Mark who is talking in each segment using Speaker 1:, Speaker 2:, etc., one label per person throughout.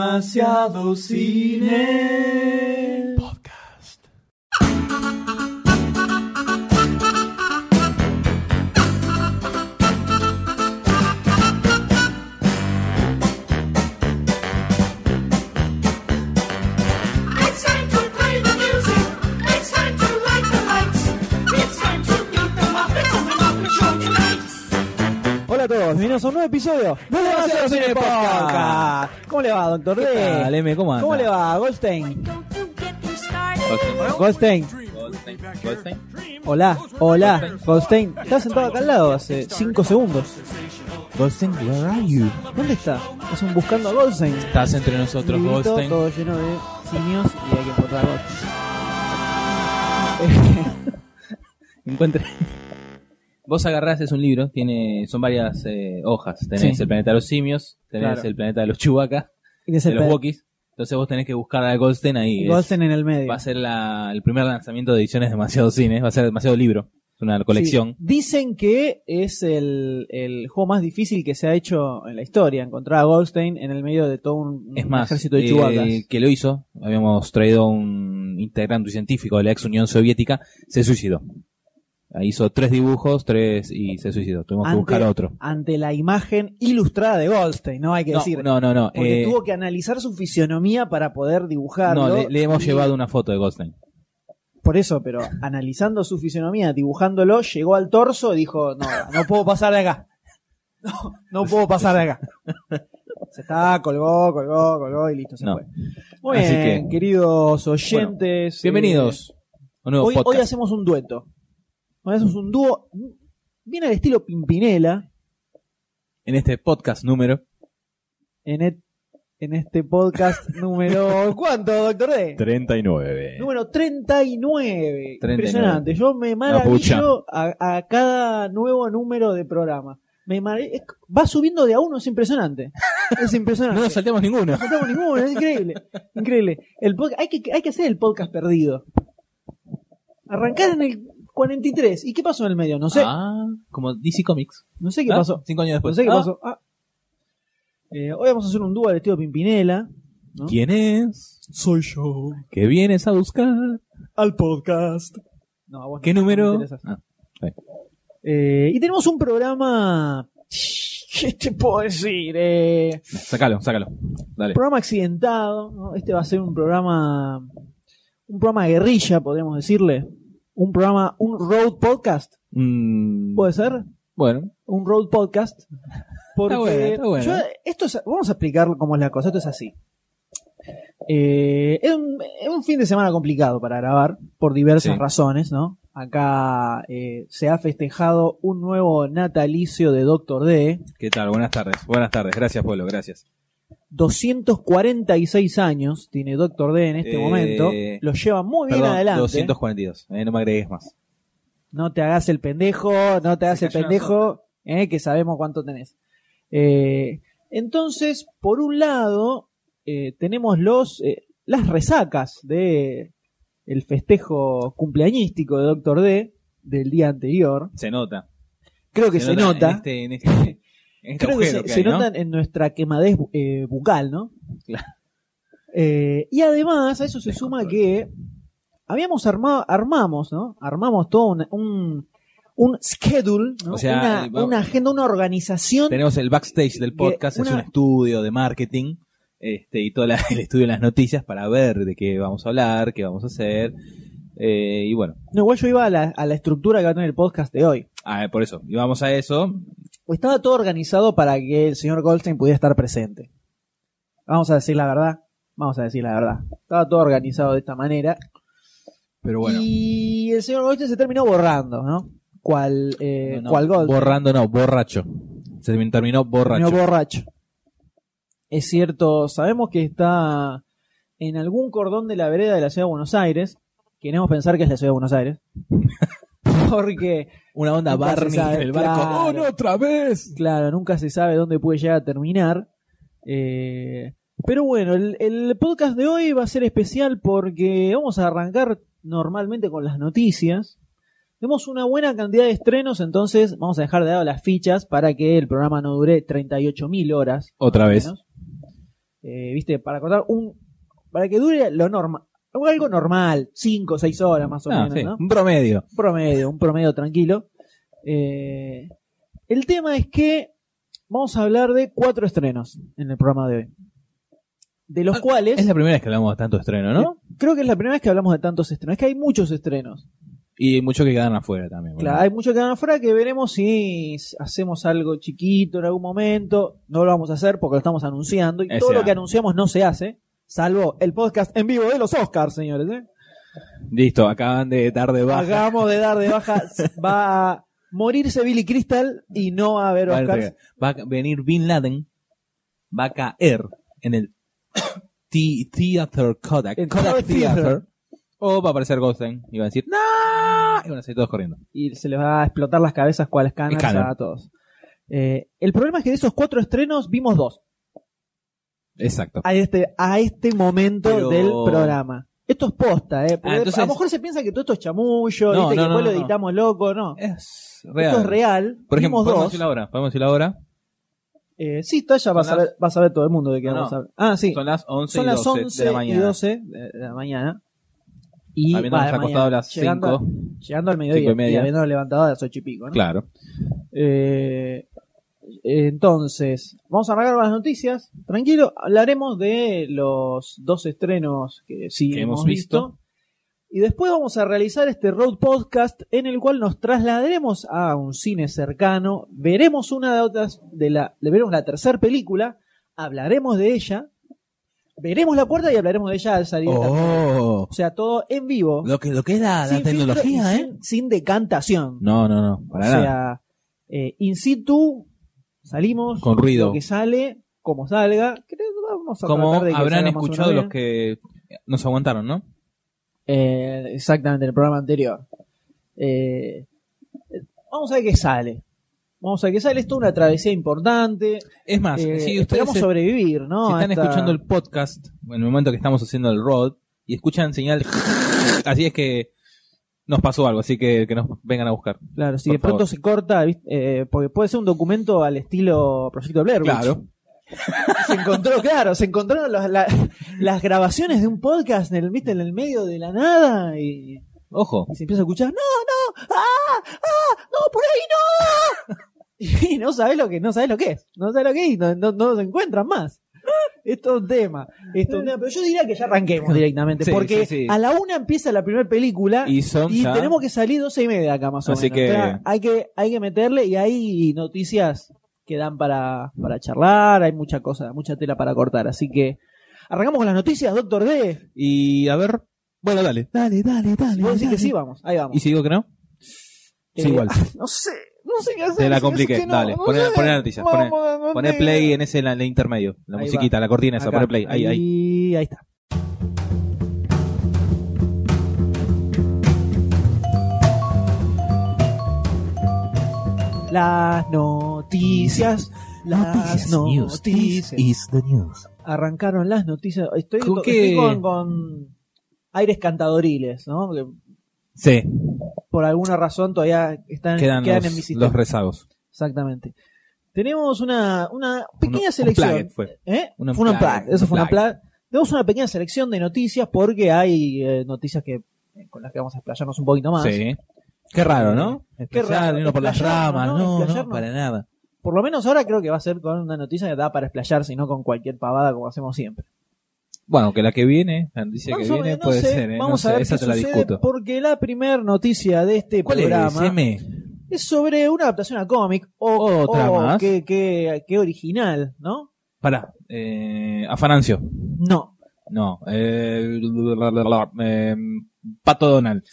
Speaker 1: Demasiado cine.
Speaker 2: Podcast.
Speaker 3: It's time to play the music. It's time to light the lights. It's time to meet the Muppets on the Muppet Show tonight.
Speaker 4: Hola a todos, bienvenidos a un nuevo episodio de Demasiado Cine Podcast. ¿Cómo le va, doctor D?
Speaker 1: tal, M? ¿Cómo anda?
Speaker 4: le va, Goldstein?
Speaker 3: Don't you get me started.
Speaker 4: Goldstein, hola, hola, Goldstein. Estás sentado acá al lado hace 5 segundos.
Speaker 1: Goldstein, where are you?
Speaker 4: ¿Dónde está? Es un buscando a Goldstein.
Speaker 1: Estás entre nosotros,
Speaker 4: Librito,
Speaker 1: Goldstein.
Speaker 4: Todo lleno de simios y hay que encontrar a Goldstein.
Speaker 1: Encuentre. Vos agarrás, es un libro, tiene, son varias eh, hojas. Tenés
Speaker 4: Sí.
Speaker 1: el planeta de los simios, tenés
Speaker 4: Claro.
Speaker 1: el planeta de los chubacas,
Speaker 4: Y es
Speaker 1: de
Speaker 4: el
Speaker 1: los
Speaker 4: pe-
Speaker 1: walkies. Entonces vos tenés que buscar a Goldstein ahí. es-
Speaker 4: Goldstein en el medio.
Speaker 1: va a ser la- el primer lanzamiento de ediciones demasiado cine, va a ser demasiado libro. Es una colección.
Speaker 4: Sí. Dicen que es el, el juego más difícil que se ha hecho en la historia, encontrar a Goldstein en el medio de todo un,
Speaker 1: Es
Speaker 4: un
Speaker 1: más,
Speaker 4: ejército de
Speaker 1: eh,
Speaker 4: chubacas.
Speaker 1: el que lo hizo, habíamos traído un integrante, un científico de la ex Unión Soviética, se suicidó. Ah, Hizo tres dibujos, tres y se suicidó. Tuvimos que
Speaker 4: Ante-
Speaker 1: buscar otro.
Speaker 4: Ante la imagen ilustrada de Goldstein, no hay que
Speaker 1: No,
Speaker 4: decir.
Speaker 1: no, no, no.
Speaker 4: porque
Speaker 1: eh,
Speaker 4: tuvo que analizar su fisionomía para poder dibujarlo.
Speaker 1: no, le, le hemos
Speaker 4: y-
Speaker 1: llevado una foto de Goldstein.
Speaker 4: Por eso, pero analizando su fisionomía, dibujándolo, llegó al torso y dijo, no, no puedo pasar de acá. No, no puedo pasar de acá. Se está, colgó, colgó, colgó y listo, se
Speaker 1: No.
Speaker 4: fue. Muy
Speaker 1: Así
Speaker 4: bien,
Speaker 1: que-
Speaker 4: queridos oyentes. eh,
Speaker 1: Bienvenidos a un nuevo
Speaker 4: Hoy, hoy
Speaker 1: podcast.
Speaker 4: hacemos un dueto. Hoy hacemos un dúo bien al estilo Pimpinela
Speaker 1: En este podcast número
Speaker 4: en, et- en este podcast número. ¿Cuánto, doctor D?
Speaker 2: 39.
Speaker 4: Número 39.
Speaker 1: 39.
Speaker 4: Impresionante. Yo me maravillo a, a cada nuevo número de programa. Me mare- es- Va subiendo de a uno, es impresionante. Es impresionante.
Speaker 1: no nos saltamos ninguno.
Speaker 4: No tengo ninguno, es increíble. Increíble. El podca- hay, que, hay que hacer el podcast perdido. Arrancar en el 43. ¿Y qué pasó en el medio? No sé.
Speaker 1: Ah, como DC Comics.
Speaker 4: No sé qué
Speaker 1: Ah,
Speaker 4: pasó.
Speaker 1: Cinco años
Speaker 4: No
Speaker 1: después.
Speaker 4: sé qué
Speaker 1: Ah,
Speaker 4: pasó. Ah. Eh, hoy vamos a hacer un dúo al estilo Pimpinela. ¿no?
Speaker 1: ¿Quién es?
Speaker 4: Soy yo.
Speaker 1: ¿Qué vienes a buscar?
Speaker 4: Al podcast. No, a vos no,
Speaker 1: ¿Qué
Speaker 4: no me
Speaker 1: número?
Speaker 4: interesas.
Speaker 1: Ah,
Speaker 4: Eh, y tenemos un programa. ¿Qué te puedo decir? Eh,
Speaker 1: sácalo, sácalo. Dale.
Speaker 4: programa accidentado. ¿no? Este va a ser un programa. Un programa guerrilla, podríamos decirle. Un programa. Un road podcast.
Speaker 1: Mm,
Speaker 4: ¿Puede ser?
Speaker 1: bueno,
Speaker 4: Un road podcast. Porque
Speaker 1: bueno, está bueno.
Speaker 4: yo- esto es- vamos a explicar cómo es la cosa. Esto es así. Eh, es, un, es un fin de semana complicado para grabar por diversas
Speaker 1: Sí.
Speaker 4: razones, ¿no? Acá eh, se ha festejado un nuevo natalicio de Doctor D.
Speaker 1: ¿qué tal? Buenas tardes. Buenas tardes. Gracias, pueblo. Gracias.
Speaker 4: 246 años tiene Doctor D en este
Speaker 1: Eh,
Speaker 4: momento. Lo lleva muy bien
Speaker 1: Perdón,
Speaker 4: adelante.
Speaker 1: 242. Eh, no me agregues más.
Speaker 4: No te hagas el pendejo, no te hagas el
Speaker 1: cayó la
Speaker 4: pendejo, eh, que sabemos cuánto tenés. Eh, entonces, por un lado, eh, tenemos los eh, las resacas de el festejo cumpleañístico de Doctor D del día anterior.
Speaker 1: Se nota.
Speaker 4: Creo que se, nota.
Speaker 1: En este, en este- en este
Speaker 4: Creo que se,
Speaker 1: agujero que
Speaker 4: se
Speaker 1: hay, ¿no?
Speaker 4: notan en nuestra quemadez bu- eh, bucal, ¿no?
Speaker 1: Claro.
Speaker 4: Eh, y además a eso se suma que habíamos armado, armamos, ¿no? Armamos todo un, un, un schedule, ¿no?
Speaker 1: O sea, eh,
Speaker 4: una,
Speaker 1: vamos-
Speaker 4: una agenda, una organización.
Speaker 1: Tenemos el backstage del
Speaker 4: Que
Speaker 1: podcast, es
Speaker 4: una-
Speaker 1: un estudio de marketing este, y todo la- el estudio de las noticias para ver de qué vamos a hablar, qué vamos a hacer. eh, y bueno,
Speaker 4: No, igual yo iba a la, a la estructura que va a tener el podcast de hoy.
Speaker 1: ah, por eso, y vamos a eso.
Speaker 4: O estaba todo organizado para que el señor Goldstein pudiera estar presente. Vamos a decir la verdad. Vamos a decir la verdad. Estaba todo organizado de esta manera.
Speaker 1: Pero bueno,
Speaker 4: Y el señor Goldstein se terminó borrando, ¿no? Cual, eh,
Speaker 1: No, no,
Speaker 4: cual Goldstein.
Speaker 1: borrando no, borracho. Se terminó- terminó borracho.
Speaker 4: Terminó borracho. Es cierto, sabemos que está en algún cordón de la vereda de la ciudad de Buenos Aires. Queremos pensar que es la ciudad de Buenos Aires. Porque,
Speaker 1: Una onda
Speaker 4: Nunca se
Speaker 1: Barney
Speaker 4: sabe,
Speaker 1: en el barco.
Speaker 4: claro.
Speaker 1: ¡Oh, no, otra vez!
Speaker 4: claro, nunca se sabe dónde puede llegar a terminar. Eh, pero bueno, el, el podcast de hoy va a ser especial porque vamos a arrancar normalmente con las noticias. Tenemos una buena cantidad de estrenos, entonces vamos a dejar de lado las fichas para que el programa no dure 38.000 horas.
Speaker 1: Otra
Speaker 4: más o
Speaker 1: vez.
Speaker 4: menos. eh, viste, para cortar un, para que dure lo normal, algo normal, 5 o 6 horas más o
Speaker 1: Ah,
Speaker 4: menos,
Speaker 1: sí,
Speaker 4: ¿no?
Speaker 1: Un promedio.
Speaker 4: Un promedio, un promedio tranquilo. Eh, el tema es que vamos a hablar de cuatro estrenos en el programa de hoy. De los
Speaker 1: Ah,
Speaker 4: cuales...
Speaker 1: Es la primera vez que hablamos de tanto estreno, ¿no?
Speaker 4: Creo que es la primera vez que hablamos de tantos estrenos. Es que hay muchos estrenos.
Speaker 1: Y muchos que quedan afuera también. bueno.
Speaker 4: Claro, hay muchos que van afuera que veremos si hacemos algo chiquito en algún momento. No lo vamos a hacer porque lo estamos anunciando. Y
Speaker 1: Es
Speaker 4: todo lo
Speaker 1: cierto.
Speaker 4: que anunciamos no se hace. Salvo el podcast en vivo de los Oscars, señores. ¿eh?
Speaker 1: Listo, acaban de dar de baja.
Speaker 4: Acabamos de dar de baja. Va a morirse Billy Crystal y no va a haber
Speaker 1: Va a
Speaker 4: Oscars.
Speaker 1: entregar. Va a venir Bin Laden, va a caer en el T- Theater Kodak,
Speaker 4: El
Speaker 1: Kodak
Speaker 4: Kodak Theater.
Speaker 1: Theater, o va a aparecer Goldstein y va a decir ¡No! Y van a salir todos corriendo.
Speaker 4: y se les va a explotar las cabezas cuales canas
Speaker 1: Escáner.
Speaker 4: a todos. Eh, el problema es que de esos cuatro estrenos vimos dos
Speaker 1: Exacto.
Speaker 4: a este, a este momento
Speaker 1: Pero-
Speaker 4: del programa. Esto es posta, ¿eh? Porque
Speaker 1: Ah, entonces-
Speaker 4: A lo mejor se piensa que todo esto es chamullo,
Speaker 1: No,
Speaker 4: ¿viste?
Speaker 1: no,
Speaker 4: que
Speaker 1: no,
Speaker 4: después
Speaker 1: no,
Speaker 4: lo
Speaker 1: no.
Speaker 4: editamos loco, no.
Speaker 1: Es real.
Speaker 4: Esto es real.
Speaker 1: Por ejemplo,
Speaker 4: vimos
Speaker 1: podemos
Speaker 4: dos.
Speaker 1: decir ahora, podemos decir ahora,
Speaker 4: Eh, sí, todavía ya vas a,
Speaker 1: Son las-
Speaker 4: ver, vas a ver todo el mundo de qué
Speaker 1: No,
Speaker 4: vamos
Speaker 1: no.
Speaker 4: a hablar. Ah, sí.
Speaker 1: son las 11
Speaker 4: Son
Speaker 1: y
Speaker 4: las
Speaker 1: 12
Speaker 4: 11
Speaker 1: de la
Speaker 4: y
Speaker 1: mañana.
Speaker 4: 12 de la mañana. Y va,
Speaker 1: Habiéndonos
Speaker 4: de
Speaker 1: acostado a
Speaker 4: mañana,
Speaker 1: las
Speaker 4: llegando,
Speaker 1: 5,
Speaker 4: llegando al mediodía
Speaker 1: cinco y media.
Speaker 4: habiéndonos levantado a las 8 y pico, ¿no?
Speaker 1: claro.
Speaker 4: Eh, entonces, vamos a arrancar con las noticias. Tranquilo, hablaremos de los dos estrenos que sí
Speaker 1: Que
Speaker 4: hemos
Speaker 1: hemos visto.
Speaker 4: visto. Y después vamos a realizar este road podcast en el cual nos trasladaremos a un cine cercano, veremos una de otras de la, le veremos la tercera película, hablaremos de ella, veremos la cuarta y hablaremos de ella al salir. O
Speaker 1: Oh,
Speaker 4: sea, todo en vivo,
Speaker 1: lo que, lo que es la, la
Speaker 4: sin filtro y
Speaker 1: tecnología, ¿eh?
Speaker 4: sin- sin decantación.
Speaker 1: No, no, no, para
Speaker 4: O
Speaker 1: nada.
Speaker 4: sea, eh, in situ, salimos,
Speaker 1: Con
Speaker 4: lo
Speaker 1: ruido.
Speaker 4: que sale, como salga. creo que vamos a
Speaker 1: Como
Speaker 4: tratar de que
Speaker 1: habrán
Speaker 4: salga más o menos
Speaker 1: escuchado
Speaker 4: bien.
Speaker 1: los que nos aguantaron, ¿no?
Speaker 4: Eh, exactamente, el programa anterior. Eh, eh, vamos a ver qué sale. Vamos a ver qué sale. Esto es una travesía importante.
Speaker 1: Es más,
Speaker 4: Eh,
Speaker 1: si Ah, ustedes
Speaker 4: esperamos
Speaker 1: se-
Speaker 4: sobrevivir, ¿no?
Speaker 1: si
Speaker 4: A
Speaker 1: están
Speaker 4: esta-
Speaker 1: escuchando el podcast, en el momento que estamos haciendo el road, y escuchan señal, así es que nos pasó algo, así que que nos vengan a buscar.
Speaker 4: Claro, si
Speaker 1: por
Speaker 4: de pronto
Speaker 1: favor.
Speaker 4: se corta, ¿viste? Eh, porque puede ser un documento al estilo Proyecto Blair. Witch.
Speaker 1: Claro.
Speaker 4: se encontró, claro, se encontraron los- la- las grabaciones de un podcast en el, ¿viste? en el medio de la nada y,
Speaker 1: Ojo,
Speaker 4: y se empieza a escuchar, no, no, ah, ah, no, por ahí no. Y no sabes lo que, no sabes lo que es, no sabes lo que es y no, no, no se encuentran más. Esto es un tema, esto es un tema, pero yo diría que ya arranquemos directamente,
Speaker 1: Sí,
Speaker 4: porque
Speaker 1: sí, sí.
Speaker 4: a la una empieza la primera película y,
Speaker 1: y son ya-
Speaker 4: tenemos que salir doce y media acá más o
Speaker 1: Así
Speaker 4: menos.
Speaker 1: que-
Speaker 4: O sea, hay que, hay que meterle y hay noticias que dan para, para charlar, hay mucha cosa, mucha tela para cortar, así que arrancamos con las noticias, doctor D.
Speaker 1: y a ver, bueno, dale. Dale, dale, dale.
Speaker 4: Si vos decís que
Speaker 1: dale.
Speaker 4: sí, vamos, ahí vamos.
Speaker 1: ¿Y si digo que no?
Speaker 4: Eh, ah,
Speaker 1: Sí, igual.
Speaker 4: No sé, no sé qué hacer.
Speaker 1: Te la
Speaker 4: es que
Speaker 1: compliqué,
Speaker 4: no,
Speaker 1: dale,
Speaker 4: no
Speaker 1: poné-
Speaker 4: sé.
Speaker 1: poné la noticia,
Speaker 4: Vamos,
Speaker 1: poné-
Speaker 4: ¿dónde?
Speaker 1: Poné play en ese en el intermedio, la
Speaker 4: Ahí
Speaker 1: musiquita, la cortina esa,
Speaker 4: Acá,
Speaker 1: poné play, ahí, ahí.
Speaker 4: ahí. Ahí está. Las noticias, las noticias.
Speaker 1: the news.
Speaker 4: Arrancaron las noticias. Estoy
Speaker 1: ¿Con
Speaker 4: to-
Speaker 1: qué?
Speaker 4: estoy con, con aires cantadoriles, ¿no? Porque
Speaker 1: Sí,
Speaker 4: por alguna razón todavía están,
Speaker 1: quedan,
Speaker 4: quedan, en mi
Speaker 1: los,
Speaker 4: sistema.
Speaker 1: los rezagos.
Speaker 4: Exactamente. Tenemos una, una pequeña
Speaker 1: Uno- un
Speaker 4: selección.
Speaker 1: plague fue.
Speaker 4: ¿Eh?
Speaker 1: Un
Speaker 4: fue un
Speaker 1: unplugged,
Speaker 4: unplugged, Eso
Speaker 1: un
Speaker 4: fue un
Speaker 1: unplugged.
Speaker 4: unplugged. Tenemos una pequeña selección de noticias porque hay eh, noticias que eh, con las que vamos a explayarnos un poquito más.
Speaker 1: Sí. Qué raro, ¿no?
Speaker 4: Qué raro,
Speaker 1: Uno por las
Speaker 4: explayarnos,
Speaker 1: ramas,
Speaker 4: ¿no?
Speaker 1: no, no,
Speaker 4: Explayarnos.
Speaker 1: para nada.
Speaker 4: Por lo menos ahora creo que va a ser con una noticia que da para explayarse y no con cualquier pavada como hacemos siempre.
Speaker 1: Bueno, que la que viene, la noticia
Speaker 4: Más
Speaker 1: que
Speaker 4: o
Speaker 1: viene
Speaker 4: menos, no
Speaker 1: puede
Speaker 4: sé,
Speaker 1: ser, ¿eh? No
Speaker 4: Vamos
Speaker 1: sé,
Speaker 4: a ver
Speaker 1: esa
Speaker 4: qué
Speaker 1: te la
Speaker 4: sucede
Speaker 1: discuto.
Speaker 4: porque la primera noticia de este
Speaker 1: ¿Cuál
Speaker 4: programa
Speaker 1: es? M?
Speaker 4: es sobre una adaptación a cómic o
Speaker 1: Otra
Speaker 4: o
Speaker 1: más.
Speaker 4: Qué, qué- qué original, ¿no?
Speaker 1: Pará, eh, Afanancio.
Speaker 4: No,
Speaker 1: No, eh, la, la, la, la, eh, Pato Donald.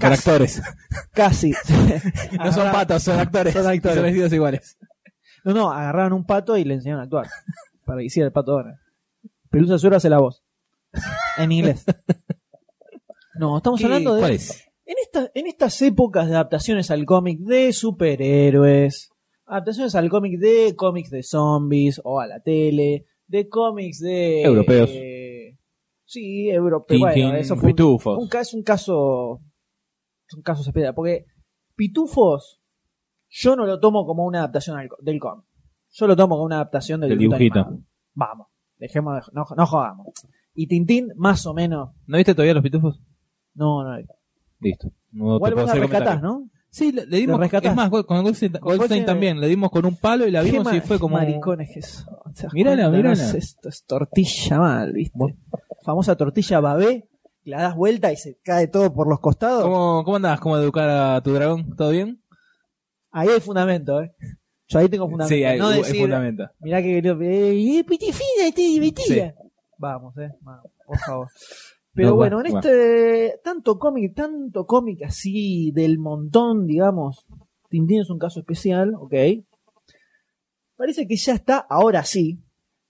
Speaker 1: Con actores.
Speaker 4: casi. Ah,
Speaker 1: No son patos, son actores.
Speaker 4: Son actores.
Speaker 1: Son vestidos iguales.
Speaker 4: No, no, agarraron un pato y le enseñaron a actuar. Para que hiciera el pato Donald. Pelusa Azul hace la voz. En inglés. No, estamos
Speaker 1: ¿Qué-
Speaker 4: hablando de.
Speaker 1: ¿Cuál es?
Speaker 4: En, esta- en estas épocas de adaptaciones al cómic de superhéroes, adaptaciones al cómic de cómics de zombies o a la tele, de cómics de.
Speaker 1: Europeos.
Speaker 4: eh, sí, europeos. Eh, Bueno, eso fue
Speaker 1: Tintín,
Speaker 4: un-
Speaker 1: Pitufos.
Speaker 4: un, ca- es un caso. Es un caso especial. Porque Pitufos, yo no lo tomo como una adaptación al co- del cómic. Yo lo tomo como una adaptación del
Speaker 1: Del
Speaker 4: dibujito
Speaker 1: dibujito.
Speaker 4: animado. Vamos. Dejemos de, no, no jodamos. Y Tintín, más o menos.
Speaker 1: ¿No viste todavía los pitufos?
Speaker 4: No, no.
Speaker 1: Listo. No
Speaker 4: Igual vos
Speaker 1: te puedo
Speaker 4: la
Speaker 1: hacer
Speaker 4: rescatás,
Speaker 1: comentario.
Speaker 4: ¿no?
Speaker 1: Sí, le, le dimos.
Speaker 4: La rescatás.
Speaker 1: Es más, con con Goldstein, Goldstein
Speaker 4: Goldstein-
Speaker 1: también. Le dimos con un palo y la
Speaker 4: Qué
Speaker 1: vimos y
Speaker 4: ma-
Speaker 1: fue como.
Speaker 4: Maricones que son. ¿Te das
Speaker 1: Mírala,
Speaker 4: cuenta?
Speaker 1: mírala.
Speaker 4: No es esto es tortilla mal, ¿viste?
Speaker 1: Bueno.
Speaker 4: Famosa tortilla babé, que la das vuelta y se cae todo por los costados.
Speaker 1: ¿Cómo, ¿Cómo andabas? ¿Cómo educar a tu dragón? ¿Todo bien?
Speaker 4: Ahí hay fundamento, ¿eh? Yo ahí tengo fundamento.
Speaker 1: Sí, hay,
Speaker 4: no
Speaker 1: es
Speaker 4: decir,
Speaker 1: fundamento.
Speaker 4: Mirá que querido. Eh, pitifina, este divertida.
Speaker 1: Sí.
Speaker 4: Vamos, eh. Vamos, por favor. Pero
Speaker 1: No,
Speaker 4: bueno,
Speaker 1: bueno,
Speaker 4: en este tanto cómic, tanto cómic así del montón, digamos, Tintín es un caso especial, ok. Parece que ya está, ahora sí,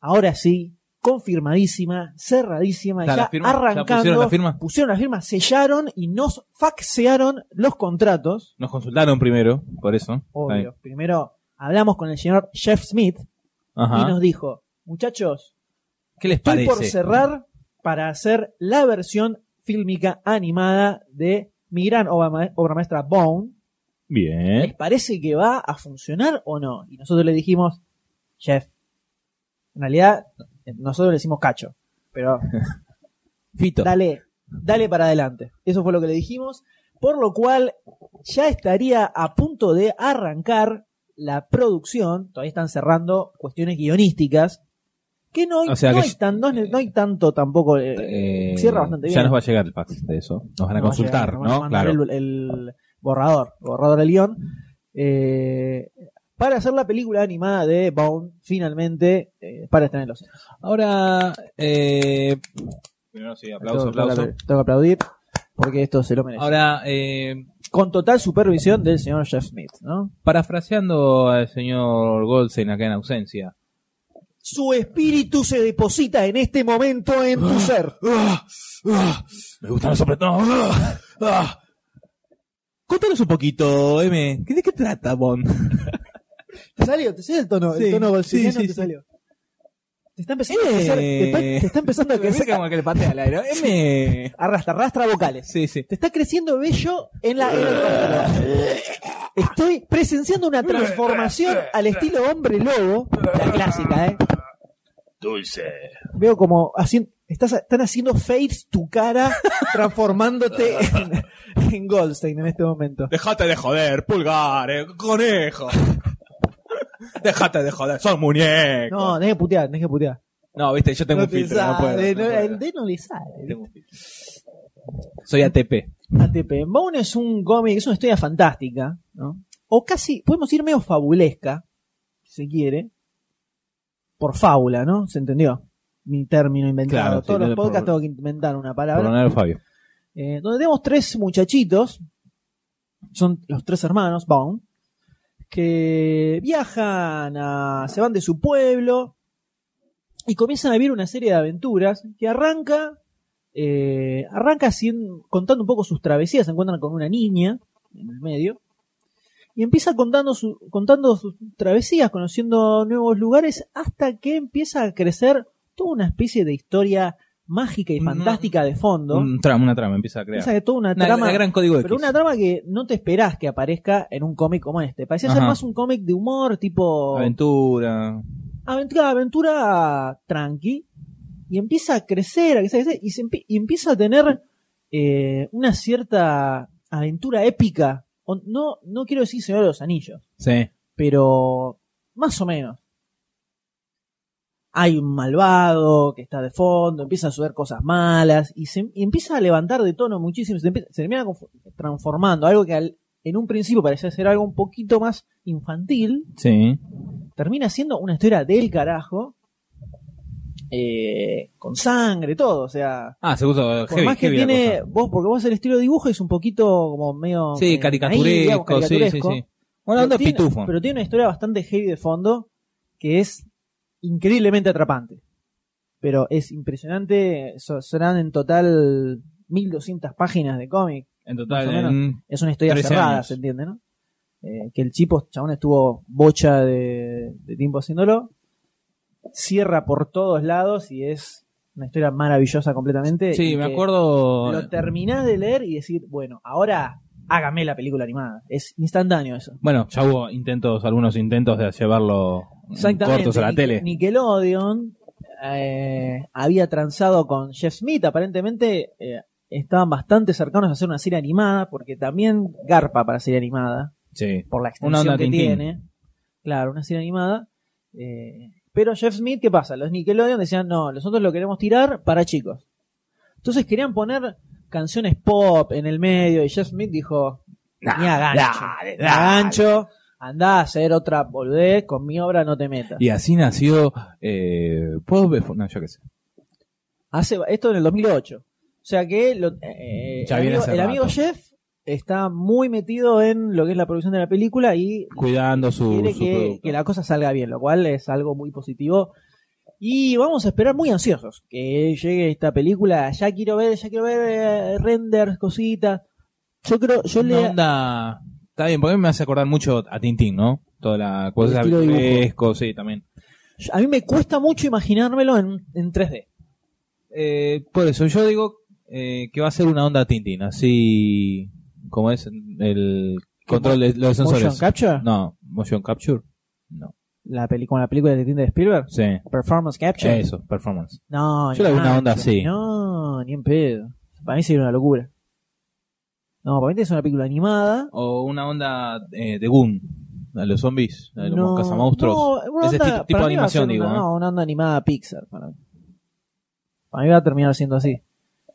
Speaker 4: ahora sí, confirmadísima, cerradísima,
Speaker 1: Está,
Speaker 4: ya
Speaker 1: la firma, ya
Speaker 4: arrancando.
Speaker 1: pusieron la firma.
Speaker 4: pusieron la firma, sellaron y nos faxearon los contratos.
Speaker 1: Nos consultaron primero, por eso. Ahí.
Speaker 4: Obvio. Primero hablamos con el señor Jeff Smith
Speaker 1: Ajá.
Speaker 4: y nos dijo, muchachos,
Speaker 1: ¿Qué les
Speaker 4: Estoy
Speaker 1: parece?
Speaker 4: por cerrar para hacer la versión fílmica animada de mi gran obra, ma- obra maestra Bone. ¿Les Eh,
Speaker 1: Bien.
Speaker 4: parece que va a funcionar o no? Y nosotros le dijimos, Jeff, en realidad nosotros le decimos cacho, pero
Speaker 1: Fito.
Speaker 4: dale, dale para adelante. Eso fue lo que le dijimos, por lo cual ya estaría a punto de arrancar la producción, todavía están cerrando cuestiones guionísticas, que no, hay-
Speaker 1: O sea
Speaker 4: no
Speaker 1: que
Speaker 4: hay,
Speaker 1: es-
Speaker 4: tan- no es- no hay tanto tampoco... eh,
Speaker 1: Eh,
Speaker 4: Cierra bastante
Speaker 1: Ya
Speaker 4: bien.
Speaker 1: nos va a llegar el fax de eso. Nos van a
Speaker 4: No va
Speaker 1: consultar,
Speaker 4: llegar, nos van a
Speaker 1: ¿no?
Speaker 4: mandar
Speaker 1: Claro.
Speaker 4: El, el borrador, el borrador del guión. eh, para hacer la película animada de Bone, finalmente, eh, para estrenarlos.
Speaker 1: Ahora, eh, primero sí,
Speaker 4: tengo,
Speaker 1: aplauso, aplauso.
Speaker 4: Tengo, que- tengo que aplaudir, porque esto se lo merece.
Speaker 1: Ahora, eh,
Speaker 4: Con total supervisión del señor Jeff Smith, ¿no?
Speaker 1: parafraseando al señor Goldstein acá en ausencia.
Speaker 4: Su espíritu se deposita en este momento en
Speaker 1: Ah.
Speaker 4: tu ser.
Speaker 1: Me gustan los apretados. ah. Contanos un poquito, M. ¿Qué- ¿De qué trata, Bon?
Speaker 4: ¿Te salió? ¿Te salió el tono?
Speaker 1: Sí,
Speaker 4: el tono bolsillano
Speaker 1: sí, sí,
Speaker 4: te
Speaker 1: sí.
Speaker 4: salió. Te está empezando a crecer,
Speaker 1: Eh.
Speaker 4: te, está, te está empezando a crecer.
Speaker 1: que le patea al aire. M.
Speaker 4: Arrastra, arrastra vocales.
Speaker 1: Sí, sí.
Speaker 4: Te está creciendo bello en la. en el rostro. Estoy presenciando una transformación al estilo hombre lobo, la clásica, ¿eh?
Speaker 2: Dulce.
Speaker 4: Veo como haciendo, estás, están haciendo fades tu cara, transformándote en, en Goldstein en este momento.
Speaker 1: Dejate de joder, pulgar, eh, conejo. Dejate de joder, son muñecos. No,
Speaker 4: No, tenés que putear, tenés que putear.
Speaker 1: viste, yo tengo
Speaker 4: no
Speaker 1: un filtro,
Speaker 4: te
Speaker 1: no puedo,
Speaker 4: sale,
Speaker 1: no
Speaker 4: no-
Speaker 1: puedo.
Speaker 4: el D no le sale.
Speaker 1: Tengo un filtro. Soy ATP.
Speaker 4: ATP. Bone es un cómic, es una historia fantástica, ¿no? O casi, podemos ir medio fabulesca, si se quiere, por fábula, ¿no? ¿Se entendió? Mi término inventado.
Speaker 1: Claro, sí,
Speaker 4: Todos los
Speaker 1: no, por-
Speaker 4: podcasts tengo que inventar una palabra.
Speaker 1: Coronel Fabio.
Speaker 4: Eh, donde tenemos tres muchachitos, son los tres hermanos, Bone, que viajan a. se van de su pueblo y comienzan a vivir una serie de aventuras que arranca. eh, arranca sin- contando un poco sus travesías, se encuentran con una niña en el medio. Y empieza contando, su- contando sus travesías, conociendo nuevos lugares, hasta que empieza a crecer toda una especie de historia mágica y
Speaker 1: No.
Speaker 4: fantástica de fondo.
Speaker 1: Un trama, una trama, empieza a crear.
Speaker 4: Esa que toda una
Speaker 1: Una,
Speaker 4: trama.
Speaker 1: una gran código de
Speaker 4: Pero una trama que no te esperás que aparezca en un cómic como este. Parecía ser
Speaker 1: Ajá.
Speaker 4: más un cómic de humor, tipo.
Speaker 1: Oh. aventura.
Speaker 4: Aventura, aventura tranqui. Y empieza a crecer, a crecer, a crecer. Y, se empie- y empieza a tener eh, una cierta aventura épica. O- No, no quiero decir Señor de los Anillos
Speaker 1: Sí.
Speaker 4: pero más o menos. Hay un malvado que está de fondo, empieza a suceder cosas malas y se y empieza a levantar de tono muchísimo, se, empie- se termina confo- transformando, algo que al- en un principio parecía ser algo un poquito más infantil,
Speaker 1: Sí.
Speaker 4: termina siendo una historia del carajo, eh, con sangre, todo, o sea,
Speaker 1: Ah, se puso
Speaker 4: por
Speaker 1: heavy,
Speaker 4: más que
Speaker 1: heavy la
Speaker 4: tiene,
Speaker 1: cosa.
Speaker 4: vos, porque vos el estilo de dibujo es un poquito como medio... eh,
Speaker 1: Sí,
Speaker 4: naif, digamos,
Speaker 1: caricaturesco, sí, sí,
Speaker 4: caricaturesco.
Speaker 1: sí. Bueno, onda
Speaker 4: tiene-
Speaker 1: pitufo.
Speaker 4: pero tiene una historia bastante heavy de fondo que es increíblemente atrapante. Pero es impresionante. so- serán en total 1200 páginas de cómic.
Speaker 1: en
Speaker 4: más
Speaker 1: total,
Speaker 4: o menos.
Speaker 1: en-
Speaker 4: Es una historia
Speaker 1: 13
Speaker 4: cerrada,
Speaker 1: años.
Speaker 4: se entiende, ¿no? Eh, que el chico, chabón, estuvo bocha de, de tiempo haciéndolo. Cierra por todos lados y es una historia maravillosa completamente.
Speaker 1: sí,
Speaker 4: eh, y
Speaker 1: me
Speaker 4: que
Speaker 1: acuerdo.
Speaker 4: Lo terminás de leer y decir, bueno, ahora hágame la película animada. Es instantáneo eso.
Speaker 1: Bueno, ya hubo intentos, algunos intentos de llevarlo mm,
Speaker 4: Exactamente.
Speaker 1: cortos a la
Speaker 4: Nic-
Speaker 1: tele.
Speaker 4: Nickelodeon eh, había transado con Jeff Smith, aparentemente eh, estaban bastante cercanos a hacer una serie animada, porque también garpa para serie animada,
Speaker 1: Sí.
Speaker 4: por la
Speaker 1: Una
Speaker 4: extensión
Speaker 1: onda
Speaker 4: que
Speaker 1: Tintín.
Speaker 4: tiene. Claro, una serie animada. eh, pero Jeff Smith, ¿qué pasa? Los Nickelodeon decían, no, nosotros lo queremos tirar para chicos. Entonces querían poner canciones pop en el medio y Jeff Smith dijo, ni a gancho,
Speaker 1: dale,
Speaker 4: ni a
Speaker 1: dale.
Speaker 4: gancho, andá a hacer otra boludez, con mi obra no te metas.
Speaker 1: Y así nació. Eh, ¿Puedo ver? No, yo qué sé.
Speaker 4: Hace esto en el 2008. O sea que lo- eh,
Speaker 1: Ya
Speaker 4: el,
Speaker 1: viene
Speaker 4: amigo,
Speaker 1: hace
Speaker 4: el amigo
Speaker 1: rato.
Speaker 4: Jeff está muy metido en lo que es la producción de la película y
Speaker 1: Cuidando su.
Speaker 4: quiere
Speaker 1: su
Speaker 4: que,
Speaker 1: producto.
Speaker 4: que la cosa salga bien, lo cual es algo muy positivo. Y vamos a esperar muy ansiosos que llegue esta película. Ya quiero ver, ya quiero ver eh, renders, cositas. Yo creo, yo
Speaker 1: Una
Speaker 4: le...
Speaker 1: onda- Está bien, porque me hace acordar mucho a Tintín, ¿no? Toda la cosa
Speaker 4: estilo de dibujo.
Speaker 1: fresco, sí, también.
Speaker 4: A mí me cuesta mucho imaginármelo en, en 3D.
Speaker 1: Eh, por eso yo digo eh, que va a ser una onda Tintín, así como es el control de los
Speaker 4: Motion
Speaker 1: sensores.
Speaker 4: Capture,
Speaker 1: No, motion capture. No.
Speaker 4: la peli, como la película de Tinder de Spielberg,
Speaker 1: Sí.
Speaker 4: Performance Capture.
Speaker 1: Eso, performance.
Speaker 4: No,
Speaker 1: Yo
Speaker 4: ni
Speaker 1: le veo una
Speaker 4: mancha.
Speaker 1: onda así.
Speaker 4: No, ni en pedo. Para mí sería una locura. No, para mí es una película animada.
Speaker 1: O una onda eh, de Goon, a los zombies, a los
Speaker 4: no,
Speaker 1: cazamonstruos.
Speaker 4: no, una
Speaker 1: Ese
Speaker 4: onda-
Speaker 1: tipo- tipo
Speaker 4: para
Speaker 1: de
Speaker 4: mí va a ser
Speaker 1: animación, digo,
Speaker 4: una-
Speaker 1: ¿eh?
Speaker 4: No, una onda animada Pixar. Para mí. Para mí va a terminar siendo así.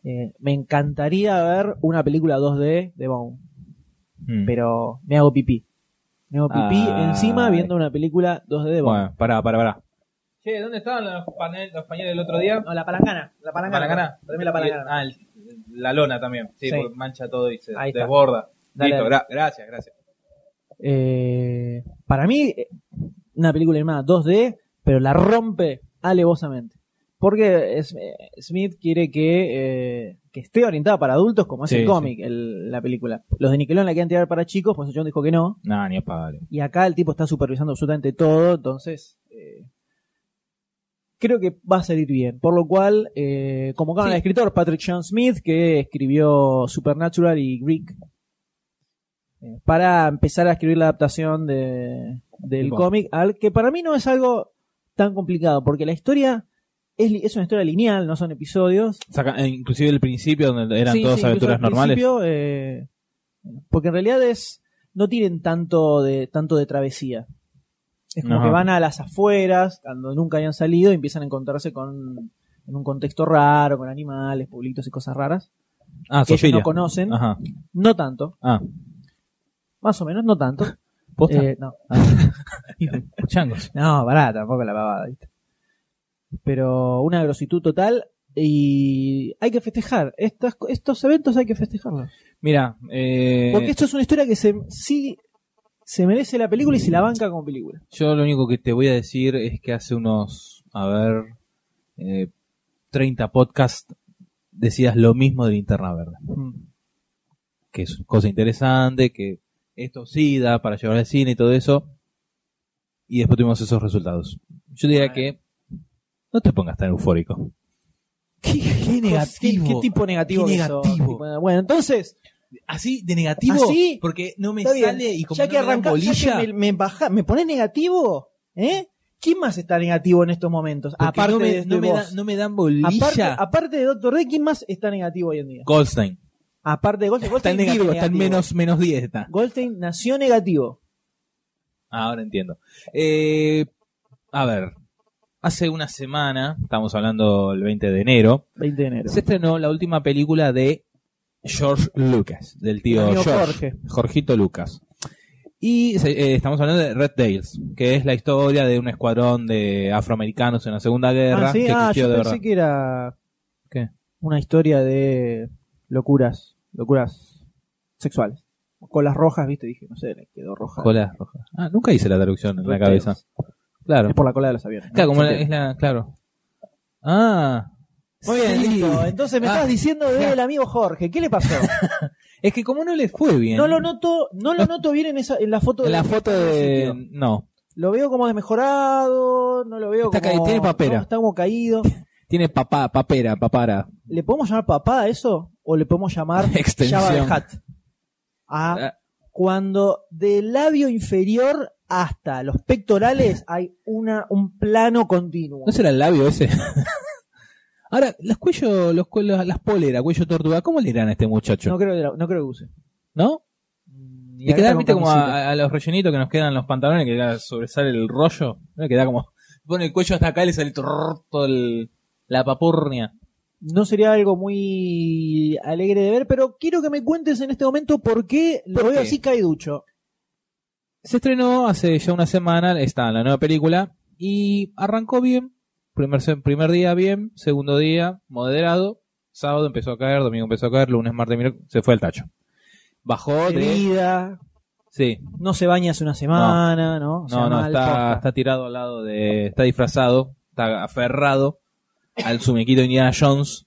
Speaker 4: Eh, me encantaría ver una película 2D de Bone,
Speaker 1: Mm.
Speaker 4: pero me hago pipí. Me hago pipí
Speaker 1: Ay.
Speaker 4: encima viendo una película 2D de Bone.
Speaker 1: Bueno, pará, pará, pará.
Speaker 5: Che, ¿dónde estaban los, panel, los pañales el otro día?
Speaker 4: No, la palangana. La
Speaker 5: Palangana.
Speaker 4: Dame la palangana.
Speaker 5: Ah, el- la lona también. Sí,
Speaker 4: Sí.
Speaker 5: porque mancha todo y se
Speaker 4: Ahí está.
Speaker 5: desborda.
Speaker 4: Dale,
Speaker 5: Listo,
Speaker 4: dale.
Speaker 5: gra- gracias, gracias.
Speaker 4: Eh, para mí, eh, una película animada 2D, pero la rompe alevosamente. Porque es- eh, Smith quiere que, eh, que esté orientada para adultos, como es
Speaker 1: Sí,
Speaker 4: el cómic, el- la película. Los de Nickelodeon la quieren tirar para chicos, por eso John dijo que no.
Speaker 1: No, ni a pagar.
Speaker 4: Y acá el tipo está supervisando absolutamente todo, entonces. eh, Creo que va a salir bien, por lo cual eh, convocaron
Speaker 1: Sí.
Speaker 4: al escritor Patrick Sean Smith, que escribió Supernatural y Greek, eh, para empezar a escribir la adaptación de, del
Speaker 1: Bueno.
Speaker 4: cómic, al que para mí no es algo tan complicado, porque la historia es, li- es una historia lineal, no son episodios,
Speaker 1: Saca- eh, inclusive el principio, donde eran
Speaker 4: Sí,
Speaker 1: todas
Speaker 4: sí, incluso
Speaker 1: aventuras
Speaker 4: al
Speaker 1: normales.
Speaker 4: principio, eh, porque en realidad es no tienen tanto de tanto de travesía. Es como
Speaker 1: Ajá.
Speaker 4: que van a las afueras, a donde nunca habían salido, y empiezan a encontrarse con en un contexto raro, con animales, pueblitos y cosas raras
Speaker 1: Ah,
Speaker 4: que ellos
Speaker 1: Sofía.
Speaker 4: no conocen.
Speaker 1: Ajá.
Speaker 4: No tanto,
Speaker 1: Ah,
Speaker 4: más o menos, no tanto.
Speaker 1: posta.
Speaker 4: Eh, no.
Speaker 1: Changos.
Speaker 4: No, pará, tampoco la pavada, ¿viste? Pero una grositud total y hay que festejar. Estas, estos eventos hay que festejarlos.
Speaker 1: Mira, eh,
Speaker 4: Porque esto es una historia que se, sí se merece la película y se la banca como película.
Speaker 1: yo lo único que te voy a decir es que hace unos, a ver, eh, 30 podcasts decías lo mismo de Linterna Verde. Que es una cosa interesante, que esto sí da para llevar al cine y todo eso. Y después tuvimos esos resultados. Yo diría que no te pongas tan eufórico.
Speaker 4: ¿Qué,
Speaker 1: negativo.
Speaker 4: ¿Qué, tipo negativo?
Speaker 1: Qué
Speaker 4: que sos,
Speaker 1: negativo.
Speaker 4: tipo- Bueno, entonces,
Speaker 1: Así de negativo,
Speaker 4: ¿Así?
Speaker 1: porque no me
Speaker 4: ¿Ah, está bien.
Speaker 1: sale y como
Speaker 4: ya
Speaker 1: no
Speaker 4: que
Speaker 1: me dan
Speaker 4: arrancás, ya
Speaker 1: bolilla,
Speaker 4: que me, me baja- me pones negativo, ¿eh? ¿Quién más está negativo en estos momentos?
Speaker 1: porque
Speaker 4: Aparte
Speaker 1: no me,
Speaker 4: de,
Speaker 1: no
Speaker 4: de
Speaker 1: me
Speaker 4: vos.
Speaker 1: dan- no me dan bolilla.
Speaker 4: aparte, aparte de Doctor D, ¿quién más está negativo hoy en día?
Speaker 1: Goldstein.
Speaker 4: Aparte de Goldstein,
Speaker 1: Está en
Speaker 4: Goldstein
Speaker 1: negativo,
Speaker 4: vive
Speaker 1: está en menos, menos 10 está.
Speaker 4: Goldstein nació negativo.
Speaker 1: Ah, Ahora entiendo. Eh, a ver, hace una semana, estamos hablando el 20 de enero,
Speaker 4: 20 de enero.
Speaker 1: se estrenó la última película de George Lucas, del tío
Speaker 4: El amigo
Speaker 1: George,
Speaker 4: Jorge.
Speaker 1: Jorgito Lucas. Y se- eh, estamos hablando de Red Tails, que es la historia de un escuadrón de afroamericanos en la Segunda Guerra
Speaker 4: Ah, sí,
Speaker 1: que
Speaker 4: ah,
Speaker 1: existió
Speaker 4: yo
Speaker 1: de
Speaker 4: pensé
Speaker 1: verdad.
Speaker 4: que era
Speaker 1: ¿Qué?
Speaker 4: una historia de locuras, locuras sexuales. Colas rojas, viste, dije, no sé, le quedó roja.
Speaker 1: Colas rojas. Ah, nunca hice la traducción en la
Speaker 4: Red
Speaker 1: cabeza.
Speaker 4: Tails.
Speaker 1: Claro.
Speaker 4: Es por la cola de los aviones.
Speaker 1: Claro,
Speaker 4: ¿no?
Speaker 1: como la-
Speaker 4: Sí,
Speaker 1: es la, claro. Ah.
Speaker 4: Muy bien,
Speaker 1: sí.
Speaker 4: listo. Entonces me
Speaker 1: Ah.
Speaker 4: estás diciendo del amigo Jorge, ¿qué le pasó?
Speaker 1: Es que como no le fue bien.
Speaker 4: No lo noto, no lo noto bien en esa, en la foto
Speaker 1: en la
Speaker 4: del-
Speaker 1: foto
Speaker 4: del
Speaker 1: de
Speaker 4: sitio.
Speaker 1: no,
Speaker 4: Lo veo como desmejorado, no lo veo
Speaker 1: Está
Speaker 4: como.
Speaker 1: ca- tiene papera.
Speaker 4: no, está como caído.
Speaker 1: tiene papá, papera, papara.
Speaker 4: ¿Le podemos llamar papá a eso? ¿O le podemos llamar
Speaker 1: Extensión.
Speaker 4: Java de Hat? A
Speaker 1: Ah.
Speaker 4: cuando del labio inferior hasta los pectorales hay una, un plano continuo.
Speaker 1: ¿No será el labio ese? Ahora, los cuellos, los cuellos, las poleras, cuello tortuga, ¿cómo le irán a este
Speaker 4: No
Speaker 1: muchacho?
Speaker 4: creo que, la- no creo que use.
Speaker 1: ¿No?
Speaker 4: Ni
Speaker 1: Le
Speaker 4: acá
Speaker 1: queda,
Speaker 4: con
Speaker 1: viste, como
Speaker 4: camisita.
Speaker 1: a, a los rellenitos que nos quedan en los pantalones, que queda- sobresale el rollo, ¿no? Que da como, pone el cuello hasta acá y le sale trrr, todo el, la papurnia.
Speaker 4: No sería algo muy alegre de ver, pero quiero que me cuentes en este momento por qué lo
Speaker 1: ¿Por
Speaker 4: veo
Speaker 1: qué?
Speaker 4: así caiducho.
Speaker 1: Se estrenó hace ya una semana, está la nueva película, y arrancó bien. Primer, se- primer día bien, segundo día moderado, sábado empezó a caer, domingo empezó a caer, lunes, martes, miércoles, se fue al tacho. Bajó de...
Speaker 4: Bebida,
Speaker 1: Sí,
Speaker 4: no se baña hace una semana, ¿no? O sea,
Speaker 1: No, no,
Speaker 4: mal, posta.
Speaker 1: está, está tirado al lado de. Está disfrazado, está aferrado al su muñequito de Indiana Jones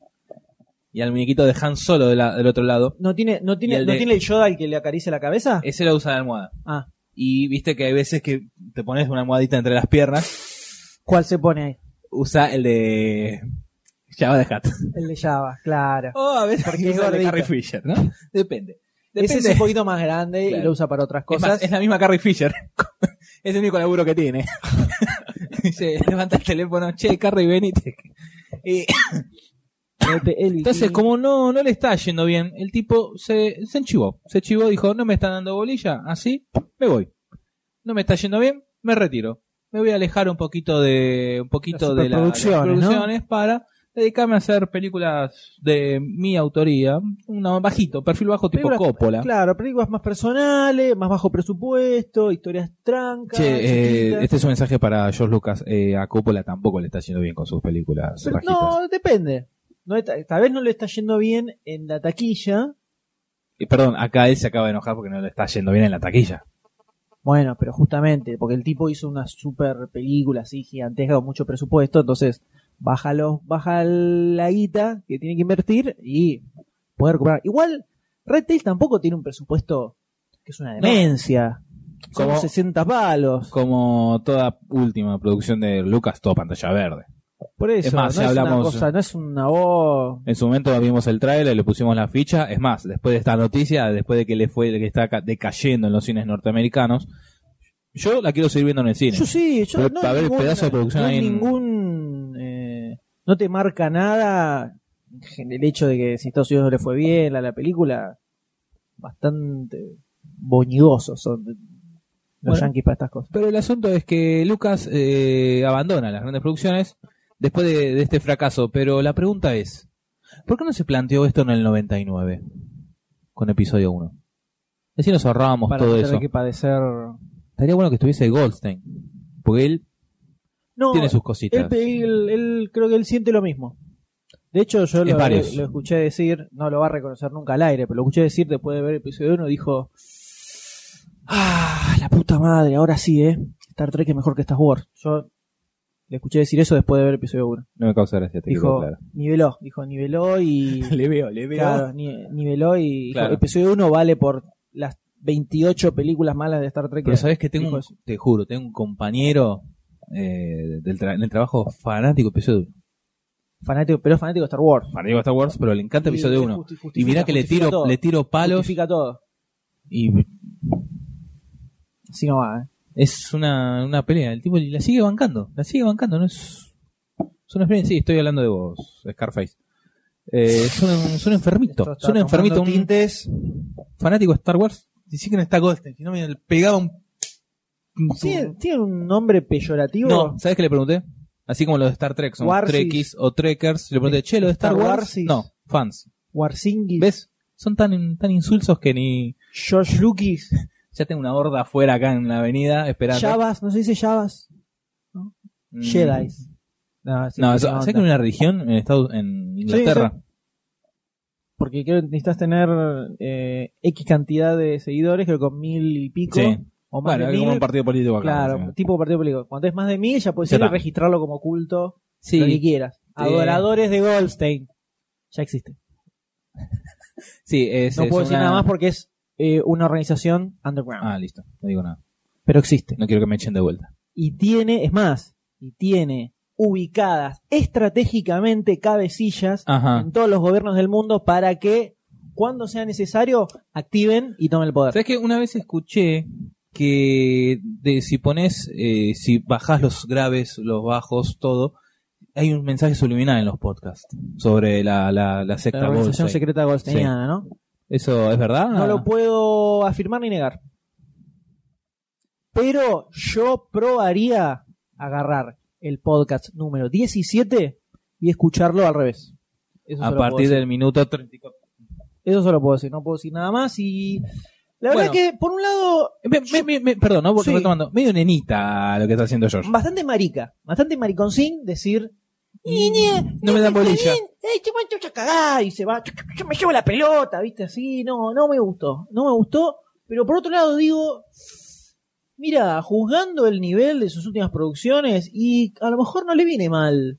Speaker 1: y al muñequito de Han Solo de la- del otro lado.
Speaker 4: ¿No tiene, no tiene,
Speaker 1: Y el
Speaker 4: ¿no
Speaker 1: de- Eh.
Speaker 4: tiene el Yoda al que le acaricia la cabeza?
Speaker 1: Ese lo usa de almohada.
Speaker 4: Ah,
Speaker 1: Y viste que hay veces que te pones una almohadita entre las piernas,
Speaker 4: ¿cuál se pone ahí?
Speaker 1: usa el de. Java de Hat.
Speaker 4: El de Java, claro.
Speaker 1: O Oh, a veces
Speaker 4: Porque es
Speaker 1: usa el de
Speaker 4: gordito.
Speaker 1: Carrie Fisher, ¿no? Depende.
Speaker 4: Ese
Speaker 1: Depende.
Speaker 4: es un poquito más grande y
Speaker 1: Claro.
Speaker 4: lo usa para otras
Speaker 1: Es,
Speaker 4: cosas.
Speaker 1: más, es la misma Carrie Fisher. es el único laburo que tiene. Dice, levanta el teléfono, che, Carrie, venite. Y
Speaker 4: Mete Este, el-
Speaker 1: Entonces, como no, no le está yendo bien, el tipo se, se enchivó. Se chivó, dijo, no me están dando bolilla, así me voy. No me está yendo bien, me retiro. Me voy a alejar un poquito de un poquito
Speaker 4: Las
Speaker 1: de, la- de las
Speaker 4: superproducciones, ¿no?
Speaker 1: producciones para dedicarme a hacer películas de mi autoría, una bajito, perfil bajo tipo
Speaker 4: Películas-
Speaker 1: Coppola.
Speaker 4: Claro, películas más personales, más bajo presupuesto, historias trancas.
Speaker 1: Che, eh,
Speaker 4: chiquitas.
Speaker 1: este es un mensaje para George Lucas. Eh, a Coppola tampoco le está yendo bien con sus películas
Speaker 4: Pero
Speaker 1: bajitas.
Speaker 4: no, depende. No, está- tal vez no le está yendo bien en la taquilla.
Speaker 1: Y perdón, acá él se acaba de enojar porque no le está yendo bien en la taquilla.
Speaker 4: Bueno, pero justamente, porque el tipo hizo una super película así gigantesca con mucho presupuesto, entonces baja, los, baja la guita que tiene que invertir y poder recuperar. Igual, Red Tail tampoco tiene un presupuesto que es una demencia. Son
Speaker 1: Como-
Speaker 4: 60 palos.
Speaker 1: como toda última producción de Lucas, todo pantalla verde.
Speaker 4: Por eso,
Speaker 1: Es más,
Speaker 4: no
Speaker 1: ya
Speaker 4: es una
Speaker 1: hablamos-
Speaker 4: cosa, no es una voz.
Speaker 1: En su momento vimos el tráiler, le pusimos la ficha. Es más, después de esta noticia, después de que le fue, que está ca- decayendo en los cines norteamericanos, yo la quiero seguir viendo en el cine.
Speaker 4: Yo sí, yo
Speaker 1: Pero
Speaker 4: no
Speaker 1: para ver
Speaker 4: ningún-
Speaker 1: pedazo de producción
Speaker 4: no
Speaker 1: ahí en-
Speaker 4: ningún eh, no te marca nada el hecho de que si Estados Unidos no le fue bien a la película bastante boñigosos son los
Speaker 1: Bueno.
Speaker 4: yanquis para estas cosas.
Speaker 1: Pero el asunto es que Lucas eh, abandona las grandes producciones después de, de este fracaso. Pero la pregunta es, ¿por qué no se planteó esto en el 99? Con episodio 1. Así nos ahorrábamos
Speaker 4: Para no
Speaker 1: todo
Speaker 4: tener
Speaker 1: eso.
Speaker 4: que padecer
Speaker 1: Estaría bueno que estuviese Goldstein. Porque él
Speaker 4: No,
Speaker 1: tiene sus cositas.
Speaker 4: él, Este, él- él- creo que él siente lo mismo. De hecho, yo
Speaker 1: En
Speaker 4: lo,
Speaker 1: varios.
Speaker 4: lo escuché decir, no lo va a reconocer nunca al aire, pero lo escuché decir después de ver el episodio 1, dijo, ah, la puta madre, ahora sí, ¿eh? Star Trek es mejor que Star Wars. Yo le escuché decir eso después de ver el episodio 1.
Speaker 1: No me causa gracia, te
Speaker 4: Dijo,
Speaker 1: digo, claro.
Speaker 4: niveló, dijo, niveló y...
Speaker 1: Le veo, le veo.
Speaker 4: claro, ni- niveló y... dijo,
Speaker 1: Claro.
Speaker 4: episodio 1 vale por las 28 películas malas de Star Trek.
Speaker 1: Pero sabes que tengo,
Speaker 4: Dijo
Speaker 1: un-
Speaker 4: eso.
Speaker 1: te juro, tengo un compañero eh, del tra- en el trabajo fanático de episodio 1.
Speaker 4: Fanático, pero es fanático de Star Wars.
Speaker 1: Fanático de Star Wars, pero le encanta episodio 1.
Speaker 4: justi-
Speaker 1: Y
Speaker 4: justifica-
Speaker 1: mirá que le
Speaker 4: justifica
Speaker 1: tiro,
Speaker 4: todo.
Speaker 1: le tiro palos
Speaker 4: Justifica todo.
Speaker 1: y
Speaker 4: Así no va, ¿eh?
Speaker 1: es una, una pelea. El tipo la sigue bancando, la sigue bancando, no es. Es una experiencia, sí, estoy hablando de vos, Scarface. Eh, es, un, es un enfermito,
Speaker 4: Esto
Speaker 1: es
Speaker 4: está
Speaker 1: un enfermito,
Speaker 4: tomando
Speaker 1: un
Speaker 4: tintes.
Speaker 1: fanático de Star Wars. Dice que no está Goldstein, si no me le pegaba un.
Speaker 4: ¿Tiene, tiene un nombre peyorativo?
Speaker 1: No, ¿sabes qué le pregunté? Así como los de Star Trek son
Speaker 4: Warsis.
Speaker 1: Trekkies o Trekkers. Le pregunté, che, los de Star,
Speaker 4: Star
Speaker 1: Wars.
Speaker 4: Warsis.
Speaker 1: No, fans.
Speaker 4: Warsingi.
Speaker 1: ¿Ves? Son tan, tan insulsos que ni.
Speaker 4: George Lucas.
Speaker 1: Ya tengo una horda afuera acá en la avenida esperando.
Speaker 4: Javas, no se dice Javas.
Speaker 1: Mm.
Speaker 4: Jedi. No, sí,
Speaker 1: No,
Speaker 4: sí,
Speaker 1: eso,
Speaker 4: no,
Speaker 1: ¿sabes que en una religión en, Estados, en Inglaterra?
Speaker 4: Porque creo que necesitas tener eh, X cantidad de seguidores, creo que con mil y pico.
Speaker 1: Sí.
Speaker 4: O más
Speaker 1: Bueno,
Speaker 4: de
Speaker 1: es como
Speaker 4: mil.
Speaker 1: un partido político acá.
Speaker 4: claro,
Speaker 1: o sea.
Speaker 4: tipo partido político. Cuando es más de mil, ya puedes
Speaker 1: Ya
Speaker 4: ir y
Speaker 1: está.
Speaker 4: registrarlo como culto.
Speaker 1: Sí.
Speaker 4: Lo que quieras. Adoradores de Goldstein. Ya existe.
Speaker 1: Sí, es,
Speaker 4: No
Speaker 1: es
Speaker 4: puedo decir
Speaker 1: una-
Speaker 4: nada más porque es eh, una organización underground.
Speaker 1: Ah, listo. No digo nada.
Speaker 4: Pero existe.
Speaker 1: No quiero que me echen de vuelta.
Speaker 4: y tiene, es más, y tiene ubicadas estratégicamente cabecillas
Speaker 1: Ajá.
Speaker 4: en todos los gobiernos del mundo para que cuando sea necesario activen y tomen el poder.
Speaker 1: ¿Sabes que una vez escuché que de- si pones, eh, si bajás los graves, los bajos, todo, hay un mensaje subliminal en los podcasts sobre la, la, la
Speaker 4: La
Speaker 1: secta
Speaker 4: organización
Speaker 1: Goldstein.
Speaker 4: secreta goldsteiniana, ¿no?
Speaker 1: ¿Eso es verdad?
Speaker 4: No lo puedo afirmar ni negar. Pero yo probaría agarrar el podcast número 17 y escucharlo al revés. Eso
Speaker 1: A
Speaker 4: solo puedo
Speaker 1: partir
Speaker 4: decir.
Speaker 1: del minuto 34.
Speaker 4: Eso solo puedo decir, no puedo decir nada más. Y la verdad
Speaker 1: Bueno.
Speaker 4: que, por un lado,
Speaker 1: Me- me- me- me- perdón, no,
Speaker 4: Sí.
Speaker 1: retomando. Medio nenita lo que está haciendo George.
Speaker 4: bastante marica, bastante mariconcín decir.
Speaker 1: No me dan bolilla.
Speaker 4: Eh, te mando a cagar", y se va, "Yo- yo me llevo la pelota, viste, así, no, no me gustó, no me gustó, pero por otro lado digo, mira, juzgando el nivel de sus últimas producciones, y a lo mejor no le viene mal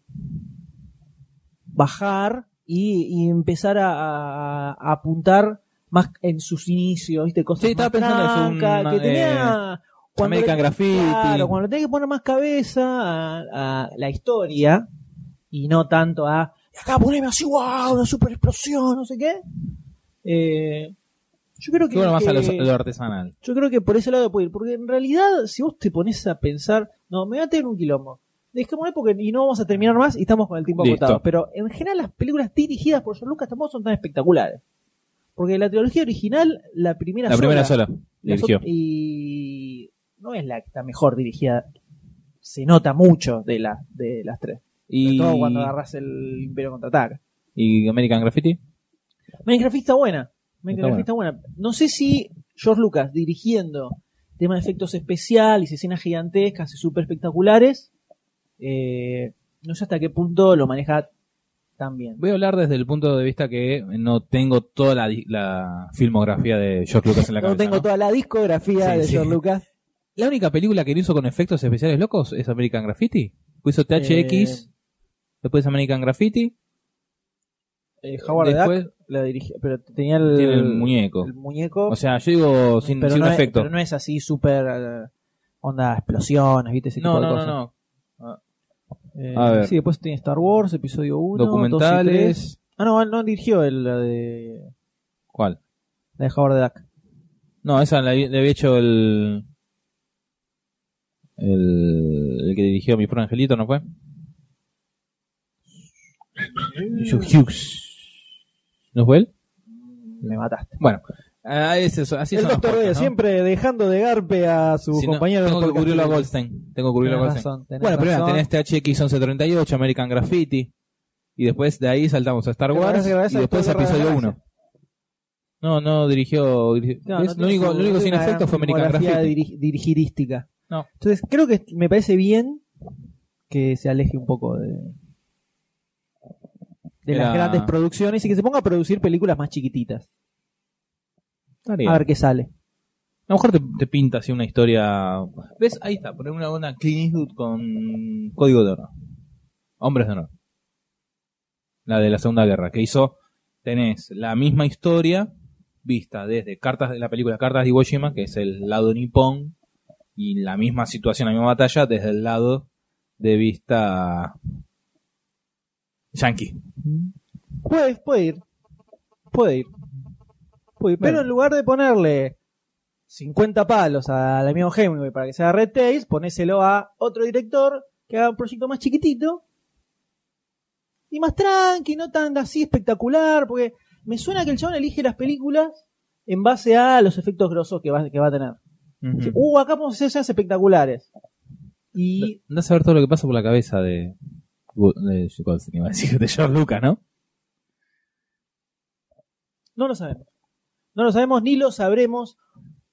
Speaker 4: bajar y, y empezar a, a- a apuntar más en sus inicios, viste, cosas
Speaker 1: Sí, estaba
Speaker 4: más
Speaker 1: pensando eso,
Speaker 4: trancas,
Speaker 1: un, eh,
Speaker 4: que tenía... cuando le-
Speaker 1: American Graffiti.
Speaker 4: Claro, cuando le tenés que poner más cabeza a, a la historia y no tanto a "Y acá poneme así, wow, una super explosión, no sé qué. Eh, yo creo que,
Speaker 1: Que bueno, más a lo,
Speaker 4: que-
Speaker 1: lo artesanal.
Speaker 4: yo creo que por ese lado puede ir, porque en realidad, si vos te pones a pensar, no, me voy a tener un quilombo. Dejémosle porque y no vamos a terminar más y estamos con el tiempo
Speaker 1: Listo.
Speaker 4: agotado. Pero en general las películas dirigidas por John Lucas tampoco son tan espectaculares. Porque la trilogía original, la primera
Speaker 1: La primera
Speaker 4: sola
Speaker 1: sola.
Speaker 4: la
Speaker 1: Dirigió.
Speaker 4: so- Y no es la que está mejor dirigida. Se nota mucho de, la, de las tres.
Speaker 1: Y,
Speaker 4: Sobre todo cuando agarras el Imperio Contraataca.
Speaker 1: y American Graffiti.
Speaker 4: Minecraft está buena. Minecraft
Speaker 1: Está
Speaker 4: está buena. No sé si George Lucas dirigiendo tema de efectos especiales, escenas gigantescas y súper espectaculares, eh, no sé hasta qué punto lo maneja tan bien.
Speaker 1: Voy a hablar desde el punto de vista que no tengo toda la, di- la filmografía de George Lucas en la
Speaker 4: No
Speaker 1: cabeza.
Speaker 4: tengo
Speaker 1: ¿no?
Speaker 4: toda la discografía
Speaker 1: Sí,
Speaker 4: de
Speaker 1: sí.
Speaker 4: George Lucas.
Speaker 1: La única película que hizo con efectos especiales locos es American Graffiti. Pues Hizo THX, después American Graffiti,
Speaker 4: Eh, Howard the
Speaker 1: después
Speaker 4: Duck la dirige, pero tenía el,
Speaker 1: tiene el muñeco.
Speaker 4: el muñeco
Speaker 1: O sea, yo digo sin,
Speaker 4: pero,
Speaker 1: sin
Speaker 4: no
Speaker 1: un
Speaker 4: es,
Speaker 1: efecto.
Speaker 4: pero no es así súper eh, onda explosiones, ¿viste? Ese tipo
Speaker 1: no,
Speaker 4: de
Speaker 1: no, no,
Speaker 4: cosas.
Speaker 1: no.
Speaker 4: Eh,
Speaker 1: A ver.
Speaker 4: Sí, después tiene Star Wars, episodio 1,
Speaker 1: Documentales.
Speaker 4: Ah, no, él no dirigió el, la de,
Speaker 1: ¿Cuál?
Speaker 4: la de Howard the Duck.
Speaker 1: No, esa la, le había hecho el, el. El que dirigió mi pro angelito, ¿no fue? Hugh Hughes. ¿No fue él?
Speaker 4: Me mataste.
Speaker 1: Bueno, ah, es eso, así
Speaker 4: el
Speaker 1: son los
Speaker 4: Doctor D
Speaker 1: podcasts, ¿no?
Speaker 4: siempre dejando de garpe a su
Speaker 1: Si no,
Speaker 4: compañero.
Speaker 1: tengo que cubrirlo a
Speaker 4: Tenés
Speaker 1: Goldstein. Tengo que cubrirlo a Goldstein.
Speaker 4: razón, tenés
Speaker 1: Bueno, primero
Speaker 4: razón.
Speaker 1: tenés THX1138, American Graffiti. Y después de ahí saltamos a Star
Speaker 4: Pero
Speaker 1: Wars.
Speaker 4: gracias, gracias,
Speaker 1: Y después
Speaker 4: todo Guerra de
Speaker 1: episodio
Speaker 4: las
Speaker 1: 1. No, no dirigió. dirigió-
Speaker 4: No, no
Speaker 1: ¿ves?
Speaker 4: tiene
Speaker 1: lo, único,
Speaker 4: su-
Speaker 1: lo único
Speaker 4: no
Speaker 1: sin
Speaker 4: tiene una
Speaker 1: efecto
Speaker 4: gran
Speaker 1: fue American
Speaker 4: filmografía
Speaker 1: Graffiti.
Speaker 4: diri- dirigirística.
Speaker 1: No.
Speaker 4: Entonces, creo que me parece bien que se aleje un poco de, de
Speaker 1: Era-
Speaker 4: las grandes producciones y que se ponga a producir películas más chiquititas.
Speaker 1: Está bien.
Speaker 4: A ver qué sale.
Speaker 1: A lo mejor te, te pinta así una historia. ¿Ves? Ahí está, poner una buena Clint Eastwood con Código de Honor. Hombres de Honor. La de la Segunda Guerra, que hizo. Tenés la misma historia vista desde cartas de la película Cartas de Iwo Jima, que es el lado nipón, y la misma situación, la misma batalla, desde el lado de vista yankee.
Speaker 4: Puede, puede ir. Puede ir. Puede ir. Pero
Speaker 1: Bueno.
Speaker 4: en lugar de ponerle 50 palos al amigo Hemingway para que sea Red Tails, ponéselo a otro director que haga un proyecto más chiquitito y más tranqui, no tan así espectacular, porque me suena que el chabón elige las películas en base a los efectos grosos que va, que va a tener. Dice,
Speaker 1: Ujú.
Speaker 4: Uh, acá podemos hacer escenas espectaculares. Y
Speaker 1: Andás a ver todo lo que pasa por la cabeza de. de, Goldstein, iba a decir, de George Lucas, ¿no?
Speaker 4: No lo sabemos. No lo sabemos ni lo sabremos,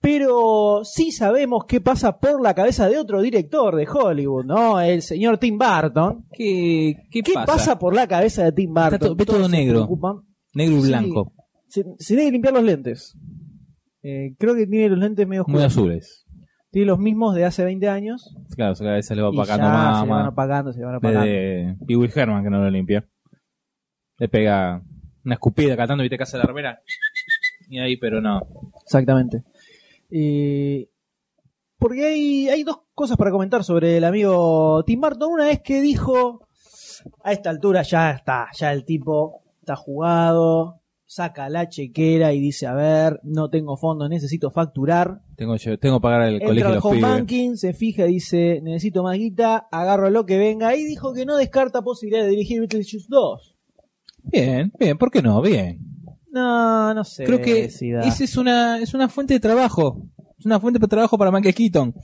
Speaker 4: pero sí sabemos qué pasa por la cabeza de otro director de Hollywood, ¿no? El señor Tim Burton.
Speaker 1: ¿Qué, qué,
Speaker 4: ¿Qué pasa, por la cabeza de Tim Burton?
Speaker 1: todo- ve todo
Speaker 4: Todos se
Speaker 1: negro.
Speaker 4: preocupan.
Speaker 1: Negro y
Speaker 4: Sí.
Speaker 1: blanco,
Speaker 4: Se, se tiene que limpiar los lentes. Eh, creo que tiene los lentes medio
Speaker 1: muy
Speaker 4: oscuros.
Speaker 1: azules.
Speaker 4: Tiene los mismos de hace 20 años.
Speaker 1: Claro, cada vez se le va
Speaker 4: y
Speaker 1: apagando
Speaker 4: ya
Speaker 1: más.
Speaker 4: se le van
Speaker 1: más.
Speaker 4: apagando, se le van apagando.
Speaker 1: Desde Pee Wee Herman que no lo limpia. Le pega una escupida catando, viste, casa de la remera. Y ahí, pero no.
Speaker 4: Exactamente. Eh, porque hay, hay dos cosas para comentar sobre el amigo Tim Burton. Una es que dijo, a esta altura ya está, ya el tipo está jugado, saca la chequera y dice, a ver, no tengo fondos, necesito facturar.
Speaker 1: Tengo, yo- tengo que pagar el colegio
Speaker 4: Entra al
Speaker 1: de los
Speaker 4: home
Speaker 1: pibes.
Speaker 4: banking, se fija y dice, necesito más guita, agarro lo que venga. Y dijo que no descarta posibilidad de dirigir Beetlejuice 2.
Speaker 1: Bien, bien, ¿por qué no? Bien.
Speaker 4: No, no sé.
Speaker 1: Creo que
Speaker 4: si da.
Speaker 1: esa es una, es una fuente de trabajo. Es una fuente de trabajo para Michael Keaton.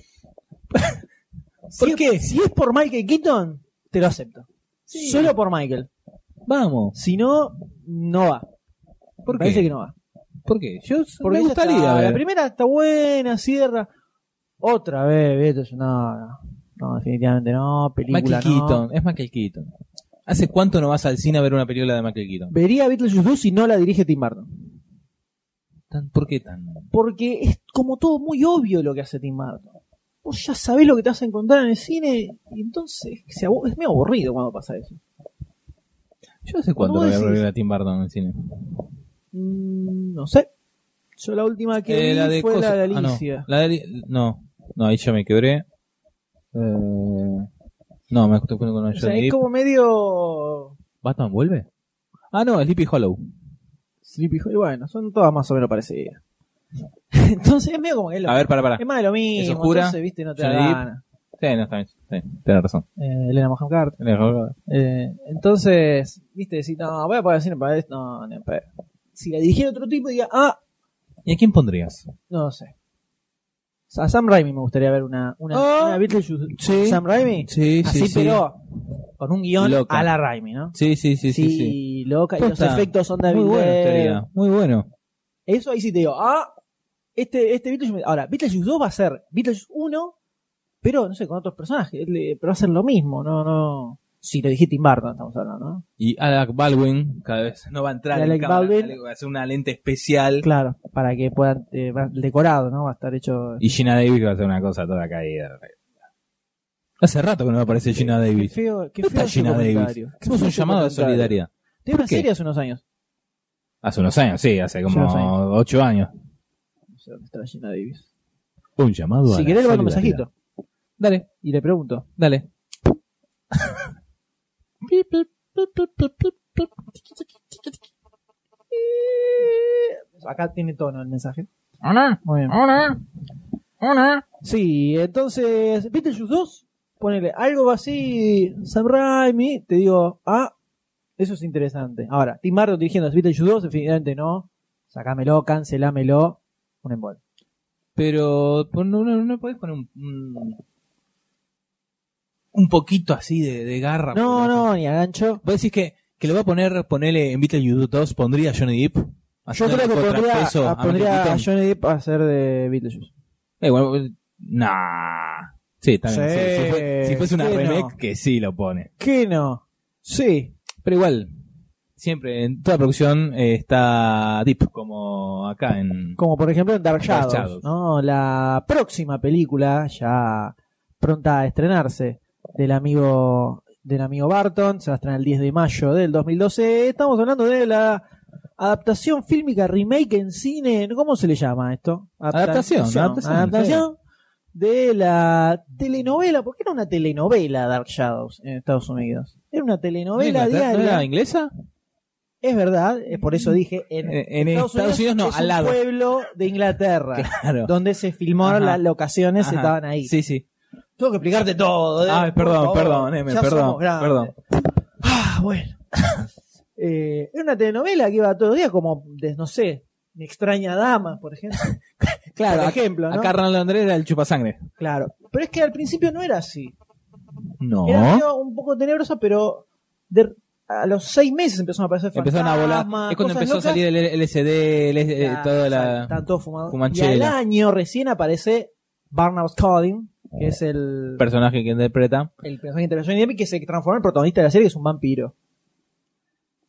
Speaker 4: Si
Speaker 1: ¿Por
Speaker 4: es-
Speaker 1: qué?
Speaker 4: Si es por Michael Keaton, te lo acepto. Solo por Michael.
Speaker 1: Vamos.
Speaker 4: Si no, no va.
Speaker 1: ¿Por
Speaker 4: Me Parece
Speaker 1: qué?
Speaker 4: que no va.
Speaker 1: ¿Por qué? Yo
Speaker 4: Porque
Speaker 1: me
Speaker 4: esa
Speaker 1: gustaría
Speaker 4: está- La
Speaker 1: ver.
Speaker 4: primera está buena, cierra. Otra vez, Beetlejuice, no, no. No, definitivamente no. Película
Speaker 1: Michael
Speaker 4: no.
Speaker 1: Keaton, es Michael Keaton. ¿Hace cuánto no vas al cine a ver una película de Michael Keaton?
Speaker 4: Vería Beetlejuice 2 si no la dirige Tim Burton.
Speaker 1: Tan- ¿Por qué tan?
Speaker 4: Porque es como todo muy obvio lo que hace Tim Burton. Vos ya sabés lo que te vas a encontrar en el cine y entonces se abo- es medio aburrido cuando pasa eso.
Speaker 1: Yo hace cuánto
Speaker 4: ¿Cómo
Speaker 1: no voy a
Speaker 4: decís?
Speaker 1: ver a Tim Burton en el cine.
Speaker 4: Mm, no sé. Yo la última que
Speaker 1: Eh,
Speaker 4: vi fue
Speaker 1: cosa-
Speaker 4: la de
Speaker 1: ah, no.
Speaker 4: Alicia.
Speaker 1: La de Ali- no. no, ahí ya me quebré. Eh, no, me estoy poniendo con una
Speaker 4: O sea,
Speaker 1: Johnny
Speaker 4: es
Speaker 1: Depp.
Speaker 4: como medio...
Speaker 1: ¿Batman vuelve? Ah, no, Sleepy Hollow.
Speaker 4: Sleepy Hollow, bueno, son todas más o menos parecidas. Entonces es medio como que es, lo-
Speaker 1: A ver, para, para.
Speaker 4: es más de lo mismo.
Speaker 1: es oscura,
Speaker 4: entonces, viste, no te da
Speaker 1: Johnny Depp.
Speaker 4: gana.
Speaker 1: Sí, no, está bien. Sí, tenés razón.
Speaker 4: Eh, Elena Moham Carter.
Speaker 1: Tenés razón.
Speaker 4: Eh, entonces, viste, decís, no, voy a poder decir para esto. No, ni en pedo. Si la dirigiera otro tipo, diga, ah,
Speaker 1: ¿Y a quién pondrías?
Speaker 4: no sé. O sea, a Sam Raimi me gustaría ver una, una,
Speaker 1: Ah.
Speaker 4: una Beetlejuice.
Speaker 1: Sí.
Speaker 4: Sam Raimi.
Speaker 1: Sí,
Speaker 4: Así, pero con un guión
Speaker 1: Loca.
Speaker 4: a la Raimi, ¿no?
Speaker 1: Sí, sí, sí, sí. sí.
Speaker 4: loca. Y los
Speaker 1: Posta.
Speaker 4: efectos son David
Speaker 1: Muy buena
Speaker 4: Webb.
Speaker 1: teoría. Muy bueno.
Speaker 4: Eso ahí sí te digo, ah, este, este Beetlejuice. me- Ahora, Beetlejuice 2 va a ser Beetlejuice 1, pero no sé, con otros personajes. le- Pero va a ser lo mismo, no, no. Si lo dije Tim Burton, estamos hablando, ¿no?
Speaker 1: Y Alec Baldwin cada vez no va a entrar
Speaker 4: Y
Speaker 1: en
Speaker 4: Alec
Speaker 1: cámara.
Speaker 4: Baldwin.
Speaker 1: Alec va a hacer una lente especial.
Speaker 4: Claro, para que puedan. eh, va- decorado, ¿no? Va a estar hecho.
Speaker 1: Y Gina Davis va a hacer una cosa toda caída. Hace rato que no me aparece Gina
Speaker 4: eh, Qué
Speaker 1: Davis.
Speaker 4: feo, qué
Speaker 1: No
Speaker 4: feo
Speaker 1: está
Speaker 4: su
Speaker 1: Gina Davis.
Speaker 4: comentario.
Speaker 1: Hacemos
Speaker 4: Qué
Speaker 1: un
Speaker 4: feo su
Speaker 1: llamado de
Speaker 4: comentario.
Speaker 1: solidaridad.
Speaker 4: Tiene una
Speaker 1: ¿Por qué?
Speaker 4: serie hace unos años.
Speaker 1: Hace unos años, sí, hace
Speaker 4: Hace unos años.
Speaker 1: como ocho años.
Speaker 4: No sé dónde está Gina Davis.
Speaker 1: Un llamado. a
Speaker 4: si
Speaker 1: la
Speaker 4: querés, le mando un
Speaker 1: solidaridad.
Speaker 4: mensajito
Speaker 1: Dale,
Speaker 4: y le pregunto.
Speaker 1: dale.
Speaker 4: Acá tiene tono el mensaje.
Speaker 1: Hola,
Speaker 4: Muy bien.
Speaker 1: hola, hola.
Speaker 4: Sí, entonces, Beetlejuice 2, ponele algo así, Sam Raimi, te digo, ah, eso es interesante. Ahora, Tim Burton dirigiendo Beetlejuice 2, definitivamente no, sacámelo, cancelámelo, un embol.
Speaker 1: Pero pon- no, no, no podés poner un, un, un poquito así de, de garra.
Speaker 4: No,
Speaker 1: por
Speaker 4: no,
Speaker 1: ejemplo.
Speaker 4: ni agancho.
Speaker 1: Vos decís que, que le va a poner, ponele en Beetlejuice 2, pondría a Johnny Depp.
Speaker 4: Yo
Speaker 1: haciéndole
Speaker 4: creo que pondría,
Speaker 1: contrapeso
Speaker 4: a,
Speaker 1: a Michael
Speaker 4: pondría a
Speaker 1: Keaton.
Speaker 4: Johnny Depp a hacer de Beetlejuice.
Speaker 1: Eh, bueno, eh, nah. Sí, también.
Speaker 4: Sí,
Speaker 1: sí, si, fue- si fuese una
Speaker 4: sí,
Speaker 1: remake,
Speaker 4: no.
Speaker 1: que sí lo pone.
Speaker 4: ¿Qué no? Sí,
Speaker 1: Pero igual, siempre, en toda producción eh, está Deep, como acá en...
Speaker 4: como por ejemplo en Dark Shadows,
Speaker 1: Dark Shadows.
Speaker 4: ¿no? La próxima película, ya pronta a estrenarse, del amigo del amigo Barton, se va a estrenar el 10 de mayo del 2012. Estamos hablando de la adaptación fílmica, remake en cine, ¿cómo se le llama esto?
Speaker 1: Adaptación,
Speaker 4: adaptación,
Speaker 1: adaptación,
Speaker 4: adaptación de la telenovela, porque era una telenovela Dark Shadows en Estados Unidos. Era una telenovela
Speaker 1: ¿No era- no
Speaker 4: diaria.
Speaker 1: era inglesa?
Speaker 4: Es verdad, eh, por eso dije en,
Speaker 1: Eh, en Estados Unidos no,
Speaker 4: es
Speaker 1: al
Speaker 4: un
Speaker 1: lado.
Speaker 4: pueblo de Inglaterra
Speaker 1: Claro.
Speaker 4: donde se filmaron
Speaker 1: Ajá.
Speaker 4: las locaciones,
Speaker 1: Ajá.
Speaker 4: estaban ahí.
Speaker 1: Sí, sí.
Speaker 4: Tengo que explicarte todo. eh,
Speaker 1: Ay,
Speaker 4: por
Speaker 1: perdón,
Speaker 4: favor.
Speaker 1: perdón, Eme,
Speaker 4: Ya
Speaker 1: perdón,
Speaker 4: somos grandes.
Speaker 1: perdón.
Speaker 4: Ah, bueno. Eh, era una telenovela que iba todos los días como, de, no sé, mi extraña dama, por ejemplo.
Speaker 1: Claro,
Speaker 4: por
Speaker 1: acá,
Speaker 4: ejemplo, ¿no?
Speaker 1: acá Ronald Andrés era el chupasangre.
Speaker 4: Claro. Pero es que al principio no era así.
Speaker 1: No.
Speaker 4: Era medio un poco tenebrosa, pero de- a los seis meses empezaron a aparecer
Speaker 1: Empezaron a volar.
Speaker 4: fantasmas,
Speaker 1: Es cuando
Speaker 4: cosas
Speaker 1: empezó
Speaker 4: locas.
Speaker 1: a salir el LSD, el, eh,
Speaker 4: Claro,
Speaker 1: toda la...
Speaker 4: Estaban todos fumados.
Speaker 1: fumanchela.
Speaker 4: Y al año recién aparece Barnabas Collin, que
Speaker 1: Oh.
Speaker 4: es el,
Speaker 1: personaje que interpreta.
Speaker 4: el personaje de Johnny Depp, que se transforma en el protagonista de la serie, que es un vampiro.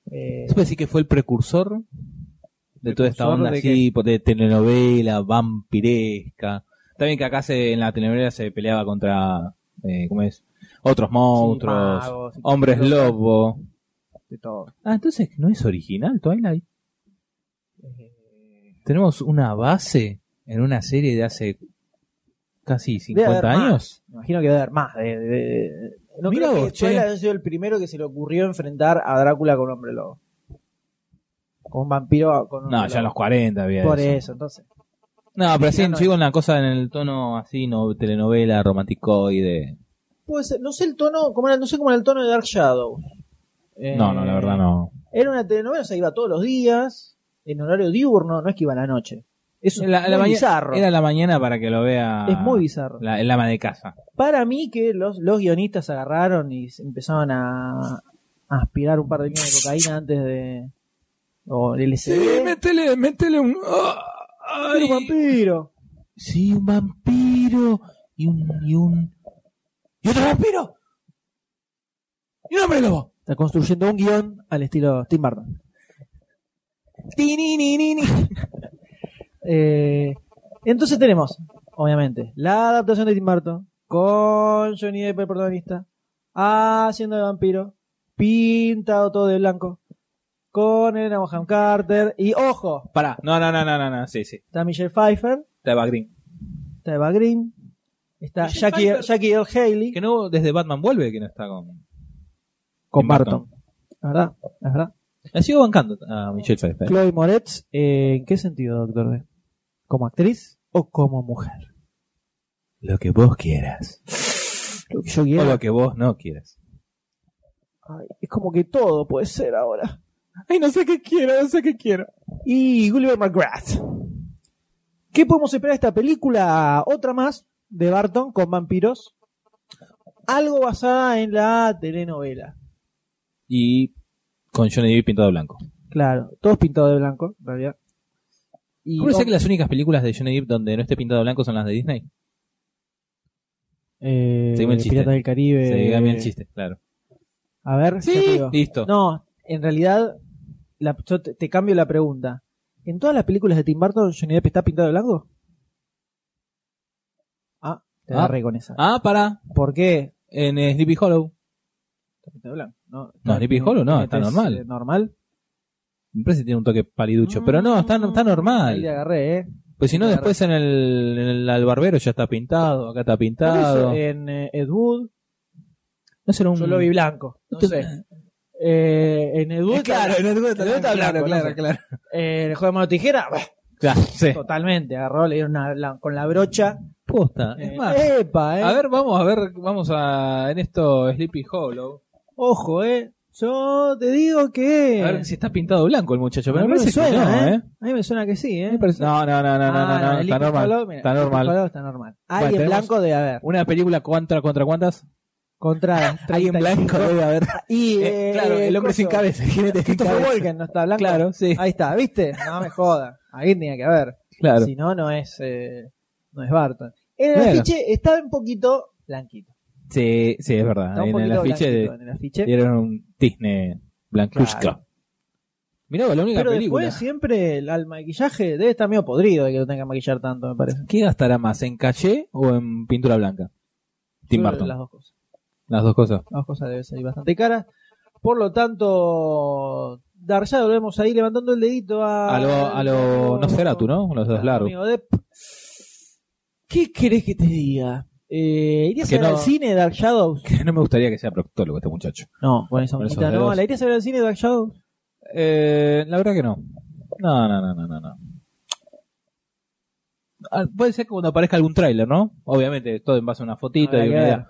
Speaker 4: Eh,
Speaker 1: ¿Se puede decir que fue el precursor de toda esta
Speaker 4: ¿Precursor
Speaker 1: onda
Speaker 4: de
Speaker 1: así, po- de telenovela, vampiresca? También que acá se, en la telenovela se peleaba contra, eh, ¿cómo es? Otros monstruos,
Speaker 4: magos, y
Speaker 1: hombres
Speaker 4: cosas locas.
Speaker 1: lobo.
Speaker 4: de todo.
Speaker 1: Ah, entonces no es original Twilight.
Speaker 4: Eh,
Speaker 1: Tenemos una base en una serie de hace casi
Speaker 4: Debe haber
Speaker 1: 50 años.
Speaker 4: más. Me imagino que debe haber más. de- de- de- No
Speaker 1: Mira
Speaker 4: creo
Speaker 1: vos,
Speaker 4: que
Speaker 1: che.
Speaker 4: Twilight haya sido el primero que se le ocurrió enfrentar a Drácula con un hombre lobo. Con un vampiro. Con un
Speaker 1: No, ya en los 40 había
Speaker 4: Por
Speaker 1: eso.
Speaker 4: eso, entonces.
Speaker 1: No, pero sí,
Speaker 4: Ya no
Speaker 1: sigo en la cosa en el tono así, no, telenovela, romanticoide.
Speaker 4: Puede ser, no sé el tono, cómo era- no sé cómo era el tono de Dark Shadow. Eh,
Speaker 1: No, no, la verdad no.
Speaker 4: Era una telenovela, o sea, iba todos los días, en horario diurno, no es que iba a la noche. Es
Speaker 1: La- la
Speaker 4: muy
Speaker 1: maña-
Speaker 4: bizarro.
Speaker 1: Era la mañana para que lo vea.
Speaker 4: Es muy bizarro.
Speaker 1: La, el ama de casa.
Speaker 4: Para mí que los, los guionistas agarraron y se empezaron a, a aspirar un par de líneas de cocaína antes de... O el LSD.
Speaker 1: métele, métele un. ah,
Speaker 4: Era un vampiro.
Speaker 1: Sí, un vampiro. Y un. Y un. ¡Y otro vampiro! ¡Y un hombre lobo!
Speaker 4: Está construyendo un guión al estilo Tim Burton.
Speaker 1: Tinininini.
Speaker 4: Eh, entonces tenemos, obviamente, la adaptación de Tim Burton con Johnny Depp el protagonista, haciendo de vampiro, pintado todo de blanco, con Elena Bonham Carter y, ojo,
Speaker 1: Pará, no, no, no, no, no, no, sí, sí.
Speaker 4: está Michelle Pfeiffer,
Speaker 1: Está Eva Green.
Speaker 4: está Eva Green, está
Speaker 1: Michelle
Speaker 4: Jackie,
Speaker 1: Pfeiffer.
Speaker 4: Jackie Earl Haley.
Speaker 1: Que no, desde Batman vuelve que no está con.
Speaker 4: con
Speaker 1: Tim
Speaker 4: Barton. La verdad, la verdad.
Speaker 1: La sigo bancando a Michelle Pfeiffer.
Speaker 4: Chloe Moretz, eh, ¿en qué sentido, doctor D? ¿Como actriz o como mujer?
Speaker 1: Lo que vos quieras.
Speaker 4: Lo que yo
Speaker 1: O
Speaker 4: quiero.
Speaker 1: lo que vos no quieras.
Speaker 4: Ay, es como que todo puede ser ahora.
Speaker 1: Ay, no sé qué quiero, no sé qué quiero.
Speaker 4: Y Gulliver McGrath. ¿Qué podemos esperar de esta película? Otra más de Barton con vampiros. Algo basada en la telenovela.
Speaker 1: Y con Johnny Depp pintado de blanco.
Speaker 4: Claro, todos pintados de blanco, en realidad. Y oh,
Speaker 1: ¿Cómo que las únicas películas de Johnny Depp donde no esté pintado de blanco son las de Disney?
Speaker 4: eh,
Speaker 1: Seguime el chiste.
Speaker 4: Piratas del Caribe.
Speaker 1: Se diga bien el chiste, claro.
Speaker 4: A ver, ya te digo.
Speaker 1: listo.
Speaker 4: No, en realidad, la- yo te, te cambio la pregunta. ¿En todas las películas de Tim Burton Johnny Depp está pintado de blanco? Ah, te
Speaker 1: Ah.
Speaker 4: agarré con esa.
Speaker 1: Ah, para.
Speaker 4: ¿Por qué?
Speaker 1: En eh, Sleepy Hollow.
Speaker 4: Está pintado de blanco. No,
Speaker 1: No, Sleepy Hollow no, está
Speaker 4: es,
Speaker 1: normal.
Speaker 4: eh, ¿Normal?
Speaker 1: Me parece que tiene un toque paliducho. Pero no, está, está
Speaker 4: Mm, Ahí te
Speaker 1: normal.
Speaker 4: agarré, ¿eh?
Speaker 1: Pues si no, después en el, en el al barbero ya está pintado. Acá está
Speaker 4: Por eso,
Speaker 1: pintado.
Speaker 4: en eh, Ed Wood,
Speaker 1: No será un.
Speaker 4: yo lo vi blanco. No
Speaker 1: Tú-
Speaker 4: sé. Eh, en Ed Wood,
Speaker 1: Eh, Claro, en el
Speaker 4: Ed Wood está
Speaker 1: Claro,
Speaker 4: blanco,
Speaker 1: claro,
Speaker 4: no sé.
Speaker 1: claro.
Speaker 4: eh, el juego de mano tijera, bah,
Speaker 1: Claro, sí.
Speaker 4: totalmente. Agarró, le dieron una, la- con la brocha.
Speaker 1: Posta.
Speaker 4: Eh,
Speaker 1: Es más.
Speaker 4: epa, ¿eh?
Speaker 1: A ver, vamos a ver, vamos a en esto Sleepy Hollow.
Speaker 4: Ojo, ¿eh? Yo te digo que.
Speaker 1: A ver si está pintado blanco el muchacho, pero
Speaker 4: A
Speaker 1: me
Speaker 4: mí
Speaker 1: parece que no, ¿eh?
Speaker 4: A mí me suena que sí, ¿eh?
Speaker 1: Me parece- No, no, no, no, no, no,
Speaker 4: Ah,
Speaker 1: no,
Speaker 4: el
Speaker 1: está
Speaker 4: Liquid
Speaker 1: normal,
Speaker 4: Hollow, mira,
Speaker 1: está
Speaker 4: el Liquid
Speaker 1: normal.
Speaker 4: Hollow está normal. Hay
Speaker 1: Bueno,
Speaker 4: en
Speaker 1: tenemos-
Speaker 4: blanco de haber.
Speaker 1: Una película contra contra cuántas?
Speaker 4: Contra
Speaker 1: Alguien
Speaker 4: 35.
Speaker 1: debe haber.
Speaker 4: Ah, Y,
Speaker 1: Eh, claro, el hombre sin
Speaker 4: coso,
Speaker 1: cabeza, el jinete sin
Speaker 4: Christopher
Speaker 1: cabeza.
Speaker 4: Walken no Ah, está blanco.
Speaker 1: Claro, sí,
Speaker 4: Ahí está, ¿viste? No me joda. Ahí tenía que haber.
Speaker 1: claro.
Speaker 4: Si no, no es, eh, no es Barton. En el
Speaker 1: Claro.
Speaker 4: afiche está un poquito blanquito.
Speaker 1: Sí, sí, es verdad.
Speaker 4: Está
Speaker 1: Ahí
Speaker 4: un
Speaker 1: En el
Speaker 4: poquito
Speaker 1: afiche
Speaker 4: blanquito
Speaker 1: de-
Speaker 4: en el afiche.
Speaker 1: dieron un tizne blanquuzca.
Speaker 4: Claro.
Speaker 1: Mirá, vos, la única
Speaker 4: Pero
Speaker 1: película.
Speaker 4: después siempre el, al maquillaje debe estar medio podrido de que lo tenga que maquillar tanto, me parece.
Speaker 1: ¿Qué gastará más, en caché o en pintura blanca? Tim
Speaker 4: Yo,
Speaker 1: Burton.
Speaker 4: Las dos cosas.
Speaker 1: Las dos cosas.
Speaker 4: Las cosas deben salir bastante caras. Por lo tanto, Dar ya lo vemos ahí levantando el dedito a.
Speaker 1: A lo, a lo Nosferatu, ¿no? Los dos
Speaker 4: Al
Speaker 1: largos.
Speaker 4: Ah, amigo Depp. ¿Qué querés que te diga? Eh, ¿Irías
Speaker 1: Que
Speaker 4: a ver
Speaker 1: no-
Speaker 4: al cine Dark Shadows?
Speaker 1: Que no me gustaría que sea proctólogo este muchacho.
Speaker 4: No, con esa
Speaker 1: Con esos
Speaker 4: boquita no.
Speaker 1: dedos.
Speaker 4: ¿La irías a ver al cine Dark Shadows?
Speaker 1: Eh, la verdad que no. No, no, no, no, no, no. Ah, Puede ser que cuando aparezca algún tráiler, ¿no? Obviamente, todo en base a una fotito
Speaker 4: Habrá
Speaker 1: y
Speaker 4: que
Speaker 1: una
Speaker 4: ver.
Speaker 1: idea.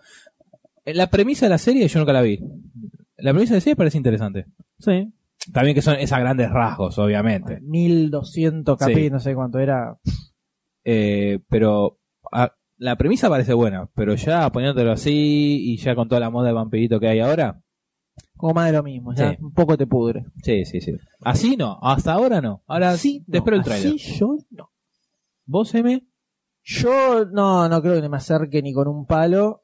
Speaker 1: Eh, La premisa de la serie yo nunca la vi. La premisa de la serie parece interesante.
Speaker 4: Sí.
Speaker 1: También que son es a grandes rasgos, obviamente.
Speaker 4: 1200 capítulos,
Speaker 1: Sí.
Speaker 4: no sé cuánto era.
Speaker 1: Eh, pero ah, la premisa parece buena, pero ya poniéndolo así y ya con toda la moda de vampirito que hay ahora.
Speaker 4: Como más de lo mismo, ya
Speaker 1: Sí.
Speaker 4: un poco te pudre.
Speaker 1: Sí, sí, sí. Así no, hasta ahora no. Ahora sí, te espero el
Speaker 4: así
Speaker 1: tráiler.
Speaker 4: yo no.
Speaker 1: ¿Vos, M?
Speaker 4: Yo no, no creo que me acerque ni con un palo,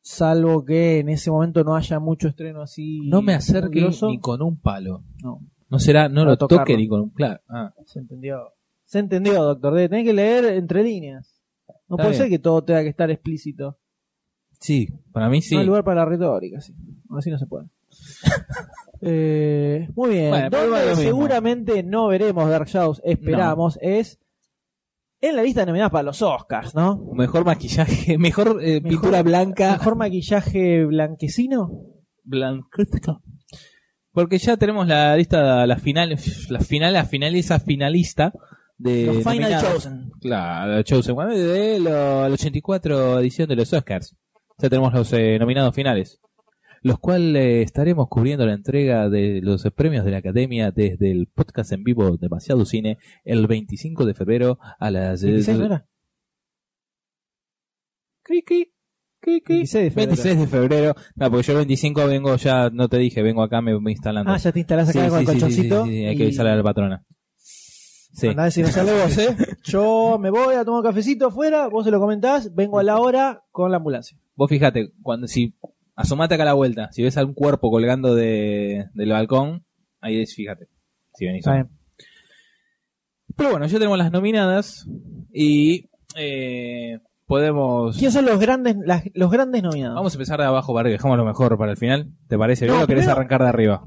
Speaker 4: salvo que en ese momento no haya mucho estreno así.
Speaker 1: No me acerque
Speaker 4: grosso.
Speaker 1: ni con un palo.
Speaker 4: No.
Speaker 1: No será, no
Speaker 4: Para
Speaker 1: lo toque
Speaker 4: tocarlo.
Speaker 1: ni con un. Claro. Ah,
Speaker 4: Se entendió. Se entendió, doctor D. Tenés que leer entre líneas. No
Speaker 1: Está
Speaker 4: puede
Speaker 1: bien.
Speaker 4: ser que todo tenga que estar explícito.
Speaker 1: sí, para mí sí.
Speaker 4: No hay lugar para la retórica, sí. Así no se puede. Eh, muy bien.
Speaker 1: Bueno, pero
Speaker 4: Donde
Speaker 1: igual es lo mismo.
Speaker 4: seguramente no veremos Dark Shadows, esperamos, es en la lista de nominadas para los Oscars, ¿no?
Speaker 1: Mejor maquillaje, mejor, eh, pintura blanca.
Speaker 4: Mejor maquillaje blanquecino.
Speaker 1: Blanco. Porque ya tenemos la lista, la final, la final, la finaliza finalista de
Speaker 6: Los Final
Speaker 1: Eh, nominados.
Speaker 6: Chosen.
Speaker 1: Claro, los Chosen One, de lo- la 84 edición de los Oscars. Ya tenemos los eh, nominados finales. Los cuales eh, estaremos cubriendo la entrega de los premios de la Academia desde el podcast en vivo Demasiado Cine el 25 de febrero a las eh,
Speaker 4: 26 no era.
Speaker 1: Cri, cri, cri, cri.
Speaker 4: 26 de febrero.
Speaker 1: 26 de febrero. No, porque yo el 25 vengo ya, no te dije, vengo acá, me voy instalando.
Speaker 4: Ah, ya te instalás acá
Speaker 1: Sí,
Speaker 4: con
Speaker 1: sí,
Speaker 4: el
Speaker 1: sí,
Speaker 4: colchoncito.
Speaker 1: sí, sí, sí, hay
Speaker 4: y-
Speaker 1: que avisarle a la patrona. Sí.
Speaker 4: Andá a decir, no sale vos, ¿eh? Yo me voy a tomar un cafecito afuera, vos se lo comentás, vengo a la hora con la ambulancia.
Speaker 1: Vos fijate, cuando si asomate acá a la vuelta, si ves algún cuerpo colgando de, del balcón, ahí des- fíjate. Si venís.
Speaker 4: Está bien.
Speaker 1: Pero bueno, ya tenemos las nominadas y eh, podemos.
Speaker 4: ¿Quiénes son los grandes, las- los grandes nominados?
Speaker 1: Vamos a empezar de abajo para arriba, dejamos lo mejor para el final. ¿Te parece bien
Speaker 4: No,
Speaker 1: o querés
Speaker 4: primero-
Speaker 1: arrancar de arriba?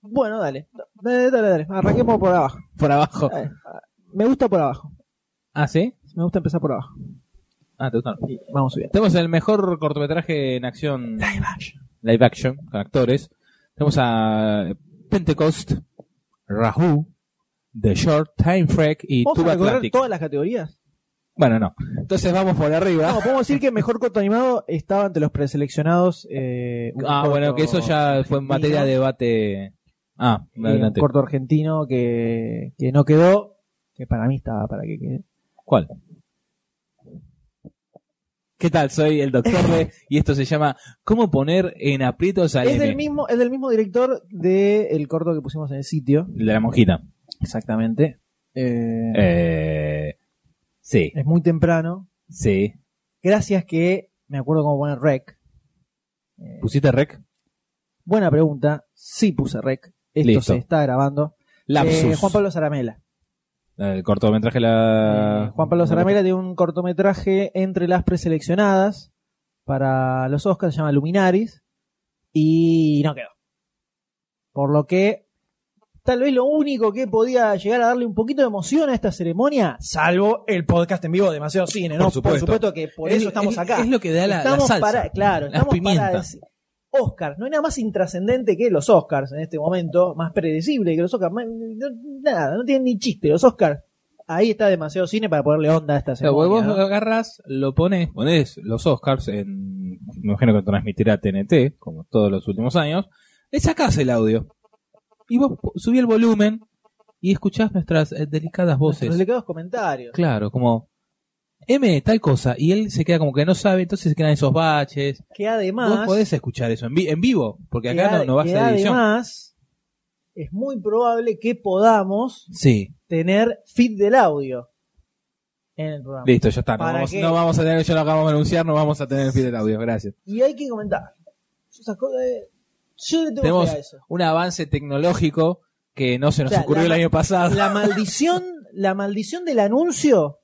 Speaker 4: Bueno, dale. Dale, dale, dale. Arranquemos por abajo.
Speaker 1: Por abajo.
Speaker 4: Dale. Me gusta por abajo.
Speaker 1: Ah, ¿sí?
Speaker 4: Me gusta empezar por abajo.
Speaker 1: Ah, te gusta.
Speaker 4: Y vamos subiendo.
Speaker 1: Tenemos el mejor cortometraje en acción. Live action. Live action, con actores. Tenemos a Pentecost, Rahu, The Short, Time Freak y
Speaker 4: ¿Vamos
Speaker 1: Tuba
Speaker 4: a recorrer
Speaker 1: Atlantic.
Speaker 4: todas las categorías?
Speaker 1: Bueno, no. Entonces vamos por arriba.
Speaker 4: No, podemos decir que mejor corto animado estaba entre los preseleccionados. eh, un
Speaker 1: ah,
Speaker 4: corto-
Speaker 1: bueno, que eso ya fue en materia de debate. Ah,
Speaker 4: eh, un
Speaker 1: adelante.
Speaker 4: corto argentino que, que no quedó, que para mí estaba para que quede.
Speaker 1: ¿Cuál? ¿Qué tal? Soy el doctor D y esto se llama ¿Cómo poner en aprietos al
Speaker 4: Es del
Speaker 1: M?
Speaker 4: mismo, es del mismo director del corto que pusimos en el sitio.
Speaker 1: De la monjita.
Speaker 4: Exactamente. Eh,
Speaker 1: Eh, sí,
Speaker 4: Es muy temprano.
Speaker 1: sí.
Speaker 4: Gracias que me acuerdo cómo poner rec. Eh,
Speaker 1: ¿Pusiste rec?
Speaker 4: buena pregunta. Sí puse rec. Esto
Speaker 1: Listo.
Speaker 4: se está grabando.
Speaker 1: Lapsus.
Speaker 4: Eh, Juan Pablo Zaramela.
Speaker 1: El cortometraje la...
Speaker 4: Eh, Juan Pablo Zaramela tiene un cortometraje entre las preseleccionadas para los Oscars, se llama Luminaris, y no quedó. Por lo que, tal vez lo único que podía llegar a darle un poquito de emoción a esta ceremonia, salvo el podcast en vivo Demasiado Cine, ¿no?
Speaker 1: Por supuesto.
Speaker 4: que por
Speaker 1: Es-
Speaker 4: eso estamos
Speaker 1: es-
Speaker 4: acá.
Speaker 1: Es lo que da la, la
Speaker 4: estamos
Speaker 1: salsa.
Speaker 4: para, claro,
Speaker 1: la
Speaker 4: estamos
Speaker 1: pimienta.
Speaker 4: para decir. Oscar, no hay nada más intrascendente que los Oscars en este momento, más predecible que los Oscars, más- no- nada, no tienen ni chiste los Oscars. Ahí está demasiado cine para ponerle onda a esta
Speaker 1: O sea,
Speaker 4: ceremonia.
Speaker 1: vos
Speaker 4: ¿no?
Speaker 1: lo agarrás, lo pones, pones los Oscars en. Me imagino que transmitirá TNT, como todos los últimos años. Le sacás el audio. Y vos po- subí el volumen y escuchás nuestras eh, delicadas voces.
Speaker 4: Nuestros delicados comentarios.
Speaker 1: Claro, como. M, tal cosa. Y él se queda como que no sabe, entonces se quedan esos baches.
Speaker 4: Que
Speaker 1: Vos
Speaker 4: además,
Speaker 1: podés escuchar eso en, vi- en vivo, porque
Speaker 4: que
Speaker 1: acá no,
Speaker 4: ad-
Speaker 1: no va a
Speaker 4: que
Speaker 1: ser edición.
Speaker 4: además, es muy probable que podamos
Speaker 1: Sí,
Speaker 4: tener feed del audio en el programa.
Speaker 1: listo, ya está. No
Speaker 4: ¿Para
Speaker 1: vamos,
Speaker 4: qué?
Speaker 1: no vamos a tener, ya lo acabamos de anunciar, no vamos a tener el feed del audio, gracias.
Speaker 4: Y hay que comentar. Yo, esas cosas, eh, yo le tengo
Speaker 1: Tenemos
Speaker 4: fe a eso.
Speaker 1: un avance tecnológico que no se nos
Speaker 4: O sea,
Speaker 1: ocurrió
Speaker 4: la-
Speaker 1: el año pasado.
Speaker 4: La maldición, la maldición del anuncio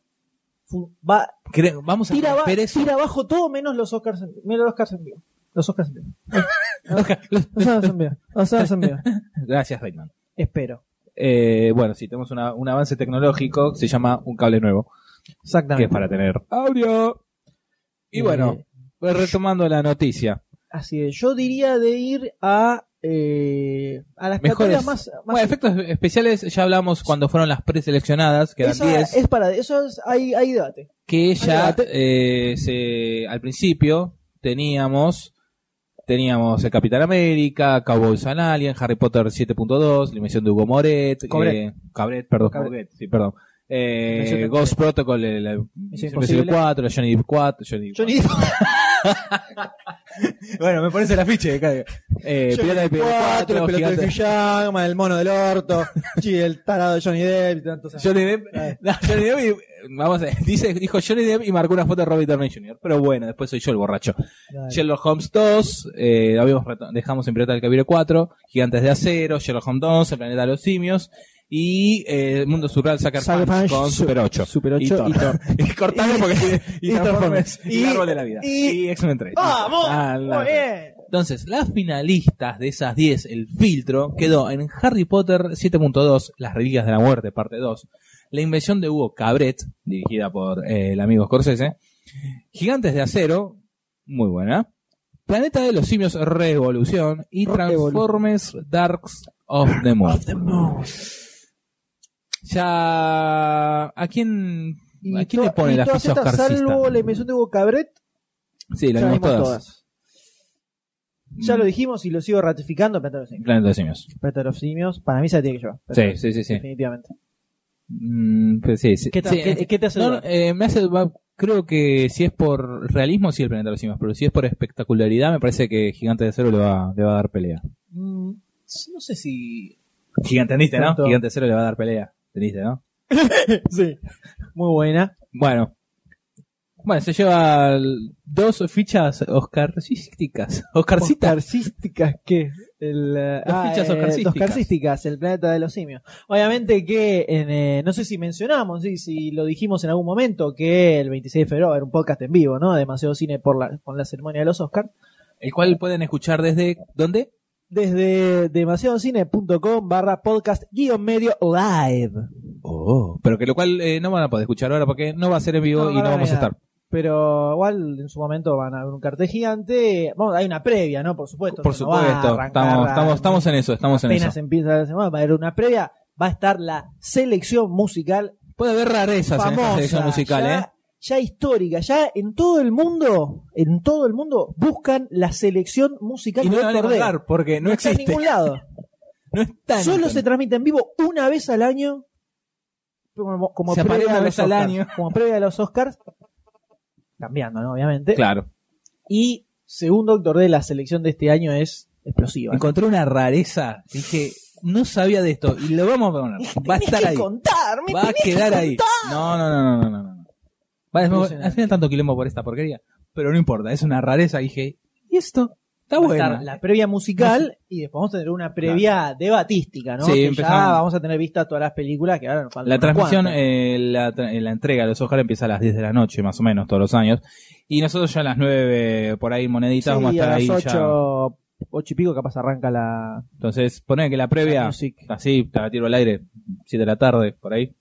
Speaker 4: fu- va,
Speaker 1: Cre- vamos a
Speaker 4: tira, aba-
Speaker 1: romper eso.
Speaker 4: tira abajo todo menos los Oscars, en- menos los Oscars en vivo. Los Oscars en vivo. Los Oscars en vivo. Los Oscars en vivo.
Speaker 1: Gracias, Reitman.
Speaker 4: Espero.
Speaker 1: Eh, bueno, sí, tenemos una- un avance tecnológico que se llama un cable nuevo,
Speaker 4: Exactamente.
Speaker 1: que es para tener audio. Y
Speaker 4: Eh,
Speaker 1: bueno, pues retomando la noticia.
Speaker 4: Así es. Yo diría de ir a, eh, a las
Speaker 1: Mejores-
Speaker 4: categorías más. más-
Speaker 1: Bueno, efectos especiales ya hablamos cuando fueron las preseleccionadas, que eran
Speaker 4: esa
Speaker 1: 10,
Speaker 4: es para. Eso es, hay, hay debate.
Speaker 1: que ya
Speaker 4: debate.
Speaker 1: eh, se, al principio teníamos teníamos el Capitán América, Cowboys and Alien, Harry Potter 7.2, la invención de Hugo Moret,
Speaker 4: Cabret.
Speaker 1: eh, Cabret, perdón,
Speaker 4: Cabret.
Speaker 1: Cabret, sí, perdón. Eh,
Speaker 4: Misión de-
Speaker 1: Ghost Protocol, eh, la
Speaker 4: Misión
Speaker 1: Imposible
Speaker 4: Imposible.
Speaker 1: 4, la Johnny Depp 4, Johnny Depp.
Speaker 4: Johnny Depp.
Speaker 1: Bueno, me pones el afiche de carga. Eh, Pirata del Pirata 4, Gigante-
Speaker 4: pijama, el mono del orto, sí, el tarado de Johnny Depp, y tantos
Speaker 1: Johnny Depp, no, Johnny Depp y- vamos a, dice, dijo Johnny Depp y marcó una foto de Robert Downey Jr. Pero bueno, después soy yo el borracho.
Speaker 4: Dale.
Speaker 1: Sherlock Holmes 2, eh, habíamos reto- dejamos en Pirata del Cabiro 4, Gigantes de Acero, Sherlock Holmes 2, El Planeta de los Simios y eh, el Mundo Surreal Sucker
Speaker 4: Sucker
Speaker 1: Punch
Speaker 4: Punch,
Speaker 1: con
Speaker 4: Su-
Speaker 1: Super 8.
Speaker 4: Super 8
Speaker 1: y,
Speaker 4: y Thor.
Speaker 1: Y cortame porque y,
Speaker 4: y
Speaker 1: Transformers, y,
Speaker 4: Transformers. Y-
Speaker 1: el árbol de la vida. Y,
Speaker 4: y-
Speaker 1: X-Men 3.
Speaker 4: ¡Vamos!
Speaker 1: Ah, la-
Speaker 4: Muy bien.
Speaker 1: Entonces, las finalistas de esas 10, el filtro, quedó en Harry Potter 7.2, Las Reliquias de la Muerte, parte 2, La Invención de Hugo Cabret, dirigida por eh, el amigo Scorsese, Gigantes de Acero, muy buena, Planeta de los Simios Revolución y
Speaker 4: Revolución.
Speaker 1: Transformers Darks of the Moon. Ya. ¿A quién,
Speaker 4: Y
Speaker 1: ¿a quién
Speaker 4: to-
Speaker 1: le pone
Speaker 4: y
Speaker 1: la
Speaker 4: todas
Speaker 1: ficha
Speaker 4: estas,
Speaker 1: oscarcista?
Speaker 4: Salvo la invención de Hugo Cabret,
Speaker 1: Sí, la
Speaker 4: ya vimos
Speaker 1: vimos todas. Mm.
Speaker 4: todas. Ya lo dijimos y lo sigo ratificando, Planeta de los Simios.
Speaker 1: Planeta de los Simios.
Speaker 4: Planeta de los Simios, para mí se la tiene que llevar.
Speaker 1: Sí, sí, sí. sí.
Speaker 4: Definitivamente.
Speaker 1: Mm, pero sí, sí.
Speaker 4: ¿Qué te,
Speaker 1: Sí,
Speaker 4: qué- qué te hace
Speaker 1: No, no,
Speaker 4: dudar?
Speaker 1: eh, me hace dudar. creo que si es por realismo sí el planeta de los simios, pero si es por espectacularidad me parece que Gigante de Acero le va, le va a dar pelea.
Speaker 4: Mm, no sé si...
Speaker 1: Gigante, ¿entendiste, no?
Speaker 4: Tanto.
Speaker 1: Gigante de Acero le va a dar pelea. ¿Entendiste, no?
Speaker 4: Sí. Muy buena.
Speaker 1: Bueno. Bueno, se lleva el- dos fichas oscarcísticas. Oscarcitas.
Speaker 4: Oscarcísticas, ¿qué? El, eh,
Speaker 1: Las fichas
Speaker 4: eh,
Speaker 1: oscarcísticas.
Speaker 4: oscarcísticas, el planeta de los simios. Obviamente que, en, eh, no sé si mencionamos, sí, si lo dijimos en algún momento, que el 26 de febrero va a haber un podcast en vivo, ¿no? Demasiado cine por la, con la ceremonia de los Oscars.
Speaker 1: El cual pueden escuchar desde... ¿Dónde?
Speaker 4: Desde demasiadocine.com barra podcast guión medio live.
Speaker 1: Oh, pero que lo cual eh, no van a poder escuchar ahora porque no va a ser en vivo
Speaker 4: No,
Speaker 1: y
Speaker 4: ahora
Speaker 1: no vamos a
Speaker 4: mira.
Speaker 1: estar.
Speaker 4: Pero igual en su momento van a haber un cartel gigante. Vamos, hay una previa, ¿no? Por supuesto.
Speaker 1: Por
Speaker 4: esto no va a
Speaker 1: supuesto,
Speaker 4: arrancar
Speaker 1: estamos,
Speaker 4: a-
Speaker 1: estamos, estamos en eso, estamos en eso.
Speaker 4: apenas empieza la semana, va a haber una previa, va a estar la selección musical
Speaker 1: Puede haber rarezas en esta
Speaker 4: famosa,
Speaker 1: selección musical,
Speaker 4: ya,
Speaker 1: ¿eh?
Speaker 4: ya histórica, ya en todo el mundo, en todo el mundo buscan la selección musical
Speaker 1: Y no
Speaker 4: de
Speaker 1: la van a
Speaker 4: Doctor D.
Speaker 1: encontrar porque no,
Speaker 4: está en
Speaker 1: existe.
Speaker 4: ningún lado.
Speaker 1: No está en
Speaker 4: Solo
Speaker 1: ningún-
Speaker 4: se transmite en vivo una vez al año. Como, como
Speaker 1: Se aparece
Speaker 4: previa
Speaker 1: una
Speaker 4: a los
Speaker 1: vez al
Speaker 4: Oscars,
Speaker 1: año.
Speaker 4: Como previa a los Oscars. Cambiando, ¿no? Obviamente.
Speaker 1: Claro.
Speaker 4: Y según Doctor D, la selección de este año es explosiva.
Speaker 1: Encontré una rareza. Dije, no sabía de esto. Y lo vamos a poner. Va a
Speaker 4: Tenés
Speaker 1: estar
Speaker 4: que
Speaker 1: ahí.
Speaker 4: contar, me
Speaker 1: Va a
Speaker 4: tenés que
Speaker 1: quedar ahí.
Speaker 4: contar.
Speaker 1: No, no, no, no, no, no, no. Vale, me-
Speaker 4: Impresionante.
Speaker 1: al final tanto quilombo por esta porquería. Pero no importa, es una rareza. Dije, ¿y esto? Está
Speaker 4: Va a estar
Speaker 1: bueno.
Speaker 4: la previa musical y después vamos a tener una previa debatística, ¿no?
Speaker 1: Sí,
Speaker 4: Que ya
Speaker 1: empezamos.
Speaker 4: vamos a tener vista todas las películas que ahora nos faltan
Speaker 1: La
Speaker 4: unas
Speaker 1: transmisión,
Speaker 4: cuantas.
Speaker 1: eh, la, tra- eh, la entrega de los Oscar empieza a las 10 de la noche, más o menos, todos los años. Y nosotros ya a las 9, por ahí, moneditas, vamos a
Speaker 4: Sí,
Speaker 1: estar
Speaker 4: a
Speaker 1: ahí
Speaker 4: las
Speaker 1: ya.
Speaker 4: 8, y pico capaz arranca la,
Speaker 1: Entonces, poné que la previa,
Speaker 4: la music.
Speaker 1: así, te la tiro al aire, 7 de la tarde, por ahí.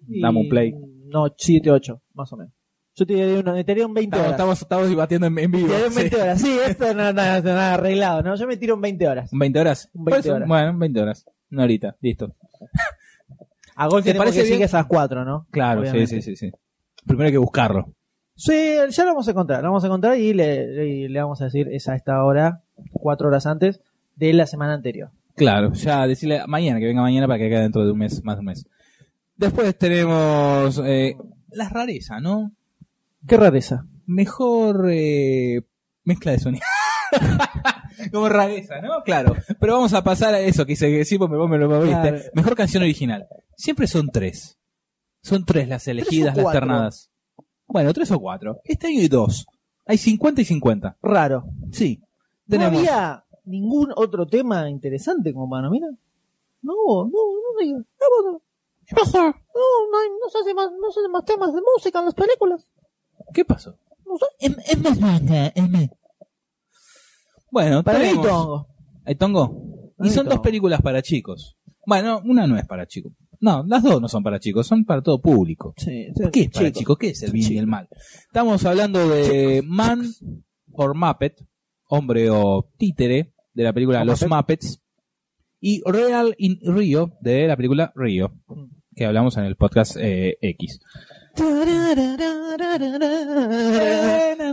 Speaker 1: Dame un
Speaker 4: Y-
Speaker 1: play.
Speaker 4: No, 7, 8, más o menos. Yo te diría, una, te diría un 20
Speaker 1: Estamos,
Speaker 4: horas.
Speaker 1: estamos, estamos debatiendo en, en vivo.
Speaker 4: Te diría un
Speaker 1: sí.
Speaker 4: 20 horas, sí, esto no no, no, nada arreglado, ¿no? Yo me tiro un 20 horas.
Speaker 1: ¿Un 20 horas?
Speaker 4: Un 20
Speaker 1: Por eso,
Speaker 4: horas.
Speaker 1: Bueno, 20 horas. Una horita, listo.
Speaker 4: A gol
Speaker 1: ¿Te
Speaker 4: que tenemos
Speaker 1: parece
Speaker 4: que decir
Speaker 1: bien?
Speaker 4: que es a las 4, ¿no?
Speaker 1: Claro, sí,
Speaker 4: Obviamente.
Speaker 1: sí, sí, sí. Primero hay que buscarlo.
Speaker 4: Sí, ya lo vamos a encontrar, lo vamos a encontrar y le, y le vamos a decir es a esta hora, 4 horas antes de la semana anterior.
Speaker 1: Claro, ya decirle mañana, que venga mañana para que quede dentro de un mes, más de un mes. Después tenemos eh, las rarezas, ¿no?
Speaker 4: Qué rareza.
Speaker 1: Mejor eh, mezcla de sonido. Como rareza, ¿no? Claro. Pero vamos a pasar a eso que dice que sí, vos me, vos me lo moviste.
Speaker 4: Claro.
Speaker 1: Mejor canción original. Siempre son tres. Son tres las elegidas, las
Speaker 4: cuatro.
Speaker 1: ternadas. Bueno, tres o cuatro. Este año hay dos. Hay 50 y 50.
Speaker 4: raro.
Speaker 1: Sí.
Speaker 4: ¿No
Speaker 1: Tenemos.
Speaker 4: había ningún otro tema interesante como para nominar? No, hubo, no, no, hay- no, no. ¿Qué pasa? No, no, hay- no se hace más, no se hace más temas de música en las películas.
Speaker 1: ¿Qué pasó?
Speaker 4: No sé.
Speaker 1: Bueno,
Speaker 4: Para mí,
Speaker 1: tenemos-
Speaker 4: tongo.
Speaker 1: ¿Hay tongo?
Speaker 4: Para
Speaker 1: Y
Speaker 4: mí
Speaker 1: son dos
Speaker 4: tongo.
Speaker 1: películas para chicos. Bueno, una no es para chicos. No, las dos no son para chicos, son para todo público.
Speaker 4: Sí,
Speaker 1: ¿Qué es para chicos? ¿Qué es el bien y el mal? Estamos hablando de Man or Muppet, hombre o títere, de la película
Speaker 4: ¿O
Speaker 1: Los
Speaker 4: Muppet?
Speaker 1: Muppets, y Real in Rio, de la película Rio, que hablamos en el podcast eh, X.
Speaker 4: Eh.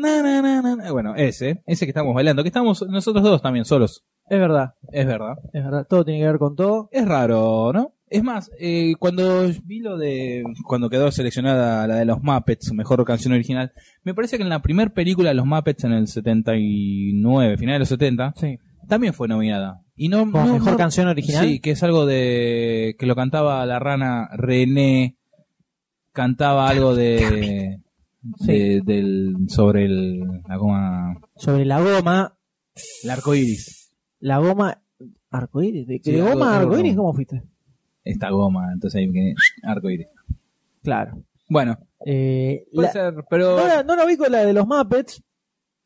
Speaker 1: Eh, Bueno, ese, ese que estamos bailando, que estamos nosotros dos también solos,
Speaker 4: Es verdad,
Speaker 1: es verdad.
Speaker 4: es verdad. Todo tiene que ver con todo.
Speaker 1: Es raro, ¿no? Es más, eh, cuando vi lo de. Cuando quedó seleccionada la de los Muppets, su mejor canción original, me parece que en la primera película de los Muppets, en el 79, final de los 70,
Speaker 4: Sí.
Speaker 1: también fue nominada. Y no.
Speaker 4: Como
Speaker 1: no-
Speaker 4: mejor
Speaker 1: no-
Speaker 4: canción original.
Speaker 1: Sí, que es algo de. que lo cantaba la rana René. Cantaba algo de. de- del, sobre el. la goma.
Speaker 4: Sobre la goma.
Speaker 1: el arco iris.
Speaker 4: La goma. Arcoíris. ¿De,
Speaker 1: Sí,
Speaker 4: de
Speaker 1: algo-
Speaker 4: goma
Speaker 1: algo
Speaker 4: arcoíris?
Speaker 1: goma.
Speaker 4: ¿Cómo fuiste?
Speaker 1: Esta goma, entonces ahí que. arco iris.
Speaker 4: Claro.
Speaker 1: Bueno,
Speaker 4: Eh,
Speaker 1: puede
Speaker 4: la-
Speaker 1: ser, pero.
Speaker 4: no, la, no la vi con la de los Muppets.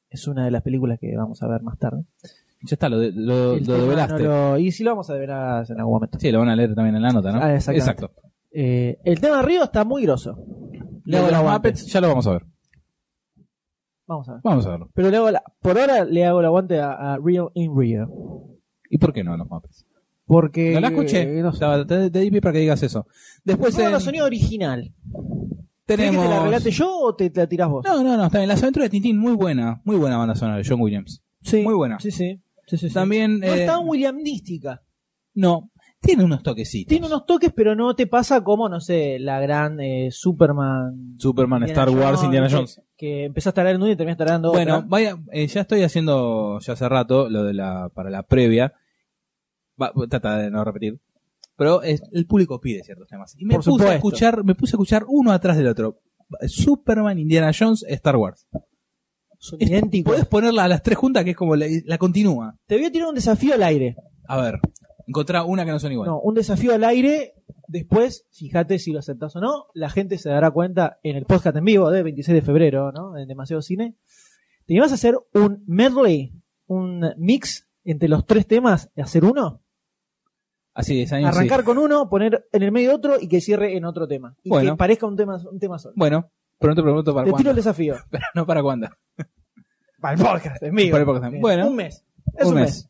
Speaker 4: Es una de las películas que vamos a ver más tarde.
Speaker 1: Ya está, lo, de- lo,
Speaker 4: El
Speaker 1: lo
Speaker 4: tema
Speaker 1: develaste.
Speaker 4: no lo- y si lo vamos a develar en algún momento.
Speaker 1: Sí, lo van a leer también en la nota, ¿no?
Speaker 4: Ah, exactamente.
Speaker 1: Exacto.
Speaker 4: Eh, el tema de Río está muy groso.
Speaker 1: Lo de los
Speaker 4: aguante.
Speaker 1: Muppets ya lo vamos a ver.
Speaker 4: Vamos a ver.
Speaker 1: Vamos a verlo.
Speaker 4: Pero le hago la- por ahora le hago el aguante a, a Real in Real.
Speaker 1: ¿Y por qué no a los Muppets?
Speaker 4: Porque.
Speaker 1: No la escuché.
Speaker 4: eh, no sé.
Speaker 1: Estaba- te, te di pie para que digas eso. Después
Speaker 4: No,
Speaker 1: en-
Speaker 4: no, sonido original. ¿Querés
Speaker 1: tenemos.
Speaker 4: que te la relate yo o te, te la tirás vos?
Speaker 1: No, no, no, está bien. Las aventuras de Tintín, muy buena. Muy buena banda sonora de John Williams.
Speaker 4: Sí.
Speaker 1: Muy buena.
Speaker 4: Sí, sí. Sí, sí, sí.
Speaker 1: También.
Speaker 4: No
Speaker 1: eh,
Speaker 4: es tan williamística.
Speaker 1: no, tiene unos toquecitos.
Speaker 4: Tiene unos toques, pero no te pasa como, no sé, la gran eh, Superman.
Speaker 1: Superman,
Speaker 4: Indiana
Speaker 1: Star Wars,
Speaker 4: Jones, eh,
Speaker 1: Indiana
Speaker 4: que-
Speaker 1: Jones.
Speaker 4: Que empezaste a leer uno y terminaste hablando
Speaker 1: Bueno, vaya, eh, ya estoy haciendo ya hace rato lo de la para la previa. Va- trata de no repetir. Pero es- el público pide ciertos temas. Y me
Speaker 4: Por
Speaker 1: puse
Speaker 4: supuesto.
Speaker 1: a escuchar, me puse a escuchar uno atrás del otro. Superman, Indiana Jones, Star Wars.
Speaker 4: son
Speaker 1: es-
Speaker 4: idénticos.
Speaker 1: Podés ponerla a las tres juntas que es como la, la continúa.
Speaker 4: Te voy a tirar un desafío al aire.
Speaker 1: A ver, encontrá una que no son igual.
Speaker 4: No, un desafío al aire. Después, fíjate si lo aceptás o no. La gente se dará cuenta en el podcast en vivo de 26 de febrero, ¿no? En Demasiado Cine. ¿Te ibas a hacer un medley, un mix entre los tres temas? ¿Hacer uno?
Speaker 1: Así es, años
Speaker 4: Arrancar con uno, poner en el medio otro y que cierre en otro tema. Y
Speaker 1: Bueno.
Speaker 4: que parezca un tema, un tema solo.
Speaker 1: Bueno, pronto pregunto para
Speaker 4: Te tiro
Speaker 1: cuándo.
Speaker 4: el desafío.
Speaker 1: No para cuándo.
Speaker 4: Para el podcast, en vivo.
Speaker 1: Para el podcast.
Speaker 4: Bien.
Speaker 1: Bueno.
Speaker 4: Un mes. Es un,
Speaker 1: Un
Speaker 4: mes.
Speaker 1: mes.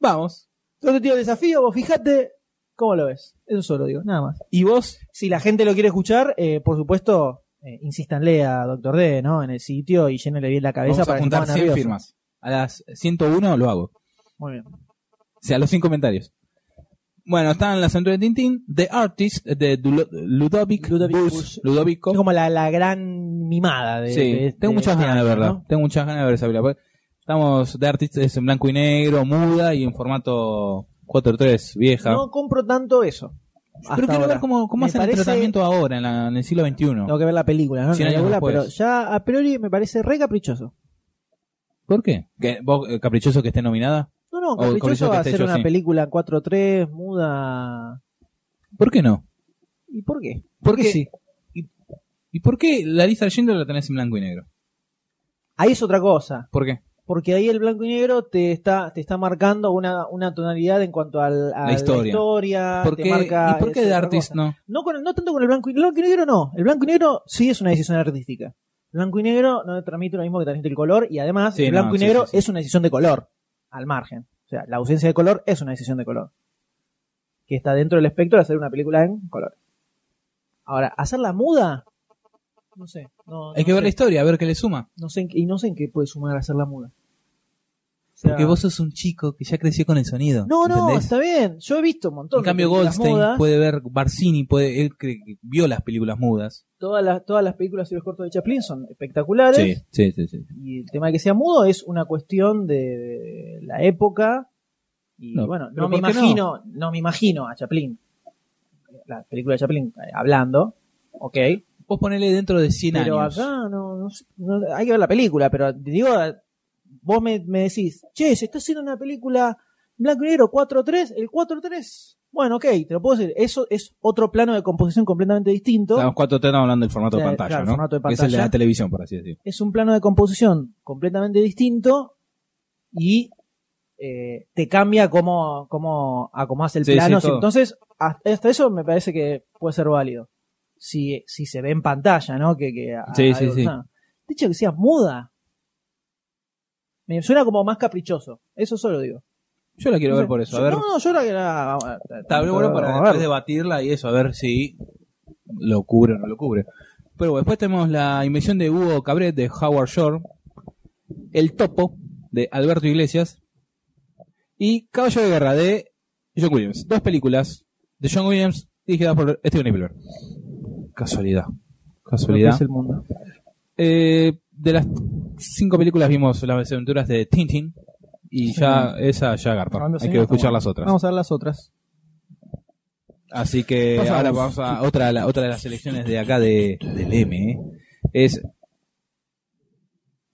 Speaker 1: Vamos.
Speaker 4: Yo te tiro el desafío, vos fijate cómo lo ves. Eso solo digo, nada más.
Speaker 1: ¿Y vos?
Speaker 4: Si la gente lo quiere escuchar, eh, por supuesto, eh, insístanle a Doctor D, ¿no? En el sitio y llénenle bien la cabeza
Speaker 1: Vamos
Speaker 4: para
Speaker 1: a
Speaker 4: que
Speaker 1: juntar
Speaker 4: se
Speaker 1: 100
Speaker 4: pongan nerviosos.
Speaker 1: firmas. A las 101 lo hago.
Speaker 4: Muy bien.
Speaker 1: O sea, los 100 comentarios. Bueno, están las aventuras de Tintín, The Artist, de Dulo- Ludovic,
Speaker 4: Ludovic
Speaker 1: Bus-
Speaker 4: Bus.
Speaker 1: Ludovico.
Speaker 4: Es como la, la gran mimada de.
Speaker 1: sí,
Speaker 4: de-
Speaker 1: tengo
Speaker 4: de
Speaker 1: muchas
Speaker 4: este
Speaker 1: ganas
Speaker 4: año,
Speaker 1: de verla.
Speaker 4: ¿no?
Speaker 1: Tengo muchas ganas de ver esa película. Pues, Estamos, The Artist es en blanco y negro, muda y en formato 4.3, vieja.
Speaker 4: No compro tanto eso. hasta
Speaker 1: Pero quiero
Speaker 4: ahora.
Speaker 1: ver cómo, cómo
Speaker 4: Me
Speaker 1: hacen
Speaker 4: parece-
Speaker 1: el tratamiento ahora, en, la- en el siglo XXI.
Speaker 4: Tengo que ver la película, ¿no?
Speaker 1: Cien
Speaker 4: La
Speaker 1: años
Speaker 4: película,
Speaker 1: después.
Speaker 4: pero ya a priori me parece re caprichoso.
Speaker 1: ¿Por qué? ¿Que ¿Vos, eh, caprichoso que esté nominada?
Speaker 4: No, no,
Speaker 1: O con
Speaker 4: caprichoso
Speaker 1: eso que
Speaker 4: va a
Speaker 1: esté
Speaker 4: ser
Speaker 1: yo,
Speaker 4: una
Speaker 1: sí.
Speaker 4: película en 4-3, muda.
Speaker 1: ¿Por qué no?
Speaker 4: ¿Y por qué?
Speaker 1: ¿Por qué?
Speaker 4: sí?
Speaker 1: ¿Y por qué la lista de Schindler la tenés en blanco y negro?
Speaker 4: Ahí es otra cosa,
Speaker 1: ¿Por qué?
Speaker 4: porque ahí el blanco y negro te está, te está marcando una, una tonalidad en cuanto al, a
Speaker 1: La historia.
Speaker 4: historia,
Speaker 1: ¿Por
Speaker 4: Ah, te
Speaker 1: qué-
Speaker 4: marca-
Speaker 1: ¿Y por qué
Speaker 4: es
Speaker 1: The
Speaker 4: otra
Speaker 1: Artist
Speaker 4: cosa.
Speaker 1: no?
Speaker 4: No, con el- no tanto con el blanco y negro. El blanco y negro no. El blanco y negro sí es una decisión artística. El blanco y negro no transmite lo mismo que transmite el color y además
Speaker 1: Sí,
Speaker 4: el blanco
Speaker 1: no,
Speaker 4: y
Speaker 1: sí,
Speaker 4: negro
Speaker 1: sí, sí.
Speaker 4: es una decisión de color al margen. O sea, la ausencia de color es una decisión de color. Que está dentro del espectro de hacer una película en color. Ahora, hacerla muda, no sé. No,
Speaker 1: Hay
Speaker 4: no
Speaker 1: que ver
Speaker 4: sé.
Speaker 1: la historia, a ver qué le suma.
Speaker 4: No sé en qué- y no sé en qué puede sumar a hacerla muda. O sea,
Speaker 1: Porque vos sos un chico que ya creció con el sonido.
Speaker 4: No, no,
Speaker 1: ¿entendés?
Speaker 4: está bien. Yo he visto un montón
Speaker 1: En cambio,
Speaker 4: de películas
Speaker 1: Goldstein
Speaker 4: mudas.
Speaker 1: puede ver, Barcini puede, él cre- vio las películas mudas.
Speaker 4: Todas, las, todas las películas y los cortos de Chaplin son espectaculares.
Speaker 1: sí, sí, sí.
Speaker 4: y el tema de que sea mudo es una cuestión de, de la época y
Speaker 1: No,
Speaker 4: bueno
Speaker 1: pero
Speaker 4: no me
Speaker 1: ¿por qué no?
Speaker 4: imagino no? me imagino a Chaplin la película de Chaplin eh, hablando ok
Speaker 1: Vos ponele dentro de 100
Speaker 4: pero
Speaker 1: años.
Speaker 4: acá no, no sé, no- hay que ver la película pero te digo vos me, me decís che se está haciendo una película en blanco y negro 4-3 el 4-3 bueno ok te lo puedo decir eso es otro plano de composición completamente distinto
Speaker 1: Estamos cuatro estamos hablando del formato
Speaker 4: Claro,
Speaker 1: de pantalla,
Speaker 4: claro,
Speaker 1: ¿no?
Speaker 4: formato de
Speaker 1: Que es el de
Speaker 4: pantalla.
Speaker 1: la televisión, por así decirlo.
Speaker 4: es un plano de composición completamente distinto y eh, te cambia cómo, cómo acomodas el
Speaker 1: Sí,
Speaker 4: plano.
Speaker 1: sí, todo.
Speaker 4: Entonces, hasta hasta eso me parece que puede ser válido. Si, si se ve en pantalla, ¿no? Que, que a-
Speaker 1: Sí, sí,
Speaker 4: algo-
Speaker 1: sí.
Speaker 4: no. De hecho, que sea muda. Me suena como más caprichoso. Eso solo digo.
Speaker 1: Yo la quiero
Speaker 4: No sé.
Speaker 1: ver por eso. A
Speaker 4: Yo-
Speaker 1: ver,
Speaker 4: No, no, yo la que la- la- la-
Speaker 1: está bien, bueno para
Speaker 4: vamos a
Speaker 1: después
Speaker 4: ver.
Speaker 1: debatirla y eso, a ver si lo cubre o no lo cubre. Pero bueno, después tenemos la invención de Hugo Cabret de Howard Shore, El Topo de Alberto Iglesias y Caballo de Guerra de John Williams. Dos películas de John Williams dirigidas por Steven Spielberg. Casualidad.
Speaker 4: Lo que
Speaker 1: Casualidad.
Speaker 4: es el mundo.
Speaker 1: Eh, de las cinco películas vimos las aventuras de Tintin y ya esa ya garpa.
Speaker 4: Hablando
Speaker 1: Hay
Speaker 4: así,
Speaker 1: que
Speaker 4: no,
Speaker 1: escuchar
Speaker 4: estamos-
Speaker 1: las otras.
Speaker 4: Vamos a ver las otras.
Speaker 1: Así que
Speaker 4: Pasamos.
Speaker 1: ahora vamos a otra, la- otra de las selecciones de acá de, del M. ¿eh? Es,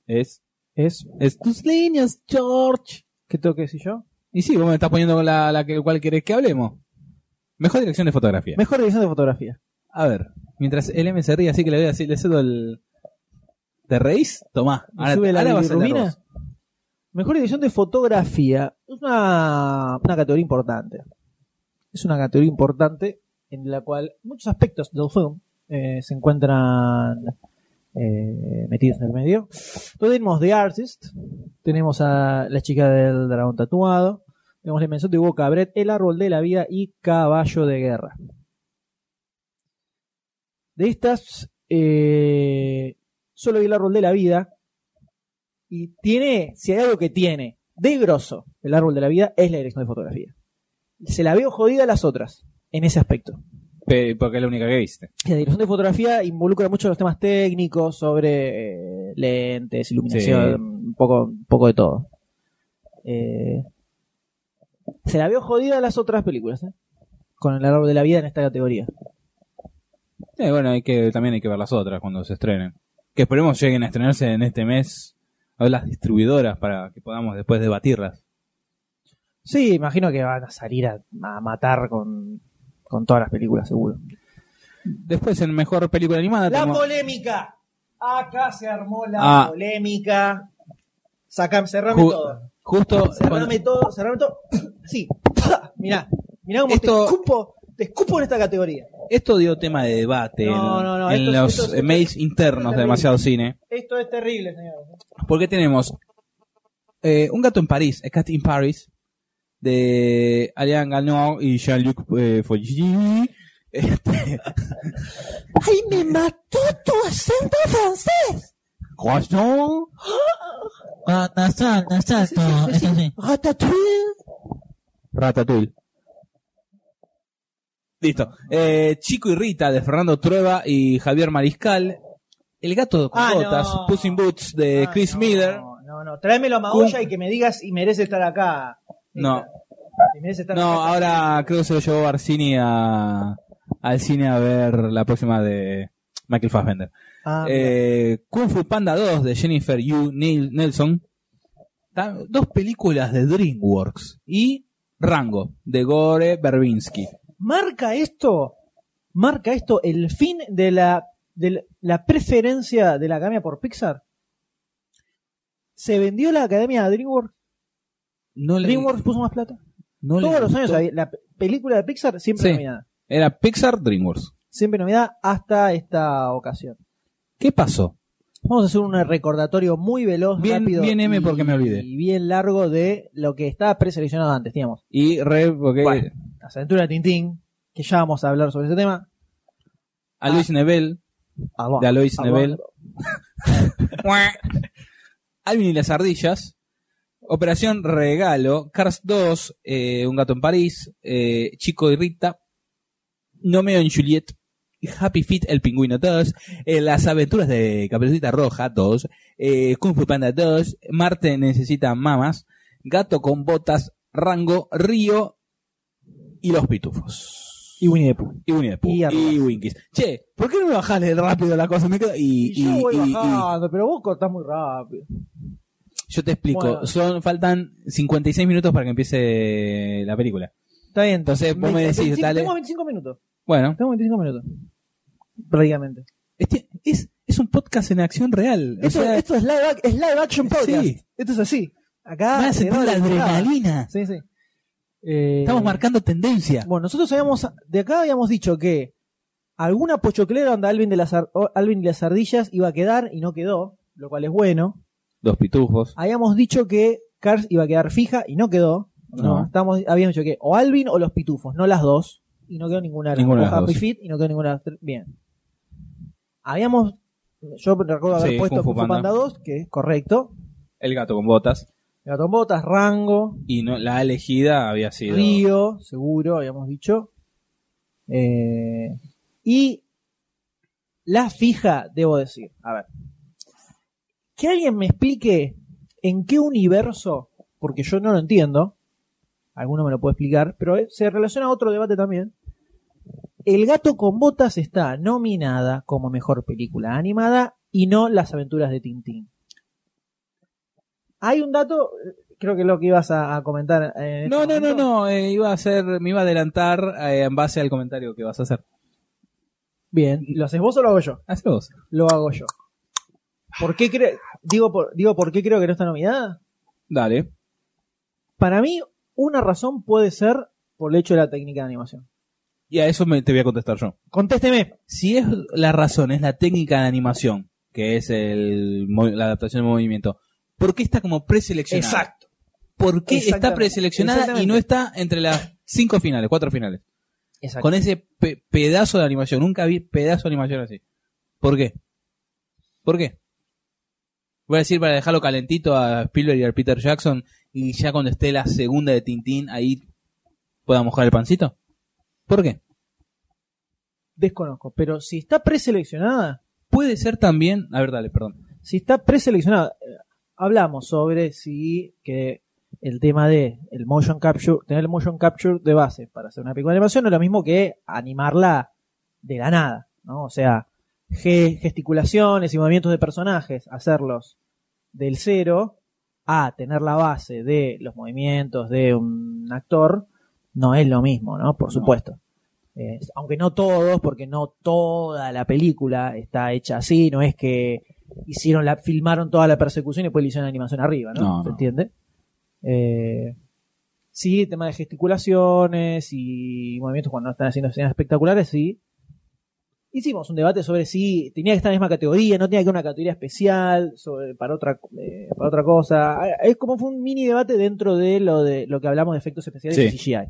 Speaker 1: es.
Speaker 4: Es.
Speaker 1: Es tus líneas, George.
Speaker 4: ¿Qué tengo que decir yo?
Speaker 1: Y sí, vos me estás poniendo con la, la que, cual querés que hablemos. Mejor dirección de fotografía.
Speaker 4: Mejor edición de fotografía.
Speaker 1: A ver, mientras el M se ríe, así que le voy a decir, le cedo el. ¿Te reís? Tomá.
Speaker 4: ¿Y sube la
Speaker 1: ahora vas a hablar
Speaker 4: bilirrubina?
Speaker 1: vos.
Speaker 4: Mejor edición de fotografía es una, una categoría importante. Es una categoría importante en la cual muchos aspectos del film eh, se encuentran eh, metidos en el medio. Entonces tenemos The Artist, tenemos a la chica del dragón tatuado, tenemos la invención de Hugo Cabret, El árbol de la vida y Caballo de guerra. De estas, eh, solo vi El árbol de la vida y tiene, si hay algo que tiene, de grosso, El árbol de la vida es la dirección de fotografía. Se la veo jodida a las otras en ese aspecto.
Speaker 1: Pe- Porque es la única que viste.
Speaker 4: La dirección de fotografía involucra mucho los temas técnicos sobre eh, lentes, iluminación,
Speaker 1: Sí.
Speaker 4: un, poco, un poco de todo. Eh, se la veo jodida a las otras películas, ¿eh? Con el árbol de la vida en esta categoría.
Speaker 1: Eh, bueno, hay que, también hay que ver las otras cuando se estrenen. Que esperemos lleguen a estrenarse en este mes a las distribuidoras para que podamos después debatirlas.
Speaker 4: Sí, imagino que van a salir a, a matar con, con todas las películas, seguro.
Speaker 1: Después en mejor película animada.
Speaker 4: La
Speaker 1: tenemos-
Speaker 4: polémica. Acá se armó la
Speaker 1: Ah.
Speaker 4: polémica. Sacame, cerrame
Speaker 1: Ju-
Speaker 4: todo.
Speaker 1: Justo
Speaker 4: Cerrame todo, cerrame todo. Sí. Mirá, mirá cómo
Speaker 1: Esto-
Speaker 4: te escupo, te escupo en esta categoría.
Speaker 1: Esto dio tema de debate
Speaker 4: No,
Speaker 1: en,
Speaker 4: no, no,
Speaker 1: en
Speaker 4: esto es-
Speaker 1: los
Speaker 4: esto es-
Speaker 1: eh, mails
Speaker 4: esto
Speaker 1: internos
Speaker 4: es
Speaker 1: de Demasiado Cine.
Speaker 4: Esto es terrible, señor.
Speaker 1: Porque tenemos eh, Un gato en París, A Cat in Paris, de Alain Gagnon y Jean-Luc eh, Follini. Este,
Speaker 4: ¡Ay, me mató tu acento francés!
Speaker 1: Croissant.
Speaker 6: Ah, nasal, nasal, todo, es así.
Speaker 4: ¡Ratatouille!
Speaker 1: Ratatouille. Listo. Eh, Chico y Rita de Fernando Trueba y Javier Mariscal. El gato con
Speaker 4: Ah,
Speaker 1: botas,
Speaker 4: no.
Speaker 1: Puss in Boots de Eh,
Speaker 4: Ah,
Speaker 1: Chris
Speaker 4: no,
Speaker 1: Miller.
Speaker 4: No, no, tráemelo a Magoya y que me digas y merece estar acá.
Speaker 1: No.
Speaker 4: Y merece estar
Speaker 1: No,
Speaker 4: acá.
Speaker 1: ahora creo que se lo llevó Barcini a, al cine a ver la próxima de Michael Fassbender.
Speaker 4: Ah, mirá.
Speaker 1: Eh, Kung Fu Panda 2 de Jennifer Yu Neil Nelson. Ta- Dos películas de DreamWorks. Y Rango de Gore Verbinski.
Speaker 4: marca esto, marca esto el fin de la, de la preferencia de la academia por Pixar. Se vendió la academia a DreamWorks.
Speaker 1: No le-
Speaker 4: DreamWorks puso más plata.
Speaker 1: no le
Speaker 4: Todos los
Speaker 1: gustó.
Speaker 4: años había- la pe- película de Pixar siempre
Speaker 1: Sí.
Speaker 4: nominada.
Speaker 1: Era Pixar DreamWorks.
Speaker 4: Siempre nominada hasta esta ocasión.
Speaker 1: ¿Qué pasó?
Speaker 4: Vamos a hacer un recordatorio muy veloz,
Speaker 1: Bien-
Speaker 4: rápido.
Speaker 1: bien M
Speaker 4: y-
Speaker 1: porque me olvidé.
Speaker 4: Y bien largo de lo que estaba preseleccionado antes. Teníamos
Speaker 1: Y re, porque
Speaker 4: Bueno. Las aventuras de Tintín, que ya vamos a hablar sobre ese tema.
Speaker 1: a Luis
Speaker 4: Ah.
Speaker 1: Nebel,
Speaker 4: Alon-
Speaker 1: de Alois
Speaker 4: Alon-
Speaker 1: Nebel, Alvin y las ardillas, Operación Regalo, Cars 2, eh, Un gato en París, eh, Chico y Rita, Nomeo en Juliet, Happy Feet, El Pingüino 2, eh, Las Aventuras de Caperucita Roja 2, eh, Kung Fu Panda 2, Marte Necesita Mamas, Gato con Botas, Rango, Río y Los Pitufos.
Speaker 4: Y Winnie the Pooh.
Speaker 1: Y Winnie the Pooh.
Speaker 4: Y Arnold.
Speaker 1: Y, Winkies. Che, ¿por qué no me bajás de rápido la cosa? Me quedo- y,
Speaker 4: Y yo
Speaker 1: y-
Speaker 4: voy
Speaker 1: y- y-
Speaker 4: bajando, pero vos cortás muy rápido.
Speaker 1: yo te explico.
Speaker 4: Bueno.
Speaker 1: Son, faltan 56 minutos para que empiece la película.
Speaker 4: Está bien,
Speaker 1: Entonces vos me decís,
Speaker 4: 25,
Speaker 1: dale.
Speaker 4: Tengo 25 minutos.
Speaker 1: Bueno,
Speaker 4: Tengo 25 minutos. Prácticamente.
Speaker 1: este- es, es un podcast en acción real. O
Speaker 4: Esto,
Speaker 1: sea,
Speaker 4: esto es, live, ac- es live action podcast. Ah,
Speaker 1: Sí.
Speaker 4: Esto es así. Acá.
Speaker 6: Vas a
Speaker 4: se
Speaker 6: sentir
Speaker 4: va
Speaker 6: la
Speaker 4: entrada.
Speaker 6: adrenalina.
Speaker 4: Sí, sí. Eh,
Speaker 1: estamos marcando tendencia.
Speaker 4: Bueno, nosotros habíamos. De acá habíamos dicho que alguna pochoclera donde Alvin, de las, ar- o- Alvin y las ardillas iba a quedar y no quedó, lo cual es bueno.
Speaker 1: Los pitufos.
Speaker 4: Habíamos dicho que Cars iba a quedar fija y no quedó.
Speaker 1: No.
Speaker 4: No, estábamos- habíamos dicho que o Alvin o los pitufos, no las dos. Y no quedó ninguna. de las
Speaker 1: Ninguna de
Speaker 4: dos.
Speaker 1: las
Speaker 4: O Happy
Speaker 1: dos.
Speaker 4: Feet y no quedó ninguna. de las tres. Bien. Habíamos. Yo recuerdo haber
Speaker 1: Sí,
Speaker 4: puesto
Speaker 1: Kung Fu
Speaker 4: Kung Fu Panda
Speaker 1: Panda.
Speaker 4: 2, que es correcto.
Speaker 1: El gato con botas.
Speaker 4: Gato en Botas, Rango,
Speaker 1: Y no, la elegida había sido.
Speaker 4: Río, seguro, habíamos dicho. Eh, y la fija, debo decir. A ver. Que alguien me explique en qué universo, porque yo no lo entiendo, alguno me lo puede explicar, pero eh, se relaciona a otro debate también. El gato con botas está nominada como mejor película animada y no Las aventuras de Tintín. Hay un dato, eh, creo que es lo que ibas a, a comentar. eh, en
Speaker 1: No,
Speaker 4: este
Speaker 1: no, no,
Speaker 4: momento.
Speaker 1: no. eh, iba a hacer, me iba a adelantar eh, en base al comentario que vas a hacer.
Speaker 4: Bien, ¿lo haces vos o lo hago yo?
Speaker 1: Hacé vos.
Speaker 4: Lo hago yo. ¿Por qué cre- digo, por, digo por qué creo que no está nominada?
Speaker 1: Dale.
Speaker 4: Para mí, una razón puede ser por el hecho de la técnica de animación.
Speaker 1: Y a eso me, te voy a contestar yo.
Speaker 4: Contésteme.
Speaker 1: Si es la razón, es la técnica de animación que es el, mo- la adaptación del movimiento. ¿Por qué está como preseleccionada?
Speaker 4: Exacto.
Speaker 1: ¿Por qué está
Speaker 4: Exactamente.
Speaker 1: preseleccionada y no
Speaker 4: Exactamente.
Speaker 1: está entre las cinco finales, cuatro finales?
Speaker 4: Exacto.
Speaker 1: Con ese pe- pedazo de animación. Nunca vi pedazo de animación así. ¿Por qué? ¿Por qué? Voy a decir para dejarlo calentito a Spielberg y a Peter Jackson y ya cuando esté la segunda de Tintín ahí pueda mojar el pancito. ¿Por qué?
Speaker 4: Desconozco. Pero si está preseleccionada,
Speaker 1: Puede ser también... A ver, dale, perdón.
Speaker 4: si está preseleccionada, eh, hablamos sobre si que el tema de el motion capture, tener el motion capture de base para hacer una película de animación no es lo mismo que animarla de la nada, ¿no? O sea, ge- gesticulaciones y movimientos de personajes, hacerlos del cero a tener la base de los movimientos de un actor, no es lo mismo, ¿no? Por
Speaker 1: No.
Speaker 4: supuesto. Eh, aunque no todos, porque no toda la película está hecha así, no es que hicieron la, filmaron toda la persecución y después le hicieron animación arriba, ¿no?
Speaker 1: No,
Speaker 4: ¿Se
Speaker 1: no.
Speaker 4: entiende? Eh, sí, tema de gesticulaciones y movimientos cuando no están haciendo escenas espectaculares, sí. Hicimos un debate sobre si tenía que estar en la misma categoría, no tenía que haber una categoría especial sobre, para, otra, eh, para otra cosa. Ah, Es como fue un mini debate dentro de lo, de lo que hablamos de efectos especiales
Speaker 1: Sí.
Speaker 4: y CGI.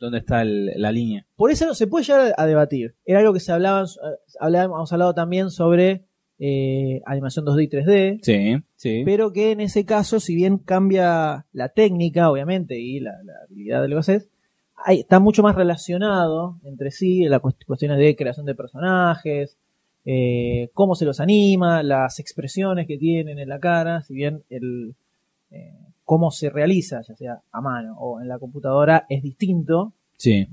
Speaker 1: ¿Dónde está el- la línea?
Speaker 4: Por eso se puede llegar a debatir. Era algo que se hablaba, hablábamos hablado también sobre eh, animación 2D y 3D,
Speaker 1: Sí, sí.
Speaker 4: pero que en ese caso, si bien cambia la técnica, obviamente, y la, la habilidad de lo que haces, hay- está mucho más relacionado entre sí las cuest- cuestiones de creación de personajes, eh, cómo se los anima, las expresiones que tienen en la cara, si bien el eh, cómo se realiza, ya sea a mano o en la computadora, es distinto
Speaker 1: Sí.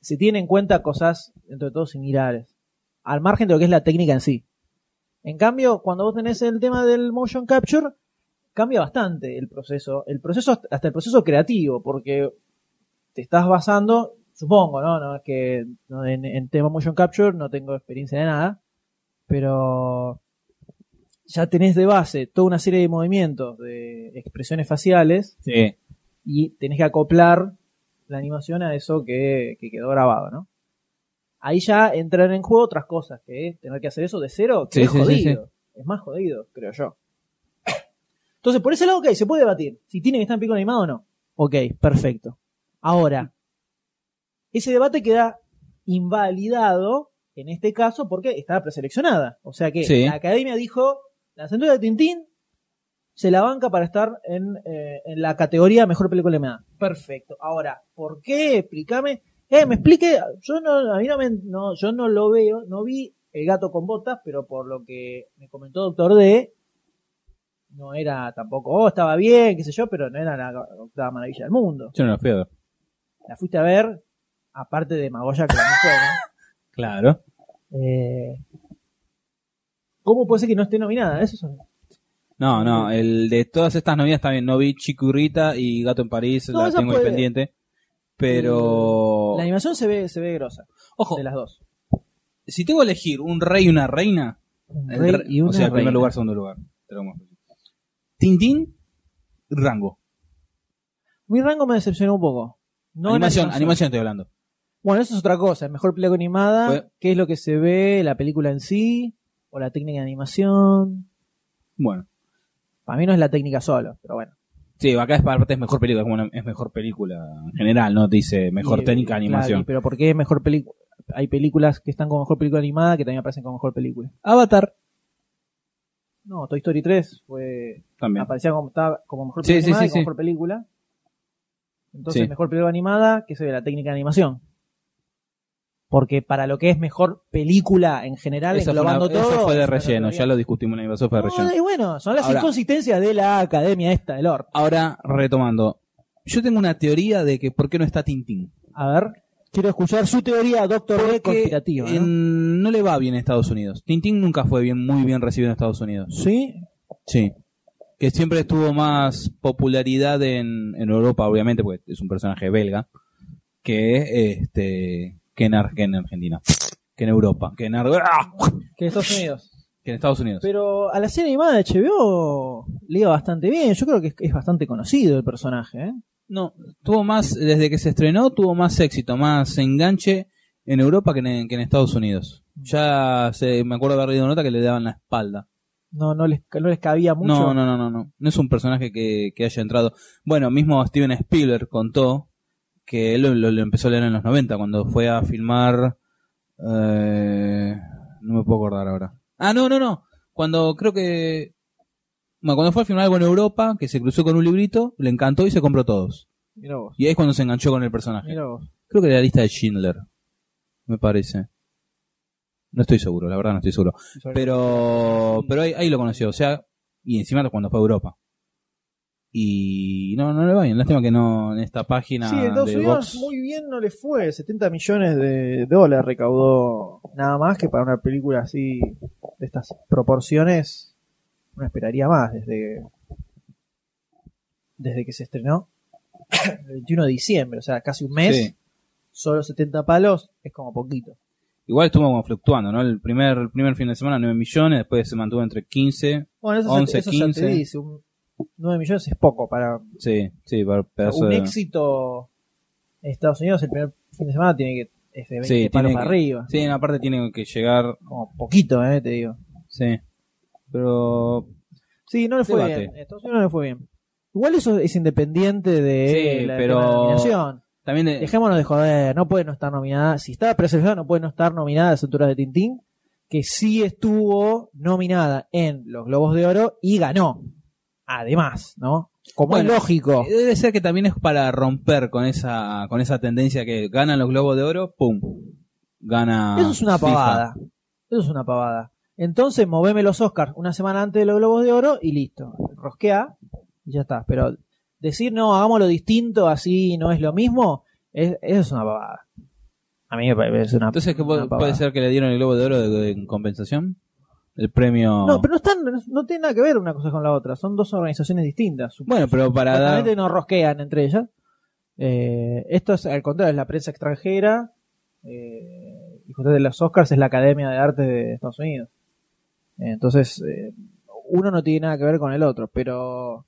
Speaker 4: se tiene en cuenta cosas, dentro de todo, similares. Al margen de lo que es la técnica en sí. En cambio, cuando vos tenés el tema del motion capture, cambia bastante el proceso. El proceso, hasta el proceso creativo, porque te estás basando, supongo, ¿no? No es que no, en, en tema motion capture no tengo experiencia de nada, pero ya tenés de base toda una serie de movimientos, de expresiones faciales,
Speaker 1: Sí.
Speaker 4: y tenés que acoplar la animación a eso que, que quedó grabado, ¿no? Ahí ya entran en juego otras cosas, que es tener que hacer eso de cero, que
Speaker 1: Sí,
Speaker 4: es
Speaker 1: sí, sí,
Speaker 4: jodido. Es más jodido, creo yo. Entonces, por ese lado, ok, se puede debatir. Si tiene que estar en pico animado o no. Ok, perfecto. Ahora, ese debate queda invalidado, en este caso, porque estaba preseleccionada. O sea que
Speaker 1: Sí.
Speaker 4: la academia dijo, la centura de Tintín se la banca para estar en, eh, en la categoría mejor película animada. Perfecto. Ahora, ¿por qué? Explícame. Eh, me explique. Yo no, a mí no me, no, yo no lo veo, no vi el gato con botas, pero por lo que me comentó Doctor D, no era tampoco, oh, estaba bien, qué sé yo, pero no era la octava maravilla del mundo.
Speaker 1: Yo no lo fui a ver.
Speaker 4: La fuiste a ver, aparte de Magoya que la mujer, ¿no?
Speaker 1: Claro.
Speaker 4: Eh, ¿Cómo puede ser que no esté nominada? Eso es un-
Speaker 1: No, no, el de todas estas novedades también. No vi Chicurrita y Gato en París,
Speaker 4: No,
Speaker 1: la
Speaker 4: esa
Speaker 1: tengo ahí
Speaker 4: puede- Mm,
Speaker 1: pendiente. Pero...
Speaker 4: La animación se ve, se ve grosa,
Speaker 1: Ojo,
Speaker 4: de las dos.
Speaker 1: si tengo que elegir un rey y una reina,
Speaker 4: Un
Speaker 1: el
Speaker 4: rey
Speaker 1: re-
Speaker 4: y una
Speaker 1: o sea,
Speaker 4: reina.
Speaker 1: primer lugar, segundo lugar. Te lo muestro. Tintín, Rango.
Speaker 4: Mi rango me decepcionó un poco. No en
Speaker 1: animación, animación estoy hablando.
Speaker 4: Bueno, eso es otra cosa. Mejor película animada,
Speaker 1: Fue-
Speaker 4: qué es lo que se ve, la película en sí, o la técnica de animación.
Speaker 1: Bueno,
Speaker 4: Para mí no es la técnica solo, pero bueno.
Speaker 1: sí, acá es parte es mejor película, es, como una- es mejor película en general, no te dice mejor
Speaker 4: Y-
Speaker 1: técnica,
Speaker 4: claro,
Speaker 1: animación.
Speaker 4: y- pero ¿por qué es mejor película? Hay películas que están con mejor película animada que también aparecen con mejor película. Avatar. No, Toy Story 3 fue
Speaker 1: También.
Speaker 4: aparecía como, estaba como mejor
Speaker 1: Sí,
Speaker 4: película
Speaker 1: sí,
Speaker 4: animada
Speaker 1: sí,
Speaker 4: y como
Speaker 1: sí.
Speaker 4: mejor película. Entonces,
Speaker 1: Sí.
Speaker 4: mejor película animada, que se ve la técnica de animación. Porque para lo que es mejor película en general,
Speaker 1: Eso fue, una-
Speaker 4: englobando
Speaker 1: eso
Speaker 4: todo.
Speaker 1: fue de
Speaker 4: es una
Speaker 1: relleno,
Speaker 4: categoría.
Speaker 1: ya lo discutimos en la animación, fue de
Speaker 4: No,
Speaker 1: relleno.
Speaker 4: y bueno, son las
Speaker 1: Ahora-
Speaker 4: inconsistencias de la academia esta, del OR.
Speaker 1: Ahora, retomando. Yo tengo una teoría de que por qué no está Tintín.
Speaker 4: A ver, quiero escuchar su teoría, doctor D,
Speaker 1: Porque
Speaker 4: conspirativa. ¿no?
Speaker 1: en- no le va bien a Estados Unidos. Tintín nunca fue bien, muy bien recibido en Estados Unidos.
Speaker 4: Sí,
Speaker 1: Sí. Que siempre tuvo más popularidad en, en Europa, obviamente, porque es un personaje belga, que este que en, Ar- que en Argentina, que en Europa, que en, Ar- ¡Ah!
Speaker 4: que Estados Unidos.
Speaker 1: que en Estados Unidos.
Speaker 4: Pero a la serie animada de HBO le iba bastante bien. Yo creo que es, es bastante conocido el personaje. ¿eh?
Speaker 1: No, tuvo más, desde que se estrenó, tuvo más éxito, más enganche en Europa que en, que en Estados Unidos. Ya se, me acuerdo haber leído nota que le daban la espalda.
Speaker 4: No, no les, no les cabía mucho.
Speaker 1: No, no, no, no, no. No es un personaje que, que haya entrado. Bueno, mismo Steven Spielberg contó que él lo, lo- lo empezó a leer en los 90, cuando fue a filmar. eh, no me puedo acordar ahora. Ah, no, no, no. Cuando creo que. Bueno, cuando fue a filmar algo en Europa, que se cruzó con un librito, le encantó y se compró todos.
Speaker 4: Mirá vos,
Speaker 1: Y ahí es cuando se enganchó con el personaje.
Speaker 4: mirá vos.
Speaker 1: Creo que era la lista de Schindler, me parece. No estoy seguro, la verdad no estoy seguro. Pero pero ahí, ahí lo conoció, o sea, y encima cuando fue a Europa. Y no, no le va bien. Lástima que no en esta página
Speaker 4: Sí, en Estados
Speaker 1: de
Speaker 4: Unidos
Speaker 1: Vox-
Speaker 4: muy bien no le fue. 70 millones de dólares recaudó nada más que para una película así de estas proporciones. No esperaría más desde, desde que se estrenó el 21 de diciembre, o sea, casi un mes.
Speaker 1: Sí.
Speaker 4: Solo 70 palos es como poquito.
Speaker 1: Igual estuvo como fluctuando, ¿no? El primer, el primer fin de semana 9 millones, después se mantuvo entre 15.
Speaker 4: Bueno, eso,
Speaker 1: 11,
Speaker 4: ya, te- eso ya
Speaker 1: 15.
Speaker 4: te dice. Un, 9 millones es poco para
Speaker 1: Sí, sí, para pedazo
Speaker 4: un
Speaker 1: de-
Speaker 4: éxito en Estados Unidos. El primer fin de semana tiene que es de 20
Speaker 1: Sí,
Speaker 4: palos
Speaker 1: tiene
Speaker 4: para
Speaker 1: que-
Speaker 4: arriba.
Speaker 1: Sí, aparte tiene que llegar,
Speaker 4: Como poquito, eh, te digo.
Speaker 1: sí. Pero
Speaker 4: Sí, no le fue
Speaker 1: Debate.
Speaker 4: bien. Estados Unidos no le fue bien. Igual eso es independiente de
Speaker 1: Sí,
Speaker 4: la,
Speaker 1: pero-
Speaker 4: de la nominación.
Speaker 1: también eh,
Speaker 4: Dejémonos de joder, no puede no estar nominada. Si estaba preseleccionada, no puede no estar nominada a las alturas de Tintín, que sí estuvo nominada en los Globos de Oro y ganó. Además, ¿no? Como
Speaker 1: Bueno,
Speaker 4: es lógico.
Speaker 1: Debe ser que también es para romper con esa con esa tendencia que ganan los globos de oro, pum, gana.
Speaker 4: Eso es una
Speaker 1: Ah, FIFA.
Speaker 4: pavada. Eso es una pavada. Entonces, moveme los Oscars una semana antes de los Globos de Oro y listo. Rosquea y ya está. Pero decir, no, hagámoslo distinto, así no es lo mismo, es, eso es una pavada. A mí me parece una
Speaker 1: Entonces, ¿qué
Speaker 4: una
Speaker 1: puede,
Speaker 4: pavada.
Speaker 1: puede ser que le dieron el globo de oro de, de- en compensación? El premio.
Speaker 4: No, pero no, están, no tiene nada que ver una cosa con la otra. Son dos organizaciones distintas.
Speaker 1: Bueno, pero para dar.
Speaker 4: Supuestamente no rosquean entre ellas. Eh, esto es al contrario, es la prensa extranjera. eh, y justamente los Oscars es la Academia de Arte de Estados Unidos. Eh, entonces, eh, uno no tiene nada que ver con el otro, pero.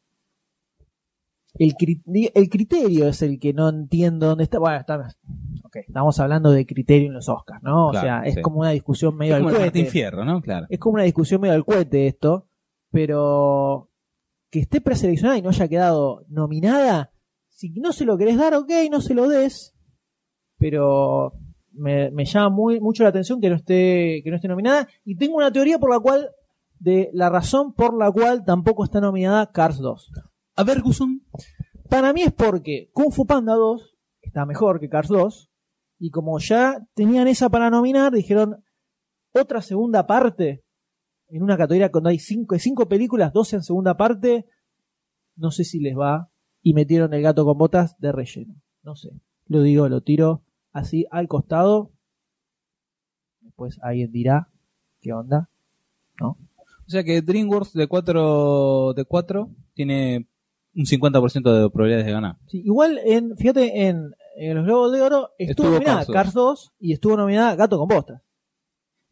Speaker 4: El, cri- el criterio es el que no entiendo dónde está. Bueno, está- ok, estamos hablando de criterio en los Oscars, ¿no?
Speaker 1: Claro,
Speaker 4: o sea, es
Speaker 1: sí.
Speaker 4: como una discusión medio
Speaker 1: Es como
Speaker 4: al
Speaker 1: el
Speaker 4: cohete
Speaker 1: Martín Fierro, ¿no? Claro.
Speaker 4: es como una discusión medio al cohete esto, pero que esté preseleccionada y no haya quedado nominada, si no se lo querés dar, ok, no se lo des, pero me, me llama muy, mucho la atención que no, esté, que no esté nominada y tengo una teoría por la cual, de la razón por la cual tampoco está nominada Cars 2.
Speaker 1: A ver, Guzón.
Speaker 4: Para mí es porque Kung Fu Panda 2 está mejor que Cars 2. Y como ya tenían esa para nominar, dijeron otra segunda parte en una categoría cuando hay cinco, cinco películas, 12 en segunda parte. No sé si les va. Y metieron el gato con botas de relleno. No sé. Lo digo, lo tiro así al costado. Después alguien dirá qué onda.
Speaker 1: O sea que DreamWorks de 4 de cuatro tiene un 50% de probabilidades de ganar.
Speaker 4: Sí, igual, en, fíjate, en, en los Globos de Oro estuvo,
Speaker 1: Estuvo
Speaker 4: nominada
Speaker 1: Cars
Speaker 4: Cars 2.
Speaker 1: 2.
Speaker 4: y estuvo nominada Gato con Botas.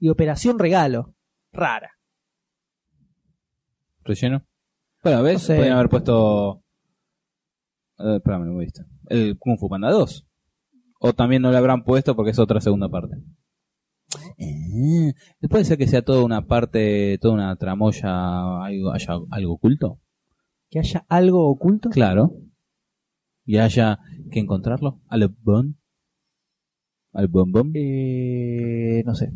Speaker 4: Y Operación Regalo. Rara.
Speaker 1: ¿Relleno? Bueno, ¿ves? Eh,
Speaker 4: No sé.
Speaker 1: Podrían haber puesto. Eh, espérame, no me diste. El Kung Fu Panda 2. O también no lo habrán puesto porque es otra segunda parte. Eh, Puede ser que sea toda una parte, toda una tramoya, algo, haya algo oculto.
Speaker 4: ¿Que haya algo oculto?
Speaker 1: Claro. Y haya que encontrarlo. Al bon. Al bon bon.
Speaker 4: Eh, no sé.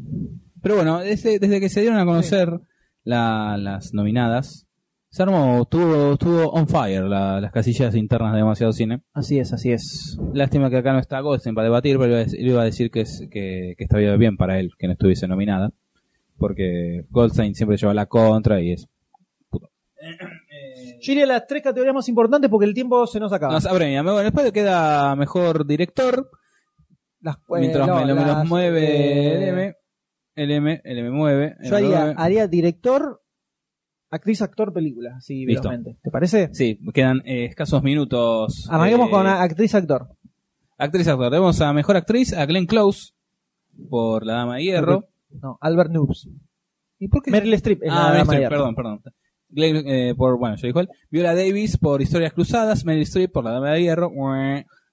Speaker 1: Pero bueno, desde, desde que se dieron a conocer la- las nominadas, se armó, estuvo, estuvo on fire la- las casillas internas de demasiado cine.
Speaker 4: Así es, así es.
Speaker 1: Lástima que acá no está Goldstein para debatir, pero iba a dec- iba a decir que, es, que, que estaba bien para él que no estuviese nominada, porque Goldstein siempre lleva la contra y es...
Speaker 4: Yo iría a las tres categorías más importantes porque el tiempo se nos acaba.
Speaker 1: Nos apremia. Bueno, después le queda mejor director,
Speaker 4: Las-
Speaker 1: mientras
Speaker 4: eh, no,
Speaker 1: me, lo, me los
Speaker 4: las,
Speaker 1: mueve
Speaker 4: eh,
Speaker 1: el M, el M, el M mueve. el
Speaker 4: Yo haría,
Speaker 1: mueve.
Speaker 4: haría director, actriz, actor, película. Así,
Speaker 1: Listo.
Speaker 4: velozmente. ¿Te parece?
Speaker 1: Sí, quedan eh, escasos minutos.
Speaker 4: Arranquemos
Speaker 1: Eh,
Speaker 4: con a- actriz, actor.
Speaker 1: Actriz actor. Tenemos a mejor actriz, a Glenn Close, por La Dama de Hierro.
Speaker 4: No, Albert Noobs.
Speaker 1: ¿Y por qué?
Speaker 4: Meryl Streep. es
Speaker 1: ah,
Speaker 4: la
Speaker 1: Meryl
Speaker 4: dama de
Speaker 1: Streep,
Speaker 4: hierro.
Speaker 1: perdón, perdón. Glenn, eh, por, bueno, yo dijo él. Viola Davis por Historias Cruzadas, Meryl Streep por La Dama de Hierro,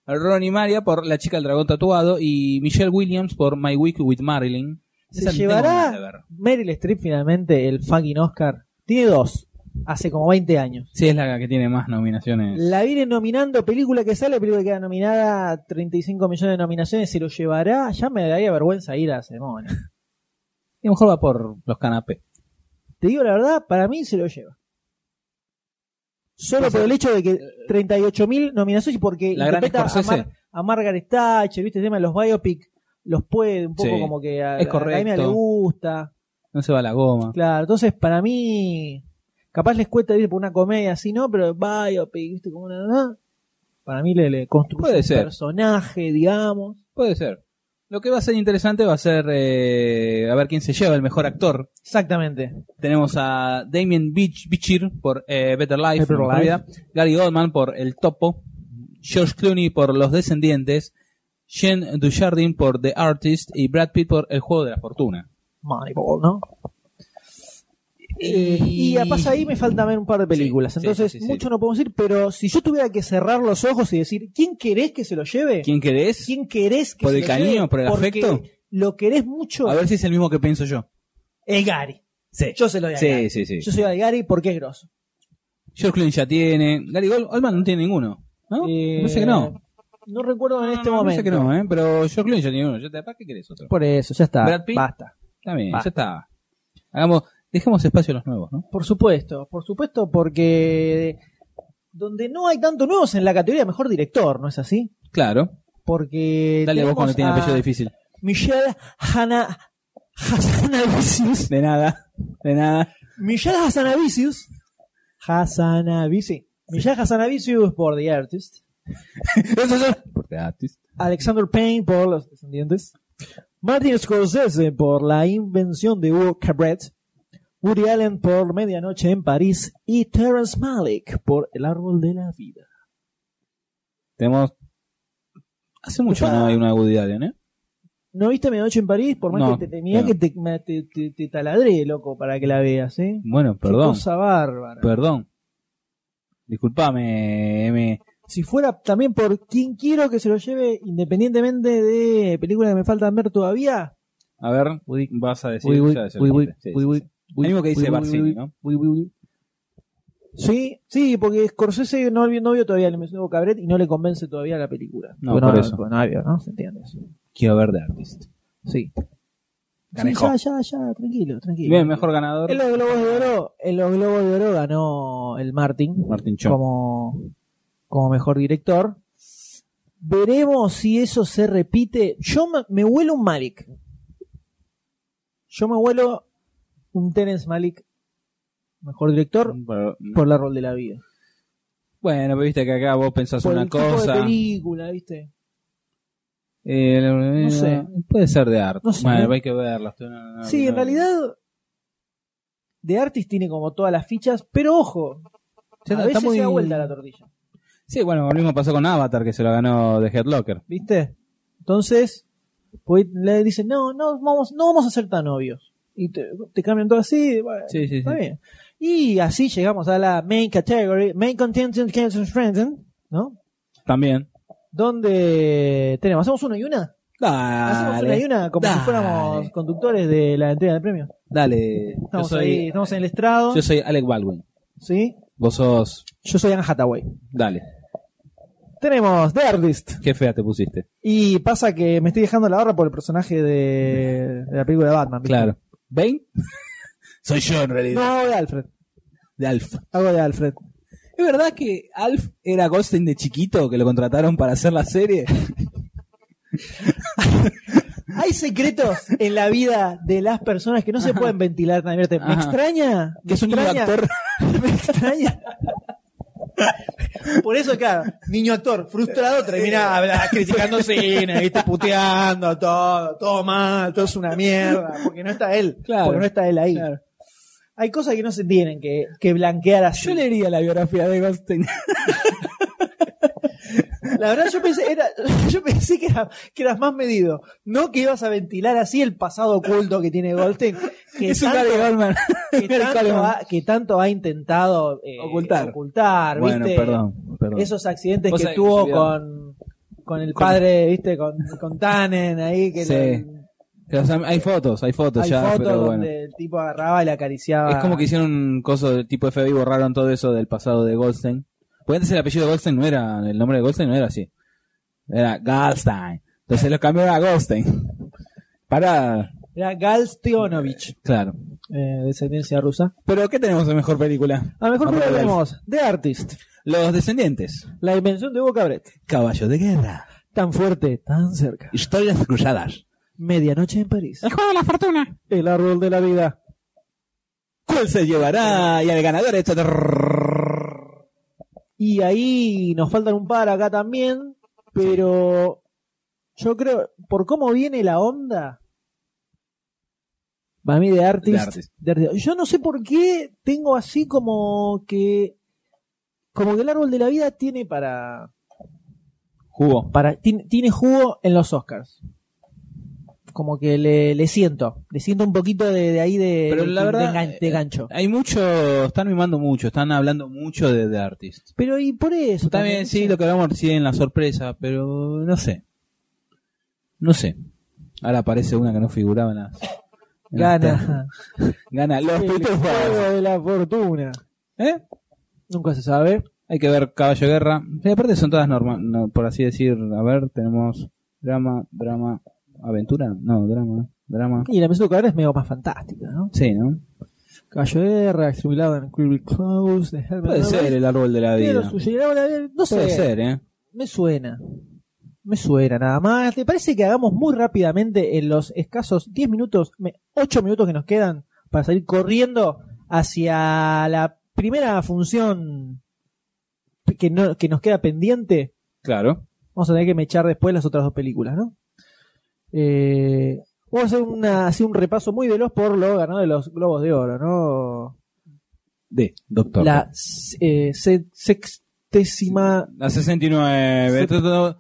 Speaker 1: Ronnie Maria por La chica del dragón tatuado y Michelle Williams por My Week with Marilyn.
Speaker 4: ¿Se
Speaker 1: Esa no tengo
Speaker 4: llevará?
Speaker 1: ganas de ver.
Speaker 4: Meryl Streep finalmente, el fucking Oscar, tiene dos, hace como 20 años.
Speaker 1: Sí, es la que tiene más nominaciones.
Speaker 4: La viene nominando, película que sale, película que queda nominada, 35 millones de nominaciones, se lo llevará, ya me daría vergüenza ir a la ceremonia.
Speaker 1: Y a lo mejor va por los canapés.
Speaker 4: Te digo la verdad, para mí se lo lleva. Solo por el hecho de que 38.000 nominaciones y porque
Speaker 1: La gran
Speaker 4: interpreta a,
Speaker 1: Scorsese.
Speaker 4: Mar- a Margaret Thatcher, ¿viste? El tema de los biopic los puede un poco
Speaker 1: Sí,
Speaker 4: como que a,
Speaker 1: es
Speaker 4: a la academia
Speaker 1: correcto.
Speaker 4: le gusta.
Speaker 1: No se va la goma.
Speaker 4: Claro, entonces para mí, capaz les cuesta ir por una comedia así, ¿no? Pero biopic, ¿viste? Como una. ¿no? Para mí le, le construye
Speaker 1: Puede
Speaker 4: un
Speaker 1: ser.
Speaker 4: personaje, digamos.
Speaker 1: Puede ser. Lo que va a ser interesante va a ser eh, a ver quién se lleva el mejor actor.
Speaker 4: Exactamente.
Speaker 1: Tenemos a Damien Beach, Bichir por eh, Better Life,
Speaker 4: Better
Speaker 1: Mejor
Speaker 4: Life.
Speaker 1: Vida. Gary Oldman por El Topo, George Clooney por Los Descendientes, Jean Dujardin por The Artist y Brad Pitt por El Juego de la Fortuna.
Speaker 4: Moneyball, ¿no? Eh, y a pasa ahí me faltan ver un par de películas.
Speaker 1: Sí, sí,
Speaker 4: Entonces,
Speaker 1: sí, sí, sí.
Speaker 4: mucho no podemos decir, pero si yo tuviera que cerrar los ojos y decir, ¿quién querés que se lo lleve?
Speaker 1: ¿Quién querés?
Speaker 4: ¿Quién querés que
Speaker 1: ¿Por
Speaker 4: se
Speaker 1: el
Speaker 4: lo lleve?
Speaker 1: cariño, por el
Speaker 4: Porque
Speaker 1: afecto?
Speaker 4: Lo querés mucho.
Speaker 1: A ver si es el mismo que pienso yo.
Speaker 4: Es Gary.
Speaker 1: Sí.
Speaker 4: Yo se lo doy a
Speaker 1: Sí,
Speaker 4: Gary.
Speaker 1: sí, sí.
Speaker 4: Yo soy de Gary porque es grosso.
Speaker 1: George Clooney ya tiene. Gary Gold- Oldman no tiene ninguno. ¿No?
Speaker 4: Eh,
Speaker 1: Parece que no.
Speaker 4: No recuerdo en este
Speaker 1: No,
Speaker 4: momento.
Speaker 1: Parece que no, ¿eh? Pero George Clooney ya tiene uno. Ya te- ¿Para qué querés otro?
Speaker 4: Por eso, ya está.
Speaker 1: Brad Pitt.
Speaker 4: Basta.
Speaker 1: Está bien,
Speaker 4: Va.
Speaker 1: ya está. Hagamos, dejemos espacio a los nuevos, ¿no?
Speaker 4: Por supuesto, por supuesto, porque donde no hay tanto nuevos en la categoría mejor director, ¿no es así?
Speaker 1: Claro.
Speaker 4: Porque
Speaker 1: Dale vos
Speaker 4: tenemos
Speaker 1: cuando tiene
Speaker 4: a
Speaker 1: apellido difícil.
Speaker 4: Michelle Hanna Hassanavicius.
Speaker 1: De nada, de nada.
Speaker 4: Michelle Hassanavicius. Hassanavicius. Michelle Hassanavicius por The Artist. Alexander Payne por Los Descendientes. Martin Scorsese por La Invención de Hugo Cabret. Woody Allen por Medianoche en París. Y Terrence Malick por El Árbol de la Vida.
Speaker 1: Tenemos. Hace mucho no hay una Woody Allen, ¿eh?
Speaker 4: ¿No viste Medianoche en París? Por más
Speaker 1: No,
Speaker 4: que te tenía
Speaker 1: no.
Speaker 4: que te, me- te, te- te taladré, loco, para que la veas, ¿eh?
Speaker 1: Bueno,
Speaker 4: Qué
Speaker 1: perdón,
Speaker 4: cosa bárbara.
Speaker 1: perdón. Disculpame, M.
Speaker 4: si fuera también por quien quiero que se lo lleve, independientemente de películas que me faltan ver todavía.
Speaker 1: A ver, vas a decir.
Speaker 7: Uy, uy,
Speaker 1: ya es el
Speaker 7: uy, uy,
Speaker 1: nombre. Sí, sí,
Speaker 7: uy, uy,
Speaker 1: sí. El mismo que dice Barcini, ¿no?
Speaker 4: Uy, uy, uy. Sí, sí, porque Scorsese no, vi- no vio todavía el nuevo Cabret y no le convence todavía la película.
Speaker 1: No,
Speaker 4: Porque
Speaker 1: por eso.
Speaker 4: porque no la vio, ¿no? ¿Se entiende? Sí.
Speaker 1: Quiero ver de Artist.
Speaker 4: Sí, ya, ya, ya, tranquilo, tranquilo.
Speaker 1: Bien, mejor ganador.
Speaker 4: En los Globos de Oro, en los Globos de Oro ganó el Martin.
Speaker 1: Martin Chong.
Speaker 4: como, como mejor director. Veremos si eso se repite. Yo me, me huelo un Malik. Yo me huelo un Terence Malik, mejor director,
Speaker 1: Pero-
Speaker 4: por la rol de la vida.
Speaker 1: Bueno, pero viste que acá vos pensás
Speaker 4: Por
Speaker 1: una
Speaker 4: el tipo de
Speaker 1: cosa.
Speaker 4: película, ¿viste?
Speaker 1: Eh, la- eh,
Speaker 4: sé.
Speaker 1: Puede ser de arte.
Speaker 4: No sé.
Speaker 1: Bueno, hay que verla. estoy- no, no, no,
Speaker 4: sí, en
Speaker 1: no.
Speaker 4: realidad, The Artist tiene como todas las fichas, pero ojo,
Speaker 1: Ya
Speaker 4: a
Speaker 1: Ah, está- está
Speaker 4: veces
Speaker 1: muy-
Speaker 4: se da vuelta la tortilla,
Speaker 1: Sí, bueno, lo mismo pasó con Avatar, que se lo ganó de Headlocker.
Speaker 4: ¿viste? Entonces, pues, le dicen, no, no vamos, no vamos a ser tan obvios. Y te, te cambian todo así, bueno,
Speaker 1: Sí, sí, sí.
Speaker 4: Está bien. Y así llegamos a la main category, main content and Cancer strengthen, ¿no?
Speaker 1: También.
Speaker 4: Donde tenemos, hacemos una y una. Hacemos una y
Speaker 1: Dale.
Speaker 4: una como si
Speaker 1: Dale.
Speaker 4: fuéramos conductores de la entrega del premio.
Speaker 1: Dale.
Speaker 4: Estamos
Speaker 1: yo soy,
Speaker 4: ahí, estamos en el estrado.
Speaker 1: Yo soy Alec Baldwin.
Speaker 4: ¿sí?
Speaker 1: Vos sos.
Speaker 4: Yo soy Anne Hathaway.
Speaker 1: Dale.
Speaker 4: Tenemos The Artist.
Speaker 1: Qué fea te pusiste.
Speaker 4: Y pasa que me estoy dejando la barra por el personaje de, de la película de Batman. ¿viste?
Speaker 1: Claro. ¿Bane? soy yo en
Speaker 4: No,
Speaker 1: realidad.
Speaker 4: hago de Alfred.
Speaker 1: De Alf.
Speaker 4: Hago de Alfred.
Speaker 1: ¿Es verdad que Alf era Goldstein de chiquito que lo contrataron para hacer la serie?
Speaker 4: Hay secretos en la vida de las personas que no se pueden ventilar tan abiertamente. Me
Speaker 1: Ajá.
Speaker 4: extraña.
Speaker 1: Que
Speaker 4: me
Speaker 1: es un niño
Speaker 4: extraña-
Speaker 1: actor.
Speaker 4: Me extraña. Por eso, claro, niño actor frustrado termina habla- criticando cine, ¿viste? puteando todo, todo mal, todo es una mierda, porque no está él,
Speaker 1: Claro.
Speaker 4: porque no está él ahí. Hay cosas que no se tienen que, que blanquear así.
Speaker 1: Yo leería la biografía de Goldstein.
Speaker 4: La verdad yo pensé, era, yo pensé que, era- que eras más medido, no que ibas a ventilar así el pasado oculto que tiene Goldstein, que
Speaker 1: es un
Speaker 4: tanto,
Speaker 1: Gary Goldman.
Speaker 4: que
Speaker 1: Gary
Speaker 4: tanto
Speaker 1: Coleman.
Speaker 4: ha, que tanto ha intentado eh,
Speaker 1: Ocultar.
Speaker 4: ocultar,
Speaker 1: Bueno,
Speaker 4: ¿viste?
Speaker 1: perdón, perdón.
Speaker 4: esos accidentes
Speaker 1: Vos
Speaker 4: que
Speaker 1: sabés que
Speaker 4: tuvo
Speaker 1: subieron.
Speaker 4: con con el
Speaker 1: Con-
Speaker 4: padre, viste, con, con Tannen ahí, que
Speaker 1: Sí.
Speaker 4: le-
Speaker 1: Que, o sea, hay fotos, hay fotos
Speaker 4: hay
Speaker 1: ya,
Speaker 4: fotos
Speaker 1: pero
Speaker 4: donde
Speaker 1: bueno.
Speaker 4: el tipo agarraba y le acariciaba.
Speaker 1: Es como que hicieron un coso del tipo FBI y borraron todo eso del pasado de Goldstein. Porque antes el apellido de Goldstein no era, el nombre de Goldstein no era así. Era Goldstein. Entonces lo cambiaron a Goldstein. Para,
Speaker 4: Era Galstionovich,
Speaker 1: claro.
Speaker 4: eh, descendencia rusa.
Speaker 1: Pero ¿qué tenemos de mejor película?
Speaker 4: A lo mejor
Speaker 1: Aparte de
Speaker 4: tenemos The Artist,
Speaker 1: Los descendientes.
Speaker 4: la invención de Boca Cabret.
Speaker 1: Caballo de guerra.
Speaker 4: Tan fuerte, tan cerca.
Speaker 1: Historias cruzadas.
Speaker 4: Medianoche en París. El juego de la fortuna. El árbol de la vida.
Speaker 1: ¿Cuál se llevará? Y al ganador hecho
Speaker 4: Y ahí nos faltan un par acá también, pero yo creo, por cómo viene la onda, para mí de Artist,
Speaker 1: The Artist.
Speaker 4: The Artist. yo no sé por qué tengo así como que, como que el árbol de la vida tiene para,
Speaker 1: Jugó.
Speaker 4: para tiene, tiene jugo en los Oscars. Como que le, le siento, le siento un poquito de, de ahí de,
Speaker 1: Pero
Speaker 4: de-
Speaker 1: la
Speaker 4: de
Speaker 1: verdad,
Speaker 4: gan- de
Speaker 1: eh,
Speaker 4: gancho.
Speaker 1: Hay mucho, están mimando mucho, están hablando mucho de The Artist.
Speaker 4: Pero y por eso.
Speaker 1: También sí, lo que hablamos recién, la sorpresa, pero no sé. No sé. Ahora aparece una que no figuraba en las... en las tablas.
Speaker 4: Gana.
Speaker 1: Gana los
Speaker 4: El
Speaker 1: Pitufos.
Speaker 4: juego de la fortuna.
Speaker 1: ¿Eh?
Speaker 4: Nunca se sabe.
Speaker 1: Hay que ver Caballo de Guerra. Y aparte son todas normas, por así decir. A ver, tenemos drama, drama, aventura. No, drama, drama.
Speaker 4: Y la misión de es medio más fantástica, ¿no?
Speaker 1: Sí, ¿no?
Speaker 4: Caballo de guerra, extremilado en Creepy Close, de Herman
Speaker 1: Puede
Speaker 4: Melville.
Speaker 1: ser el árbol de la
Speaker 4: Pero
Speaker 1: vida.
Speaker 4: su llegada a la- no sé,
Speaker 1: Puede ser, ¿eh?
Speaker 4: me suena. Me suena nada más. ¿Te parece que hagamos muy rápidamente en los escasos 10 minutos, 8 minutos que nos quedan para salir corriendo hacia la primera función que, no, que nos queda pendiente?
Speaker 1: Claro.
Speaker 4: Vamos a tener que mechar después las otras dos películas, ¿no? Eh, vamos a hacer una, así un repaso muy veloz por lo ganado de los Globos de Oro, ¿no?
Speaker 1: De Doctor.
Speaker 4: La eh, se- sextésima.
Speaker 1: La 69.
Speaker 4: Sep-
Speaker 1: Esto no-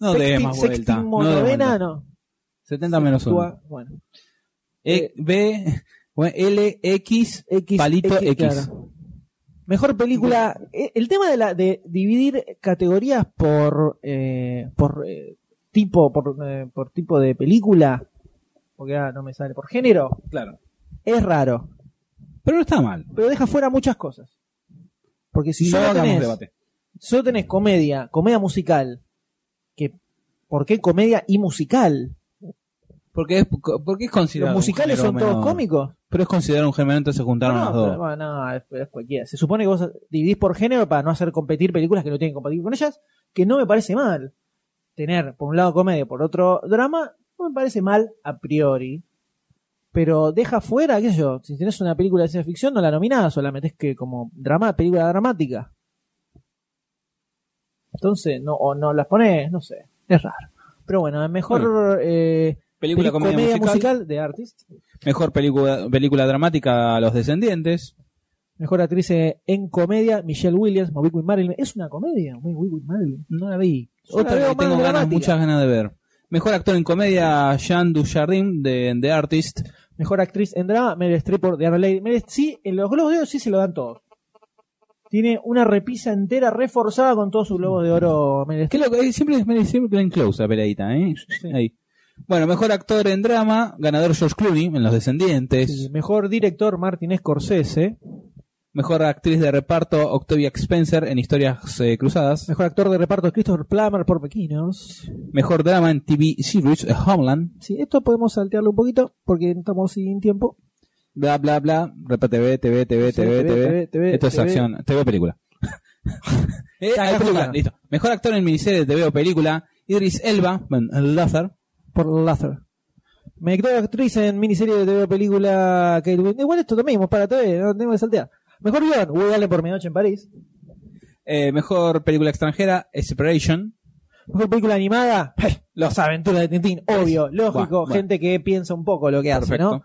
Speaker 1: no
Speaker 4: sexti-
Speaker 1: de más vuelta.
Speaker 4: sextimo
Speaker 1: No de
Speaker 4: novena,
Speaker 1: vuelta.
Speaker 4: no.
Speaker 1: 70 menos 1.
Speaker 4: Sextua- Bueno, eh,
Speaker 1: E- B, bueno, L, X,
Speaker 4: X,
Speaker 1: palito X.
Speaker 4: claro. Mejor película. eh, El tema de, la, de dividir categorías por eh, por eh, tipo por, eh, por tipo de película, porque ahora no me sale por género,
Speaker 1: Claro.
Speaker 4: es raro.
Speaker 1: Pero no está mal.
Speaker 4: pero deja fuera muchas cosas. Porque si
Speaker 1: no
Speaker 4: solo
Speaker 1: hagamos
Speaker 4: tenés,
Speaker 1: debate.
Speaker 4: solo tenés comedia, comedia musical, que ¿por qué comedia y musical?
Speaker 1: Porque es, porque
Speaker 4: Los
Speaker 1: es considerado. un
Speaker 4: musicales
Speaker 1: género
Speaker 4: son todos
Speaker 1: menor.
Speaker 4: cómicos.
Speaker 1: Pero es considerado un género, entonces se juntaron
Speaker 4: no,
Speaker 1: las dos.
Speaker 4: pero, bueno, no, es, pero es cualquiera. Se supone que vos dividís por género para no hacer competir películas que no tienen que competir con ellas, que no me parece mal. Tener por un lado comedia, por otro drama, no me parece mal a priori. Pero deja fuera, qué sé yo, si tenés una película de ciencia ficción, no la nominás o la metés que como drama, película dramática. Entonces, no, o no las ponés, no sé, es raro. Pero bueno, mejor eh,
Speaker 1: película, comedia, musical.
Speaker 4: de Artist.
Speaker 1: Mejor película, película dramática, Los Descendientes.
Speaker 4: Mejor actriz eh, en comedia, Michelle Williams, Moby With Marilyn. ¿Es una comedia? Moby With Marilyn.
Speaker 1: No la vi.
Speaker 4: Yo la
Speaker 1: Otra
Speaker 4: veo
Speaker 1: que
Speaker 4: más
Speaker 1: tengo ganas,
Speaker 4: dramática.
Speaker 1: muchas ganas de ver. Mejor actor en comedia, Jean Dujardin, de The Artist.
Speaker 4: Mejor actriz en drama, Meryl Streep por The Iron Lady. Meryl- sí, en los Globos de Oro sí se lo dan todos. Tiene una repisa entera reforzada con todos sus Globos de Oro, Meryl Streep.
Speaker 1: Que lo, eh, siempre es siempre Glenn Close la peleadita, ¿eh? Ahí. Bueno, mejor actor en drama, ganador George Clooney en Los Descendientes.
Speaker 4: Sí, Mejor director, Martin Scorsese.
Speaker 1: Mejor actriz de reparto, Octavia Spencer en Historias eh, Cruzadas.
Speaker 4: Mejor actor de reparto, Christopher Plummer por Pequinos.
Speaker 1: Mejor drama en TV series, eh, Homeland.
Speaker 4: Sí, esto podemos saltearlo un poquito porque estamos sin tiempo.
Speaker 1: Bla, bla, bla. Repa TV, TV, TV,
Speaker 4: Sí,
Speaker 1: TV,
Speaker 4: TV,
Speaker 1: TV.
Speaker 4: TV,
Speaker 1: Esto es
Speaker 4: TV.
Speaker 1: acción. TV película. Eh,
Speaker 4: Ya,
Speaker 1: hay
Speaker 4: ya
Speaker 1: película,
Speaker 4: jugaron.
Speaker 1: listo. Mejor actor en miniserie de TV o película, Idris Elba en Lazar.
Speaker 4: por Lazar. Mejor actriz en miniserie de TV o película Kate Winslet. Igual esto lo mismo, para TV, no tengo que saltear. Mejor guión, Woody Allen por Medianoche en París.
Speaker 1: Eh, mejor película extranjera, eh, Separation.
Speaker 4: Mejor película animada, Los Aventuras de Tintín, obvio, lógico,
Speaker 1: Pues, Bueno,
Speaker 4: gente que piensa un poco lo que hace,
Speaker 1: Perfecto.
Speaker 4: ¿no?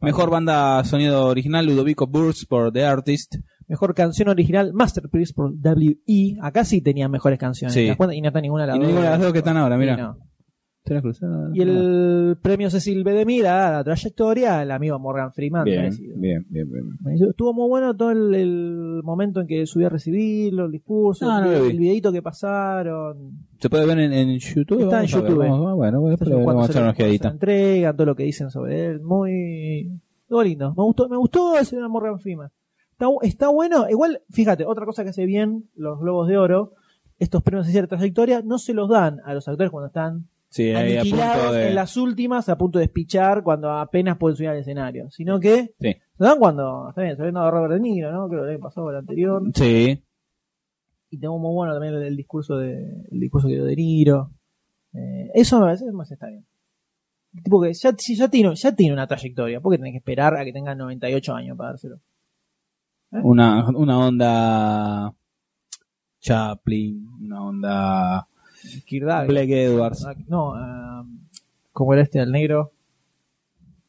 Speaker 1: Mejor banda sonido original, Ludovico Burns por The Artist.
Speaker 4: Mejor canción original, Masterpiece por W.E. Acá sí tenían mejores canciones,
Speaker 1: Sí.
Speaker 4: ¿te das cuenta? Y no está ninguna de las
Speaker 1: Y
Speaker 4: dos.
Speaker 1: ninguna de las dos que están ahora,
Speaker 4: Sí,
Speaker 1: mira.
Speaker 4: no.
Speaker 1: Teoría cruzada.
Speaker 4: Y el premio Cecil B. DeMille a la trayectoria, el amigo Morgan Freeman.
Speaker 1: Bien,
Speaker 4: merecido.
Speaker 1: bien, bien, bien.
Speaker 4: Me hizo- Estuvo muy bueno todo el, el momento en que subí a recibirlo, el discurso,
Speaker 1: No, no
Speaker 4: el,
Speaker 1: lo vi.
Speaker 4: el videito que pasaron.
Speaker 1: ¿Se puede ver en, en YouTube?
Speaker 4: Está en
Speaker 1: Vamos a ver,
Speaker 4: YouTube. eh.
Speaker 1: vamos- bueno, bueno, después le
Speaker 4: Cuando
Speaker 1: vamos a
Speaker 4: se
Speaker 1: echar
Speaker 4: lo-
Speaker 1: una
Speaker 4: cuando se lo
Speaker 1: ojeadita.
Speaker 4: entregan, todo lo que dicen sobre él. Muy, muy lindo. Me gustó, me gustó ese de Morgan Freeman. Está, bu- está bueno. Igual, fíjate, otra cosa que hace bien los Globos de Oro, estos premios de cierta trayectoria, no se los dan a los actores cuando están
Speaker 1: Sí, ahí a punto
Speaker 4: aniquilados
Speaker 1: de.
Speaker 4: en las últimas, a punto de espichar, cuando apenas pueden subir al escenario. Sino que
Speaker 1: Sí.
Speaker 4: se dan cuando, está bien, se habían dado a Robert De Niro, ¿no? Creo que le pasó el anterior.
Speaker 1: Sí,
Speaker 4: y tengo muy bueno también el, el discurso de el discurso que dio de Niro Eh, eso me parece más está bien El tipo que ya, si ya tiene ya tiene una trayectoria porque tenés que esperar a que tenga 98 años para dárselo
Speaker 1: una, una onda. Chaplin, una onda.
Speaker 4: Kirdal
Speaker 1: Black Edwards.
Speaker 4: no ah, como era este al negro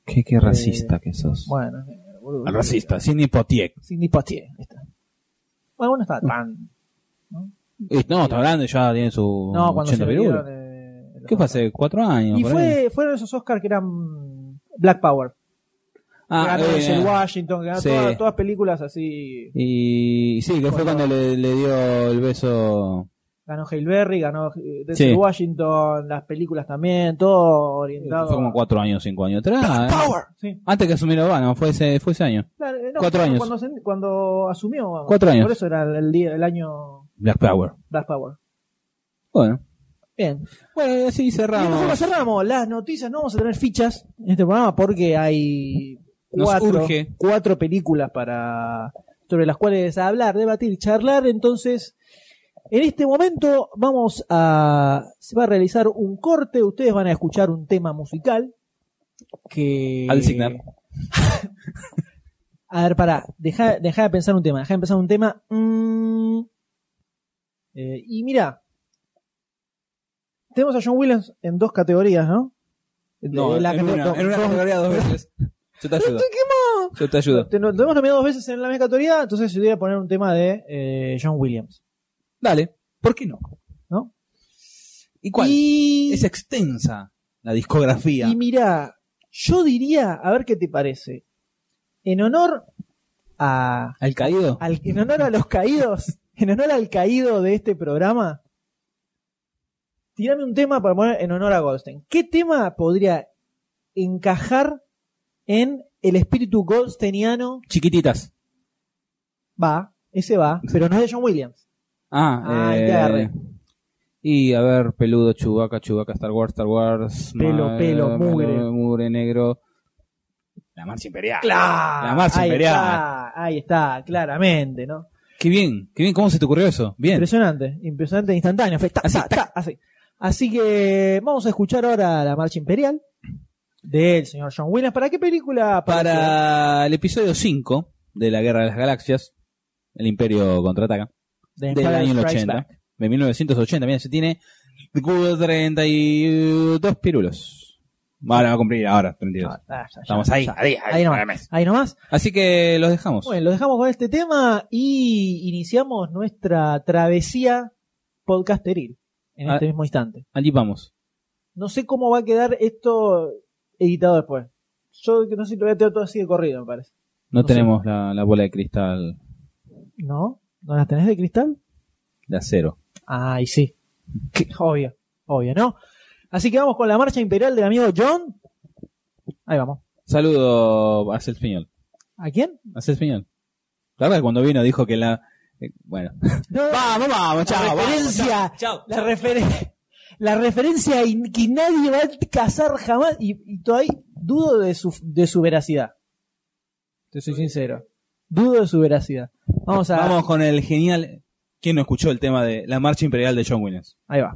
Speaker 8: Qué, qué racista que sos.
Speaker 4: bueno eh, boludo.
Speaker 1: Al racista, sin hipoteca.
Speaker 4: Sí, ni Poitier, ahí está bueno bueno estaba tan
Speaker 1: Eh, No, está grande, ya tiene su.
Speaker 4: no cuando se
Speaker 1: 80
Speaker 4: lo
Speaker 1: pirulos.
Speaker 4: dieron, eh,
Speaker 1: ¿Qué fue hace cuatro años?
Speaker 4: y
Speaker 1: por ahí?
Speaker 4: fue, fueron esos Oscars que eran Black Power
Speaker 1: Ah,
Speaker 4: ganó
Speaker 1: eh,
Speaker 4: Denzel Washington ganó
Speaker 1: Sí.
Speaker 4: todas, todas películas así
Speaker 1: Y sí, que fue cuando le, le dio el beso.
Speaker 4: Ganó Hale Berry, ganó eh, Denzel
Speaker 1: Sí.
Speaker 4: Washington, las películas también, todo orientado.
Speaker 1: Fue como cuatro años, cinco años atrás. ¿eh?
Speaker 4: Sí.
Speaker 1: Antes que asumiera Obama, fue ese, fue ese año.
Speaker 4: Claro, eh,
Speaker 1: Cuatro años.
Speaker 4: Cuando, se- cuando asumió. vamos.
Speaker 1: Cuatro años.
Speaker 4: Por eso era el, el día, el año
Speaker 1: Black Power.
Speaker 4: Black Power.
Speaker 1: Bueno.
Speaker 4: Bien.
Speaker 1: Bueno, así
Speaker 4: Y de esta forma
Speaker 1: cerramos.
Speaker 4: cerramos las noticias. No vamos a tener fichas en este programa porque hay
Speaker 1: Nos
Speaker 4: cuatro,
Speaker 1: urge.
Speaker 4: cuatro películas para sobre las cuales hablar, debatir, charlar. Entonces, en este momento vamos a se va a realizar un corte. Ustedes van a escuchar un tema musical que
Speaker 1: Al signar.
Speaker 4: A ver, pará, deja, de pensar un tema, deja de pensar un tema. Mm. Eh, y mira, tenemos a John Williams en dos categorías, ¿no?
Speaker 1: No,
Speaker 4: De
Speaker 1: en
Speaker 4: la
Speaker 1: una,
Speaker 4: categoría-
Speaker 1: en una categoría dos veces. Yo te ayudo. Yo te ayudo.
Speaker 4: Te, lo- lo hemos nominado dos veces en la misma categoría, entonces yo te voy a poner un tema de eh, John Williams.
Speaker 1: Dale, ¿por qué no?
Speaker 4: ¿No?
Speaker 1: ¿Y cuál?
Speaker 4: Y,
Speaker 1: Es extensa la discografía.
Speaker 4: y mira, yo diría, a ver qué te parece, en honor a,
Speaker 1: ¿Al caído?
Speaker 4: al- en honor a los caídos, en honor al caído de este programa, tirame un tema para poner en honor a Goldstein. ¿Qué tema podría encajar en el espíritu goldsteiniano?
Speaker 1: Chiquititas.
Speaker 4: Va, ese va, pero no es de John Williams.
Speaker 1: Ah,
Speaker 4: Ah,
Speaker 1: eh,
Speaker 4: te agarré.
Speaker 1: Y a ver, peludo, chubaca, chubaca, Star Wars, Star Wars. eh,
Speaker 4: Pelo, pelo, mugre.
Speaker 1: Mugre negro. La marcha imperial.
Speaker 4: Claro.
Speaker 1: La marcha
Speaker 4: ahí
Speaker 1: imperial.
Speaker 4: Está, ahí está, claramente, ¿no?
Speaker 1: Qué bien, qué bien, ¿cómo se te ocurrió eso? Bien.
Speaker 4: Impresionante, impresionante, instantáneo. Fue ta,
Speaker 1: Así,
Speaker 4: ta, ta, así. Así que vamos a escuchar ahora la marcha imperial del señor John Williams. ¿Para qué película? apareció?
Speaker 1: Para el episodio 5 de la Guerra de las Galaxias, el Imperio contraataca,
Speaker 4: The
Speaker 1: del
Speaker 4: Empire
Speaker 1: año
Speaker 4: Strikes
Speaker 1: 80,
Speaker 4: Back.
Speaker 1: de 1980, mira, se tiene como 32 pirulos. Vale, va a cumplir ahora, 32.
Speaker 4: Ah, ah, ya, ya,
Speaker 1: Estamos ahí.
Speaker 4: ya.
Speaker 9: Ahí,
Speaker 4: Ahí nomás. Ahí nomás.
Speaker 1: Así que los dejamos.
Speaker 4: Bueno, lo dejamos con este tema y iniciamos nuestra travesía podcasteril en
Speaker 1: Ah.
Speaker 4: este mismo instante.
Speaker 1: Allí vamos.
Speaker 4: No sé cómo va a quedar esto editado después. Yo que no sé si lo voy a tener todo así de corrido, me parece.
Speaker 1: No,
Speaker 4: No sé.
Speaker 1: tenemos la, la bola de cristal
Speaker 4: ¿No? ¿No las tenés de cristal?
Speaker 1: de acero.
Speaker 4: Ay, sí. Qué- Obvio, obvio, ¿no? Así que vamos con la marcha imperial del amigo John. Ahí vamos.
Speaker 1: Saludo a Cel Piñol.
Speaker 4: ¿A quién?
Speaker 1: A Cel Piñol. La verdad que cuando vino dijo que la... eh, bueno.
Speaker 4: No,
Speaker 1: Vamos, vamos,
Speaker 4: la
Speaker 1: chao. vamos,
Speaker 4: referencia, la, referen- la referencia in- que nadie va a cazar jamás y, y todavía dudo de su, de su veracidad. Te soy sincero. Dudo de su veracidad. Vamos a...
Speaker 1: Vamos con el genial. ¿Quién no escuchó el tema de la marcha imperial de John Williams?
Speaker 4: Ahí va.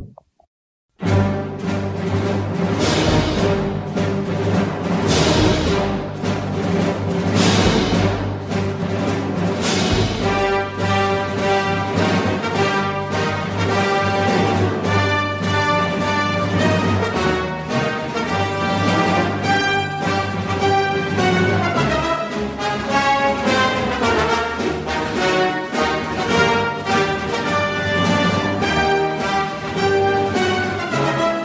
Speaker 10: It's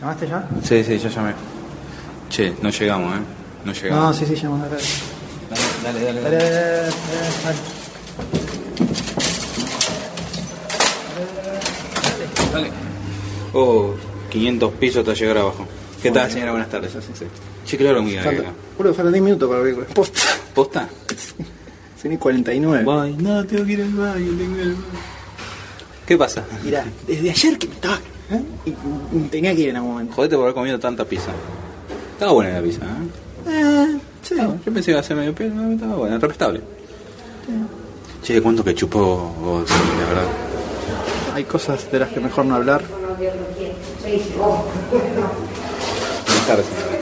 Speaker 11: ¿Llamaste ya?
Speaker 12: Sí, sí, ya llamé. Che, no llegamos, ¿eh? No llegamos.
Speaker 11: No, sí, sí, llamamos acá.
Speaker 1: Ah.
Speaker 12: Dale, dale,
Speaker 11: Dale, dale, dale, dale, dale.
Speaker 12: Dale. Oh, 500 pisos hasta llegar abajo. ¿Qué tal, señora? Buenas tardes. Sí, sí. Sí, claro, mira.
Speaker 11: Falta, boludo, faltan 10 minutos para abrir la posta.
Speaker 12: ¿Posta?
Speaker 11: Son y 49.
Speaker 12: Ay, no, tengo que ir al baño, tengo que ir al baño. ¿Qué pasa?
Speaker 11: Mirá, desde ayer que me estaba. ¿eh? Y mm, tenía que ir en algún momento.
Speaker 12: Jodete por haber comido tanta pizza. Estaba buena la pizza, ¿eh?
Speaker 11: Eh, sí.
Speaker 12: Yo pensé que iba a ser medio pizza, no, estaba buena, respetable. Che, cuánto que chupó vos, la verdad.
Speaker 11: Hay cosas de las que mejor no hablar.
Speaker 12: Buenas tardes, señora.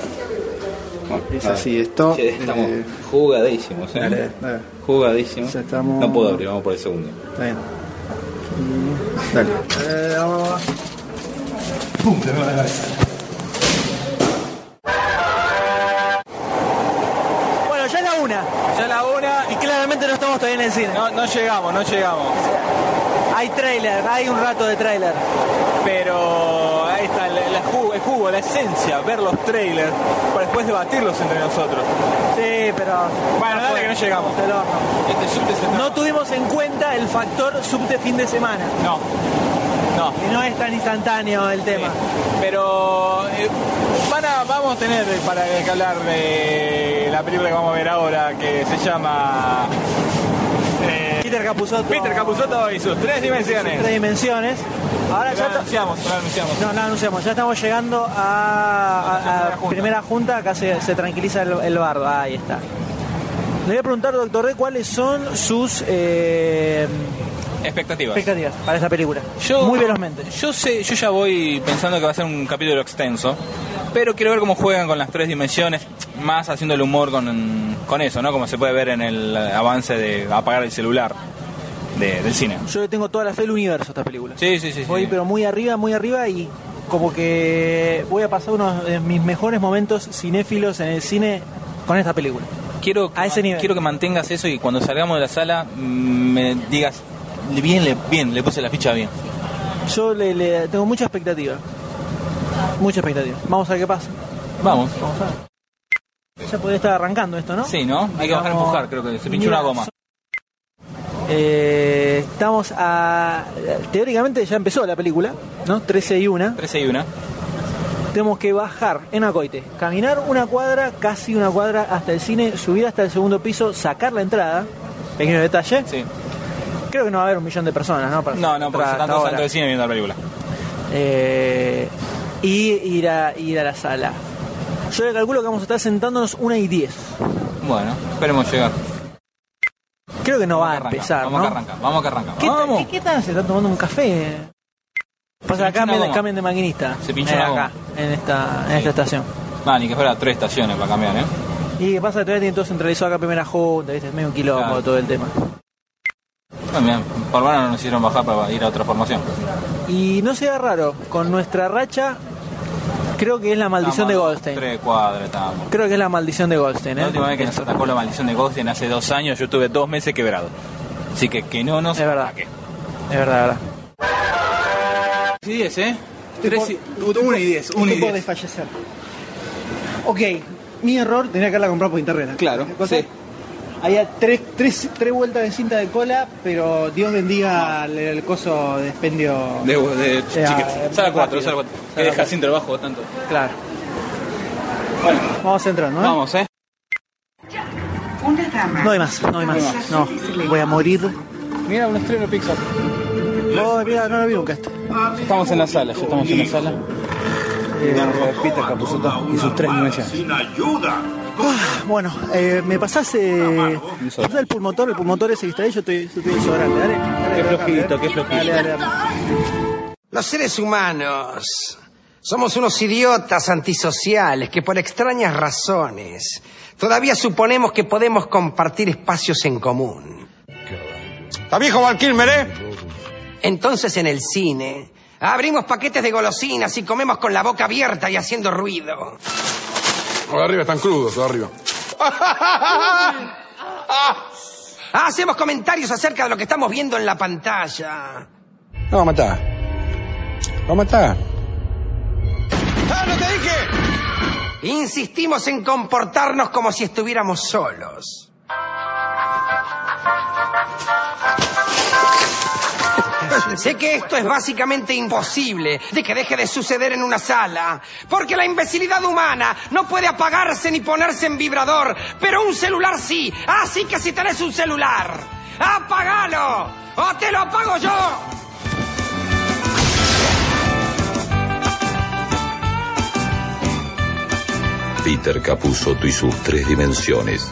Speaker 12: Bueno,
Speaker 11: Es
Speaker 12: nada.
Speaker 11: así, esto.
Speaker 12: Che, estamos
Speaker 11: eh,
Speaker 12: jugadísimos, ¿eh?
Speaker 11: dale, dale.
Speaker 12: Jugadísimos.
Speaker 11: Ya estamos-
Speaker 12: No puedo abrir, vamos por el segundo.
Speaker 11: Está bien. Y- Dale. Eh, vamos, vamos. Pum, te va a dar.
Speaker 4: Bueno, ya es la una.
Speaker 1: Ya la una
Speaker 4: Y claramente no estamos todavía en el cine.
Speaker 1: No, no llegamos, no llegamos.
Speaker 4: Hay trailer, hay un rato de trailer.
Speaker 1: Pero ahí está la, la jugo, el jugo, la esencia, ver los trailers para después debatirlos entre nosotros.
Speaker 4: Sí, pero.
Speaker 1: Bueno, dale que no llegamos.
Speaker 4: Del horno.
Speaker 1: Este subte se
Speaker 4: No tuvimos en cuenta el factor subte fin de semana.
Speaker 1: No, no.
Speaker 4: Y no es tan instantáneo el tema.
Speaker 1: Pero eh, van a- vamos a tener para que hablar de la película que vamos a ver ahora que se llama eh,
Speaker 4: Peter Capuzotto.
Speaker 1: Peter Capuzotto y sus tres
Speaker 4: Tres
Speaker 1: dimensiones.
Speaker 4: dimensiones. Ahora
Speaker 1: Ya
Speaker 4: ya.
Speaker 1: lo
Speaker 4: to-
Speaker 1: anunciamos, ya lo anunciamos.
Speaker 4: No, no anunciamos, ya estamos llegando a, a- a
Speaker 1: Primera junta.
Speaker 4: primera junta, acá se, se tranquiliza el, el bardo, ahí está. Le voy a preguntar, doctor D, cuáles son sus eh,
Speaker 1: Expectativas.
Speaker 4: expectativas para esta película.
Speaker 1: Yo-
Speaker 4: Muy velozmente.
Speaker 1: Yo sé, yo ya voy pensando que va a ser un capítulo extenso, pero quiero ver cómo juegan con las tres dimensiones, más haciendo el humor con, con eso, ¿no? Como se puede ver en el avance de apagar el celular de- del cine.
Speaker 4: Yo le tengo toda la fe del universo a esta película.
Speaker 1: Sí, sí, sí. sí.
Speaker 4: Voy pero muy arriba, muy arriba y como que voy a pasar uno de mis mejores momentos cinéfilos en el cine con esta película.
Speaker 1: quiero que
Speaker 4: a ese nivel.
Speaker 1: quiero que mantengas eso y cuando salgamos de la sala mm, me digas bien le bien le puse la ficha bien
Speaker 4: Yo le, le- tengo mucha expectativa. Mucha expectativa. Vamos a ver qué pasa.
Speaker 1: vamos
Speaker 4: Vamos a ver. Ya podría estar arrancando esto, ¿no?
Speaker 1: sí no hay que bajar a
Speaker 4: Vamos.
Speaker 1: empujar creo que se pinchó
Speaker 4: Mira,
Speaker 1: una goma
Speaker 4: Eh, estamos a. Teóricamente ya empezó la película, ¿no? 13 y 1.
Speaker 1: 13 y una
Speaker 4: Tenemos que bajar en Acoite, caminar una cuadra, casi una cuadra hasta el cine, subir hasta el segundo piso, sacar la entrada. Pequeño detalle.
Speaker 1: sí
Speaker 4: Creo que no va a haber un millón de personas, ¿no? Para
Speaker 1: no no
Speaker 4: entrar
Speaker 1: porque se
Speaker 4: hasta
Speaker 1: están todos
Speaker 4: ahora.
Speaker 1: dentro del cine viendo la película
Speaker 4: Eh, y ir a, ir a la sala. Yo le calculo que vamos a estar sentándonos una y 10.
Speaker 1: bueno esperemos llegar
Speaker 4: Creo que no va a
Speaker 1: Arranca,
Speaker 4: empezar,
Speaker 1: vamos
Speaker 4: ¿no?
Speaker 1: que arrancamos vamos que arrancamos
Speaker 4: ¿Qué, ta-
Speaker 1: vamos
Speaker 4: ¿qué, qué tal? ¿Se está tomando un café?
Speaker 1: Se
Speaker 4: Pasa, acá
Speaker 1: pinchó una
Speaker 4: cambian,
Speaker 1: goma.
Speaker 4: cambian de maquinista.
Speaker 1: Se pinchó
Speaker 4: Eh,
Speaker 1: una
Speaker 4: acá, en esta, en esta estación.
Speaker 1: Ah, ni que fuera tres estaciones para cambiar eh
Speaker 4: Y qué pasa, todavía tienen todo centralizado acá en primera junta, ¿viste? Es medio un quilombo
Speaker 1: Claro.
Speaker 4: todo el tema.
Speaker 1: Ah, mirá, por bueno no nos hicieron bajar para ir a otra formación
Speaker 4: Y no sea raro, con nuestra racha, creo que es la maldición
Speaker 1: Estamos
Speaker 4: de
Speaker 1: a
Speaker 4: Goldstein.
Speaker 1: tres cuadras estábamos
Speaker 4: Creo que es la maldición de Goldstein, ¿eh?
Speaker 1: La última vez que nos atacó la maldición de Goldstein hace dos años, yo tuve dos meses quebrado. Así que que no nos
Speaker 4: Es verdad.
Speaker 1: ataque.
Speaker 4: Es verdad, verdad.
Speaker 1: Sí, 10, ¿eh?
Speaker 11: Tres y-
Speaker 1: 1 y 10,
Speaker 11: Estoy por desfallecer. Ok, mi error tenía que haberla comprado por internet. ¿eh?
Speaker 1: Claro,
Speaker 11: Cosa-
Speaker 1: sí.
Speaker 11: Había tres, tres, tres vueltas de cinta de cola, pero Dios bendiga al- el, coso de expendio.
Speaker 1: De, de
Speaker 11: Eh,
Speaker 1: chiquita.
Speaker 11: ah,
Speaker 1: Sala
Speaker 11: rápido.
Speaker 1: 4, sala 4. Que
Speaker 11: Sala
Speaker 1: deja
Speaker 11: cuatro.
Speaker 1: sin trabajo tanto.
Speaker 4: Claro.
Speaker 1: Bueno,
Speaker 4: Vamos a entrar, ¿no?
Speaker 1: vamos, ¿eh?
Speaker 4: No hay más, no hay más. No, voy a morir.
Speaker 1: Mira, un estreno Pixar.
Speaker 11: Oh, mira, no lo vi nunca este.
Speaker 1: Estamos en la sala, ya estamos en la sala.
Speaker 12: Peter Capuzotto y sus tres dimensiones.
Speaker 13: Sin ayuda.
Speaker 11: Ah, bueno, eh, me pasás eh, pasás el pulmotor, el pulmotor ese que está ahí, yo estoy, yo estoy desodorante, dale. dale,
Speaker 12: Qué
Speaker 11: dale,
Speaker 12: flojito,
Speaker 11: dale.
Speaker 12: qué flojito.
Speaker 11: Dale, dale, dale.
Speaker 14: Los seres humanos somos unos idiotas antisociales que por extrañas razones todavía suponemos que podemos compartir espacios en común. ¿Está viejo Val Kilmer, eh? Entonces en el cine abrimos paquetes de golosinas y comemos con la boca abierta y haciendo ruido.
Speaker 13: arriba están crudos, arriba.
Speaker 14: Ah, Hacemos comentarios acerca de lo que estamos viendo en la pantalla.
Speaker 12: No, va a matar. Va a matar.
Speaker 14: ¡Ah, Insistimos en comportarnos como si estuviéramos solos. Sé que esto es básicamente imposible de que deje de suceder en una sala, porque la imbecilidad humana no puede apagarse ni ponerse en vibrador, pero un celular sí, así que si tenés un celular, apagalo o te lo apago yo.
Speaker 15: Peter Capusotto y sus tres dimensiones.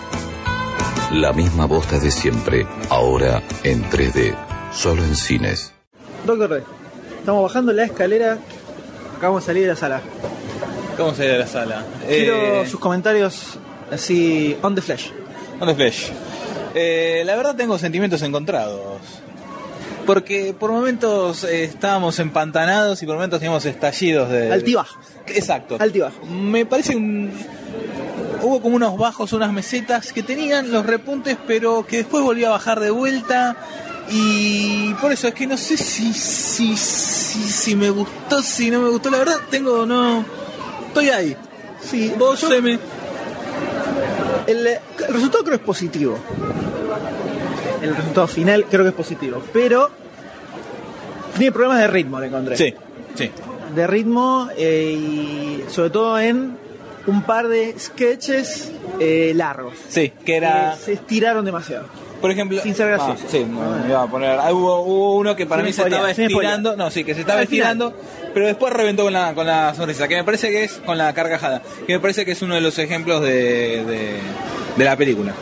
Speaker 15: La misma bosta de siempre, ahora en 3D, solo en cines.
Speaker 4: Doctor Red, estamos bajando la escalera. Acabamos de salir de la sala.
Speaker 1: ¿Cómo se ve la sala?
Speaker 4: Quiero
Speaker 1: Eh,
Speaker 4: sus comentarios así, on the flash.
Speaker 1: ¿Dónde es Flash? Eh, la verdad tengo sentimientos encontrados. Porque por momentos eh, estábamos empantanados y por momentos teníamos estallidos de...
Speaker 4: Altibajo.
Speaker 1: Exacto.
Speaker 4: Altibajo.
Speaker 1: Me parece un... Hubo como unos bajos, unas mesetas que tenían los repuntes, pero que después volvió a bajar de vuelta. Y por eso es que no sé si, si, si, si me gustó, si no me gustó. La verdad tengo, no... Estoy ahí.
Speaker 4: Sí,
Speaker 1: Vos, Seme.
Speaker 4: eh, El eh, el resultado creo es positivo. El resultado final creo que es positivo. Pero tiene problemas de ritmo, le encontré.
Speaker 1: Sí, sí.
Speaker 4: De ritmo eh, y sobre todo en un par de sketches eh, largos.
Speaker 1: Sí, que era...
Speaker 4: Eh, se estiraron demasiado.
Speaker 1: Por ejemplo,
Speaker 4: Sin ser gracioso.
Speaker 1: Ah, sí, no, me iba a poner. ah, hubo, hubo uno que para
Speaker 4: Sin
Speaker 1: mí se
Speaker 4: spoilear,
Speaker 1: estaba
Speaker 4: sin
Speaker 1: estirando. No, sí, que se estaba
Speaker 4: Al final.
Speaker 1: estirando, pero después reventó con la, con la sonrisa. Que me parece que es con la carcajada. Que me parece que es uno de los ejemplos de, de, de la película.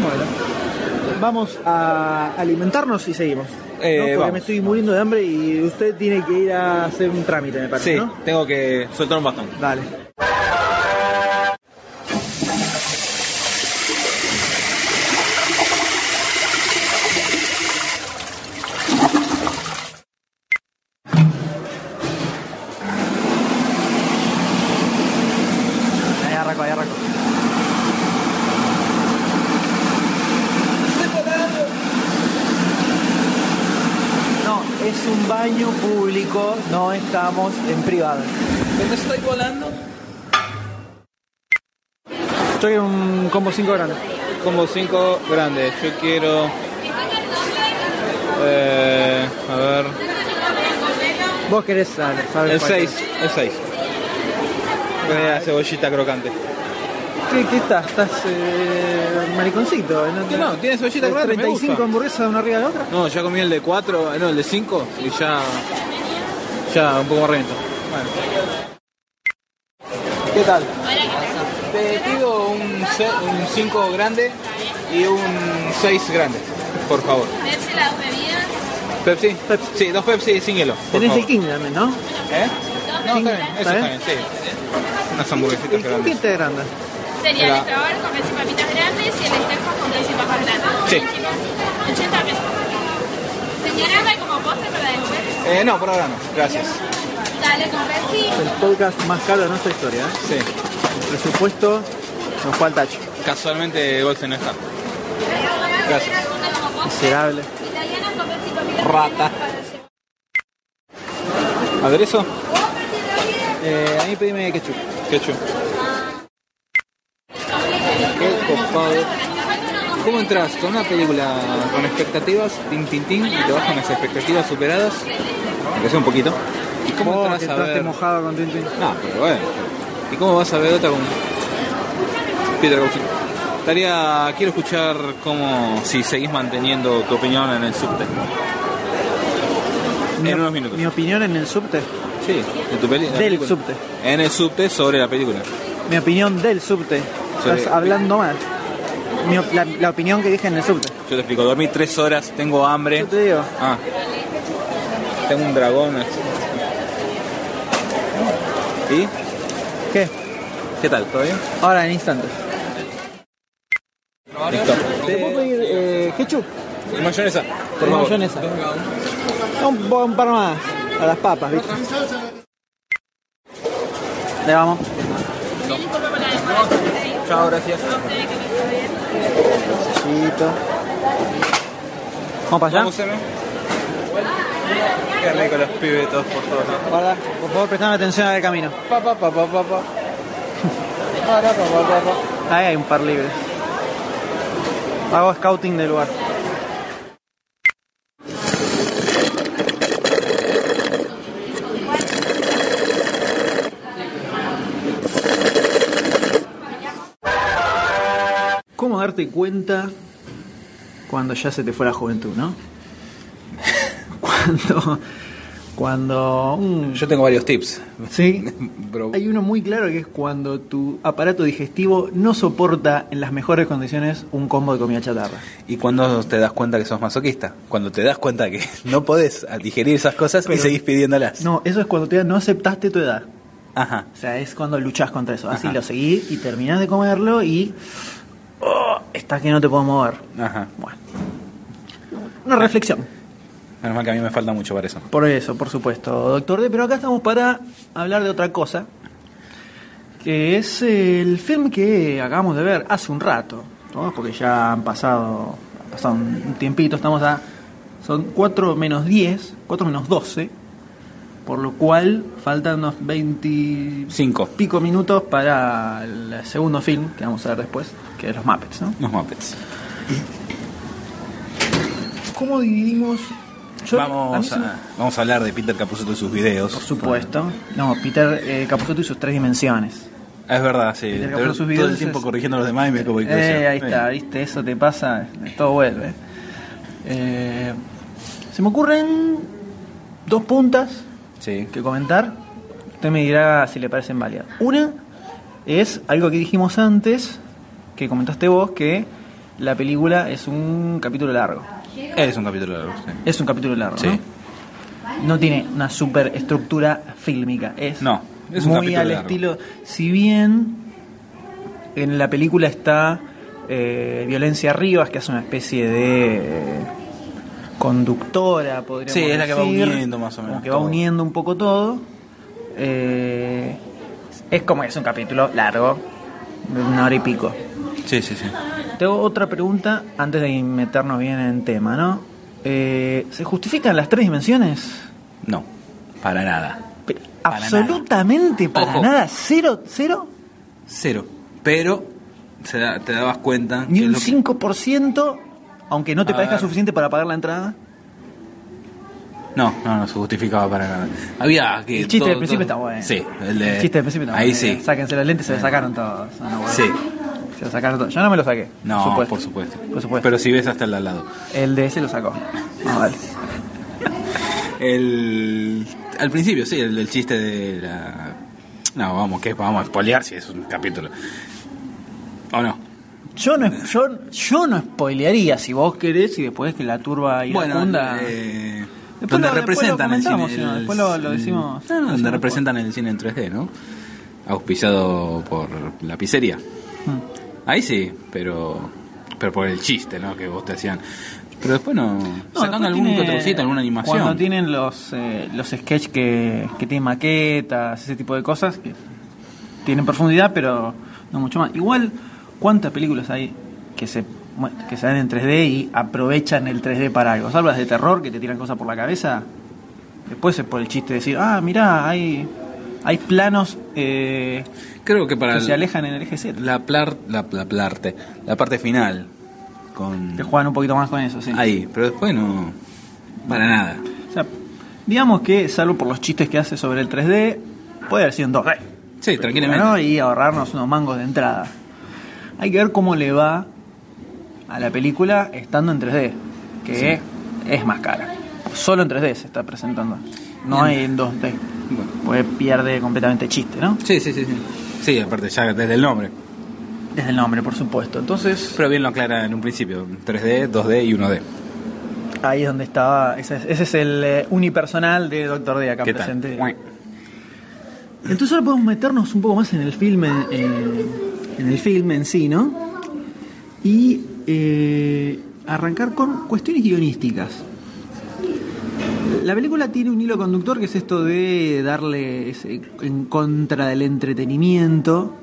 Speaker 4: Bueno, vamos a alimentarnos y seguimos.
Speaker 1: Eh,
Speaker 4: ¿no? Porque
Speaker 1: vamos.
Speaker 4: me estoy muriendo de hambre y usted tiene que ir a hacer un trámite, me parece.
Speaker 1: Sí,
Speaker 4: ¿no?
Speaker 1: tengo que soltar un bastón.
Speaker 4: Dale. Ahí arranco, ahí arranco. No, es un baño público, no estamos en privado.
Speaker 1: ¿Dónde estoy volando?
Speaker 4: Yo quiero un combo 5 grande.
Speaker 1: Combo 5 grande. Yo quiero. eh, a ver.
Speaker 4: Vos querés saber. saber
Speaker 1: El
Speaker 4: cuál
Speaker 1: 6.
Speaker 4: es.
Speaker 1: El 6. La cebollita crocante.
Speaker 4: ¿Qué, qué estás? ¿Estás eh, mariconcito? ¿No,
Speaker 1: No, tiene cebollita
Speaker 4: ¿De
Speaker 1: grande, me
Speaker 4: 35
Speaker 1: gusta.
Speaker 4: hamburguesas una arriba de la otra?
Speaker 1: No, ya comí el de 4, no, el de 5 y ya. Ya un poco más reviento. ¿Qué tal? Te pido un 5 grande y un 6 grande, por favor.
Speaker 16: Pepsi, las dos bebidas.
Speaker 1: ¿Pepsi? Sí, dos Pepsi sin hielo. por
Speaker 4: Tenés
Speaker 1: favor.
Speaker 4: el King también, ¿no?
Speaker 1: ¿Eh? No, está bien,
Speaker 4: ¿Está
Speaker 1: eso está
Speaker 4: bien?
Speaker 1: bien, sí. Unas hamburguesitas
Speaker 4: ¿El King
Speaker 1: grandes.
Speaker 4: está grande?
Speaker 16: Cereal
Speaker 1: Era-
Speaker 16: extra bar con Pepsi papitas grandes y el Sterco con Pepsi papas grandes.
Speaker 1: Sí.
Speaker 16: 80 pesos. Señora, ¿hay como postre para después?
Speaker 1: Eh, no, por ahora no, gracias.
Speaker 16: Dale con Pepsi.
Speaker 4: El podcast más caro de nuestra historia. ¿eh?
Speaker 1: Sí,
Speaker 4: El presupuesto nos fue al tacho.
Speaker 1: casualmente Golsen no está. Gracias.
Speaker 4: Miserable.
Speaker 16: Italianas con Pepsi papitas
Speaker 1: Rata. ¿Aderezo?
Speaker 4: Eh, a mí pedime ketchup.
Speaker 1: Ketchup. Qué copado. ¿Cómo entras con una película con expectativas, tin tin tin, y te bajan las expectativas superadas? Aunque sea un poquito. ¿Y cómo
Speaker 4: Vos que
Speaker 1: entras a
Speaker 4: entraste
Speaker 1: ver?
Speaker 4: mojado con Tintín.
Speaker 1: No, pero bueno. ¿Y cómo vas a ver otra con Peter Gaussin? Estaría. Quiero escuchar cómo. si seguís manteniendo tu opinión en el subte.
Speaker 4: Mi-
Speaker 1: En unos minutos.
Speaker 4: Mi opinión en el subte.
Speaker 1: Sí, en tu peli. en la
Speaker 4: Del
Speaker 1: película.
Speaker 4: subte.
Speaker 1: En el subte sobre la película.
Speaker 4: Mi opinión del subte.
Speaker 1: Sobre-
Speaker 4: Estás hablando mal. Mi op- la, la opinión que dije en el subte.
Speaker 1: Yo te explico, dormí tres horas, tengo hambre.
Speaker 4: Yo te digo.
Speaker 1: Ah. Tengo un dragón. ¿Y?
Speaker 4: ¿Qué?
Speaker 1: ¿Qué tal? ¿Todo bien?
Speaker 4: Ahora en instantes.
Speaker 1: Listo.
Speaker 4: ¿Te puedo pedir eh, ketchup?
Speaker 1: Y mayonesa, por
Speaker 4: Y
Speaker 1: favor.
Speaker 4: mayonesa. Un, po- un par más. A las papas, ¿viste? Le vamos.
Speaker 1: Chao, gracias.
Speaker 4: Sillito. Vamos para allá.
Speaker 1: Vamos, Eme. Qué rico los pibes todos por todos lados.
Speaker 4: Guarda, por favor, prestame atención al camino.
Speaker 1: Pa, pa, pa, pa, pa, pa.
Speaker 4: Ahí hay un par libre. Hago scouting del lugar. ¿Cómo darte cuenta cuando ya se te fue la juventud, no? cuando. Cuando.
Speaker 1: Yo tengo varios tips.
Speaker 4: Sí.
Speaker 1: Pero-
Speaker 4: Hay uno muy claro que es cuando tu aparato digestivo no soporta en las mejores condiciones un combo de comida chatarra.
Speaker 1: y cuando te das cuenta que sos masoquista, cuando te das cuenta que no podés digerir esas cosas y
Speaker 4: Pero-
Speaker 1: seguís pidiéndolas.
Speaker 4: No, eso es cuando todavía no aceptaste tu edad.
Speaker 1: Ajá.
Speaker 4: O sea, es cuando luchás contra eso. Así
Speaker 1: Ajá.
Speaker 4: lo seguí y terminás de comerlo y. oh, estás que no te puedo mover.
Speaker 1: Ajá.
Speaker 4: Bueno. Una reflexión.
Speaker 1: Menos mal que a mí me falta mucho para eso.
Speaker 4: Por eso, por supuesto, doctor D. Pero acá estamos para hablar de otra cosa. Que es el film que acabamos de ver hace un rato. ¿no? Porque ya han pasado, ha pasado un tiempito. Estamos a. Son 4 menos 10, 4 menos 12. Por lo cual faltan unos 20
Speaker 1: Cinco.
Speaker 4: pico minutos para el segundo film que vamos a ver después, que es Los Muppets. ¿no?
Speaker 1: Los Muppets.
Speaker 4: ¿Cómo dividimos? Yo- a mí
Speaker 1: vamos,
Speaker 4: se
Speaker 1: a,
Speaker 4: me-
Speaker 1: vamos a hablar de Peter Capusotto y sus videos. Por
Speaker 4: supuesto. No, Peter eh, Capusotto y sus tres dimensiones.
Speaker 1: Es verdad, sí.
Speaker 4: Peter
Speaker 1: Todo,
Speaker 4: Capusotto y sus
Speaker 1: todo
Speaker 4: videos
Speaker 1: el tiempo
Speaker 4: es-
Speaker 1: corrigiendo a los demás y me como que
Speaker 4: Eh,
Speaker 1: crece.
Speaker 4: ahí está, viste, eso te pasa, todo vuelve. Eh, se me ocurren dos puntas
Speaker 1: Sí.
Speaker 4: que comentar. Usted me dirá si le parecen válidas. Una es algo que dijimos antes, que comentaste vos, que la película es un capítulo largo.
Speaker 1: Es un capítulo largo. sí.
Speaker 4: Es un capítulo largo,
Speaker 1: Sí.
Speaker 4: ¿no? No tiene una super estructura fílmica. Es
Speaker 1: No, es un
Speaker 4: muy
Speaker 1: capítulo
Speaker 4: al
Speaker 1: largo.
Speaker 4: estilo. Si bien en la película está eh, Violencia Rivas, que es una especie de eh, conductora, podríamos
Speaker 1: Sí, es la que va
Speaker 4: decir,
Speaker 1: uniendo más o menos
Speaker 4: como que va
Speaker 1: todo.
Speaker 4: uniendo un poco todo. eh, es como que es un capítulo largo, de una hora y pico.
Speaker 1: Sí, sí, sí.
Speaker 4: Tengo otra pregunta antes de meternos bien en tema, ¿no? Eh, ¿Se justifican las tres dimensiones?
Speaker 1: No, para nada. Para
Speaker 4: Absolutamente para
Speaker 1: Ojo.
Speaker 4: nada. Cero, cero,
Speaker 1: Cero. Pero se da- te dabas cuenta.
Speaker 4: ni
Speaker 1: que
Speaker 4: un
Speaker 1: lo que- Ah,
Speaker 4: 5%, aunque no te
Speaker 1: A
Speaker 4: parezca
Speaker 1: ver.
Speaker 4: suficiente para pagar la entrada.
Speaker 1: No, no, no se justificaba para nada. Había que.
Speaker 4: El chiste
Speaker 1: Eh, todo-
Speaker 4: del principio está
Speaker 1: todo-
Speaker 4: bueno.
Speaker 1: Sí, el, de-
Speaker 4: El chiste del principio está
Speaker 1: Ahí
Speaker 4: bueno.
Speaker 1: sí.
Speaker 4: Sáquense los lentes, se los sacaron todos. Ah, no, bueno.
Speaker 1: Sí.
Speaker 4: Se los sacaron todos. Yo no me los saqué.
Speaker 1: No,
Speaker 4: por supuesto.
Speaker 1: por supuesto.
Speaker 4: Por supuesto.
Speaker 1: Pero si ves hasta el de al lado.
Speaker 4: El de ese lo sacó. Ah, vale.
Speaker 1: El, al principio, sí, el, el chiste de la. No, vamos, que vamos a espolear si es un capítulo. ¿O no?
Speaker 4: Yo no, yo, yo no spoilearía si vos querés y después que la turba y
Speaker 1: Bueno,
Speaker 4: funda.
Speaker 1: eh,
Speaker 4: Después
Speaker 1: donde
Speaker 4: lo- después
Speaker 1: representan
Speaker 4: lo
Speaker 1: el cine.
Speaker 4: comentamos, si no,
Speaker 1: el-
Speaker 4: después lo- lo decimos-
Speaker 1: No, no,
Speaker 4: lo
Speaker 1: donde
Speaker 4: decimos
Speaker 1: representan el cine en 3D, ¿no? Auspiciado por la pizzería.
Speaker 4: Hmm.
Speaker 1: Ahí sí, pero pero por el chiste, ¿no? Que vos te hacían. Pero después no.
Speaker 4: No, después
Speaker 1: sacando algún
Speaker 4: tiene-
Speaker 1: trucito,
Speaker 4: Cuando
Speaker 1: alguna animación.
Speaker 4: tienen los, eh, los sketches que, que tienen maquetas, ese tipo de cosas, que tienen profundidad, pero no mucho más. Igual, ¿cuántas películas hay que se mu- que se dan en 3D y aprovechan el 3D para algo? Salvo las de terror que te tiran cosas por la cabeza. Después es por el chiste de decir, ah, mirá, hay, hay planos eh,
Speaker 1: Creo que para
Speaker 4: que se
Speaker 1: el-
Speaker 4: alejan en el eje Z.
Speaker 1: la, plar- la, la plarte, la parte final. Con...
Speaker 4: Que juegan un poquito más con eso, sí.
Speaker 1: Ahí, pero después no. Para nada.
Speaker 4: O sea, digamos que, salvo por los chistes que hace sobre el 3D, puede haber sido en 2D.
Speaker 1: Sí, tranquilamente.
Speaker 4: ¿no? Y ahorrarnos unos mangos de entrada. Hay que ver cómo le va a la película estando en 3D, que es más cara. Solo en 3D se está presentando. No
Speaker 1: Bien.
Speaker 4: hay en 2D. Pues pierde completamente chiste, ¿no?
Speaker 1: Sí, sí, sí, sí. Sí, aparte ya desde el nombre.
Speaker 4: Desde el nombre, por supuesto. Entonces.
Speaker 1: Pero bien lo aclara en un principio: 3D, 2D y 1D.
Speaker 4: Ahí es donde estaba. Ese es, ese es el eh, unipersonal de Doctor D acá
Speaker 1: ¿Qué tal?
Speaker 4: presente. Entonces ahora podemos meternos un poco más en el filme, en, en el filme en sí, ¿no? Y eh, arrancar con cuestiones guionísticas. La película tiene un hilo conductor que es esto de darle ese- en contra del entretenimiento,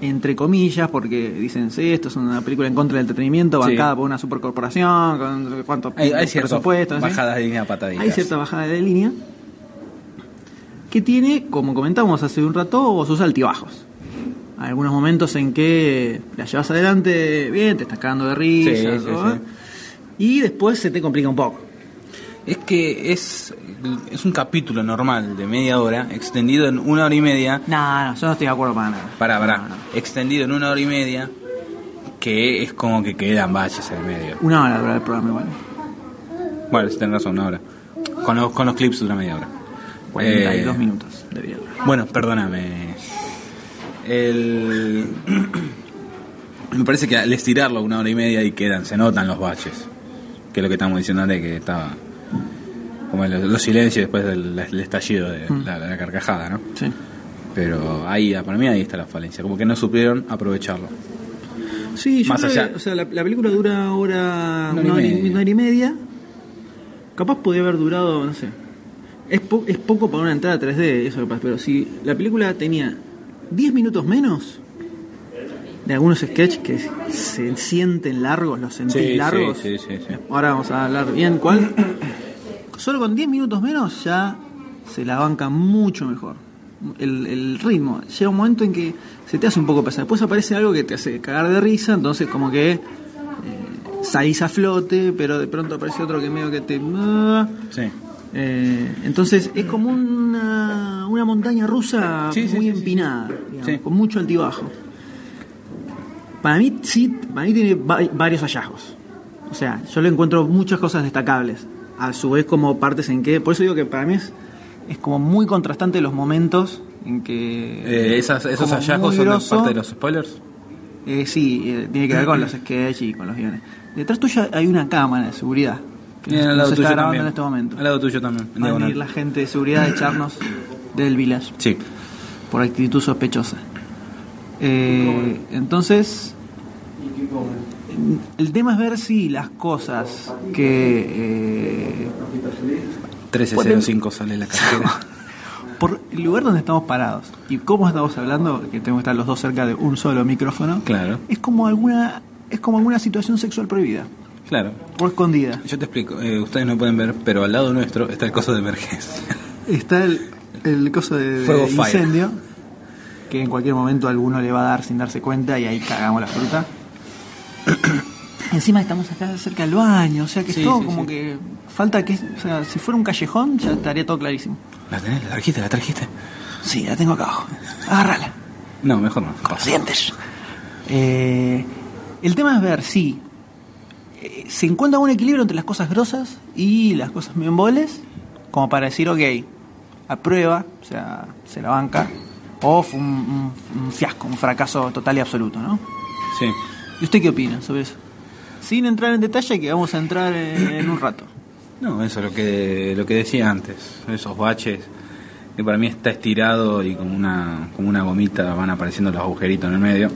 Speaker 4: entre comillas, porque dicen, sí, esto es una película en contra del entretenimiento,
Speaker 1: Sí.
Speaker 4: bancada por una supercorporación, con cuánto
Speaker 1: Hay, hay ciertas
Speaker 4: presupuesto, no sé.
Speaker 1: bajadas de línea pataditas.
Speaker 4: Hay cierta bajada de línea que tiene, como comentamos hace un rato, sus altibajos. algunos momentos en que la llevas adelante bien, te estás cagando de risa.
Speaker 1: Sí, sí,
Speaker 4: ¿no?
Speaker 1: sí.
Speaker 4: Y después se te complica un poco.
Speaker 1: Es que es, es un capítulo normal de media hora, extendido en una hora y media.
Speaker 4: No, no, yo no estoy de acuerdo para nada.
Speaker 1: Pará, pará. Extendido en una hora y media, que es como que quedan valles en medio.
Speaker 4: Una hora dura el programa igual.
Speaker 1: Bueno, si tenés razón, una hora. Con los, con los clips dura media hora.
Speaker 4: 42
Speaker 1: Eh,
Speaker 4: minutos debería durar.
Speaker 1: Bueno, perdóname. El... Me parece que al estirarlo una hora y media y quedan, se notan los baches. Que es lo que estamos diciendo antes, que estaba. Como los, los silencios después del el estallido de
Speaker 4: Mm.
Speaker 1: la, la carcajada, ¿no?
Speaker 4: Sí.
Speaker 1: Pero ahí, para mí, ahí está la falencia. Como que no supieron aprovecharlo.
Speaker 4: Sí, yo
Speaker 1: Más
Speaker 4: creo
Speaker 1: allá.
Speaker 4: que, o sea, la, la película dura hora,
Speaker 1: Una
Speaker 4: una,
Speaker 1: hora
Speaker 4: hora
Speaker 1: y
Speaker 4: y
Speaker 1: media.
Speaker 4: una hora y media. Capaz podría haber durado, no sé. Es, po- es poco para una entrada 3D, eso capaz, pero si la película tenía 10 minutos menos de algunos sketches que se sienten largos, los sentís largos.
Speaker 1: sí, sí, sí.
Speaker 4: Ahora vamos a hablar bien cuál. Solo con 10 minutos menos ya se la banca mucho mejor. El, el ritmo. Llega un momento en que se te hace un poco pesado. Después aparece algo que te hace cagar de risa, entonces como que eh, salís a flote, pero de pronto aparece otro que medio que te...
Speaker 1: Sí.
Speaker 4: Eh, entonces es como una, una montaña rusa
Speaker 1: Sí, sí,
Speaker 4: muy
Speaker 1: sí, sí.
Speaker 4: empinada, digamos,
Speaker 1: Sí.
Speaker 4: con mucho altibajo. Para mí sí, para mí tiene va- varios hallazgos. O sea, yo le encuentro muchas cosas destacables. A su vez como partes en que... Por eso digo que para mí es, es como muy contrastante los momentos en que...
Speaker 1: Eh, esas- ¿Esos
Speaker 4: como
Speaker 1: hallazgos
Speaker 4: muy
Speaker 1: son
Speaker 4: grosso.
Speaker 1: parte de los spoilers?
Speaker 4: Eh, sí, eh, tiene que ver con los sketches y con los guiones. Detrás tuya hay una cámara de seguridad. Que
Speaker 1: Y
Speaker 4: nos-
Speaker 1: al
Speaker 4: nos
Speaker 1: lado
Speaker 4: está
Speaker 1: tuyo
Speaker 4: grabando
Speaker 1: también.
Speaker 4: en este momento.
Speaker 1: Al lado tuyo también. en
Speaker 4: Va a
Speaker 1: diagonal.
Speaker 4: venir la gente de seguridad a echarnos del village.
Speaker 1: Sí.
Speaker 4: Por actitud sospechosa. Eh, entonces, el tema es ver si las cosas que... eh,
Speaker 1: 1305 sale la cartera.
Speaker 4: por el lugar donde estamos parados y cómo estamos hablando, que tengo que estar los dos cerca de un solo micrófono,
Speaker 1: claro,
Speaker 4: es como alguna, es como alguna situación sexual prohibida
Speaker 1: claro.
Speaker 4: o escondida.
Speaker 1: Yo te explico, eh, ustedes no pueden ver, pero al lado nuestro está el coso de emergencia.
Speaker 4: Está el, el coso de, de
Speaker 1: Fuego fire.
Speaker 4: incendio, que en cualquier momento alguno le va a dar sin darse cuenta y ahí cagamos la fruta. Encima estamos acá cerca del baño, o sea que
Speaker 1: Sí,
Speaker 4: es todo
Speaker 1: sí,
Speaker 4: como
Speaker 1: sí.
Speaker 4: que falta que, o sea, si fuera un callejón ya estaría todo clarísimo.
Speaker 1: ¿La tenés? ¿La trajiste? ¿La trajiste?
Speaker 4: Sí, la tengo acá abajo. Agárrala,
Speaker 1: No, mejor no.
Speaker 4: con los dientes. Eh, el tema es ver si eh, se encuentra un equilibrio entre las cosas grosas y las cosas memboles, como para decir, ok, aprueba, o sea, se la banca, o fue un, un- un fiasco, un fracaso total y absoluto, ¿no?
Speaker 1: Sí.
Speaker 4: ¿Y usted qué opina sobre eso? Sin entrar en detalle, que vamos a entrar en, en un rato.
Speaker 1: No, eso es lo que, lo que decía antes, esos baches que para mí está estirado y como una, como una gomita van apareciendo los agujeritos en el medio.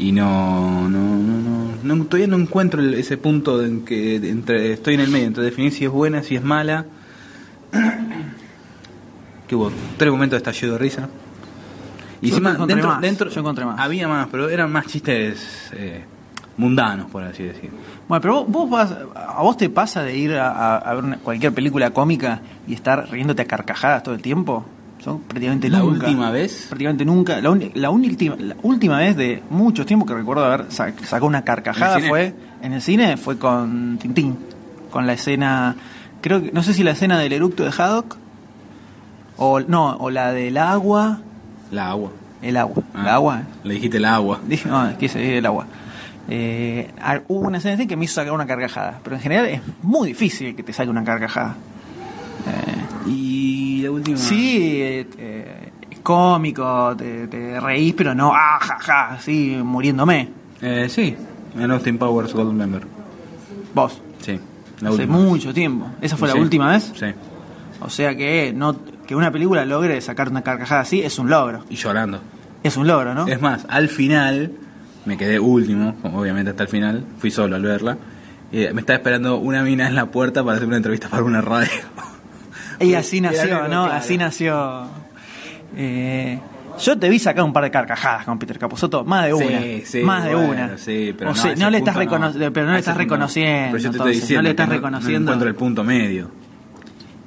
Speaker 1: Y no, no, no, no, no- todavía no encuentro el- ese punto en que entre, estoy en el medio, entre definir si es buena, si es mala. que hubo tres momentos de estallido de risa. Y
Speaker 4: Yo
Speaker 1: encima,
Speaker 4: encontré
Speaker 1: dentro,
Speaker 4: más,
Speaker 1: dentro
Speaker 4: yo encontré más.
Speaker 1: había más, pero eran más chistes eh, mundanos, por así decir.
Speaker 4: Bueno, pero vos, vos vas- a vos te pasa de ir a, a- a ver una- cualquier película cómica y estar riéndote a carcajadas todo el tiempo. Son prácticamente
Speaker 1: La
Speaker 4: nunca-
Speaker 1: última vez
Speaker 4: Prácticamente nunca. La, uni- la última, la última vez de muchos tiempos que recuerdo haber sa- sacado una carcajada
Speaker 1: ¿En el
Speaker 4: fue
Speaker 1: cine?
Speaker 4: en el cine, fue con Tintín. Con la escena. Creo que. No sé si la escena del eructo de Haddock. O, no, o la del agua.
Speaker 1: La agua.
Speaker 4: El agua.
Speaker 1: Ah,
Speaker 4: La agua.
Speaker 1: Le dijiste el agua.
Speaker 4: Dije, no, quise decir el agua. Eh, ah, hubo una escena así que me hizo sacar una carcajada. Pero en general es muy difícil que te saque una carcajada.
Speaker 1: Y la última.
Speaker 4: Sí, eh, eh, es cómico, te, te reís, pero no, ah, ja, ja, así, muriéndome.
Speaker 1: Eh, sí, en Austin Powers Gold Member.
Speaker 4: Vos,
Speaker 1: Sí. La
Speaker 4: hace
Speaker 1: última.
Speaker 4: mucho tiempo. ¿Esa fue
Speaker 1: Sí.
Speaker 4: la última vez?
Speaker 1: Sí.
Speaker 4: O sea que no que una película logre sacar una carcajada así es un logro.
Speaker 1: Y llorando.
Speaker 4: Es un logro, ¿no?
Speaker 1: Es más, al final, me quedé último, como obviamente hasta el final, fui solo al verla. Eh, me estaba esperando una mina en la puerta para hacer una entrevista para una radio.
Speaker 4: Y así
Speaker 1: Era
Speaker 4: nació,
Speaker 1: algo
Speaker 4: ¿no?
Speaker 1: claro.
Speaker 4: Así nació. Eh, yo te vi sacar un par de carcajadas con Peter Capusotto, más de
Speaker 1: Sí,
Speaker 4: una.
Speaker 1: sí,
Speaker 4: más de
Speaker 1: bueno,
Speaker 4: una.
Speaker 1: sí, pero
Speaker 4: o
Speaker 1: no,
Speaker 4: sea,
Speaker 1: a ese
Speaker 4: no, le estás
Speaker 1: punto no.
Speaker 4: recono- pero no le
Speaker 1: A ese
Speaker 4: estás
Speaker 1: punto no.
Speaker 4: reconociendo.
Speaker 1: Pero yo te estoy
Speaker 4: entonces,
Speaker 1: diciendo
Speaker 4: no le
Speaker 1: que
Speaker 4: estás
Speaker 1: no- no
Speaker 4: reconociendo.
Speaker 1: encuentro el punto medio.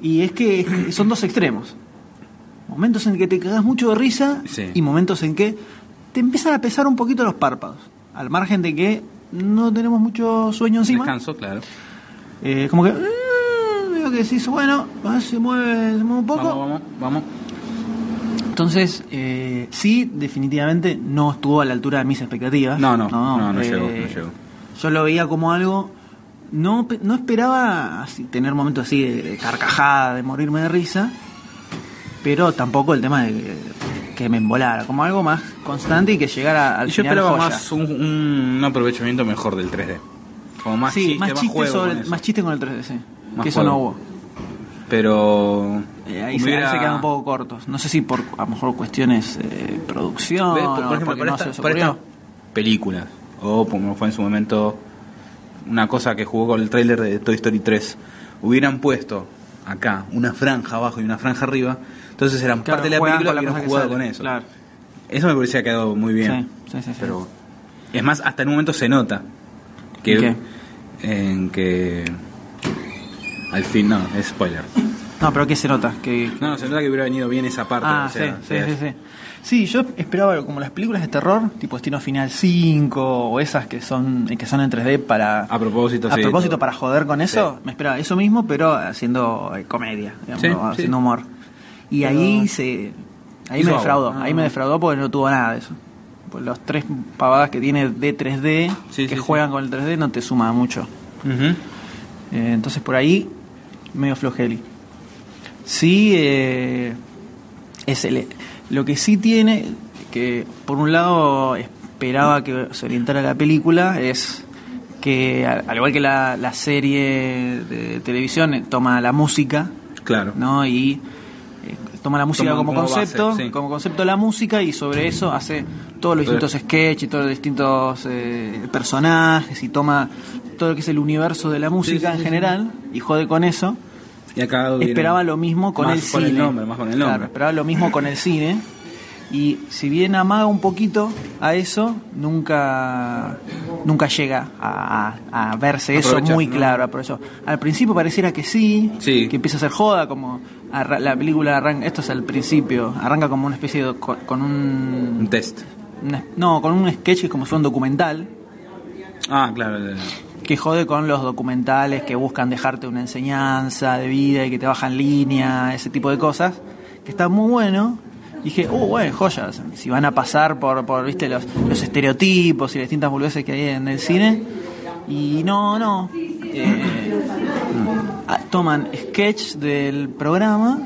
Speaker 4: Y es que es- son dos extremos. Momentos en que te cagas mucho de risa
Speaker 1: Sí.
Speaker 4: y momentos en que te empiezan a pesar un poquito los párpados. Al margen de que no tenemos mucho sueño encima.
Speaker 1: Descanso, claro.
Speaker 4: Eh, como que. mm, veo que decís, bueno, ah, se mueve, se mueve un poco.
Speaker 1: Vamos, vamos, vamos.
Speaker 4: Entonces, eh, sí, definitivamente no estuvo a la altura de mis expectativas.
Speaker 1: No, no, no, no,
Speaker 4: eh,
Speaker 1: llegó, no llegó.
Speaker 4: Yo lo veía como algo. No, pe- no esperaba así, tener momentos así de, de carcajada, de morirme de risa, pero tampoco el tema de que, que me embolara, como algo más constante y que llegara al
Speaker 1: Y yo
Speaker 4: final
Speaker 1: esperaba
Speaker 4: joya.
Speaker 1: más un, un aprovechamiento mejor del 3D. Como más
Speaker 4: sí,
Speaker 1: chiste,
Speaker 4: más
Speaker 1: más,
Speaker 4: chiste,
Speaker 1: juego
Speaker 4: sobre-
Speaker 1: con eso.
Speaker 4: más chiste con el 3D, sí.
Speaker 1: Más
Speaker 4: que eso
Speaker 1: juego.
Speaker 4: no hubo.
Speaker 1: Pero.
Speaker 4: Eh, ahí, se- ahí se quedan un poco cortos. No sé si por a lo mejor cuestiones eh, producción,
Speaker 1: ¿Ves? Por-
Speaker 4: o
Speaker 1: por ejemplo,
Speaker 4: porque
Speaker 1: para
Speaker 4: no
Speaker 1: esta-
Speaker 4: se les
Speaker 1: para esta-
Speaker 4: ocurrió.
Speaker 1: películas. O como fue en su momento una cosa que jugó con el tráiler de Toy Story 3. Hubieran puesto acá una franja abajo y una franja arriba. Entonces eran
Speaker 4: Claro,
Speaker 1: parte de la
Speaker 4: juegan
Speaker 1: película
Speaker 4: con la
Speaker 1: y
Speaker 4: cosa
Speaker 1: hubieran
Speaker 4: que
Speaker 1: jugado
Speaker 4: sale,
Speaker 1: con eso.
Speaker 4: claro.
Speaker 1: Eso me parecía que ha quedado muy bien.
Speaker 4: Sí, sí, sí, sí.
Speaker 1: Pero bueno. Es más, hasta en un momento se nota que,
Speaker 4: ¿En
Speaker 1: en que al fin no, es spoiler.
Speaker 4: No, pero ¿qué se nota? Que,
Speaker 1: No, no, se nota que hubiera venido bien esa parte.
Speaker 4: Ah,
Speaker 1: o sea,
Speaker 4: sí,
Speaker 1: o sea,
Speaker 4: sí, sí, sí. Sí, yo esperaba como las películas de terror, tipo Destino Final 5 o esas que son eh, que son en 3D para
Speaker 1: A propósito,
Speaker 4: a
Speaker 1: sí,
Speaker 4: propósito
Speaker 1: todo.
Speaker 4: para joder con eso, me esperaba eso mismo, pero haciendo eh, comedia, digamos,
Speaker 1: Sí,
Speaker 4: ¿no?
Speaker 1: sí.
Speaker 4: haciendo humor. Y ahí se ahí
Speaker 1: Hizo
Speaker 4: me
Speaker 1: agua.
Speaker 4: defraudó,
Speaker 1: Ah.
Speaker 4: ahí me defraudó porque no tuvo nada de eso. Pues los tres pavadas que tiene de 3D que juegan con el 3D no te suma mucho.
Speaker 1: Ujú.
Speaker 4: Eh, entonces por ahí, medio flojeli. Sí, eh, es el- lo que sí tiene, que por un lado esperaba que se orientara la película, es que al al igual que la, la serie de televisión eh, toma la música,
Speaker 1: Claro.
Speaker 4: ¿no? Y eh, toma la música
Speaker 1: Toma
Speaker 4: como,
Speaker 1: como
Speaker 4: concepto,
Speaker 1: base, sí.
Speaker 4: como concepto la música y sobre eso hace todos los
Speaker 1: Pero-
Speaker 4: distintos sketches y todos los distintos eh, personajes y toma todo lo que es el universo de la música en general y jode con eso.
Speaker 1: Y acá hubieran-
Speaker 4: Esperaba lo mismo con
Speaker 1: más
Speaker 4: el
Speaker 1: con
Speaker 4: cine.
Speaker 1: el nombre, más con el nombre.
Speaker 4: Claro, esperaba lo mismo con el cine. Y si bien amaga un poquito a eso, nunca, nunca llega a, a- a verse eso
Speaker 1: Aprovechar,
Speaker 4: muy
Speaker 1: ¿no?
Speaker 4: claro. Por eso. Al principio pareciera que sí,
Speaker 1: Sí.
Speaker 4: que empieza a ser joda, como arra- la película arranca, esto es al principio, arranca como una especie de, con, con un...
Speaker 1: Un test.
Speaker 4: una- no, con un sketch que es como si fuera un documental,
Speaker 1: Ah, claro. el-
Speaker 4: que jode con los documentales que buscan dejarte una enseñanza de vida y que te bajan línea, ese tipo de cosas, que está muy bueno. Dije, uh, bueno, joyas, si van a pasar por, por viste, los, los estereotipos y las distintas boludeces que hay en el cine. Y no, no. Eh, ah, toman sketch del programa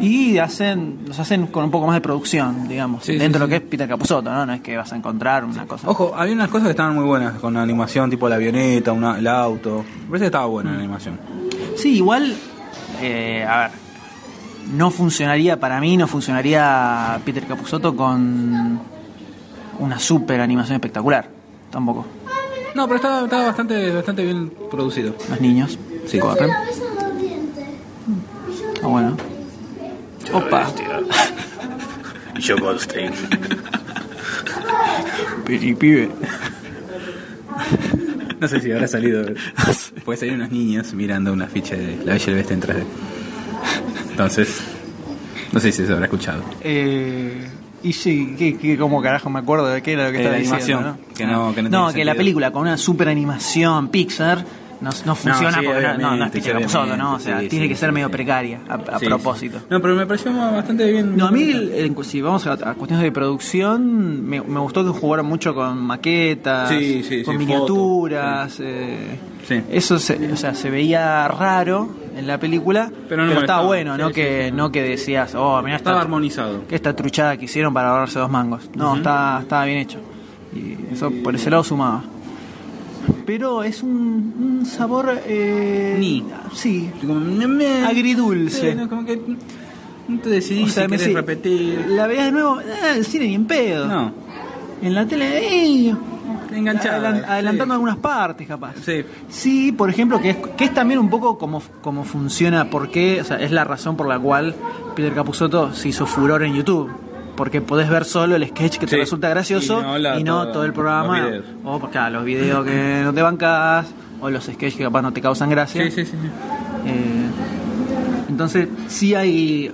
Speaker 4: y hacen los hacen con un poco más de producción, digamos,
Speaker 1: Sí,
Speaker 4: dentro
Speaker 1: sí,
Speaker 4: de lo
Speaker 1: sí.
Speaker 4: que es Peter Capusotto, ¿no? No es que vas a encontrar una cosa.
Speaker 1: Ojo, había unas cosas que estaban muy buenas con la animación, tipo la avioneta, una- el auto. Me parece que estaba buena la
Speaker 4: Mm.
Speaker 1: animación.
Speaker 4: Sí, igual, eh, a ver, no funcionaría para mí, no funcionaría Peter Capusotto con una super animación espectacular, tampoco.
Speaker 1: No, pero estaba, estaba bastante, bastante bien producido.
Speaker 4: Los niños sí. corren. Ah, bueno. Opa.
Speaker 1: Yo Goldstein.
Speaker 4: Piri, pibe.
Speaker 1: No sé si habrá salido. Puede salir unos niños mirando una ficha de La Bella y la Bestia en 3D. Entonces, no sé si se habrá escuchado.
Speaker 4: Eh, y sí, que, que- ¿cómo carajo me acuerdo de qué era lo que
Speaker 1: Eh,
Speaker 4: estaba
Speaker 1: la
Speaker 4: diciendo? Ah.
Speaker 1: animación, que no- que no tiene
Speaker 4: la
Speaker 1: sentido.
Speaker 4: película con una super animación Pixar no, no funciona
Speaker 1: sí,
Speaker 4: porque no, no, no es
Speaker 1: obviamente,
Speaker 4: Peter
Speaker 1: sí,
Speaker 4: Capusotto, ¿no? O
Speaker 1: obviamente,
Speaker 4: sea,
Speaker 1: sí,
Speaker 4: tiene
Speaker 1: sí,
Speaker 4: que ser
Speaker 1: sí,
Speaker 4: medio
Speaker 1: sí.
Speaker 4: precaria a, a
Speaker 1: Sí, sí.
Speaker 4: propósito.
Speaker 1: No, pero me pareció bastante bien.
Speaker 4: No, a mí, el- el- si vamos a, a cuestiones de producción, me, me gustó que jugaron mucho con maquetas,
Speaker 1: Sí, sí,
Speaker 4: con
Speaker 1: sí,
Speaker 4: miniaturas. eh, Eso se, o sea, se veía raro en la película, pero,
Speaker 1: no
Speaker 4: estaba
Speaker 1: molestaba.
Speaker 4: bueno,
Speaker 1: Sí,
Speaker 4: ¿no?
Speaker 1: sí,
Speaker 4: que no que decías, oh, mira
Speaker 1: Estaba
Speaker 4: esta,
Speaker 1: armonizado.
Speaker 4: que esta truchada que hicieron para ahorrarse dos mangos. No,
Speaker 1: Ujú.
Speaker 4: estaba, estaba bien hecho. Y eso por ese lado sumaba. Pero es un, un sabor. Eh, Sí. Agridulce.
Speaker 1: Sí, no, como que no te decidís
Speaker 4: O sea,
Speaker 1: si
Speaker 4: me
Speaker 1: querés
Speaker 4: sí.
Speaker 1: repetir.
Speaker 4: La veías de nuevo, ah, el cine ni en pedo.
Speaker 1: No.
Speaker 4: En la tele, eh,
Speaker 1: Enganchada, eh,
Speaker 4: adelan-
Speaker 1: sí.
Speaker 4: adelantando algunas partes, capaz.
Speaker 1: Sí.
Speaker 4: Sí, por ejemplo, que es, que es también un poco como, como funciona, porque o sea, es la razón por la cual Peter Capusotto se hizo furor en YouTube. Porque podés ver solo el sketch que te
Speaker 1: Sí.
Speaker 4: resulta gracioso y
Speaker 1: Y no
Speaker 4: no,
Speaker 1: la- toda-
Speaker 4: todo el programa.
Speaker 1: los videos.
Speaker 4: o pues, claro, los videos que no te bancas, o los sketches que capaz no te causan gracia.
Speaker 1: Sí, sí, sí. sí.
Speaker 4: Eh, entonces, sí hay.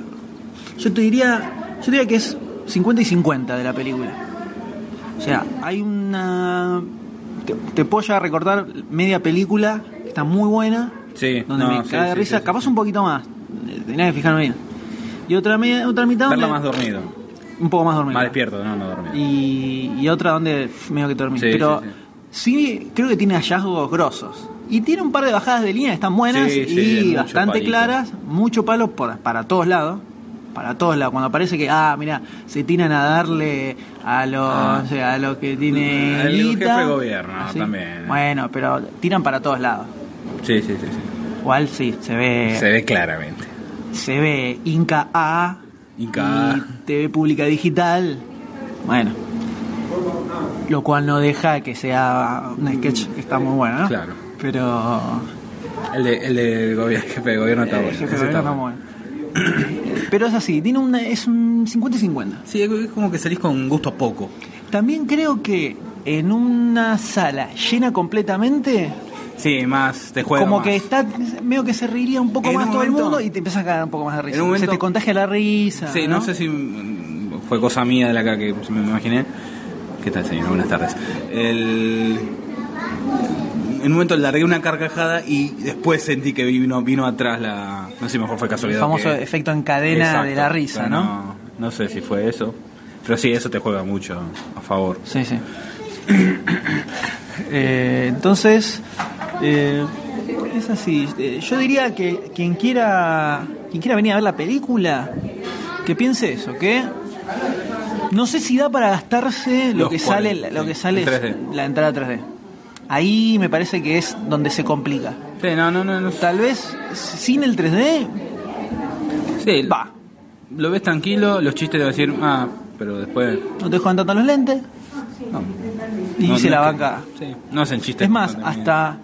Speaker 4: Yo te diría. Yo diría que es 50 y 50 de la película. O sea, hay una. Te, te puedo ya recortar media película que está muy buena,
Speaker 1: Sí,
Speaker 4: donde
Speaker 1: no,
Speaker 4: me
Speaker 1: sí,
Speaker 4: cae de
Speaker 1: sí,
Speaker 4: risa,
Speaker 1: sí,
Speaker 4: capaz un poquito más. eh, Tenía que fijarme bien. Y otra, media, otra mitad.
Speaker 1: Verla
Speaker 4: donde-
Speaker 1: más dormido.
Speaker 4: Un poco más dormido.
Speaker 1: Más despierto, no, no dormido.
Speaker 4: y, y otra donde pff, medio que dormí.
Speaker 1: Sí,
Speaker 4: Pero
Speaker 1: sí,
Speaker 4: sí, creo que tiene hallazgos grosos. Y tiene un par de bajadas de línea que están buenas
Speaker 1: Sí, sí,
Speaker 4: y
Speaker 1: hay mucho
Speaker 4: bastante
Speaker 1: palito.
Speaker 4: claras, mucho palo por- para todos lados. Para todos lados, cuando parece que, ah, mira, se tiran a darle a los,
Speaker 1: Ah.
Speaker 4: o sea, a los que tiene
Speaker 1: El
Speaker 4: guita.
Speaker 1: jefe de gobierno
Speaker 4: Así.
Speaker 1: también. ¿eh?
Speaker 4: Bueno, pero tiran para todos lados.
Speaker 1: Sí, sí, sí. sí.
Speaker 4: Igual sí, se ve.
Speaker 1: Se ve claramente.
Speaker 4: Se ve Inca A.
Speaker 1: Inca A.
Speaker 4: Y TV Pública Digital. Bueno. Lo cual no deja que sea un sketch que está muy bueno, ¿no?
Speaker 1: Claro.
Speaker 4: Pero.
Speaker 1: El, de, el del gobi- jefe de gobierno está
Speaker 4: eh,
Speaker 1: bueno.
Speaker 4: jefe de
Speaker 1: ese
Speaker 4: gobierno
Speaker 1: está
Speaker 4: está
Speaker 1: bueno.
Speaker 4: muy bueno. Pero es así, tiene una, es un 50 y 50.
Speaker 1: Sí, es como que salís con gusto poco.
Speaker 4: También creo que en una sala llena completamente,
Speaker 1: Sí, más, te juega
Speaker 4: como
Speaker 1: más.
Speaker 4: que está, medio que se reiría un poco
Speaker 1: En
Speaker 4: más
Speaker 1: un
Speaker 4: todo el
Speaker 1: momento-
Speaker 4: mundo y te empiezas a cagar un poco más de risa.
Speaker 1: En un
Speaker 4: Se
Speaker 1: momento-
Speaker 4: te contagia la risa.
Speaker 1: Sí, no sé si mm, fue cosa mía de la que que me imaginé. ¿Qué tal, señor? Buenas tardes. El... En un momento largué una carcajada y después sentí que vino, vino atrás la... No sé si mejor fue
Speaker 4: El
Speaker 1: casualidad.
Speaker 4: famoso
Speaker 1: que-
Speaker 4: efecto en cadena
Speaker 1: Exacto,
Speaker 4: de la risa,
Speaker 1: pero
Speaker 4: ¿no?
Speaker 1: ¿no? No sé si fue eso. Pero sí, eso te juega mucho a favor.
Speaker 4: Sí, sí. Eh, entonces, eh, es así. Eh, yo diría que quien quiera, quien quiera venir a ver la película, que piense eso, que no sé si da para gastarse lo
Speaker 1: Los
Speaker 4: que
Speaker 1: cuales,
Speaker 4: sale, lo
Speaker 1: sí,
Speaker 4: que sale
Speaker 1: en 3D.
Speaker 4: la entrada 3D. Ahí me parece que es donde se complica.
Speaker 1: no, no, no,
Speaker 4: Tal vez sin el 3D,
Speaker 1: Sí, va. Lo ves tranquilo, los chistes te van a decir, ah, pero después...
Speaker 4: no te juegan tanto los lentes y
Speaker 1: no-
Speaker 4: se
Speaker 1: no
Speaker 4: la
Speaker 1: es que-
Speaker 4: banca.
Speaker 1: Sí, no hacen chistes.
Speaker 4: Es más,
Speaker 1: constantemente.
Speaker 4: hasta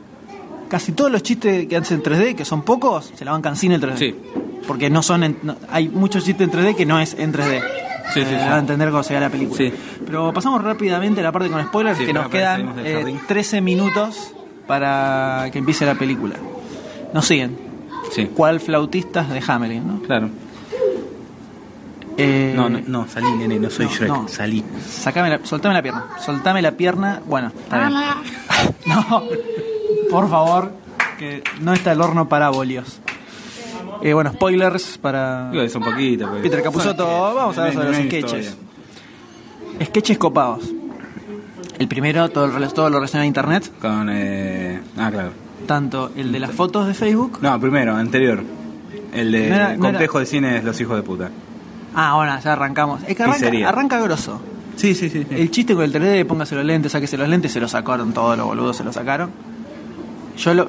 Speaker 4: casi todos los chistes que hacen en 3D, que son pocos, se la bancan sin el 3D.
Speaker 1: Sí.
Speaker 4: Porque no son en- no- hay muchos chistes en 3D que no es en 3D.
Speaker 1: Sí,
Speaker 4: Eh,
Speaker 1: sí, sí.
Speaker 4: Va a entender cómo se ve la película. Pero pasamos rápidamente a la parte con spoilers,
Speaker 1: Sí,
Speaker 4: que nos
Speaker 1: espera, espera,
Speaker 4: quedan
Speaker 1: salimos del
Speaker 4: eh,
Speaker 1: jardín.
Speaker 4: 13 minutos para que empiece la película. Nos siguen.
Speaker 1: Sí.
Speaker 4: ¿Cuál flautistas de Hamelin? ¿no?
Speaker 1: Claro.
Speaker 4: Eh,
Speaker 1: No, no, no, salí, nene, no soy Shrek,
Speaker 4: no.
Speaker 1: salí.
Speaker 4: Sacame la, soltame la pierna. Soltame la pierna. Bueno, está bien. No, por favor, que no está el horno para bolios. Eh, bueno, spoilers para
Speaker 1: Digo, son poquitos. porque-
Speaker 4: Peter Capusotto. Vamos a ver
Speaker 1: No,
Speaker 4: sobre los
Speaker 1: no hay
Speaker 4: sketches.
Speaker 1: historia.
Speaker 4: Sketches copados. El primero, todo, el rel- todo lo relacionado a internet.
Speaker 1: Con, eh... Ah, claro.
Speaker 4: Tanto el de las fotos de Facebook.
Speaker 1: No, primero, anterior. El de
Speaker 4: No era- no
Speaker 1: Complejo de Cines Los Hijos de Puta.
Speaker 4: Ah, bueno, ya arrancamos. Es que arranca,
Speaker 1: Pizzería.
Speaker 4: arranca grosso.
Speaker 1: Sí, sí, sí.
Speaker 4: El chiste con el 3D, póngase los lentes, sáquese los lentes, se los sacaron todos los boludos, se los sacaron. Yo lo,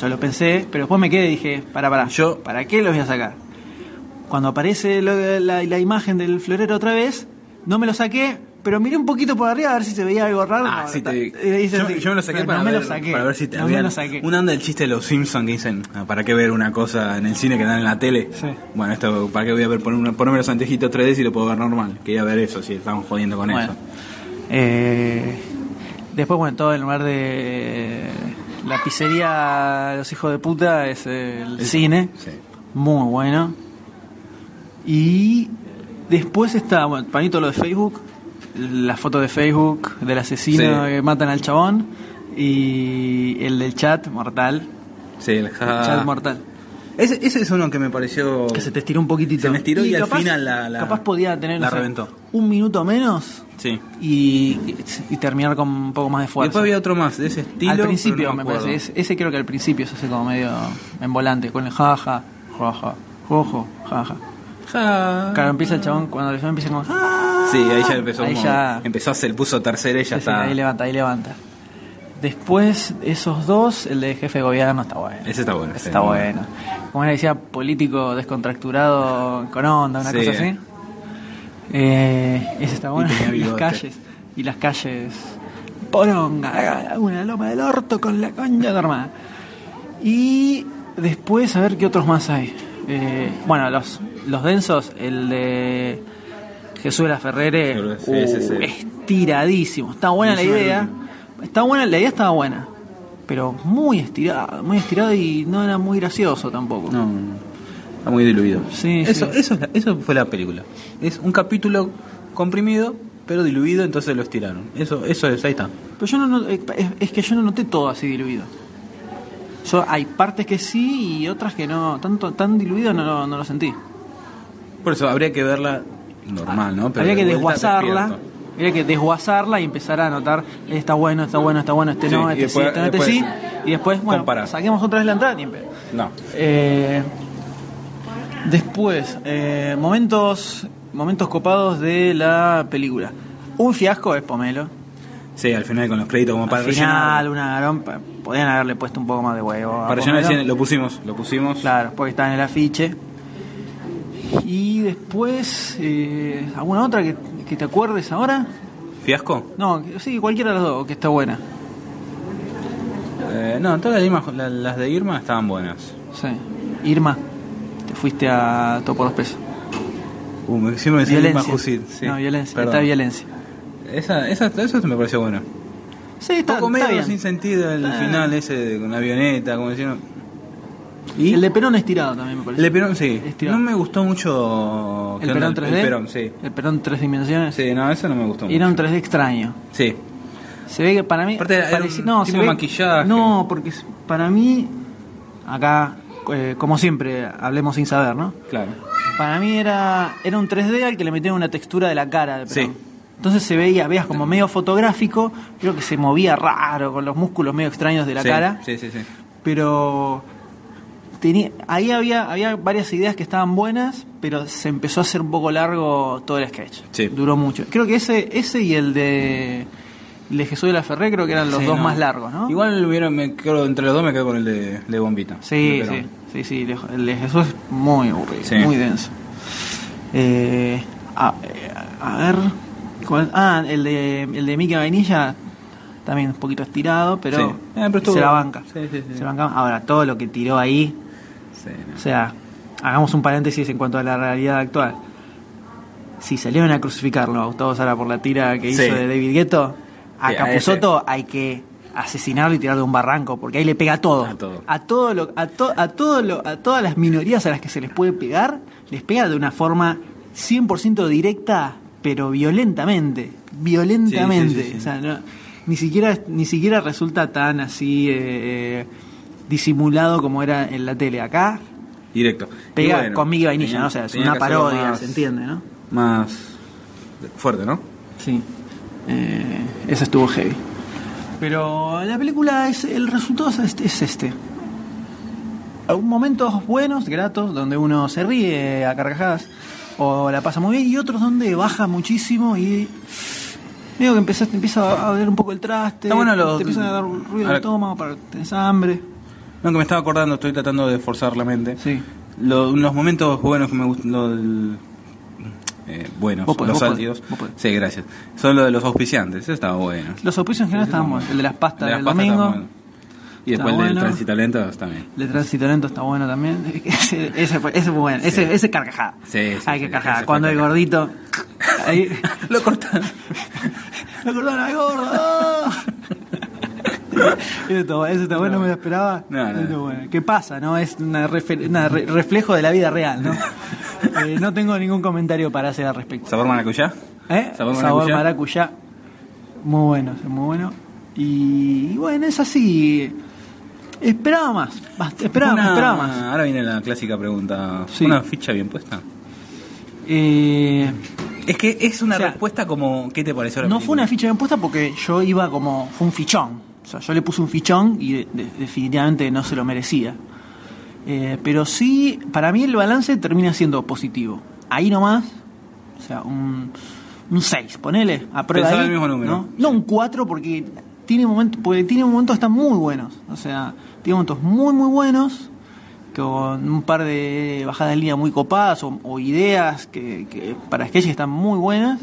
Speaker 4: yo lo pensé, pero después me quedé y dije, para, para, yo, ¿para qué los voy a sacar? Cuando aparece lo- la, la imagen del florero otra vez, no me lo saqué, pero miré un poquito por arriba a ver si se veía algo raro.
Speaker 1: Ah,
Speaker 4: No,
Speaker 1: sí,
Speaker 4: está-
Speaker 1: te vi.
Speaker 4: eh, hice
Speaker 1: Yo,
Speaker 4: así,
Speaker 1: yo me lo saqué,
Speaker 4: pero
Speaker 1: para,
Speaker 4: no me
Speaker 1: ver,
Speaker 4: lo saqué
Speaker 1: para ver si te
Speaker 4: no me
Speaker 1: habían-
Speaker 4: lo saqué.
Speaker 1: Una onda del chiste de los Simpsons que dicen, ah, ¿para qué ver una cosa en el cine que dan en la tele? Bueno, esto, ¿para qué voy a ver? Poner una- Ponerme los antejitos 3D si lo puedo ver normal. Quería ver eso, si estamos jodiendo con
Speaker 4: Bueno.
Speaker 1: eso.
Speaker 4: Eh, después, bueno, todo en lugar de la pizzería Los Hijos de Puta es el
Speaker 1: El-
Speaker 4: cine.
Speaker 1: sí.
Speaker 4: Muy bueno. Y después está, bueno, para mí todo lo de Facebook, la foto de Facebook del asesino
Speaker 1: Sí.
Speaker 4: que matan al chabón y el del chat mortal.
Speaker 1: Sí, el ja-
Speaker 4: El chat mortal.
Speaker 1: Ese, ese es uno que me pareció. Que se
Speaker 4: te estiró un poquitito.
Speaker 1: Oh. Se me estiró y, al
Speaker 4: capaz-
Speaker 1: final la. la-
Speaker 4: capaz podía tener
Speaker 1: la
Speaker 4: no sé,
Speaker 1: reventó.
Speaker 4: un minuto menos
Speaker 1: Sí.
Speaker 4: y, y terminar con un poco más de fuerza.
Speaker 1: Después había otro más de ese estilo.
Speaker 4: Al
Speaker 1: pero
Speaker 4: principio,
Speaker 1: no
Speaker 4: me,
Speaker 1: acuerdo.
Speaker 4: parece. Ese, ese creo que al principio se hace como medio en volante, con el jaja, jaja, jojo, jaja.
Speaker 1: Ja.
Speaker 4: Claro, empieza el chabón, cuando el chabón empieza "Ah", con jaja,
Speaker 1: Sí, ahí ya empezó.
Speaker 4: Ahí
Speaker 1: como-
Speaker 4: ya-
Speaker 1: Empezó a hacer, puso tercera y ya está.
Speaker 4: ahí levanta, ahí levanta. Después, esos dos, el de jefe de gobierno está bueno.
Speaker 1: Ese está bueno.
Speaker 4: Ese
Speaker 1: sí.
Speaker 4: está bueno. Como él decía, político descontracturado con onda, una
Speaker 1: Sí.
Speaker 4: cosa así. Eh, ese está bueno.
Speaker 1: Y tenía
Speaker 4: Y, las
Speaker 1: bigote.
Speaker 4: calles. Y las calles. Poronga, una loma del orto con la concha de armada. Y después, a ver qué otros más hay. Eh, bueno, los, los densos, el de Jesús de la Ferrere, uh,
Speaker 1: Sí, ese es el-
Speaker 4: estiradísimo. Está buena la
Speaker 1: Encima el
Speaker 4: idea. Está buena, la idea estaba buena. Pero muy estirado, muy estirado y no era muy gracioso tampoco.
Speaker 1: No, no, no. Está muy diluido.
Speaker 4: Sí,
Speaker 1: eso,
Speaker 4: sí.
Speaker 1: Eso, es la- eso fue la película. Es un capítulo comprimido, pero diluido, entonces lo estiraron. Eso, eso es, ahí está.
Speaker 4: Pero yo no, no- eh, es, es que yo no noté todo así diluido. Yo, hay partes que sí y otras que no. Tanto, tan diluido no, lo- no lo sentí.
Speaker 1: Por eso habría que verla normal, ¿no? Pero
Speaker 4: Habría que
Speaker 1: de vuelta
Speaker 4: desguazarla.
Speaker 1: despierto.
Speaker 4: Habría que desguazarla y empezar a anotar, eh, está bueno, está bueno, está bueno, este
Speaker 1: Sí,
Speaker 4: no,
Speaker 1: y
Speaker 4: este
Speaker 1: después-
Speaker 4: sí, este no, este
Speaker 1: después
Speaker 4: sí. Y después, bueno,
Speaker 1: comparar.
Speaker 4: saquemos otra vez la entrada. y empe-
Speaker 1: No.
Speaker 4: Eh, después, eh, momentos, momentos copados de la película. Un fiasco es Pomelo.
Speaker 1: Sí, al final con los créditos como para
Speaker 4: Al final, una garompa. Podían haberle puesto un poco más de huevo. a
Speaker 1: Para llenar el
Speaker 4: Pomelo.
Speaker 1: cine, lo pusimos, lo pusimos.
Speaker 4: Claro, porque está en el afiche. Y después, eh, ¿alguna otra que, que te acuerdes ahora?
Speaker 1: ¿Fiasco?
Speaker 4: No, que- sí, cualquiera de las dos, que está buena.
Speaker 1: Eh, no, todas las, de Irma- la- las de Irma estaban buenas.
Speaker 4: Sí. Irma, te fuiste a Topo los Pesos.
Speaker 1: Uh, me hicieron decir Irma Jusid. Sí.
Speaker 4: No, violencia,
Speaker 1: Perdón.
Speaker 4: está violencia.
Speaker 1: Esa, esa, eso me pareció bueno.
Speaker 4: Sí, está,
Speaker 1: Poco medio
Speaker 4: está bien.
Speaker 1: sin sentido el
Speaker 4: Está-
Speaker 1: final ese de- con la avioneta, como decían.
Speaker 4: El de Perón estirado también me parece.
Speaker 1: El de Perón, sí.
Speaker 4: Estirado.
Speaker 1: No me gustó mucho.
Speaker 4: ¿El
Speaker 1: ¿qué onda?
Speaker 4: Perón 3D?
Speaker 1: El Perón, sí.
Speaker 4: El Perón tres dimensiones.
Speaker 1: Sí, no, eso no me gustó
Speaker 4: Era un
Speaker 1: mucho.
Speaker 4: 3D extraño.
Speaker 1: Sí.
Speaker 4: Se ve que para mí.
Speaker 1: Aparte era- era
Speaker 4: pareci-
Speaker 1: un
Speaker 4: no,
Speaker 1: tipo
Speaker 4: se ve-
Speaker 1: maquillaje.
Speaker 4: No, porque s- para mí. Acá, eh, como siempre, hablemos sin saber, ¿no?
Speaker 1: Claro.
Speaker 4: Para mí era, era un 3D al que le metían una textura de la cara de Perón. Entonces se veía, veas como medio fotográfico, creo que se movía raro, con los músculos medio extraños de la
Speaker 1: Sí,
Speaker 4: cara,
Speaker 1: Sí, sí, sí.
Speaker 4: pero tenía, ahí había, había varias ideas que estaban buenas, pero se empezó a hacer un poco largo todo el sketch. Duró mucho. Creo que ese, ese y el de, el de Jesús de la Ferré creo que eran los
Speaker 1: Sí,
Speaker 4: dos
Speaker 1: no.
Speaker 4: más largos, ¿no?
Speaker 1: Igual hubieron, me quedo, entre los dos me quedo con el de, de Bombita.
Speaker 4: Sí,
Speaker 1: el de
Speaker 4: sí,
Speaker 1: Perón.
Speaker 4: sí, sí, el de- el de Jesús es muy aburrido,
Speaker 1: Sí.
Speaker 4: muy denso. Eh, a, eh, a ver. ¿cuál? Ah, el de, el de Mickey Vainilla también un poquito estirado, pero,
Speaker 1: Sí. Eh, pero estuvo-
Speaker 4: se la banca.
Speaker 1: Sí, sí, sí.
Speaker 4: Se la bancamos. Ahora, todo lo que tiró ahí. O sea, hagamos un paréntesis en cuanto a la realidad actual. Si salieron a crucificarlo a Gustavo Sara por la tira que hizo
Speaker 1: Sí.
Speaker 4: de David Gueto, a
Speaker 1: Sí, a
Speaker 4: Capusotto hay que asesinarlo y tirarlo de un barranco, porque ahí le pega a todo.
Speaker 1: A todo.
Speaker 4: A todo lo, a to- a todo lo- a todas las minorías a las que se les puede pegar, les pega de una forma 100% directa, pero violentamente, violentamente.
Speaker 1: Sí, sí, sí, sí.
Speaker 4: O sea, no- ni siquiera ni siquiera resulta tan así eh, eh, disimulado como era en la tele acá.
Speaker 1: Directo.
Speaker 4: Pega
Speaker 1: Y bueno,
Speaker 4: con Mickey Vainilla,
Speaker 1: tenía-
Speaker 4: ¿no? O sea, es
Speaker 1: tenía
Speaker 4: una
Speaker 1: que hacerlo
Speaker 4: parodia,
Speaker 1: más-
Speaker 4: se entiende, ¿no?
Speaker 1: Más fuerte, ¿no?
Speaker 4: Sí. Esa estuvo heavy. Pero la película es el resultado es, es este. Algunos momentos buenos, gratos, donde uno se ríe a carcajadas o la pasa muy bien y otros donde baja muchísimo y medio que empezás, te empieza a ver un poco el traste,
Speaker 1: Está bueno los-
Speaker 4: te empiezan a dar ruido
Speaker 1: Ahora-
Speaker 4: al estómago, para, tenés hambre.
Speaker 1: No, que me estaba acordando, estoy tratando de forzar la mente.
Speaker 4: Sí.
Speaker 1: los momentos buenos que me gustan. lo del- eh, buenos,
Speaker 4: Vos podés,
Speaker 1: los
Speaker 4: vos podés,
Speaker 1: álgidos.
Speaker 4: vos podés.
Speaker 1: Sí, gracias. Son lo de los auspiciantes, eso estaba bueno.
Speaker 4: Los auspicios en general estaban buenos, el de las pastas
Speaker 1: De las
Speaker 4: del
Speaker 1: pastas
Speaker 4: domingo.
Speaker 1: estaban buenos. Y después
Speaker 4: Está
Speaker 1: el
Speaker 4: bueno.
Speaker 1: del Transitalento está bien.
Speaker 4: El de Tránsito Lento está bueno también. Ese, ese fue, ese fue bueno. Ese, ese carcajada.
Speaker 1: Sí, sí,
Speaker 4: Hay que
Speaker 1: sí,
Speaker 4: carcajada.
Speaker 1: ese fue
Speaker 4: Cuando el
Speaker 1: carcajada.
Speaker 4: gordito. Lo cortaron. Lo cortaron al gordo. Eso está, bueno, eso está bueno, no me lo esperaba.
Speaker 1: No, no,
Speaker 4: Eso está
Speaker 1: no.
Speaker 4: bueno. ¿Qué pasa? no Es un reflejo de la vida real. ¿no? Eh, no tengo ningún comentario para hacer al respecto.
Speaker 1: ¿Sabor maracuyá?
Speaker 4: ¿Eh?
Speaker 1: Sabor
Speaker 4: Sabor,
Speaker 1: maracuyá.
Speaker 4: maracuyá. Muy bueno, sí, muy bueno. Y, y bueno, es así. Esperaba más. bast- Esperaba,
Speaker 1: Una-
Speaker 4: más, esperaba más.
Speaker 1: Ahora viene la clásica pregunta.
Speaker 4: Sí.
Speaker 1: ¿Una ficha bien puesta?
Speaker 4: Eh,
Speaker 1: es que es una respuesta como, ¿qué te pareció la
Speaker 4: No fue una ficha bien puesta porque yo iba como. Fue un fichón. O sea, yo le puse un fichón y de- de- definitivamente no se lo merecía. Eh, pero sí, para mí el balance termina siendo positivo. Ahí nomás, o sea, un, un 6, ponele. A prueba
Speaker 1: Pensaba
Speaker 4: ahí,
Speaker 1: el mismo número.
Speaker 4: ¿no? No, un 4 porque tiene momentos, porque tiene momentos están muy buenos. O sea, tiene momentos muy muy buenos, con un par de bajadas de línea muy copadas, o, o ideas que, que para sketches que están muy buenas,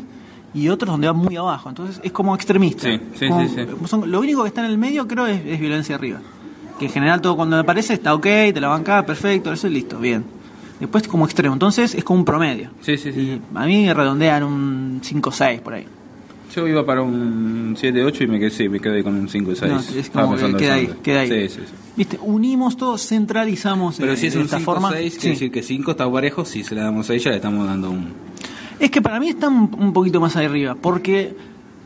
Speaker 4: y otros donde van muy abajo. Entonces es como extremista.
Speaker 1: Sí, sí,
Speaker 4: Como-
Speaker 1: sí, sí.
Speaker 4: son- lo único que está en el medio creo es, es violencia arriba. Que en general todo cuando aparece está ok, te la bancás, perfecto, eso es listo, bien. Después como extremo, entonces es como un promedio.
Speaker 1: Sí, sí, sí.
Speaker 4: A mí me redondean un 5 6 por ahí.
Speaker 1: Yo iba para un 7-8 y me quedé, sí, me quedé con un 5 y 6.
Speaker 4: No, es como que queda ahí, queda ahí.
Speaker 1: Sí, sí, sí.
Speaker 4: Viste, unimos todo, centralizamos
Speaker 1: Pero
Speaker 4: eh,
Speaker 1: si es
Speaker 4: de
Speaker 1: un
Speaker 4: esta
Speaker 1: 5
Speaker 4: forma.
Speaker 1: 6, quiere
Speaker 4: Sí.
Speaker 1: decir que 5 está parejo. Si se le damos 6, ya le estamos dando un.
Speaker 4: Es que para mí está un, un poquito más ahí arriba, porque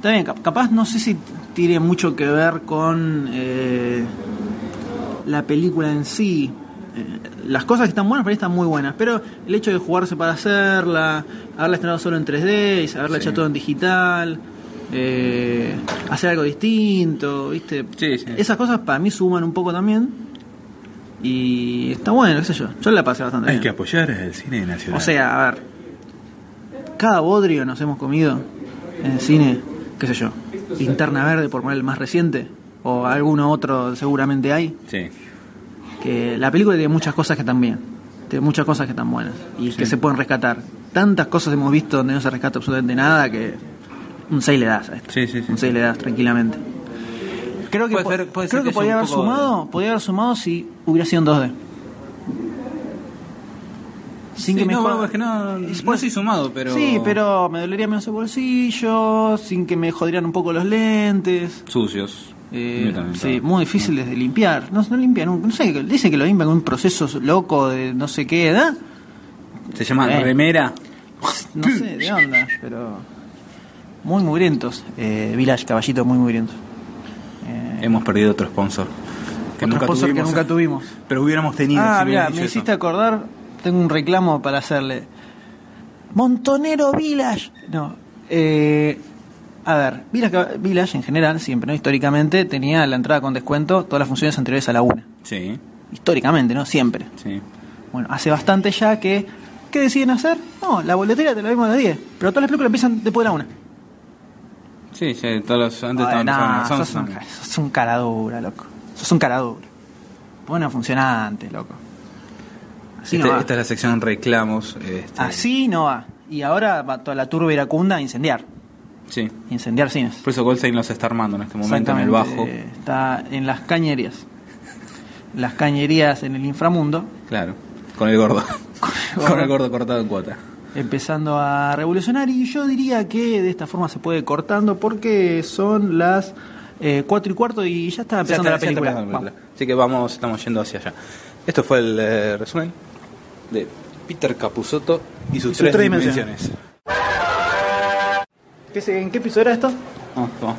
Speaker 4: también capaz no sé si tiene mucho que ver con eh, la película en sí. Eh, Las cosas que están buenas, para mí están muy buenas, pero el hecho de jugarse para hacerla, haberla estrenado solo en 3D, y haberla hecho todo en digital, eh, hacer algo distinto, ¿viste? Esas cosas para mí suman un poco también. Y está bueno, qué sé yo. Yo la pasé bastante
Speaker 1: Hay
Speaker 4: bien.
Speaker 1: que apoyar el cine nacional.
Speaker 4: O sea, a ver. Cada bodrio nos hemos comido en el cine, qué sé yo. Linterna verde, por poner el más reciente. O alguno otro seguramente hay.
Speaker 1: Sí.
Speaker 4: Que la película tiene muchas cosas que están bien. Tiene muchas cosas que están buenas. Y que se pueden rescatar. Tantas cosas hemos visto donde no se rescata absolutamente nada que. Un 6 le das a esto. Un 6 le das tranquilamente. Creo que, po- creo que, podía haber sumado, podía haber sumado si hubiera sido en 2D. Sin
Speaker 1: Sí,
Speaker 4: que me
Speaker 1: no,
Speaker 4: joda-
Speaker 1: bueno, es que no, no soy sumado, pero.
Speaker 4: Sí, pero me dolería menos el bolsillo, sin que me jodieran un poco los lentes.
Speaker 1: Sucios.
Speaker 4: Eh,
Speaker 1: Yo también
Speaker 4: sí, muy difíciles de limpiar. No, no limpian, un- no sé, dicen que lo limpian con un proceso loco de no sé qué edad.
Speaker 1: estaba. Se llama
Speaker 4: Eh.
Speaker 1: remera.
Speaker 4: No sé de onda, pero. Muy mugrientos. Eh, Village, caballito, muy mugrientos.
Speaker 1: Hemos perdido otro sponsor. Que
Speaker 4: Eh. Otro
Speaker 1: nunca
Speaker 4: sponsor que
Speaker 1: tuvimos. eh.
Speaker 4: nunca tuvimos.
Speaker 1: Pero hubiéramos tenido.
Speaker 4: Ah, mira,
Speaker 1: si hubiéramos
Speaker 4: me
Speaker 1: dicho eso.
Speaker 4: hiciste acordar, tengo un reclamo para hacerle. Montonero Village. No, eh, a ver, Village, Village en general, siempre, ¿no? Históricamente tenía la entrada con descuento todas las funciones anteriores a la una.
Speaker 1: Sí.
Speaker 4: Históricamente, ¿no? Siempre.
Speaker 1: Sí.
Speaker 4: Bueno, hace bastante ya que... ¿Qué deciden hacer? No, la boletería te la vemos a las 10, pero todas las películas empiezan después de la una.
Speaker 1: Sí, sí, todos los. Antes
Speaker 4: Ay,
Speaker 1: estaban
Speaker 4: nah,
Speaker 1: son-
Speaker 4: Ah, sos,
Speaker 1: son-
Speaker 4: un, ca- sos un cara dura, loco. Sos un cara dura. Buena funcionante, loco. Así
Speaker 1: Este-
Speaker 4: no Ah, va.
Speaker 1: esta es la sección reclamos. este,
Speaker 4: Así no va. Y ahora va toda la turba iracunda a incendiar.
Speaker 1: Sí.
Speaker 4: Incendiar cines.
Speaker 1: Por eso Goldstein los está armando en este momento en el bajo.
Speaker 4: Exactamente, eh, Está en las cañerías. Las cañerías en el inframundo.
Speaker 1: Claro. Con el gordo. Con el gordo cortado en cuota.
Speaker 4: Empezando a revolucionar. Y yo diría que de esta forma se puede ir cortando porque son las 4 y cuarto y ya está empezando
Speaker 1: Ya
Speaker 4: la
Speaker 1: está, ya está
Speaker 4: película.
Speaker 1: empezando la película.
Speaker 4: Vamos.
Speaker 1: Así que vamos, estamos yendo hacia allá. Esto fue el eh, resumen de Peter Capusotto y sus
Speaker 4: Y sus
Speaker 1: tres,
Speaker 4: tres
Speaker 1: dimensiones.
Speaker 4: ¿Qué se- ¿En qué piso era esto?
Speaker 1: Ah, toma.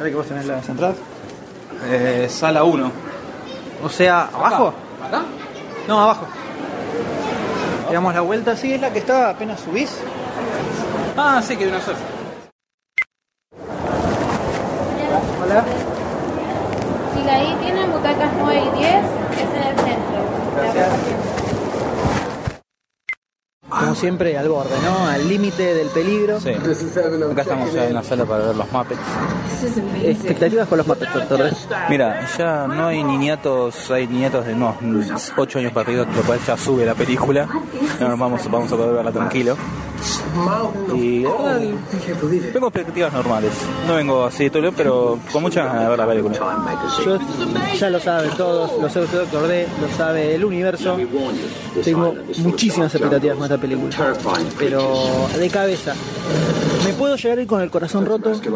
Speaker 4: A ver que vos tenés las entradas.
Speaker 1: Eh, sala 1.
Speaker 4: O sea, ¿abajo? ¿Acá? No, abajo. Le damos la vuelta, sí, es la que está apenas subís.
Speaker 1: Ah, sí, que de una sola.
Speaker 4: Hola.
Speaker 16: Y de ahí tienen butacas 9 y 10, que es en el centro.
Speaker 4: Como siempre, al borde, ¿no? Al límite del peligro.
Speaker 17: Sí. Acá estamos ya en la sala para ver los Muppets.
Speaker 4: Expectativas con los Muppets, doctor.
Speaker 17: Mira, ya no hay niñatos, hay niñatos de unos 8 años para arriba, lo cual ya sube la película. Ahora vamos, vamos a poder verla tranquilo. Y la verdad, vengo con expectativas normales. No vengo así de todo, pero con muchas ganas de ver la película.
Speaker 4: Yo, ya lo saben todos, lo sabe usted, doctor D, lo sabe el universo. Tengo muchísimas expectativas con esta película. Pero de cabeza, ¿me puedo llegar a ir con el corazón roto si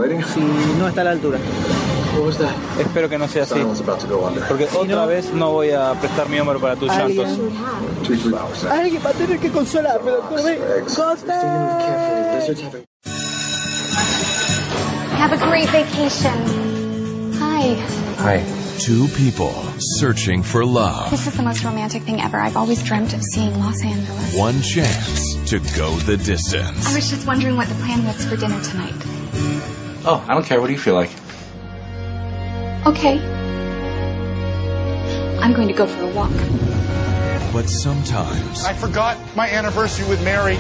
Speaker 4: no está a la altura?
Speaker 17: Espero que no sea así. Porque otra vez no voy a prestar mi hombro para tus
Speaker 4: Alguien.
Speaker 17: llantos.
Speaker 4: Alguien va a tener que consolarme, doctor D. ¡Costa!
Speaker 15: Have a great vacation. Hi.
Speaker 13: Hi. Two people searching for love.
Speaker 15: This is the most romantic thing ever. I've always dreamt of seeing Los Angeles.
Speaker 13: One chance to go the distance.
Speaker 15: I was just wondering what the plan was for dinner tonight.
Speaker 13: Oh, I don't care. What do you feel like?
Speaker 15: Okay. I'm going to go for a walk.
Speaker 13: But sometimes
Speaker 14: I forgot my anniversary with Mary.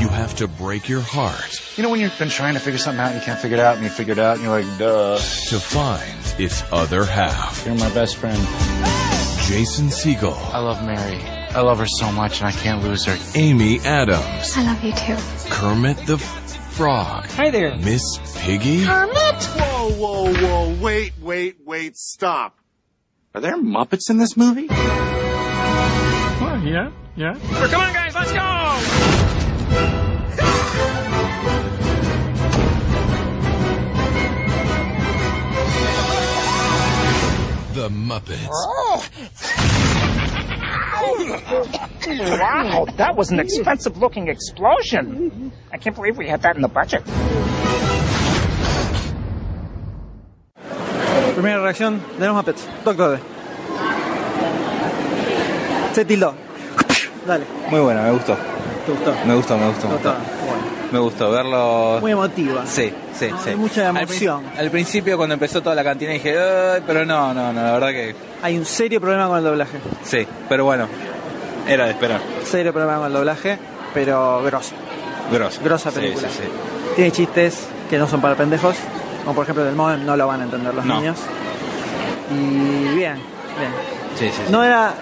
Speaker 13: you have to break your heart
Speaker 14: You know when you've been trying to figure something out and you can't figure it out and you figure it out and you're like, duh.
Speaker 13: to find its other half.
Speaker 14: You're my best friend.
Speaker 13: Jason Siegel. I love Mary. I love her so much and I can't lose her. Amy Adams.
Speaker 15: I love you too.
Speaker 13: Kermit the Frog.
Speaker 15: Hi there.
Speaker 13: Miss Piggy.
Speaker 15: Kermit!
Speaker 14: Whoa, whoa, whoa. Wait, wait, wait. Stop.
Speaker 13: Are there Muppets in this movie?
Speaker 14: yeah, yeah.
Speaker 18: Come on, guys, let's go!
Speaker 13: The Muppets.
Speaker 14: Wow, that was an expensive looking explosion. I can't believe we had that in the budget.
Speaker 4: Primera reacción de los Muppets. Doctor D. Se tildó. Dale.
Speaker 1: Muy buena, me gustó.
Speaker 4: ¿Te gustó?
Speaker 1: Me gustó, me gustó. me
Speaker 4: Doctor.
Speaker 1: gustó. Me gustó verlo.
Speaker 4: Muy emotiva.
Speaker 1: Sí, sí, sí.
Speaker 4: mucha
Speaker 1: Al
Speaker 4: emoción.
Speaker 1: prin- Al, principio, cuando empezó toda la cantina, dije, "Ay", pero no, no, no, la verdad que
Speaker 4: Hay un serio problema con el doblaje.
Speaker 1: sí. Pero bueno, era de esperar.
Speaker 4: Serio problema con el doblaje, pero grosso.
Speaker 1: Grosa.
Speaker 4: Grosa
Speaker 1: Sí,
Speaker 4: película.
Speaker 1: sí, sí.
Speaker 4: Tiene chistes que no son para pendejos, como por ejemplo del modem, no lo van a entender los
Speaker 1: No.
Speaker 4: niños. Y bien, bien.
Speaker 1: Sí, sí, sí.
Speaker 4: No era.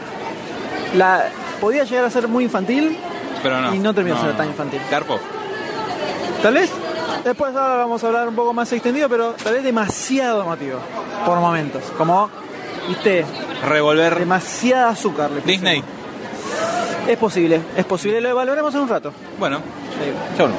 Speaker 4: La, podía llegar a ser muy infantil,
Speaker 1: Pero no.
Speaker 4: Y no terminó siendo tan infantil.
Speaker 1: Carpo.
Speaker 4: tal vez. Después ahora vamos a hablar un poco más extendido, pero tal vez demasiado emotivo, por momentos. Como, viste,
Speaker 1: Revolver.
Speaker 4: demasiada azúcar. le pusimos.
Speaker 1: Disney.
Speaker 4: Es posible, es posible, lo evaluaremos en un rato.
Speaker 1: Bueno.
Speaker 4: Sí.
Speaker 1: Yo no.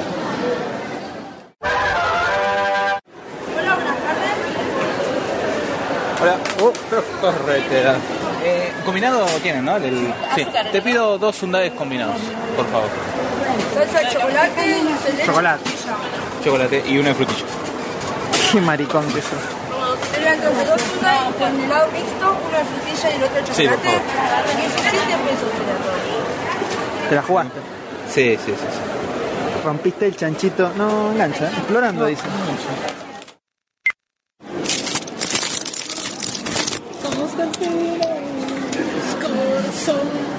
Speaker 1: Hola. Oh, Corretera. Eh, combinado tienen, ¿no? Del- Sí. Te pido dos sundades combinados, por favor.
Speaker 16: Salsa de chocolate, dulce de leche,
Speaker 4: Chocolate.
Speaker 16: frutilla.
Speaker 1: Chocolate y una de frutilla.
Speaker 4: Qué maricón que sos.
Speaker 16: Sería entonces dos frutas con helado mixto, una de frutilla y el otro de
Speaker 1: Sí, por
Speaker 16: chocolate. 17 pesos era todo.
Speaker 4: Te la jugaste.
Speaker 1: Sí, sí, sí. sí.
Speaker 4: Rompiste el chanchito. No, engancha. ¿eh? Explorando, dice.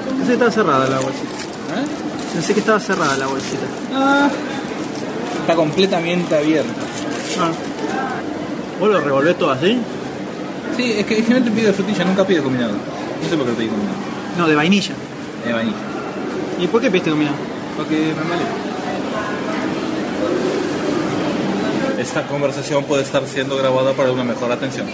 Speaker 4: Pensé que estaba cerrada la bolsita. Pensé que estaba cerrada la bolsita.
Speaker 1: Está completamente abierta.
Speaker 4: ¿Vos lo revolvés todo así?
Speaker 1: Sí, es que generalmente pido de frutilla, nunca pido combinado. No sé por qué lo pedí combinado. Eh,
Speaker 4: No, de vainilla.
Speaker 1: De vainilla.
Speaker 4: ¿Y por qué pediste dominado?
Speaker 1: Porque me vale. Esta conversación puede estar siendo grabada para una mejor atención.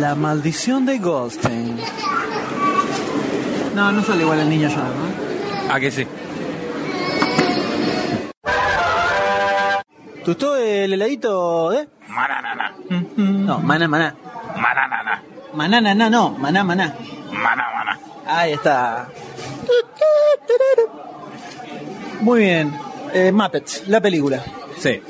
Speaker 4: La maldición de Goldstein. No, no sale igual el niño llorando. ¿eh? ¿no?
Speaker 1: Ah, que sí.
Speaker 4: ¿Te gustó el heladito de?
Speaker 1: Mananana.
Speaker 4: No, maná, maná.
Speaker 1: Mananana.
Speaker 4: Maná, naná, no. Maná, maná.
Speaker 1: Mananana.
Speaker 4: Ahí está. Muy bien. Eh, Muppets, la película.
Speaker 1: Sí.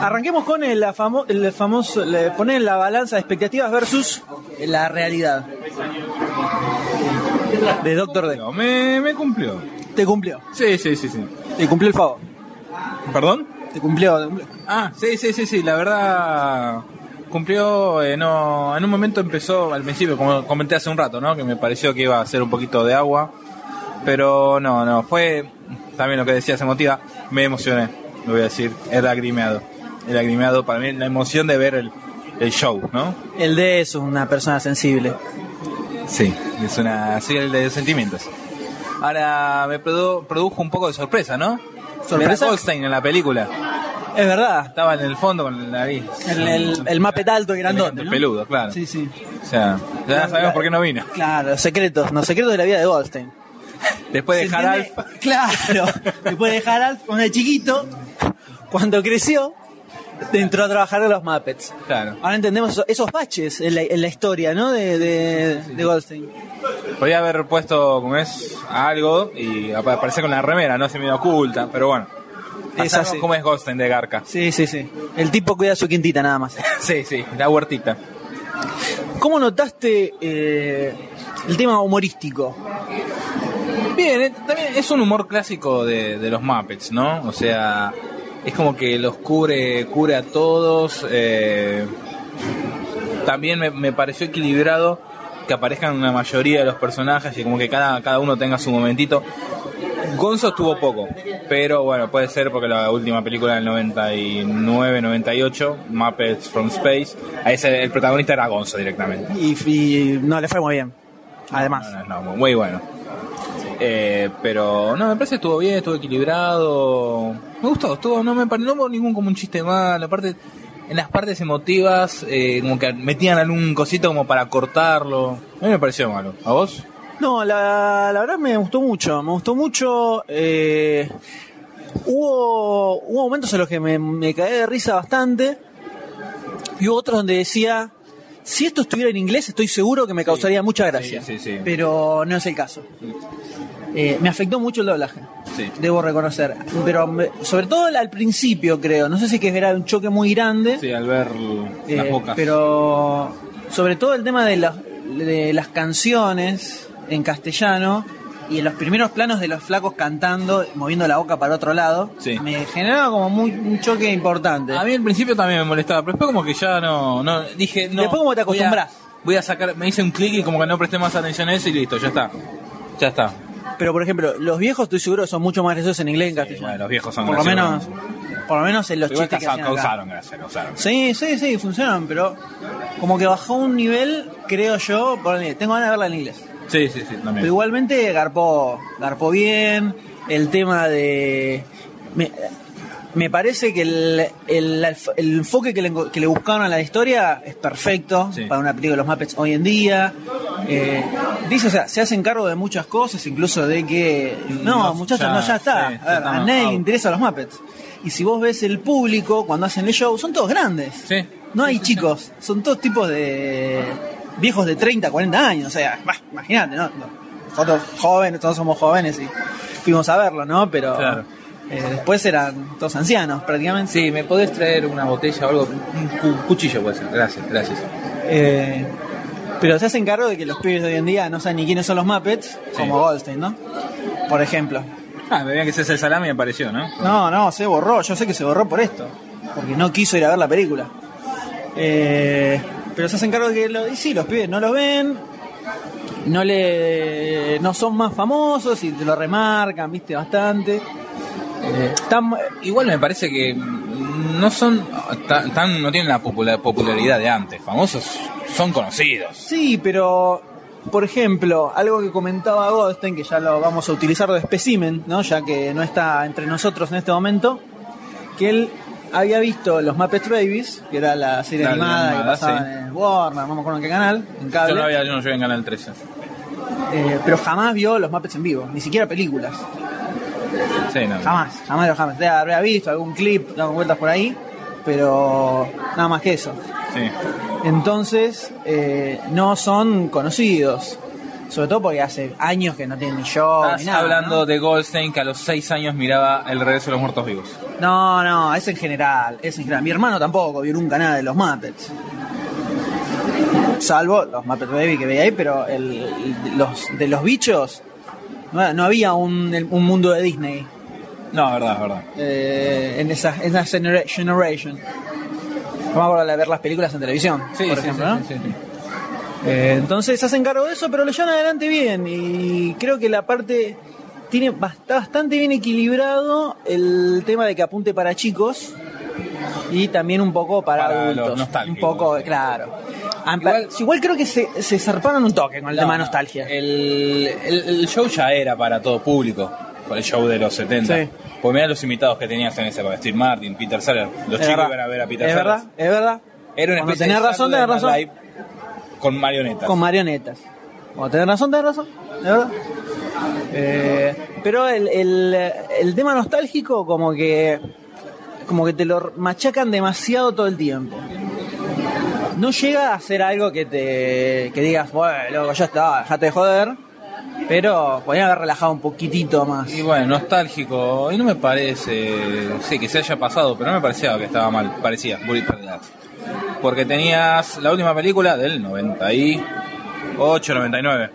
Speaker 4: Arranquemos con el, famo- el famoso. le- poner en la balanza expectativas versus la realidad. De Doctor D.
Speaker 1: Me, me cumplió.
Speaker 4: Te cumplió.
Speaker 1: Sí, sí, sí, sí.
Speaker 4: Te cumplió el favor.
Speaker 1: ¿Perdón?
Speaker 4: Te cumplió, te cumplió.
Speaker 1: Ah, sí, sí, sí, sí, la verdad cumplió, eh, no, en un momento empezó al principio, como comenté hace un rato, ¿no? Que me pareció que iba a ser un poquito de agua, pero no, no, fue también lo que decías emotiva, me emocioné, lo voy a decir, he lagrimeado, he lagrimeado para mí la emoción de ver el, el show, ¿no?
Speaker 4: El D es una persona sensible.
Speaker 1: Sí, es una, sí, el de sentimientos. Ahora me produ- produjo un poco de sorpresa, ¿no?
Speaker 4: ¿Sorpresa?
Speaker 1: Ver a Goldstein en la película.
Speaker 4: Es verdad.
Speaker 1: Estaba en el fondo con la nariz.
Speaker 4: El, el, el Muppet alto y grandote.
Speaker 1: El
Speaker 4: ¿no?
Speaker 1: peludo, claro.
Speaker 4: Sí, sí.
Speaker 1: O sea, ya sabemos por qué no vino.
Speaker 4: Claro, los secretos, los secretos de la vida de Goldstein.
Speaker 1: Después de
Speaker 4: ¿Se
Speaker 1: dejar
Speaker 4: entiende? Claro, después de dejar Alf cuando era chiquito, cuando creció, entró a trabajar en los Muppets.
Speaker 1: Claro.
Speaker 4: Ahora entendemos eso- esos baches en la, en la historia, ¿no? De, de, de Goldstein.
Speaker 1: Podía haber puesto, como es, algo y apa- aparecer con la remera, no se me oculta, pero bueno.
Speaker 4: Es
Speaker 1: Pasamos
Speaker 4: así.
Speaker 1: como es Goldstein de Garca.
Speaker 4: Sí, sí, sí. El tipo cuida su quintita nada más.
Speaker 1: Sí, sí, la huertita.
Speaker 4: ¿Cómo notaste eh, el tema humorístico?
Speaker 1: Bien, eh, también es un humor clásico de, de los Muppets, ¿no? O sea, es como que los cubre, cubre a todos. eh, también me, me pareció equilibrado que aparezcan una mayoría de los personajes y como que cada, cada uno tenga su momentito. Gonzo estuvo poco, pero bueno, puede ser porque la última película del 99, 98, Muppets from Space, a ese el protagonista era Gonzo directamente.
Speaker 4: Y, y no le fue muy bien. Además.
Speaker 1: No, no, no, muy bueno. Eh, pero no, me parece que estuvo bien, estuvo equilibrado. Me gustó, estuvo, no me pare- no hubo ningún como un chiste mal. Aparte, en las partes emotivas, eh, como que metían algún cosito como para cortarlo. A mí me pareció malo. ¿A vos?
Speaker 4: No, la, la verdad me gustó mucho. Me gustó mucho. eh, hubo, hubo momentos en los que me, me caí de risa bastante. Y hubo otros donde decía: Si esto estuviera en inglés, estoy seguro que me causaría mucha gracia.
Speaker 1: Sí, sí, sí.
Speaker 4: Pero no es el caso. Eh, me afectó mucho el doblaje,
Speaker 1: Sí.
Speaker 4: debo reconocer. Pero me- sobre todo al principio, creo. No sé si que era un choque muy grande.
Speaker 1: Sí, al ver las
Speaker 4: Eh,
Speaker 1: bocas.
Speaker 4: Pero sobre todo el tema de, las- de las canciones en castellano y en los primeros planos de los flacos cantando, moviendo la boca para otro lado, me generaba como muy, un choque importante.
Speaker 1: A mí al principio también me molestaba, pero después como que ya no, no dije, no.
Speaker 4: Después como te
Speaker 1: voy a-
Speaker 4: acostumbrás.
Speaker 1: Voy a sacar, me hice un clic y como que no presté más atención a eso y listo, ya está. Ya está.
Speaker 4: Pero por ejemplo, los viejos estoy seguro son mucho más graciosos en inglés que en castellano.
Speaker 1: Bueno, los viejos son
Speaker 4: por lo menos,
Speaker 1: graciosos.
Speaker 4: por lo menos en los
Speaker 1: Igual
Speaker 4: chistes que
Speaker 1: causa-
Speaker 4: hacían acá.
Speaker 1: causaron, gracias, causaron.
Speaker 4: Sí, sí, sí, funcionan, pero como que bajó un nivel, creo yo, ponele, tengo ganas de verla en inglés.
Speaker 1: Sí, sí, sí, también.
Speaker 4: Pero igualmente garpó, garpó bien. El tema de. Me, me parece que el, el- el enfoque que le, enco- que le buscaron a la historia es perfecto para una película de los Muppets hoy en día. Eh, dice, o sea, se hacen cargo de muchas cosas, incluso de que. No,
Speaker 1: no,
Speaker 4: muchachos,
Speaker 1: ya,
Speaker 4: no, ya está.
Speaker 1: sí,
Speaker 4: a
Speaker 1: ya
Speaker 4: ver,
Speaker 1: estamos
Speaker 4: a nadie
Speaker 1: out.
Speaker 4: le interesa a los Muppets. Y si vos ves el público cuando hacen el show, son todos grandes. No hay chicos, son todos tipos de viejos de 30, 40 años, o sea, bah, imagínate, ¿no? Nosotros jóvenes, todos somos jóvenes y fuimos a verlo, ¿no? Pero
Speaker 12: Claro.
Speaker 4: eh, después eran todos ancianos prácticamente.
Speaker 1: Sí, ¿me podés traer una botella o algo? Un cu- cuchillo puede ser, gracias, gracias.
Speaker 4: Eh, pero se hacen cargo de que los pibes de hoy en día no saben ni quiénes son los Muppets, como Goldstein, ¿no? Por ejemplo.
Speaker 1: Ah, me veía que ese es el salami y apareció, ¿no?
Speaker 4: No, no, se borró, yo sé que se borró por esto, porque no quiso ir a ver la película. Eh, pero se hacen cargo de que lo, y sí, los pibes no los ven, no le no son más famosos y te lo remarcan, viste, bastante. Eh, están-
Speaker 1: Igual me parece que no son tan, tan- no tienen la popula- popularidad de antes. Famosos son conocidos.
Speaker 4: sí, pero por ejemplo, algo que comentaba Goldstein, que ya lo vamos a utilizar de especimen, ¿no? ya que no está entre nosotros en este momento, que él había visto los Muppet Babies, que era la serie
Speaker 1: La
Speaker 4: animada, que
Speaker 1: animada,
Speaker 4: pasaba
Speaker 1: sí.
Speaker 4: en Warner, no me acuerdo en qué canal, en cable.
Speaker 1: Yo no había, yo no llegué en Canal 13.
Speaker 4: Eh, pero jamás vio los Muppets en vivo, ni siquiera películas.
Speaker 1: Sí, no.
Speaker 4: Jamás, jamás los jamás. Debe habrá visto algún clip, dando vueltas por ahí, pero nada más que eso.
Speaker 1: Sí.
Speaker 4: Entonces, eh, no son conocidos. Sobre todo porque hace años que no tienen ni show ni
Speaker 1: Estás
Speaker 4: nada.
Speaker 1: hablando de Goldstein que a los 6 años miraba El regreso de los muertos vivos.
Speaker 4: No, no, es en general, es en general. Mi hermano tampoco vio nunca nada de los Muppets. Salvo los Muppet Baby que veía ahí, pero el- el- los, de los bichos no, no había un, el- un mundo de Disney
Speaker 1: No, verdad, verdad.
Speaker 4: eh, en esa, en esa genera- generation. No me acuerdo de ver las películas en televisión,
Speaker 1: Sí,
Speaker 4: por
Speaker 1: sí,
Speaker 4: ejemplo,
Speaker 1: sí,
Speaker 4: ¿no?
Speaker 1: sí, sí.
Speaker 4: Eh, entonces se hacen cargo de eso, pero lo llevan adelante bien. Y creo que la parte tiene bast- está bastante bien equilibrado el tema de que apunte para chicos y también un poco para,
Speaker 1: Para los
Speaker 4: adultos. Un
Speaker 1: nostálgicos.
Speaker 4: poco, claro. Ampla- igual, creo que se, se zarparon un toque con el
Speaker 1: No,
Speaker 4: tema
Speaker 1: no.
Speaker 4: nostalgia.
Speaker 1: El, el- el show ya era para todo público. El show de los 70.
Speaker 4: Sí.
Speaker 1: Pues mirá los invitados que tenías en ese Steve Martin, Peter Sellers. Los
Speaker 4: Es
Speaker 1: chicos
Speaker 4: verdad.
Speaker 1: iban a ver a Peter
Speaker 4: Es
Speaker 1: Sellers.
Speaker 4: verdad, es verdad.
Speaker 1: Era una
Speaker 4: Cuando
Speaker 1: especie
Speaker 4: tenés
Speaker 1: de
Speaker 4: razón, tenés razón.
Speaker 1: Saturday Night Live con marionetas.
Speaker 4: Con marionetas. Cuando tenés razón, tenés razón. De verdad. Eh, pero el, el, el tema nostálgico como que como que te lo machacan demasiado todo el tiempo. No llega a ser algo que te que digas, bueno, loco, ya está, dejate de joder. Pero podrían haber relajado un poquitito más.
Speaker 1: Y bueno, nostálgico. Y no me parece. Sí, que se haya pasado, pero no me parecía que estaba mal. Parecía, Bullet for Love. Porque tenías la última película del 98, 99.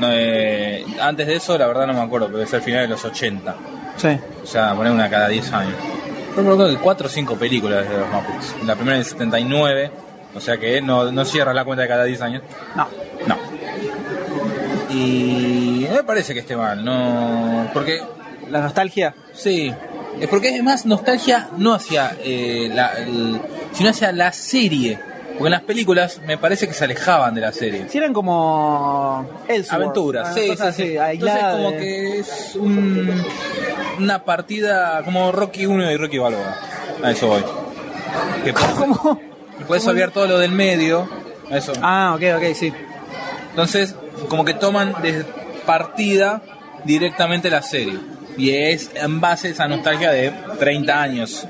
Speaker 1: No, eh, antes de eso, la verdad no me acuerdo, pero es el final de los 80.
Speaker 4: Sí.
Speaker 1: O sea, poner una cada 10 años. Yo me acuerdo que 4 o 5 películas de los Muppets. La primera del 79, o sea que no, no cierra la cuenta de cada 10 años.
Speaker 4: No.
Speaker 1: No. Y no me parece que esté mal, no. Porque.
Speaker 4: ¿La nostalgia?
Speaker 1: Sí. Es porque además nostalgia no hacia eh, la. el- sino hacia la serie. Porque en las películas me parece que se alejaban de la serie.
Speaker 4: Si eran como Elseworld,
Speaker 1: Aventuras,
Speaker 4: una
Speaker 1: sí,
Speaker 4: cosa
Speaker 1: sí, sí.
Speaker 4: Ah, así,
Speaker 1: Entonces
Speaker 4: aislada
Speaker 1: como
Speaker 4: de-
Speaker 1: que es un- una partida como Rocky 1 y Rocky Balboa. A eso voy. Que
Speaker 4: ¿Cómo?
Speaker 1: Puedes obviar todo lo del medio. a Eso.
Speaker 4: Ah, ok, ok, sí.
Speaker 1: Entonces, como que toman de partida directamente la serie. Y es en base a esa nostalgia de 30 años.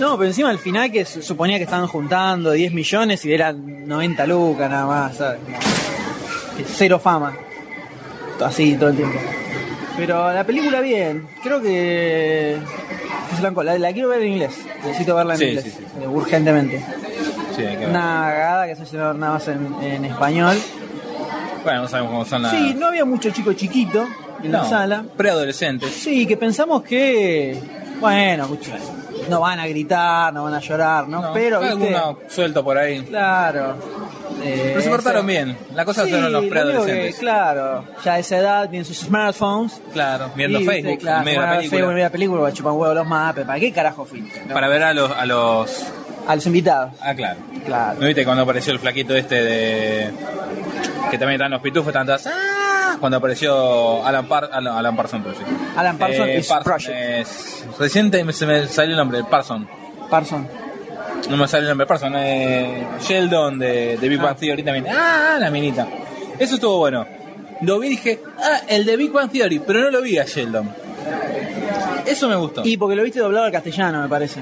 Speaker 4: No, pero encima al final que su- suponía que estaban juntando 10 millones y eran 90 lucas nada más, ¿sabes? Que Cero fama. Así todo el tiempo. Pero la película bien, creo que... que se la, la- la quiero ver en inglés, necesito verla en
Speaker 1: Sí,
Speaker 4: inglés,
Speaker 1: sí, sí.
Speaker 4: eh, urgentemente.
Speaker 1: Sí, hay que ver.
Speaker 4: Una cagada que se haya nada más en, en español.
Speaker 1: Bueno, no sabemos cómo son las.
Speaker 4: Sí, no había mucho chico chiquito en la
Speaker 1: No,
Speaker 4: sala.
Speaker 1: Preadolescentes.
Speaker 4: Sí, que pensamos que, bueno, escucha, no van a gritar, no van a llorar, ¿no? Pero, ¿viste?
Speaker 1: Alguno suelto por ahí.
Speaker 4: Claro. Eh,
Speaker 1: Pero se portaron
Speaker 4: o sea,
Speaker 1: bien. La cosa
Speaker 4: sí,
Speaker 1: fueron los
Speaker 4: lo único
Speaker 1: preadolescentes.
Speaker 4: que, Claro, ya a esa edad tienen sus smartphones.
Speaker 1: Claro, viendo
Speaker 4: Y,
Speaker 1: Facebook
Speaker 4: sí, claro,
Speaker 1: en medio de la
Speaker 4: van a ver
Speaker 1: película.
Speaker 4: Facebook en medio de la película, porque chupan huevos los mapes. ¿Para qué carajo filtran? no?
Speaker 1: Para ver a los, a los.
Speaker 4: A los invitados.
Speaker 1: Ah, claro.
Speaker 4: Claro.
Speaker 1: ¿No viste cuando apareció el flaquito este de. que también están los pitufos, están todas. "Ah", Cuando apareció Alan, Par... Alan, Alan Parson Project.
Speaker 4: Alan Parson
Speaker 1: Eh,
Speaker 4: is
Speaker 1: Parson
Speaker 4: Project.
Speaker 1: es- Reciente me- se me salió el nombre, Parson.
Speaker 4: Parson.
Speaker 1: No me sale el nombre, Parson. Eh, Sheldon de, de Big Bang Theory también. Ah, la minita. Eso estuvo bueno. Lo vi y dije, ah, el de Big Bang Theory, pero no lo vi a Sheldon. Eso me gustó.
Speaker 4: Y porque lo viste doblado al castellano, me parece.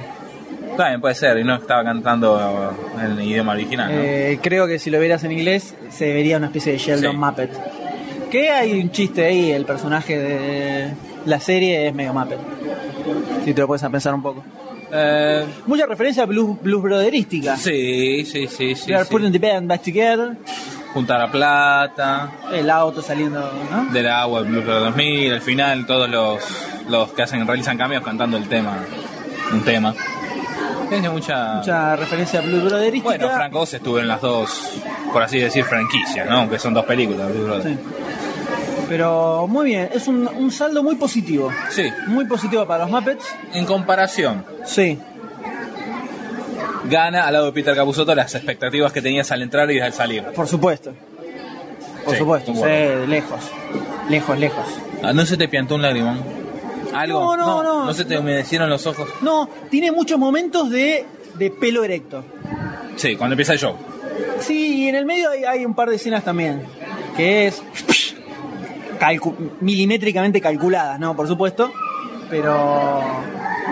Speaker 1: También puede ser, y no estaba cantando eh, en el idioma original, ¿no?
Speaker 4: Eh, creo que si lo vieras en inglés, se vería una especie de Sheldon
Speaker 1: Sí.
Speaker 4: Muppet. Que hay un chiste ahí, el personaje de la serie es medio Muppet. Si te lo puedes pensar un poco.
Speaker 1: Eh,
Speaker 4: Mucha referencia blues, blues brotherística.
Speaker 1: sí, sí, sí, sí.
Speaker 4: We are
Speaker 1: sí.
Speaker 4: putting the band back together.
Speaker 1: Juntar la plata,
Speaker 4: El auto saliendo, ¿no?
Speaker 1: del agua, el Blue Brother 2000, al final todos los, los que hacen realizan cambios cantando el tema, un tema. Tiene mucha...
Speaker 4: Mucha referencia a Blues Brotherística.
Speaker 1: Bueno, Frank Oz estuvo en las dos, por así decir, franquicias, ¿no? Aunque son dos películas, Blue Brother.
Speaker 4: Sí. Pero muy bien, es un, un saldo muy positivo.
Speaker 1: Sí.
Speaker 4: Muy positivo para los Muppets.
Speaker 1: En comparación,
Speaker 4: Sí.
Speaker 1: gana al lado de Peter Capusotto las expectativas que tenías al entrar y al salir.
Speaker 4: Por supuesto. Por
Speaker 1: Sí,
Speaker 4: supuesto.
Speaker 1: un
Speaker 4: Sí,
Speaker 1: huevo.
Speaker 4: de lejos. Lejos, lejos.
Speaker 1: Ah, ¿No se te piantó un lagrimón? ¿Algo?
Speaker 4: No, no, no.
Speaker 1: se te humedecieron los ojos?
Speaker 4: No, tiene muchos momentos de, de pelo erecto.
Speaker 1: Sí, cuando empieza el show.
Speaker 4: Sí, y en el medio hay, hay un par de escenas también. Que es. calcu- milimétricamente calculadas, ¿no? Por supuesto. Pero.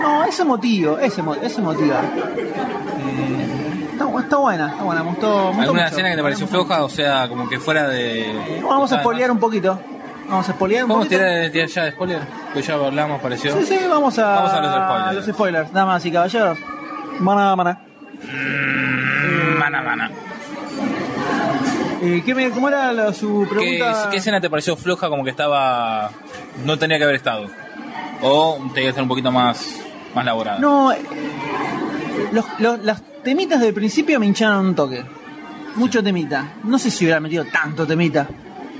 Speaker 4: No, ese motivo, ese, ese motiva. Eh, está, bu- está buena, está buena, me gustó. me gustó
Speaker 1: ¿Alguna
Speaker 4: mucho.
Speaker 1: escena que te pareció floja? O sea, como que fuera de...
Speaker 4: Bueno, vamos a spoilear un poquito. Vamos a spoilear un
Speaker 1: Vamos a
Speaker 4: poquito.
Speaker 1: tirar, tirar ya de spoiler, que ya hablamos, pareció.
Speaker 4: Sí, sí, vamos a,
Speaker 1: Vamos a los spoilers.
Speaker 4: a los spoilers, damas y caballeros. Maná, maná.
Speaker 1: Mana, mana.
Speaker 4: Eh, ¿qué me- ¿Cómo era la- su
Speaker 1: ¿Qué,
Speaker 4: pregunta?
Speaker 1: qué escena te pareció floja como que estaba... no tenía que haber estado? ¿O tenía que estar un poquito más, más elaborada?
Speaker 4: No, eh, los, los- las temitas del principio me hincharon un toque. Mucho temita. No sé si hubiera metido tanto temita.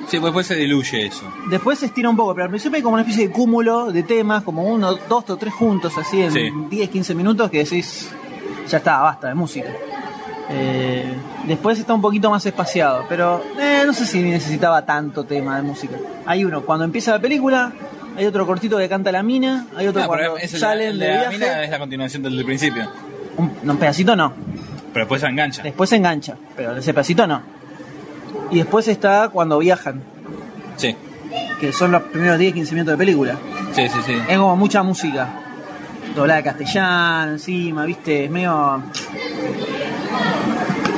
Speaker 1: Sí, pues después se diluye eso.
Speaker 4: Después se estira un poco, pero al principio hay como una especie de cúmulo de temas, como uno, dos o tres juntos, así en
Speaker 1: Sí.
Speaker 4: 10, 15 minutos, que decís, ya está, basta de música. Eh, después está un poquito más espaciado, pero eh, no sé si necesitaba tanto tema de música. Hay uno cuando empieza la película, hay otro cortito que canta la mina, hay otro
Speaker 1: No,
Speaker 4: cuando
Speaker 1: Ah, pero es el de la-
Speaker 4: salen
Speaker 1: el
Speaker 4: de,
Speaker 1: de la
Speaker 4: viaje.
Speaker 1: mina eh. es la continuación del, del principio.
Speaker 4: Un, no, un pedacito no,
Speaker 1: Pero después se engancha.
Speaker 4: después se engancha, pero ese pedacito no. Y después está cuando viajan,
Speaker 1: Sí,
Speaker 4: que son los primeros 10, 15 minutos de película.
Speaker 1: sí, sí. sí.
Speaker 4: Es como mucha música. Doblada de castellano, encima, viste, es medio.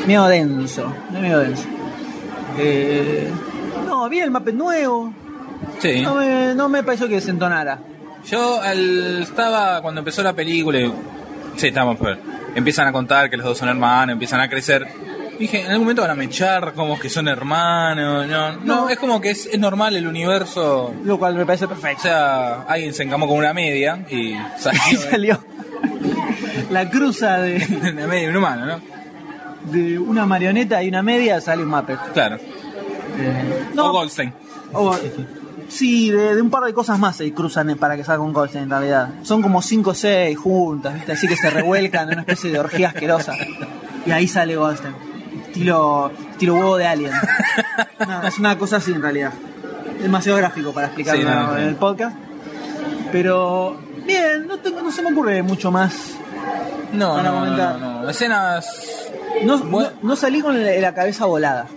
Speaker 4: medio denso. Es medio denso. Eh, no, vi el Muppet nuevo.
Speaker 1: Sí.
Speaker 4: No me, no me pareció que desentonara.
Speaker 1: Yo al- estaba cuando empezó la película. y- Sí, estábamos pero Empiezan a contar que los dos son hermanos, empiezan a crecer. Dije, en algún momento van a mechar como que son hermanos. No, no, es como que es, es normal el universo.
Speaker 4: Lo cual me parece perfecto.
Speaker 1: O sea, alguien se encamó con una media y
Speaker 4: Y
Speaker 1: salió
Speaker 4: salió. La cruza de,
Speaker 1: una media y un humano, ¿no?
Speaker 4: de una marioneta y una media sale un Muppet.
Speaker 1: Claro.
Speaker 4: No.
Speaker 1: O Goldstein.
Speaker 4: O- sí, de, de un par de cosas más se cruzan para que salga un Goldstein en realidad. Son como 5 o 6 juntas, ¿viste? así que se revuelcan en una especie de orgía asquerosa. Y ahí sale Goldstein. Estilo, estilo huevo de alien. No, es una cosa así en realidad. Demasiado gráfico para explicarlo
Speaker 1: Sí, no, no,
Speaker 4: en el
Speaker 1: no.
Speaker 4: podcast. Pero bien, no, tengo- no se me ocurre mucho más.
Speaker 1: No,
Speaker 4: Van a
Speaker 1: no, no,
Speaker 4: comentar.
Speaker 1: no, no. Escenas.
Speaker 4: No, no- no salí con la la cabeza volada.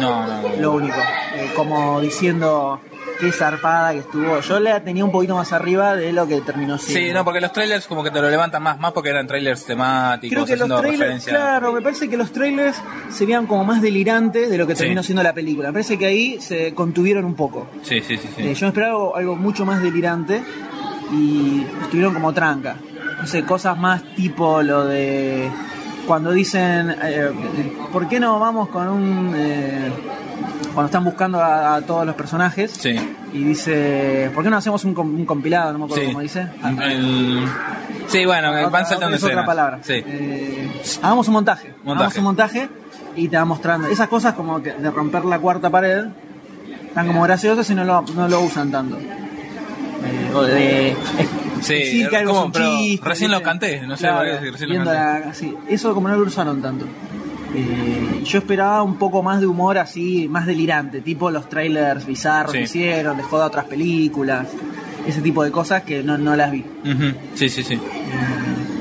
Speaker 1: No, no, no.
Speaker 4: Lo único. Eh, como diciendo qué zarpada que estuvo. Yo la tenía un poquito más arriba de lo que terminó siendo.
Speaker 1: Sí, no, porque los trailers como que te lo levantan más, más porque eran trailers temáticos,
Speaker 4: Creo que los
Speaker 1: haciendo
Speaker 4: trailers,
Speaker 1: referencia.
Speaker 4: claro, me parece que los trailers serían como más delirantes de lo que terminó siendo la película. Me parece que ahí se contuvieron un poco.
Speaker 1: Sí, sí, sí. sí.
Speaker 4: Eh, yo esperaba algo, algo mucho más delirante y estuvieron como tranca. No sé, cosas más tipo lo de cuando dicen, eh, ¿por qué no vamos con un... eh, cuando están buscando a, a todos los personajes
Speaker 1: Sí.
Speaker 4: y dice, ¿por qué no hacemos un, com- un compilado? No me acuerdo
Speaker 1: Sí.
Speaker 4: cómo dice.
Speaker 1: El- Sí, bueno,
Speaker 4: Otra-
Speaker 1: van saltando
Speaker 4: Ah, es otra
Speaker 1: escenas.
Speaker 4: palabra. Eh,
Speaker 1: Sí.
Speaker 4: Hagamos un montaje. Hagamos
Speaker 1: Montaje.
Speaker 4: un montaje y te va mostrando. Esas cosas como que de romper la cuarta pared están como graciosas y no lo, no lo usan tanto. Eh, o de-
Speaker 1: Sí,
Speaker 4: decir que algo es
Speaker 1: como,
Speaker 4: un
Speaker 1: pero
Speaker 4: chiste,
Speaker 1: recién
Speaker 4: ¿viste?
Speaker 1: lo canté, no sé
Speaker 4: Claro,
Speaker 1: por qué recién lo
Speaker 4: viendo
Speaker 1: canté.
Speaker 4: la- sí, eso como no lo usaron tanto. Eh, yo esperaba un poco más de humor así, más delirante, tipo los trailers bizarros
Speaker 1: Sí.
Speaker 4: que hicieron, de joda a otras películas, ese tipo de cosas que no, no las vi.
Speaker 1: Ujú, Sí, sí, sí.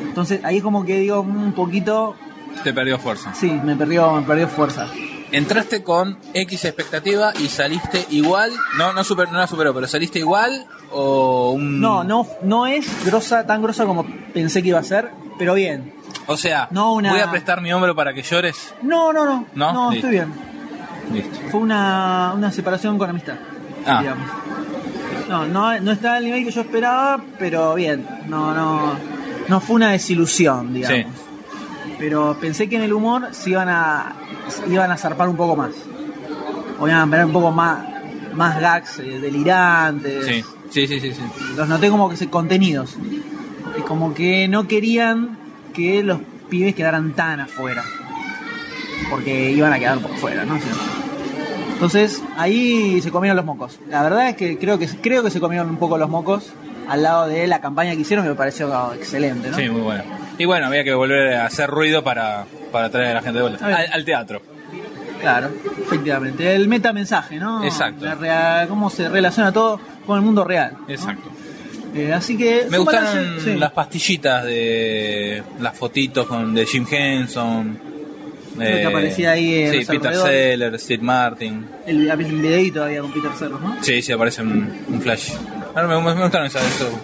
Speaker 4: Entonces ahí es como que digo, mm, un poquito,
Speaker 1: Te perdió fuerza.
Speaker 4: sí, me perdió, me perdió fuerza.
Speaker 1: Entraste con X expectativa y saliste igual. No, no, super, no la superó, pero saliste igual o un.
Speaker 4: No, no, no es grosa, tan grosa como pensé que iba a ser, pero bien.
Speaker 1: O sea,
Speaker 4: No, una-
Speaker 1: voy a prestar mi hombro para que llores.
Speaker 4: No, no, no.
Speaker 1: ¿No?
Speaker 4: No,
Speaker 1: Listo.
Speaker 4: estoy bien.
Speaker 1: Listo.
Speaker 4: Fue una, una separación con amistad.
Speaker 1: Ah.
Speaker 4: digamos. No, no, no está al nivel que yo esperaba, pero bien. No, no. No fue una desilusión, digamos. Pero pensé que en el humor se iban a. se iban a zarpar un poco más. O iban a ver un poco más. más gags eh, delirantes.
Speaker 1: Sí, sí, sí, sí. sí.
Speaker 4: Los noté como que se contenidos. Eh, Como que no querían que los pibes quedaran tan afuera. Porque iban a quedar por fuera, ¿no? O sea, Entonces, ahí se comieron los mocos. La verdad es que creo que creo que se comieron un poco los mocos al lado de la campaña que hicieron, que me pareció excelente, ¿no?
Speaker 1: Sí, muy bueno. Y bueno, había que volver a hacer ruido para, para traer a la gente de vuelta. Al, al teatro.
Speaker 4: Claro, efectivamente. El metamensaje, ¿no?
Speaker 1: Exacto.
Speaker 4: La rea- cómo se relaciona todo con el mundo real.
Speaker 1: Exacto.
Speaker 4: Eh, así que.
Speaker 1: Me
Speaker 4: fue un
Speaker 1: gustaron
Speaker 4: balance- sí.
Speaker 1: las pastillitas de las fotitos con, de Jim Henson. eh,
Speaker 4: Lo que aparecía ahí en
Speaker 1: sí,
Speaker 4: los
Speaker 1: Peter
Speaker 4: alrededores.
Speaker 1: Sellers, Steve Martin.
Speaker 4: El, el videíto todavía con Peter Cerros, ¿no?
Speaker 1: Sí, sí, aparece un, un flash. Ahora me, me gustaron esas, eso-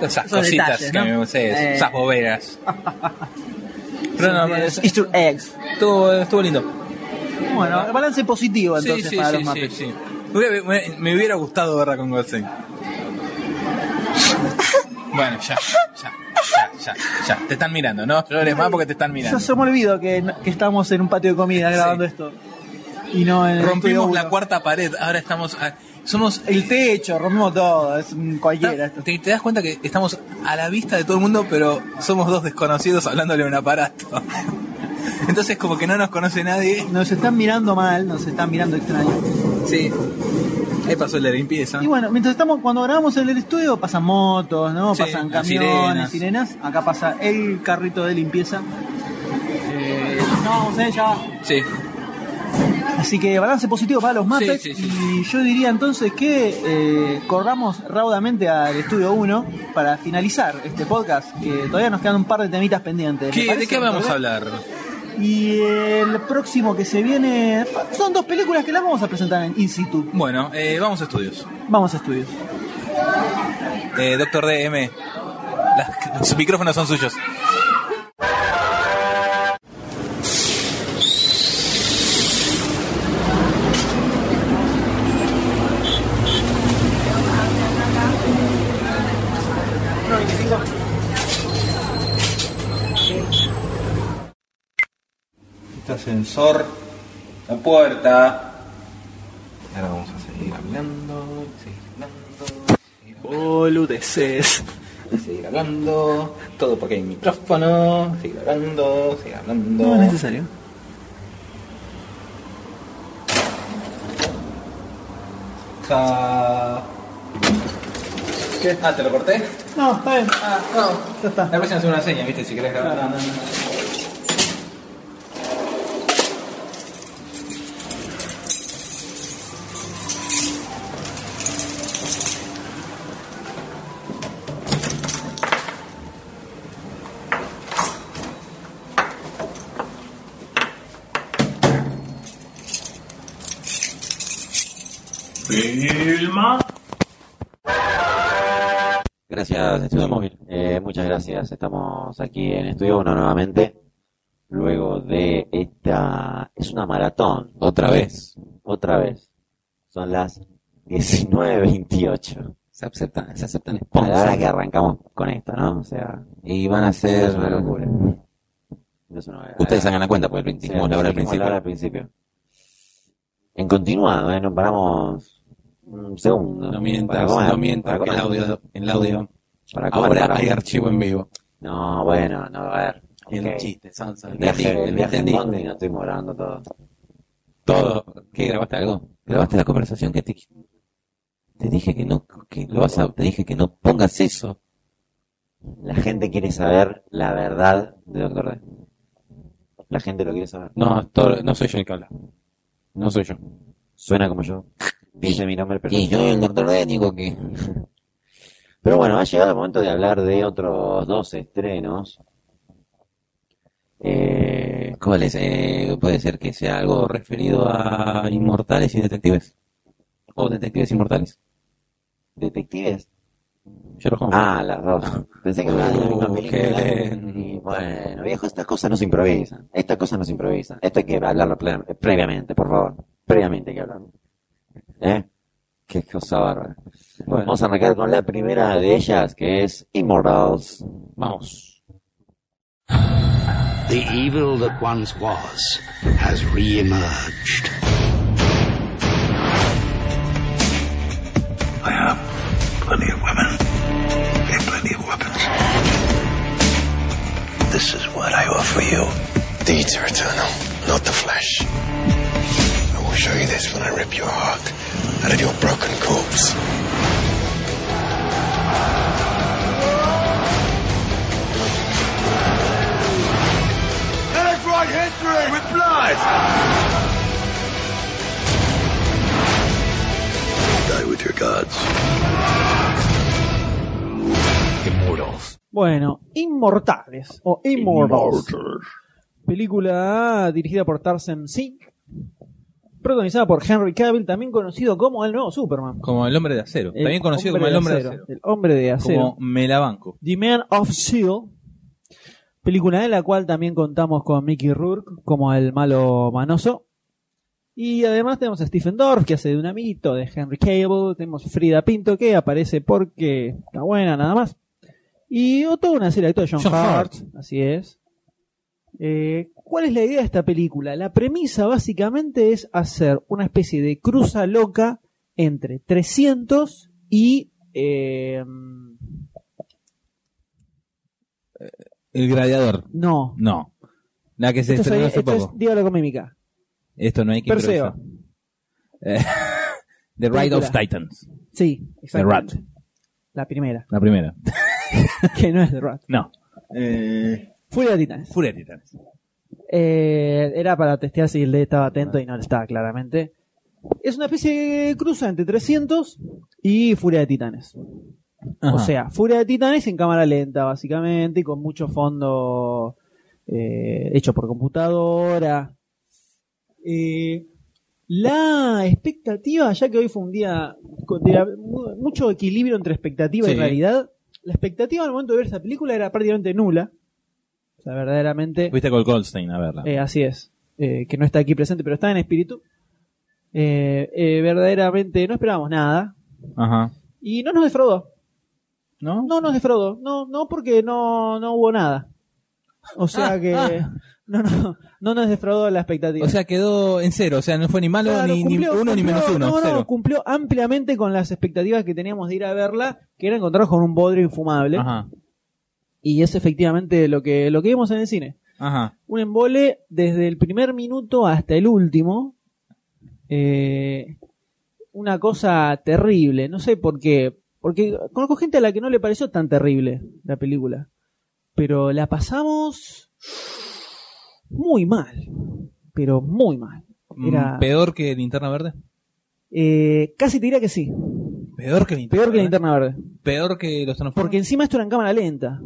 Speaker 1: esas
Speaker 4: Esos
Speaker 1: cositas,
Speaker 4: detalles,
Speaker 1: que
Speaker 4: ¿no?
Speaker 1: me- sí,
Speaker 4: Eh.
Speaker 1: esas boberas. Pero no, es-
Speaker 4: Easter eggs.
Speaker 1: Estuvo, estuvo lindo.
Speaker 4: Bueno, balance positivo entonces
Speaker 1: sí, sí,
Speaker 4: para
Speaker 1: sí,
Speaker 4: los
Speaker 1: sí,
Speaker 4: Muppets.
Speaker 1: sí. Me, me- me hubiera gustado verla con Goldstein. Bueno, ya, ya, ya, ya, ya. Te están mirando, ¿no? Llores más porque te están mirando.
Speaker 4: Yo se me olvido que, que estamos en un patio de comida grabando esto. Y no en el estudio
Speaker 1: Rompimos
Speaker 4: uno.
Speaker 1: la cuarta pared, ahora estamos... a- somos...
Speaker 4: El techo, rompimos todo, es un cualquiera esto.
Speaker 1: ¿Te, te das cuenta que estamos a la vista de todo el mundo, pero somos dos desconocidos hablándole a un aparato? Entonces como que no nos conoce nadie.
Speaker 4: Nos están mirando mal, nos están mirando extraño.
Speaker 1: Sí. Ahí pasó el de limpieza.
Speaker 4: Y bueno, mientras estamos, cuando grabamos en el estudio pasan motos, ¿no?
Speaker 1: Sí,
Speaker 4: pasan
Speaker 1: las
Speaker 4: camiones,
Speaker 1: sirenas.
Speaker 4: sirenas. Acá pasa el carrito de limpieza. Eh, no, vamos a ella.
Speaker 1: Sí.
Speaker 4: Así que balance positivo para los Muppets.
Speaker 1: Sí, sí, sí.
Speaker 4: Y yo diría entonces que eh, corramos raudamente al estudio 1 para finalizar este podcast, que todavía nos quedan un par de temitas pendientes. ¿le
Speaker 1: ¿Qué- ¿De
Speaker 4: parece,
Speaker 1: qué vamos
Speaker 4: Antonio?
Speaker 1: a hablar?
Speaker 4: Y el próximo que se viene son dos películas que las vamos a presentar en In situ.
Speaker 1: Bueno, eh, vamos a estudios.
Speaker 4: Vamos a estudios.
Speaker 1: Eh, Doctor DM, las- los micrófonos son suyos.
Speaker 19: Este ascensor, la puerta. Ahora vamos a seguir hablando, seguir
Speaker 4: Boludeces.
Speaker 19: hablando, seguir hablando. Todo porque hay micrófono, seguir hablando, seguir hablando.
Speaker 4: No es necesario.
Speaker 1: Ca- ¿Qué? Ah, ¿te lo corté?
Speaker 4: No, está bien.
Speaker 1: Ah, no.
Speaker 4: Ya está.
Speaker 1: La próxima es una seña, viste, si querés grabar.
Speaker 4: Claro.
Speaker 20: Vilma.
Speaker 21: Gracias, Estudio Móvil. Eh, muchas gracias. Estamos aquí en Estudio 1 nuevamente. Luego de esta... Es una maratón. Otra vez. Otra vez. Son las 19.28. Se aceptan, se aceptan A la hora que arrancamos con esto, ¿no? O sea...
Speaker 22: Y van a ser...
Speaker 21: Es una locura.
Speaker 22: Ustedes hagan la cuenta, porque lo
Speaker 21: Sí,
Speaker 22: hicimos la hora
Speaker 21: dijimos
Speaker 22: al principio.
Speaker 21: la hora al principio. En continuado, ¿eh? No paramos un segundo.
Speaker 22: No mientas,
Speaker 21: Para comer,
Speaker 22: no mientas.
Speaker 21: para
Speaker 22: que El
Speaker 21: comer.
Speaker 22: audio, el audio.
Speaker 21: Para comer,
Speaker 22: Ahora
Speaker 21: para
Speaker 22: Ah, hay
Speaker 21: comer.
Speaker 22: archivo en vivo.
Speaker 21: No, bueno, no, a ver.
Speaker 22: El
Speaker 21: ok.
Speaker 22: chiste, Sansa.
Speaker 21: El viaje,
Speaker 22: Entendí,
Speaker 21: el viaje en
Speaker 22: entendí.
Speaker 21: bondi, no estoy morando todo.
Speaker 22: Todo. ¿Qué grabaste algo? Grabaste la conversación que te, te dije que no, que lo vas a, te dije que no pongas eso.
Speaker 21: La gente quiere saber la verdad de Doctor D. La gente lo quiere saber.
Speaker 22: No, todo- no soy yo el que habla. No soy yo.
Speaker 21: Suena como yo. Dice mi nombre, pero.
Speaker 22: Y yo, el Doctor D, digo que.
Speaker 21: Pero bueno, ha llegado el momento de hablar de otros dos estrenos.
Speaker 22: Eh, ¿Cómo les, eh, puede ser que sea algo referido a inmortales y detectives? ¿O detectives inmortales?
Speaker 21: ¿Detectives?
Speaker 22: Sherlock Holmes.
Speaker 21: Ah, las dos. Pensé que hablaban de la misma
Speaker 22: Uh,
Speaker 21: película.
Speaker 22: qué
Speaker 21: Y bueno, viejo, estas cosas no se improvisan. Estas cosas no se improvisan. Esto hay que hablarlo pre- previamente, por favor. Previamente hay que hablarlo. ¿Eh? Qué cosa bárbara.
Speaker 22: Bueno.
Speaker 21: Vamos a arrancar con la primera de ellas, que es Immortals.
Speaker 22: Vamos.
Speaker 13: The evil that once was has re-emerged. I have plenty of women and plenty of weapons. This is what I offer you. Deeds are eternal, not the flesh. I will show you this when I rip your heart out of your broken corpse.
Speaker 3: Left right head through with blood.
Speaker 13: Die with your gods. Immortals.
Speaker 4: Bueno, Inmortales o Immortals. Película dirigida por Tarzan Singh, protagonizada por Henry Cavill, también conocido como el nuevo Superman.
Speaker 1: Como el hombre de acero.
Speaker 4: El
Speaker 1: También conocido como el hombre de acero.
Speaker 4: El hombre de acero.
Speaker 1: Como me la banco.
Speaker 4: The Man of Steel, película de la cual también contamos con Mickey Rourke como el malo manoso. Y además tenemos a Stephen Dorff que hace de un amiguito de Henry Cable, tenemos a Frida Pinto que aparece porque está buena nada más. Y oh, toda una serie de actores, John,
Speaker 23: John Hart.
Speaker 4: Hart, así es. Eh, ¿Cuál es la idea de esta película? La premisa básicamente es hacer una especie de cruza loca entre 300 y... eh,
Speaker 1: El gladiador.
Speaker 4: no,
Speaker 1: No. La que se
Speaker 4: esto
Speaker 1: estrenó
Speaker 4: es,
Speaker 1: hace
Speaker 4: esto
Speaker 1: poco.
Speaker 4: es diálogo mímica.
Speaker 1: Esto no hay que
Speaker 4: Perseo.
Speaker 1: improvisar. Eh, The Ride of
Speaker 4: Película.
Speaker 1: Titans.
Speaker 4: Sí,
Speaker 1: The
Speaker 4: exacto.
Speaker 1: Rat.
Speaker 4: La primera,
Speaker 1: La primera.
Speaker 4: que no es The Rat.
Speaker 1: No.
Speaker 4: Furia de Titanes.
Speaker 1: Furia de Titanes.
Speaker 4: Eh, era para testear si el D estaba
Speaker 1: Ah.
Speaker 4: atento y no lo estaba, claramente. Es una especie de cruza entre 300 y Furia de Titanes. O
Speaker 1: Ajá.
Speaker 4: sea, Furia de Titanes en cámara lenta, básicamente, y con mucho fondo eh, hecho por computadora. Eh, la expectativa, ya que hoy fue un día con- de mu- mucho equilibrio entre expectativa y
Speaker 23: Sí.
Speaker 4: realidad, la expectativa al momento de ver esta película era prácticamente nula. O sea, verdaderamente.
Speaker 1: Fuiste con Goldstein a verla.
Speaker 4: Eh, así es. Eh, que no está aquí presente, pero está en espíritu. Eh, eh, verdaderamente no esperábamos nada.
Speaker 1: Ajá.
Speaker 4: Y no nos defraudó.
Speaker 1: ¿No?
Speaker 4: No nos defraudó. No, no porque no, no hubo nada. O sea que No, no, no nos defraudó la expectativa.
Speaker 1: Ah, O sea, quedó en cero. O sea, no fue ni malo,
Speaker 4: Claro,
Speaker 1: ni, ni
Speaker 4: cumplió-
Speaker 1: uno, ni
Speaker 4: cumplió-
Speaker 1: menos uno.
Speaker 4: no, no,
Speaker 1: cero.
Speaker 4: cumplió ampliamente con las expectativas que teníamos de ir a verla, que era encontrarnos con un bodrio infumable.
Speaker 1: Ajá.
Speaker 4: Y es efectivamente lo que, lo que vimos en el cine.
Speaker 1: Ajá.
Speaker 4: un embole desde el primer minuto hasta el último. Eh, una cosa terrible, no sé por qué. Porque conozco gente a la que no le pareció tan terrible la película. Pero la pasamos muy mal. Pero muy mal.
Speaker 1: Mm,
Speaker 4: Era,
Speaker 1: ¿Peor que Linterna Verde?
Speaker 4: eh, casi te diría que sí.
Speaker 1: Peor que Linterna
Speaker 4: Peor que la linterna verde.
Speaker 1: Peor que los Transformers.
Speaker 4: Porque encima esto era en cámara lenta.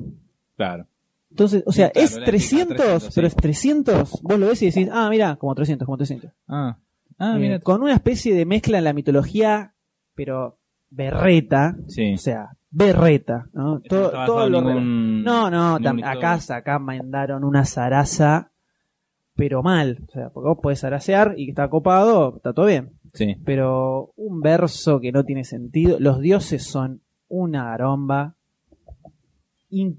Speaker 1: Claro.
Speaker 4: Entonces, o sea,
Speaker 1: claro,
Speaker 4: es
Speaker 1: la
Speaker 4: 300,
Speaker 1: típica 300,
Speaker 4: pero
Speaker 1: sí.
Speaker 4: es 300. Vos lo ves y decís, ah, mira, como 300, como 300.
Speaker 1: Ah. Ah,
Speaker 4: Eh,
Speaker 1: mira.
Speaker 4: con una especie de mezcla en la mitología pero berreta, o sea, berreta, ¿no? Todo-
Speaker 23: está
Speaker 4: todo
Speaker 23: basado en
Speaker 4: lo
Speaker 23: ningún-
Speaker 4: No, no,
Speaker 23: ninguna
Speaker 4: tam-
Speaker 23: historia.
Speaker 4: acá, acá mandaron una zaraza, pero mal, o sea, porque vos podés zaracear y está copado, está todo bien.
Speaker 23: Sí.
Speaker 4: Pero un verso que no tiene sentido, los dioses son una garomba, in-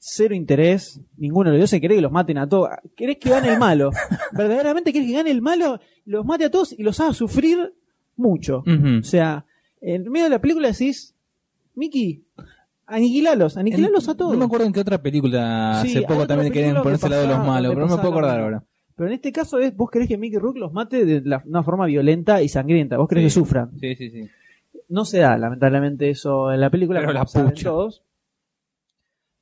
Speaker 4: cero interés, ninguno de los dioses quiere que los maten a todos, querés que gane el malo, verdaderamente querés que gane el malo, los mate a todos y los haga sufrir mucho.
Speaker 23: Mm.
Speaker 4: O sea, en medio de la película decís, Mickey, aniquilalos, aniquilalos a todos.
Speaker 23: No me acuerdo en qué otra película
Speaker 4: Sí,
Speaker 23: hace
Speaker 4: hay
Speaker 23: poco
Speaker 4: otra
Speaker 23: también querían
Speaker 4: película
Speaker 23: ponerse
Speaker 4: que
Speaker 23: al este lado de los
Speaker 4: pasaba-
Speaker 23: malos,
Speaker 4: que
Speaker 23: pero no me puedo
Speaker 4: pasaba
Speaker 23: acordar
Speaker 4: lo
Speaker 23: ahora.
Speaker 4: Pero en este caso es, vos querés que Mickey Rook los mate de la- una forma violenta y sangrienta, vos querés que sufran.
Speaker 5: Sí, sí, sí.
Speaker 4: No se da, lamentablemente, eso en la película,
Speaker 5: Pero
Speaker 4: como
Speaker 5: la
Speaker 4: saben
Speaker 5: pucha.
Speaker 4: todos.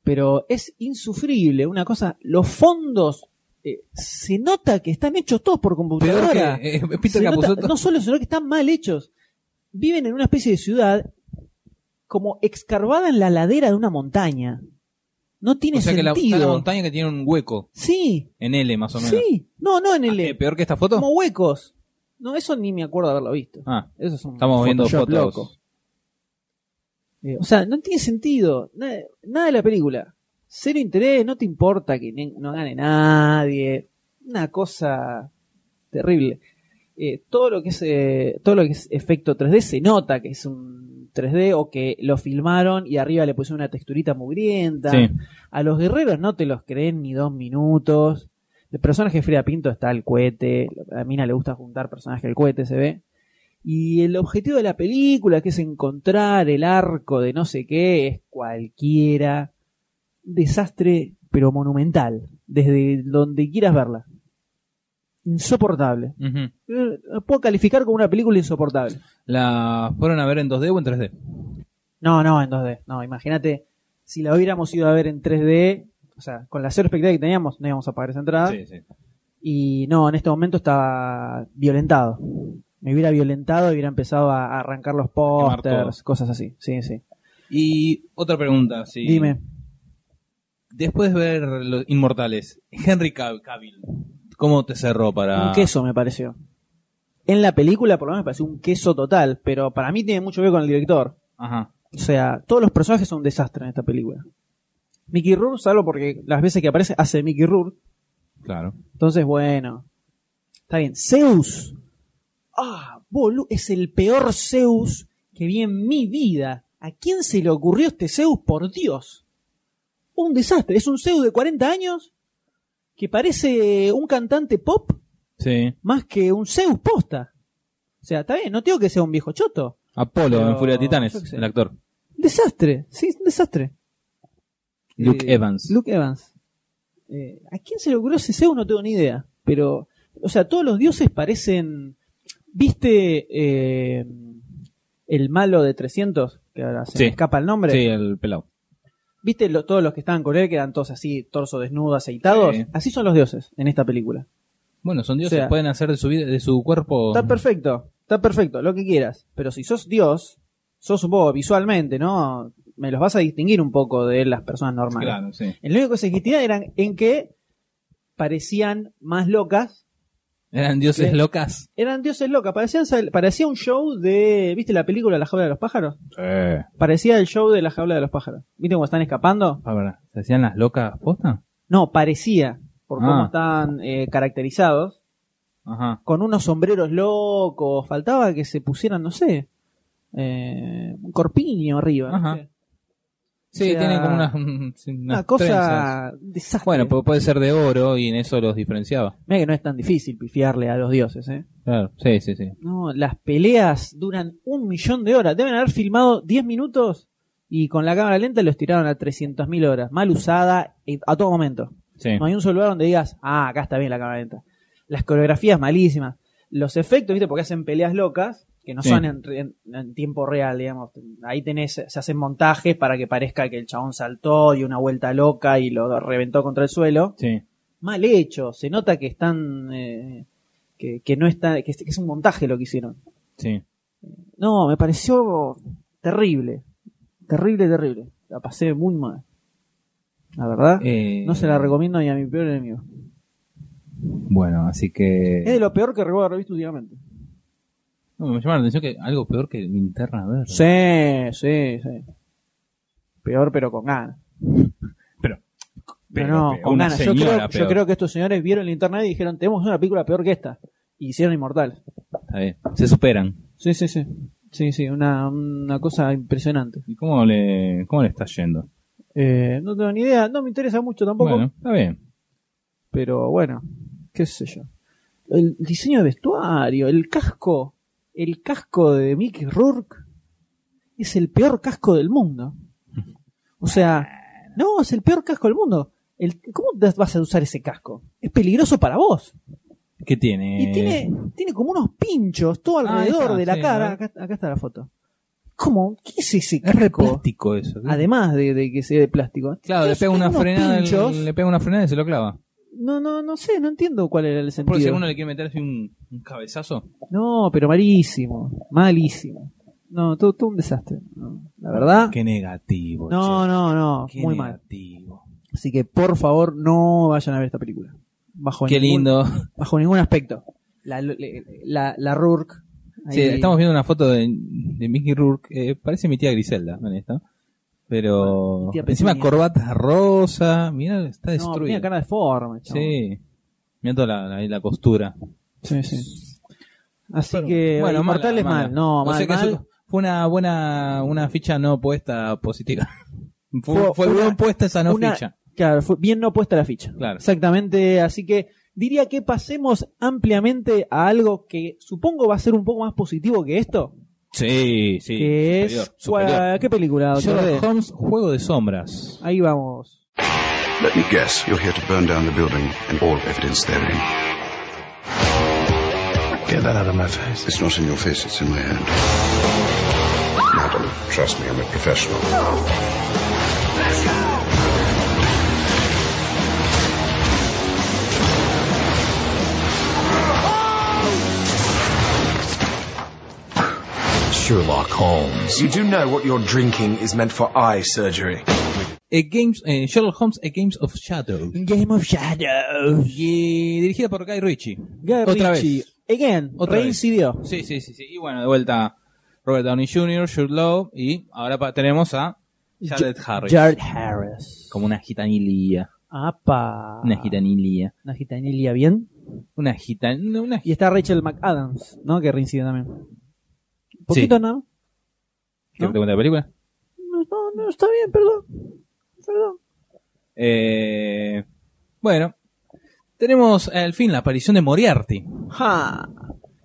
Speaker 4: Pero es insufrible, una cosa, los fondos eh, se nota que están hechos todos por computadora.
Speaker 23: Peor que, eh, Peter
Speaker 4: Se nota-
Speaker 23: Capusotto.
Speaker 4: no solo, sino que están mal hechos. Viven en una especie de ciudad como excavada en la ladera de una montaña. No tiene
Speaker 23: O sea que la, está
Speaker 4: sentido.
Speaker 23: la montaña que tiene un hueco
Speaker 4: Sí,
Speaker 23: en L más o menos.
Speaker 4: sí. No, no en el...
Speaker 23: Eh, ¿Peor que esta foto?
Speaker 4: Como huecos. No, eso ni me acuerdo haberlo visto.
Speaker 23: Ah,
Speaker 4: eso es un
Speaker 23: estamos viendo
Speaker 4: Photoshop
Speaker 23: fotos.
Speaker 4: loco. Eh, O sea, no tiene sentido. Nada, nada de la película. Cero interés, no te importa que ni- no gane nadie. Una cosa terrible. Eh, todo lo que es eh, todo lo que es efecto 3D se nota que es un 3D o que lo filmaron y arriba le pusieron una texturita mugrienta.
Speaker 23: Sí.
Speaker 4: A los guerreros no te los creen ni dos minutos. El personaje de Frida Pinto está el cohete. A Mina le gusta juntar personaje al cohete, se ve. Y el objetivo de la película, que es encontrar el arco de no sé qué, es cualquiera. Desastre, pero monumental. Desde donde quieras verla. Insoportable.
Speaker 23: Ujú.
Speaker 4: Eh, Puedo calificar como una película insoportable.
Speaker 23: ¿La fueron a ver en 2D o en 3D?
Speaker 4: No, no, en 2D. No, imagínate, si la hubiéramos ido a ver en 3D, o sea, con la cero expectativa que teníamos, no íbamos a pagar esa entrada. Y no, en este momento estaba violentado. Me hubiera violentado y hubiera empezado a a arrancar los
Speaker 23: quemar
Speaker 4: pósters,
Speaker 23: todo.
Speaker 4: cosas así. Sí, sí.
Speaker 23: Y otra pregunta, sí.
Speaker 4: Dime.
Speaker 23: Después de ver Los Inmortales, Henry Cav- Cavill, ¿cómo te cerró para...?
Speaker 4: Un queso me pareció. En la película, por lo menos, me pareció un queso total, pero para mí tiene mucho que ver con el director.
Speaker 23: Ajá.
Speaker 4: O sea, todos los personajes son un desastre en esta película. Mickey Rourke, salvo porque las veces que aparece hace de Mickey Rourke.
Speaker 23: Claro.
Speaker 4: Entonces, bueno. Está bien. Zeus. Ah, boludo, es el peor Zeus que vi en mi vida. ¿A quién se le ocurrió este Zeus, por Dios? Un desastre. Es un Zeus de 40 años que parece un cantante pop
Speaker 23: Sí.
Speaker 4: más que un Zeus posta. O sea, está bien, no digo que sea un viejo choto.
Speaker 23: Apolo
Speaker 4: Pero-
Speaker 23: en Furia de
Speaker 4: yo qué
Speaker 23: Titanes,
Speaker 4: sé.
Speaker 23: el actor.
Speaker 4: Desastre, sí, es un desastre.
Speaker 23: Luke
Speaker 4: Eh,
Speaker 23: Evans.
Speaker 4: Luke Evans. Eh, ¿A quién se le ocurrió ese Zeus? No tengo ni idea. Pero, o sea, todos los dioses parecen... ¿Viste eh, el malo de 300? Que ahora se
Speaker 23: Sí.
Speaker 4: me escapa el nombre.
Speaker 23: Sí, el pelado.
Speaker 4: ¿Viste lo- todos los que estaban con él, que eran todos así, torso desnudo, aceitados?
Speaker 23: Sí.
Speaker 4: Así son los dioses en esta película.
Speaker 23: Bueno, son dioses,
Speaker 4: O sea,
Speaker 23: pueden hacer de su vida, de su cuerpo...
Speaker 4: Está perfecto, está perfecto, lo que quieras. Pero si sos Dios, sos un poco visualmente, ¿no? Me los vas a distinguir un poco de las personas normales.
Speaker 23: Claro, sí.
Speaker 4: El único que se distinguía eran en que parecían más locas.
Speaker 23: Eran dioses
Speaker 4: Sí.
Speaker 23: locas.
Speaker 4: Eran dioses locas. Parecían, parecía un show de. ¿Viste la película La Jaula de los Pájaros?
Speaker 23: Eh.
Speaker 4: Parecía el show de La Jaula de los Pájaros. ¿Viste cómo están escapando?
Speaker 23: A ver, ¿se hacían las locas posta?
Speaker 4: No, parecía, por
Speaker 23: Ah.
Speaker 4: cómo están eh, caracterizados,
Speaker 23: Ajá.
Speaker 4: con unos sombreros locos, faltaba que se pusieran, no sé, eh, un corpiño arriba. no
Speaker 23: Ajá.
Speaker 4: sé.
Speaker 23: Sí,
Speaker 4: O sea,
Speaker 23: tienen como unas, mm, unas
Speaker 4: una cosa
Speaker 23: trenzas.
Speaker 4: desastre.
Speaker 23: Bueno, pues- pu- puede ser de oro y en eso los diferenciaba.
Speaker 4: Mirá que no es tan difícil pifiarle a los dioses, ¿eh?
Speaker 23: Claro, sí, sí, sí.
Speaker 4: No, las peleas duran un millón de horas. Deben haber filmado 10 minutos y con la cámara lenta los tiraron a 300.000 horas. Mal usada eh, a todo momento.
Speaker 23: Sí.
Speaker 4: No hay un solo lugar donde digas, ah, acá está bien la cámara lenta. Las coreografías malísimas. Los efectos, ¿viste? Porque hacen peleas locas que no
Speaker 23: Sí.
Speaker 4: son en, re- en- en tiempo real, digamos. Ahí tenés, se hacen montajes para que parezca que el chabón saltó y una vuelta loca y lo reventó contra el suelo
Speaker 23: Sí.
Speaker 4: mal hecho. Se nota que están. eh, que, que no está. Que, es- que es un montaje lo que hicieron.
Speaker 23: Sí.
Speaker 4: No, me pareció terrible. Terrible, terrible. La pasé muy mal. La verdad.
Speaker 23: Eh,
Speaker 4: Ah, No se la recomiendo ni a mi peor enemigo.
Speaker 23: Bueno, así
Speaker 4: Es
Speaker 23: que.
Speaker 4: de lo peor que recuerdo haber visto últimamente.
Speaker 1: No, me llama la atención que algo peor que linterna verde.
Speaker 4: Sí, sí, sí. Peor, pero con ganas.
Speaker 1: Pero,
Speaker 4: No, no,
Speaker 1: peor,
Speaker 4: con
Speaker 1: una
Speaker 4: ganas. Yo creo,
Speaker 1: señora
Speaker 4: yo
Speaker 1: peor.
Speaker 4: creo que estos señores vieron el internet y dijeron: Tenemos una película peor que esta. Y hicieron Inmortal.
Speaker 1: Está bien. Se superan.
Speaker 4: Sí, sí, sí. Sí, sí, una, una cosa impresionante.
Speaker 1: ¿Y cómo le, cómo le está yendo?
Speaker 4: Eh, no tengo ni idea, no me interesa mucho tampoco.
Speaker 1: Bueno, está bien.
Speaker 4: Pero bueno, qué sé yo. El diseño de vestuario, el casco, el casco de Mickey Rourke es el peor casco del mundo. O sea, no, es el peor casco del mundo. El- ¿Cómo te vas a usar ese casco? Es peligroso para vos.
Speaker 1: ¿Qué tiene?
Speaker 4: Y tiene, tiene como unos pinchos todo
Speaker 1: Eh. Ah, ahí
Speaker 4: alrededor
Speaker 1: está,
Speaker 4: de la
Speaker 1: sí,
Speaker 4: cara.
Speaker 1: a ver.
Speaker 4: Acá, acá está la foto. ¿Cómo? ¿Qué es ese
Speaker 1: Es re
Speaker 4: casco?
Speaker 1: plástico eso. ¿qué?
Speaker 4: Además de, de que sea de plástico.
Speaker 1: claro, le
Speaker 4: Entonces,
Speaker 1: pega una
Speaker 4: unos
Speaker 1: frenada,
Speaker 4: pinchos.
Speaker 1: le pega una frenada y se lo clava.
Speaker 4: No, no, no sé, no entiendo cuál era el
Speaker 1: Porque si
Speaker 4: sentido.
Speaker 1: uno le quiere meter así un, un cabezazo.
Speaker 4: No, pero malísimo, malísimo. No, todo, todo un desastre. No, la verdad.
Speaker 1: Qué negativo.
Speaker 4: Ah. No,
Speaker 1: che.
Speaker 4: no, no,
Speaker 1: Qué
Speaker 4: muy mal. Así que por favor no vayan a ver esta película. Bajo
Speaker 1: Qué
Speaker 4: ningún-
Speaker 1: lindo.
Speaker 4: Bajo ningún aspecto. La, le- la, la Rourke.
Speaker 1: Sí,
Speaker 4: ahí-
Speaker 1: estamos viendo una foto de, de Mickey Rourke. eh, parece mi tía Griselda, en esta. Pero.
Speaker 4: Mi tía
Speaker 1: encima
Speaker 4: Petunia.
Speaker 1: corbata rosa. Mira, está
Speaker 4: No,
Speaker 1: destruida.
Speaker 4: tenía cara deforme. chabón.
Speaker 1: sí. Mira toda la, la- la costura.
Speaker 4: Sí, sí. Así que
Speaker 1: Bueno,
Speaker 4: bueno,
Speaker 1: mala,
Speaker 4: Mortal es
Speaker 1: mala.
Speaker 4: mal. No,
Speaker 1: O
Speaker 4: mal,
Speaker 1: sea que
Speaker 4: mal.
Speaker 1: eso fue una buena una ficha no puesta positiva. Fue,
Speaker 4: Fue-
Speaker 1: fue
Speaker 4: fue
Speaker 1: bien
Speaker 4: una-
Speaker 1: puesta esa no
Speaker 4: una-
Speaker 1: ficha.
Speaker 4: Claro, fue bien no puesta la ficha.
Speaker 1: Claro.
Speaker 4: Exactamente, así que diría que pasemos ampliamente a algo que supongo va a ser un poco más positivo que esto,
Speaker 1: Sí, sí.
Speaker 4: que
Speaker 1: superior,
Speaker 4: es
Speaker 1: superior.
Speaker 4: ¿cuál- ¿qué película? doctor
Speaker 1: Sherlock
Speaker 4: D?
Speaker 1: Holmes, Juego de Sombras.
Speaker 4: Ahí vamos.
Speaker 6: Let me guess, you're here to burn down the building and all evidence therein. Get that out of my face. It's not in your face, it's in my hand. Madam, trust me, I'm a professional.
Speaker 20: Sherlock Holmes. You do know what you're drinking is meant for eye surgery.
Speaker 1: A Games, eh, Sherlock Holmes, A Games of Shadows.
Speaker 4: Game of Shadows.
Speaker 1: Y dirigida por Guy Ritchie.
Speaker 4: Guy
Speaker 1: Otra
Speaker 4: Ritchie.
Speaker 1: vez.
Speaker 4: Again,
Speaker 1: Otra
Speaker 4: reincidió.
Speaker 1: vez. Sí, sí, sí, sí. Y bueno, de vuelta Robert Downey Jr., Jude Law y ahora pa- tenemos a Charlotte Harris.
Speaker 4: Jared Harris.
Speaker 1: Como una gitanilía.
Speaker 4: Apa.
Speaker 1: Una gitanilía.
Speaker 4: Una gitanería bien.
Speaker 1: Una gitan... Una...
Speaker 4: Y está Rachel McAdams, ¿no? Que reincide también. Un poquito nada.
Speaker 1: ¿Qué te cuenta la película?
Speaker 4: No, no, no, está bien, perdón. Perdón.
Speaker 1: Eh, bueno, tenemos al fin la aparición de Moriarty.
Speaker 4: Ja.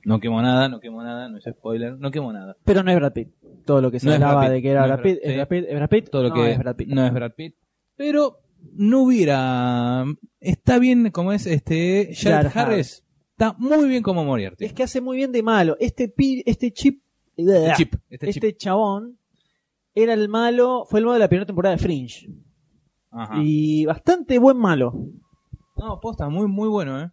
Speaker 1: No quemo nada, no quemo nada, no es spoiler, no quemo nada.
Speaker 4: Pero no es Brad Pitt. Todo lo que se
Speaker 1: No es
Speaker 4: hablaba
Speaker 1: Brad Pitt,
Speaker 4: de que era
Speaker 1: no es
Speaker 4: Brad Pitt,
Speaker 1: Brad-
Speaker 4: es
Speaker 1: sí.
Speaker 4: Brad Pitt, es Brad Pitt,
Speaker 1: Todo lo
Speaker 4: no
Speaker 1: que
Speaker 4: es Brad Pitt.
Speaker 1: no es Brad Pitt. Pero no hubiera, está bien como es este Jared
Speaker 4: Jared
Speaker 1: Harris, está muy bien como Moriarty.
Speaker 4: Es que hace muy bien de malo. Este pi- este chip,
Speaker 1: chip, este
Speaker 4: este, chabón era el malo, fue el malo de la primera temporada de Fringe
Speaker 1: Ajá.
Speaker 4: y bastante buen malo.
Speaker 1: No, posta, muy muy bueno, eh.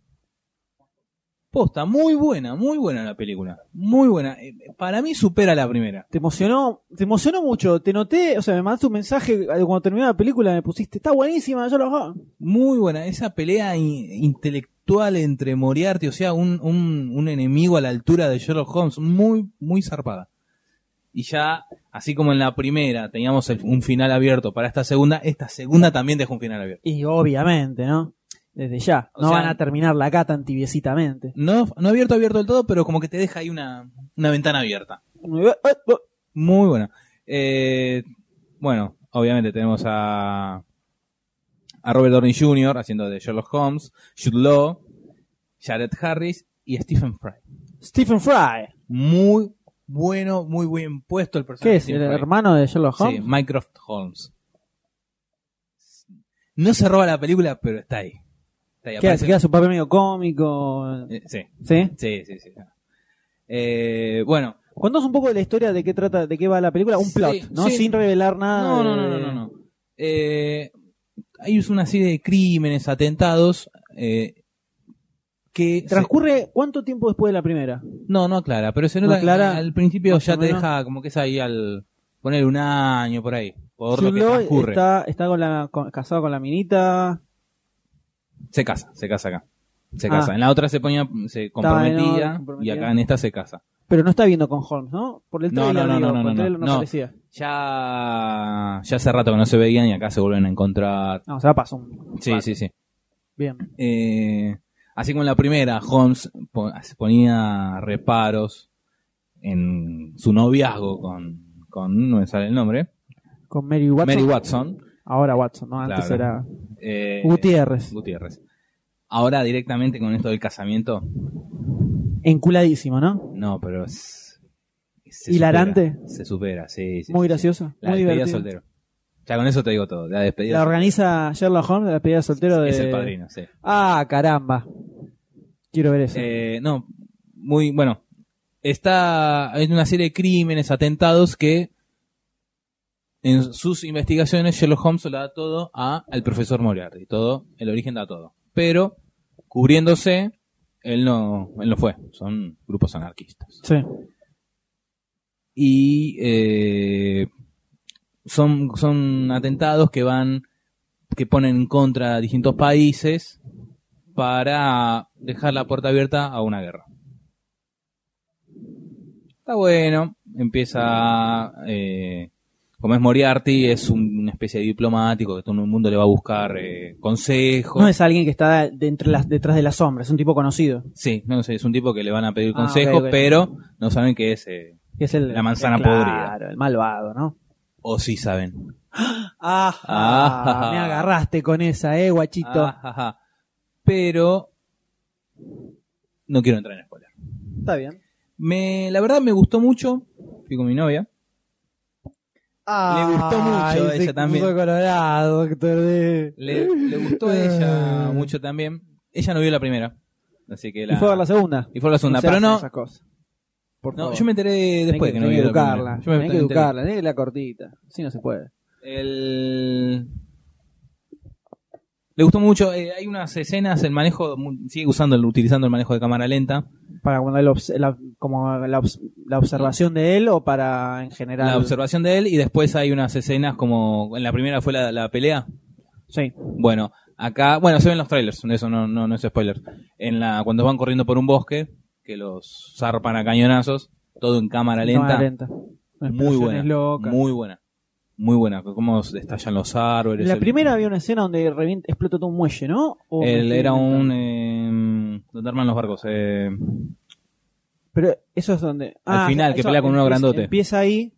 Speaker 1: Posta, muy buena, muy buena la película, muy buena. Eh, Para mí supera la primera.
Speaker 4: Te emocionó, te emocionó mucho. Te noté, o sea, me mandaste un mensaje eh, cuando terminó la película, me pusiste, está buenísima, yo lo
Speaker 1: Muy buena, esa pelea in- intelectual entre Moriarty, o sea, un, un, un enemigo a la altura de Sherlock Holmes, muy, muy zarpada. Y ya, así como en la primera teníamos el- un final abierto para esta segunda, esta segunda también dejó un final abierto.
Speaker 4: Y obviamente, ¿no? Desde ya.
Speaker 1: O
Speaker 4: no
Speaker 1: sea-
Speaker 4: van a terminarla acá tan tibiecitamente.
Speaker 1: No, no abierto, abierto del todo, pero como que te deja ahí una, una ventana abierta.
Speaker 4: Eh,
Speaker 1: Muy buena. Eh, bueno, obviamente tenemos a, a Robert Downey Jr. haciendo de Sherlock Holmes, Jude Law, Jared Harris y Stephen Fry.
Speaker 4: Stephen Fry.
Speaker 1: Muy bueno, muy bien puesto el personaje.
Speaker 4: ¿Qué es?
Speaker 1: de
Speaker 4: ¿El
Speaker 1: Stephen Fry.
Speaker 4: hermano de Sherlock Holmes?
Speaker 1: Sí, Mycroft Holmes. No se roba la película, pero está ahí. Está ahí,
Speaker 4: ¿Qué
Speaker 1: aparece-
Speaker 4: hace? ¿Qué hace? ¿Un papel medio cómico?
Speaker 1: Eh, sí.
Speaker 4: ¿Sí?
Speaker 1: Sí, sí, sí. Eh, bueno,
Speaker 4: Contanos un poco de la historia de qué trata, de qué va la película, un
Speaker 1: Sí,
Speaker 4: plot, ¿no?
Speaker 1: sí.
Speaker 4: Sin revelar nada.
Speaker 1: No, no,
Speaker 4: de-
Speaker 1: no, no, no. no. Eh, hay una serie de crímenes, atentados, eh, que... se-
Speaker 4: ¿Transcurre cuánto tiempo después de la primera?
Speaker 1: no, no aclara, pero se
Speaker 4: ¿No
Speaker 1: nota que
Speaker 4: aclara?
Speaker 1: al principio
Speaker 4: Más
Speaker 1: ya
Speaker 4: o
Speaker 1: te
Speaker 4: menos.
Speaker 1: deja como que es ahí al poner un año por ahí, por lo
Speaker 4: Jude
Speaker 1: que
Speaker 4: Law
Speaker 1: transcurre.
Speaker 4: Está, está con la, con- casado con la minita.
Speaker 1: Se casa, se casa acá. Se
Speaker 4: Ah.
Speaker 1: casa. En la otra se ponía, se comprometía,
Speaker 4: en otra, comprometida.
Speaker 1: y acá en esta se casa.
Speaker 4: Pero no está viendo con Holmes, ¿no? Por el
Speaker 1: No,
Speaker 4: trailer,
Speaker 1: no, no,
Speaker 4: digo,
Speaker 1: no, no,
Speaker 4: por
Speaker 1: no,
Speaker 4: el trailer no,
Speaker 1: no.
Speaker 4: parecía.
Speaker 1: Ya, ya hace rato que no se veían y acá se vuelven a encontrar.
Speaker 4: No, o sea, pasó un...
Speaker 1: Sí, sí, sí.
Speaker 4: Bien.
Speaker 1: Eh, así como en la primera, Holmes po- ponía reparos en su noviazgo con, con no me sale el nombre,
Speaker 4: Con Mary Watson.
Speaker 1: Mary Watson.
Speaker 4: Ahora Watson, ¿no? Antes
Speaker 1: Claro.
Speaker 4: era...
Speaker 1: Eh,
Speaker 4: Gutiérrez.
Speaker 1: Gutiérrez. Ahora directamente con esto del casamiento,
Speaker 4: Enculadísimo, ¿no?
Speaker 1: no, pero es... se
Speaker 4: Hilarante.
Speaker 1: supera, se supera, sí. sí,
Speaker 4: Muy
Speaker 1: sí, sí.
Speaker 4: gracioso,
Speaker 1: La
Speaker 4: muy
Speaker 1: despedida
Speaker 4: divertido.
Speaker 1: soltero. Ya con eso te digo todo. La despedida
Speaker 4: La organiza Sherlock Holmes, la despedida de soltero de...
Speaker 1: es el padrino, sí.
Speaker 4: Ah, caramba. Quiero ver eso.
Speaker 1: Eh, no, muy bueno. Está en una serie de crímenes, atentados que en sus investigaciones Sherlock Holmes le da todo a, al profesor Moriarty, todo, el origen da todo. Pero cubriéndose, él no, él no fue, son grupos anarquistas.
Speaker 4: Sí.
Speaker 1: Y eh, son, son atentados que van, que ponen en contra a distintos países para dejar la puerta abierta a una guerra. Está bueno, empieza, eh, como es Moriarty, es un- una especie de diplomático que todo el mundo le va a buscar eh, consejos.
Speaker 4: No es alguien que está de entre las, detrás de las sombras, es un tipo conocido.
Speaker 1: Sí, no sé, es un tipo que le van a pedir
Speaker 4: Ah,
Speaker 1: consejos,
Speaker 4: ok, ok.
Speaker 1: pero no saben que es eh,
Speaker 4: Que es el,
Speaker 1: la manzana
Speaker 4: el- claro,
Speaker 1: podrida.
Speaker 4: el malvado, ¿no?
Speaker 1: O sí saben.
Speaker 4: Ajá,
Speaker 1: Ah.
Speaker 4: me agarraste con esa, eh, guachito.
Speaker 1: Ajaja. Pero no quiero entrar en spoiler.
Speaker 4: Está bien.
Speaker 1: Me, la verdad me gustó mucho. Fui con mi novia. Le gustó mucho a ella también.
Speaker 4: colorado, doctor D.
Speaker 1: Le, le gustó a ella mucho también. Ella no vio la primera. Así que la...
Speaker 4: Y fue a ver la segunda.
Speaker 1: Y fue a ver la segunda,
Speaker 4: No se
Speaker 1: pero
Speaker 4: hacen
Speaker 1: no-
Speaker 4: esas cosas. Por
Speaker 1: No,
Speaker 4: favor.
Speaker 1: yo me enteré
Speaker 4: Tenés
Speaker 1: después que no
Speaker 4: tenés
Speaker 1: vio la
Speaker 4: educarla.
Speaker 1: primera. Yo me
Speaker 4: tenés que
Speaker 1: enteré-
Speaker 4: educarla, tenés que la cortita. Si no se puede.
Speaker 1: El... Le gustó mucho. eh, hay unas escenas, el manejo, mu- sigue usando, el- utilizando el manejo de cámara lenta.
Speaker 4: Para cuando él obs- la, como la, obs- la observación de él o para en general.
Speaker 1: La observación de él y después hay unas escenas como en la primera fue la, la pelea.
Speaker 4: Sí.
Speaker 1: Bueno, acá, bueno, se ven los trailers, eso no, no, no es spoiler. En la, cuando van corriendo por un bosque, que los zarpan a cañonazos, todo en cámara lenta.
Speaker 4: Cámara lenta.
Speaker 1: Muy buena.
Speaker 4: Explosiones locas.
Speaker 1: Muy buena. Muy buena. Cómo se estallan los árboles.
Speaker 4: En la
Speaker 1: el-
Speaker 4: primera había una escena donde revienta- explota todo un muelle, ¿no? O me
Speaker 1: el-
Speaker 4: estoy
Speaker 1: era
Speaker 4: inventando.
Speaker 1: un. eh, ¿Dónde arman los barcos? Eh,
Speaker 4: Pero eso es donde. ah,
Speaker 1: Al final, que
Speaker 4: eso
Speaker 1: pelea con uno
Speaker 4: empieza-
Speaker 1: grandote.
Speaker 4: Empieza ahí.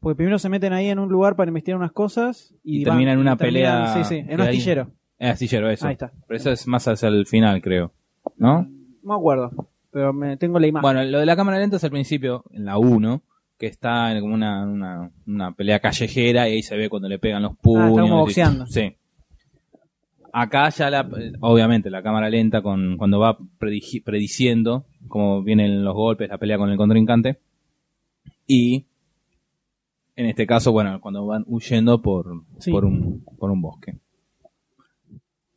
Speaker 4: Porque primero se meten ahí en un lugar para investigar unas cosas. Y,
Speaker 1: Y termina en una
Speaker 4: terminan-
Speaker 1: pelea
Speaker 4: Sí, sí, en un
Speaker 1: que hay-
Speaker 4: astillero.
Speaker 1: eh, astillero, eso.
Speaker 4: Ahí está.
Speaker 1: Pero eso es más hacia el final, creo. ¿No?
Speaker 4: No me acuerdo. Pero me tengo la imagen.
Speaker 1: Bueno, lo de la cámara lenta es al principio, en la 1, que está en como una, una, una pelea callejera y ahí se ve cuando le pegan los puños.
Speaker 4: Ah, como
Speaker 1: y-
Speaker 4: boxeando.
Speaker 1: sí. Acá ya, la, obviamente, la cámara lenta con, cuando va predigi- prediciendo cómo vienen los golpes, la pelea con el contrincante. Y en este caso, bueno, cuando van huyendo por,
Speaker 4: Sí.
Speaker 1: por, un, por un bosque.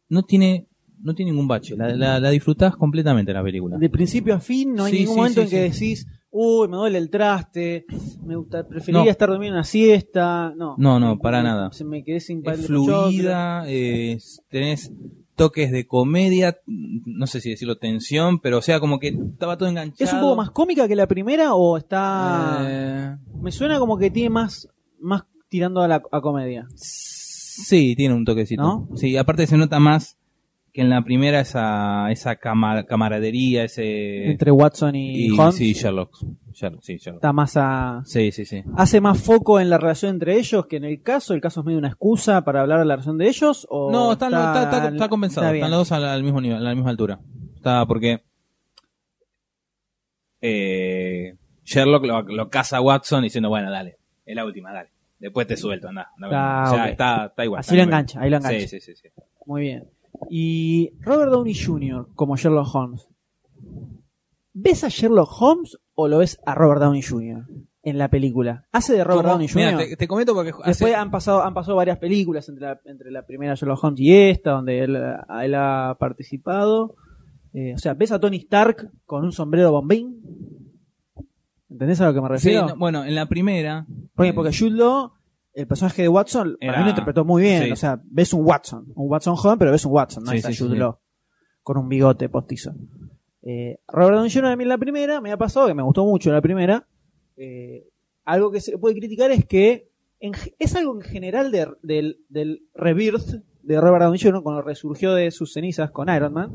Speaker 1: No tiene, no tiene ningún bache, la, la, la disfrutás completamente la película.
Speaker 4: De principio a fin, no hay
Speaker 1: Sí,
Speaker 4: ningún
Speaker 1: sí,
Speaker 4: momento
Speaker 1: sí,
Speaker 4: en que decís, uy, me duele el traste, me gusta, preferiría
Speaker 1: No.
Speaker 4: estar durmiendo una siesta. No.
Speaker 1: No, no, para nada.
Speaker 4: Se me quedé sin
Speaker 1: es
Speaker 4: choclo.
Speaker 1: fluida, eh, tenés toques de comedia, no sé si decirlo tensión, pero o sea, como que estaba todo enganchado.
Speaker 4: ¿Es un poco más cómica que la primera o está.?
Speaker 1: Eh,
Speaker 4: Me suena como que tiene más, más tirando a la a comedia.
Speaker 1: sí, tiene un toquecito.
Speaker 4: ¿No?
Speaker 1: Sí, aparte se nota más que en la primera esa, esa cama- camaradería, ese...
Speaker 4: Entre Watson y,
Speaker 1: y-
Speaker 4: Holmes.
Speaker 1: Sí, Sherlock. Sherlock, sí, Sherlock.
Speaker 4: Está más a.
Speaker 1: Sí, sí, sí.
Speaker 4: hace más foco en la relación entre ellos que en el caso. ¿El caso es medio una excusa para hablar de la relación de ellos? O
Speaker 1: No, están, lo- está, está- está compensado.
Speaker 4: comenzado
Speaker 1: están los dos al, al mismo nivel, a la misma altura. Está porque eh, Sherlock lo, lo caza a Watson diciendo, bueno, dale, es la última, dale. Después te suelto, anda.
Speaker 4: Ah,
Speaker 1: o sea,
Speaker 4: ok.
Speaker 1: está, está igual.
Speaker 4: Así
Speaker 1: está
Speaker 4: lo
Speaker 1: igual.
Speaker 4: engancha, ahí lo engancha.
Speaker 1: Sí, sí, sí, sí.
Speaker 4: Muy bien. Y Robert Downey Jr. como Sherlock Holmes. ¿Ves a Sherlock Holmes o lo ves a Robert Downey Jr. en la película? ¿Hace de Robert
Speaker 1: Como-
Speaker 4: Downey Jr.?
Speaker 1: Mira, te, te comento porque
Speaker 4: Después ah,
Speaker 1: hace-
Speaker 4: han pasado han pasado varias películas entre la, entre la primera Sherlock Holmes y esta, donde él, él ha participado. Eh, o sea, ves a Tony Stark con un sombrero bombín. ¿Entendés a lo que me
Speaker 1: sí,
Speaker 4: refiero?
Speaker 1: no, bueno, en la primera eh,
Speaker 4: porque, porque Jude Law, el personaje de Watson, para
Speaker 1: Era-
Speaker 4: mí lo interpretó muy bien.
Speaker 1: sí.
Speaker 4: O sea, ves un Watson, un Watson joven, pero ves un Watson, no
Speaker 1: Sí,
Speaker 4: es a
Speaker 1: sí,
Speaker 4: Jude
Speaker 1: sí.
Speaker 4: Law con un bigote postizo. Eh, Robert Downey Jr. a mí en la primera me ha pasado que me gustó mucho la primera. Eh, algo que se le puede criticar es que en ge- es algo en general de- del, del rebirth de Robert Downey Jr. cuando resurgió de sus cenizas con Iron Man,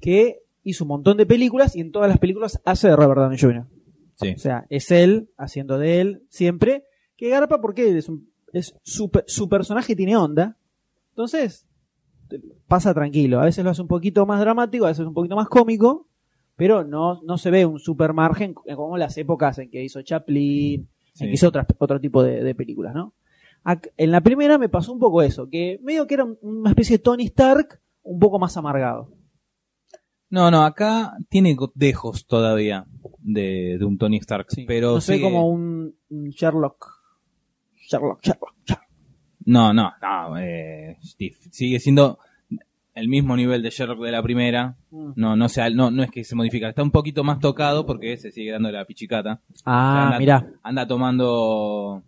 Speaker 4: que hizo un montón de películas y en todas las películas hace de Robert Downey Jr.
Speaker 1: Sí.
Speaker 4: O sea, es él haciendo de él siempre. Que garpa porque él es un- es su, pe- su personaje tiene onda. Entonces, te- pasa tranquilo. A veces lo hace un poquito más dramático, a veces un poquito más cómico, pero no, no se ve un super margen como las épocas en que hizo Chaplin, en que hizo otras- otro tipo de, de películas, ¿no? Ac- En la primera me pasó un poco eso, que medio que era un- una especie de Tony Stark un poco más amargado.
Speaker 1: No, no, acá tiene go- dejos todavía de, de un Tony Stark, pero
Speaker 4: No sé,
Speaker 1: sigue-
Speaker 4: como un, un Sherlock. Sherlock, Sherlock.
Speaker 1: No, no, no, eh, Steve. Sigue siendo el mismo nivel de Sherlock de la primera.
Speaker 4: Mm.
Speaker 1: No, no, sea, no, no es que se modifica. Está un poquito más tocado porque se sigue dando la pichicata. O sea,
Speaker 4: Ah,
Speaker 1: anda,
Speaker 4: mirá,
Speaker 1: Anda tomando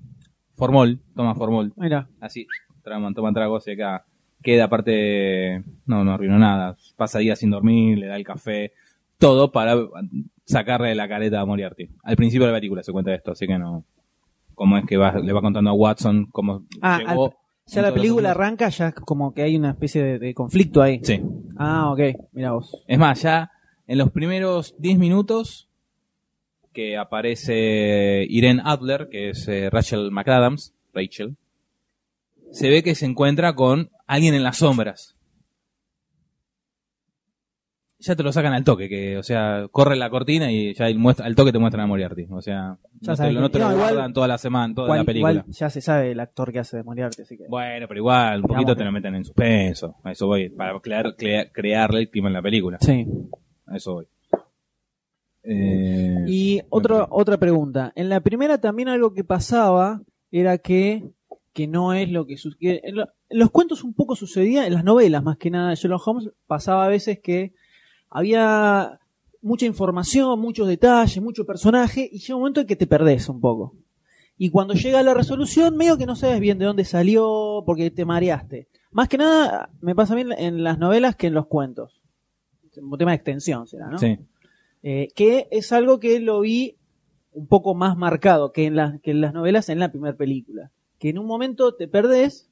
Speaker 1: formol, toma formol.
Speaker 4: mirá.
Speaker 1: Así, traman, toma tragos y acá queda aparte, no, no arruinó nada. Pasa días sin dormir, le da el café, todo para sacarle la careta a Moriarty. Al principio de la película se cuenta esto, así que no. Cómo es que va- le va contando a Watson cómo
Speaker 4: Ah,
Speaker 1: llegó.
Speaker 4: al- ya la
Speaker 1: todos los
Speaker 4: película
Speaker 1: mundos.
Speaker 4: arranca, ya como que hay una especie de, de conflicto ahí.
Speaker 1: Sí.
Speaker 4: Ah, ok, mira vos.
Speaker 1: Es más, ya en los primeros 10 minutos que aparece Irene Adler, que es eh, Rachel McAdams, Rachel, se ve que se encuentra con alguien en las sombras. Ya te lo sacan al toque, que, o sea, corre la cortina y ya el muestra- al toque te muestran a Moriarty. O sea,
Speaker 4: Ya
Speaker 1: no te,
Speaker 4: sabes
Speaker 1: lo- no
Speaker 4: que-
Speaker 1: te lo
Speaker 4: no, igual-
Speaker 1: guardan toda la semana, toda la
Speaker 4: Igual-
Speaker 1: película.
Speaker 4: Igual ya se sabe el actor que hace de Moriarty, así que.
Speaker 1: Bueno, pero igual, un poquito te lo meten en suspenso. A eso voy, para crear, crea- crearle el clima en la película.
Speaker 4: Sí.
Speaker 1: A eso voy. Eh,
Speaker 4: Y otra otra pregunta. En la primera también algo que pasaba era que, que no es lo que sucede. En, lo- en los cuentos un poco sucedía, en las novelas más que nada de Sherlock Holmes, pasaba a veces que había mucha información, muchos detalles, mucho personaje, y llega un momento en que te perdés un poco. Y cuando llega la resolución, medio que no sabes bien de dónde salió, porque te mareaste. Más que nada, me pasa bien en las novelas que en los cuentos. Un tema de extensión será, ¿no?
Speaker 1: Sí.
Speaker 4: Eh, que es algo que lo vi un poco más marcado que en, las que en las novelas en la primera película. Que en un momento te perdés,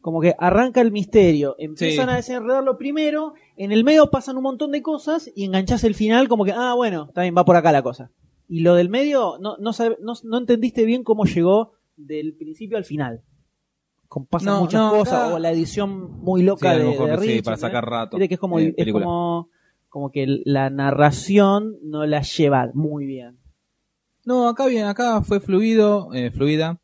Speaker 4: como que arranca el misterio, empiezan
Speaker 1: Sí.
Speaker 4: a desenredarlo primero, en el medio pasan un montón de cosas y enganchás el final como que, ah, bueno, está bien, va por acá la cosa. Y lo del medio, no, no, sabe- no, no entendiste bien cómo llegó del principio al final. Con, pasan
Speaker 1: No,
Speaker 4: muchas
Speaker 1: no,
Speaker 4: cosas,
Speaker 1: acá-
Speaker 4: o la edición muy
Speaker 1: Sí,
Speaker 4: loca
Speaker 1: a lo
Speaker 4: de,
Speaker 1: mejor
Speaker 4: de
Speaker 1: sí,
Speaker 4: Richard,
Speaker 1: para
Speaker 4: ¿eh?
Speaker 1: sacar rato.
Speaker 4: Viste que es como,
Speaker 1: eh,
Speaker 4: es
Speaker 1: película.
Speaker 4: como, como que la narración no la lleva muy bien.
Speaker 1: No, acá bien, acá fue fluido, eh, fluida.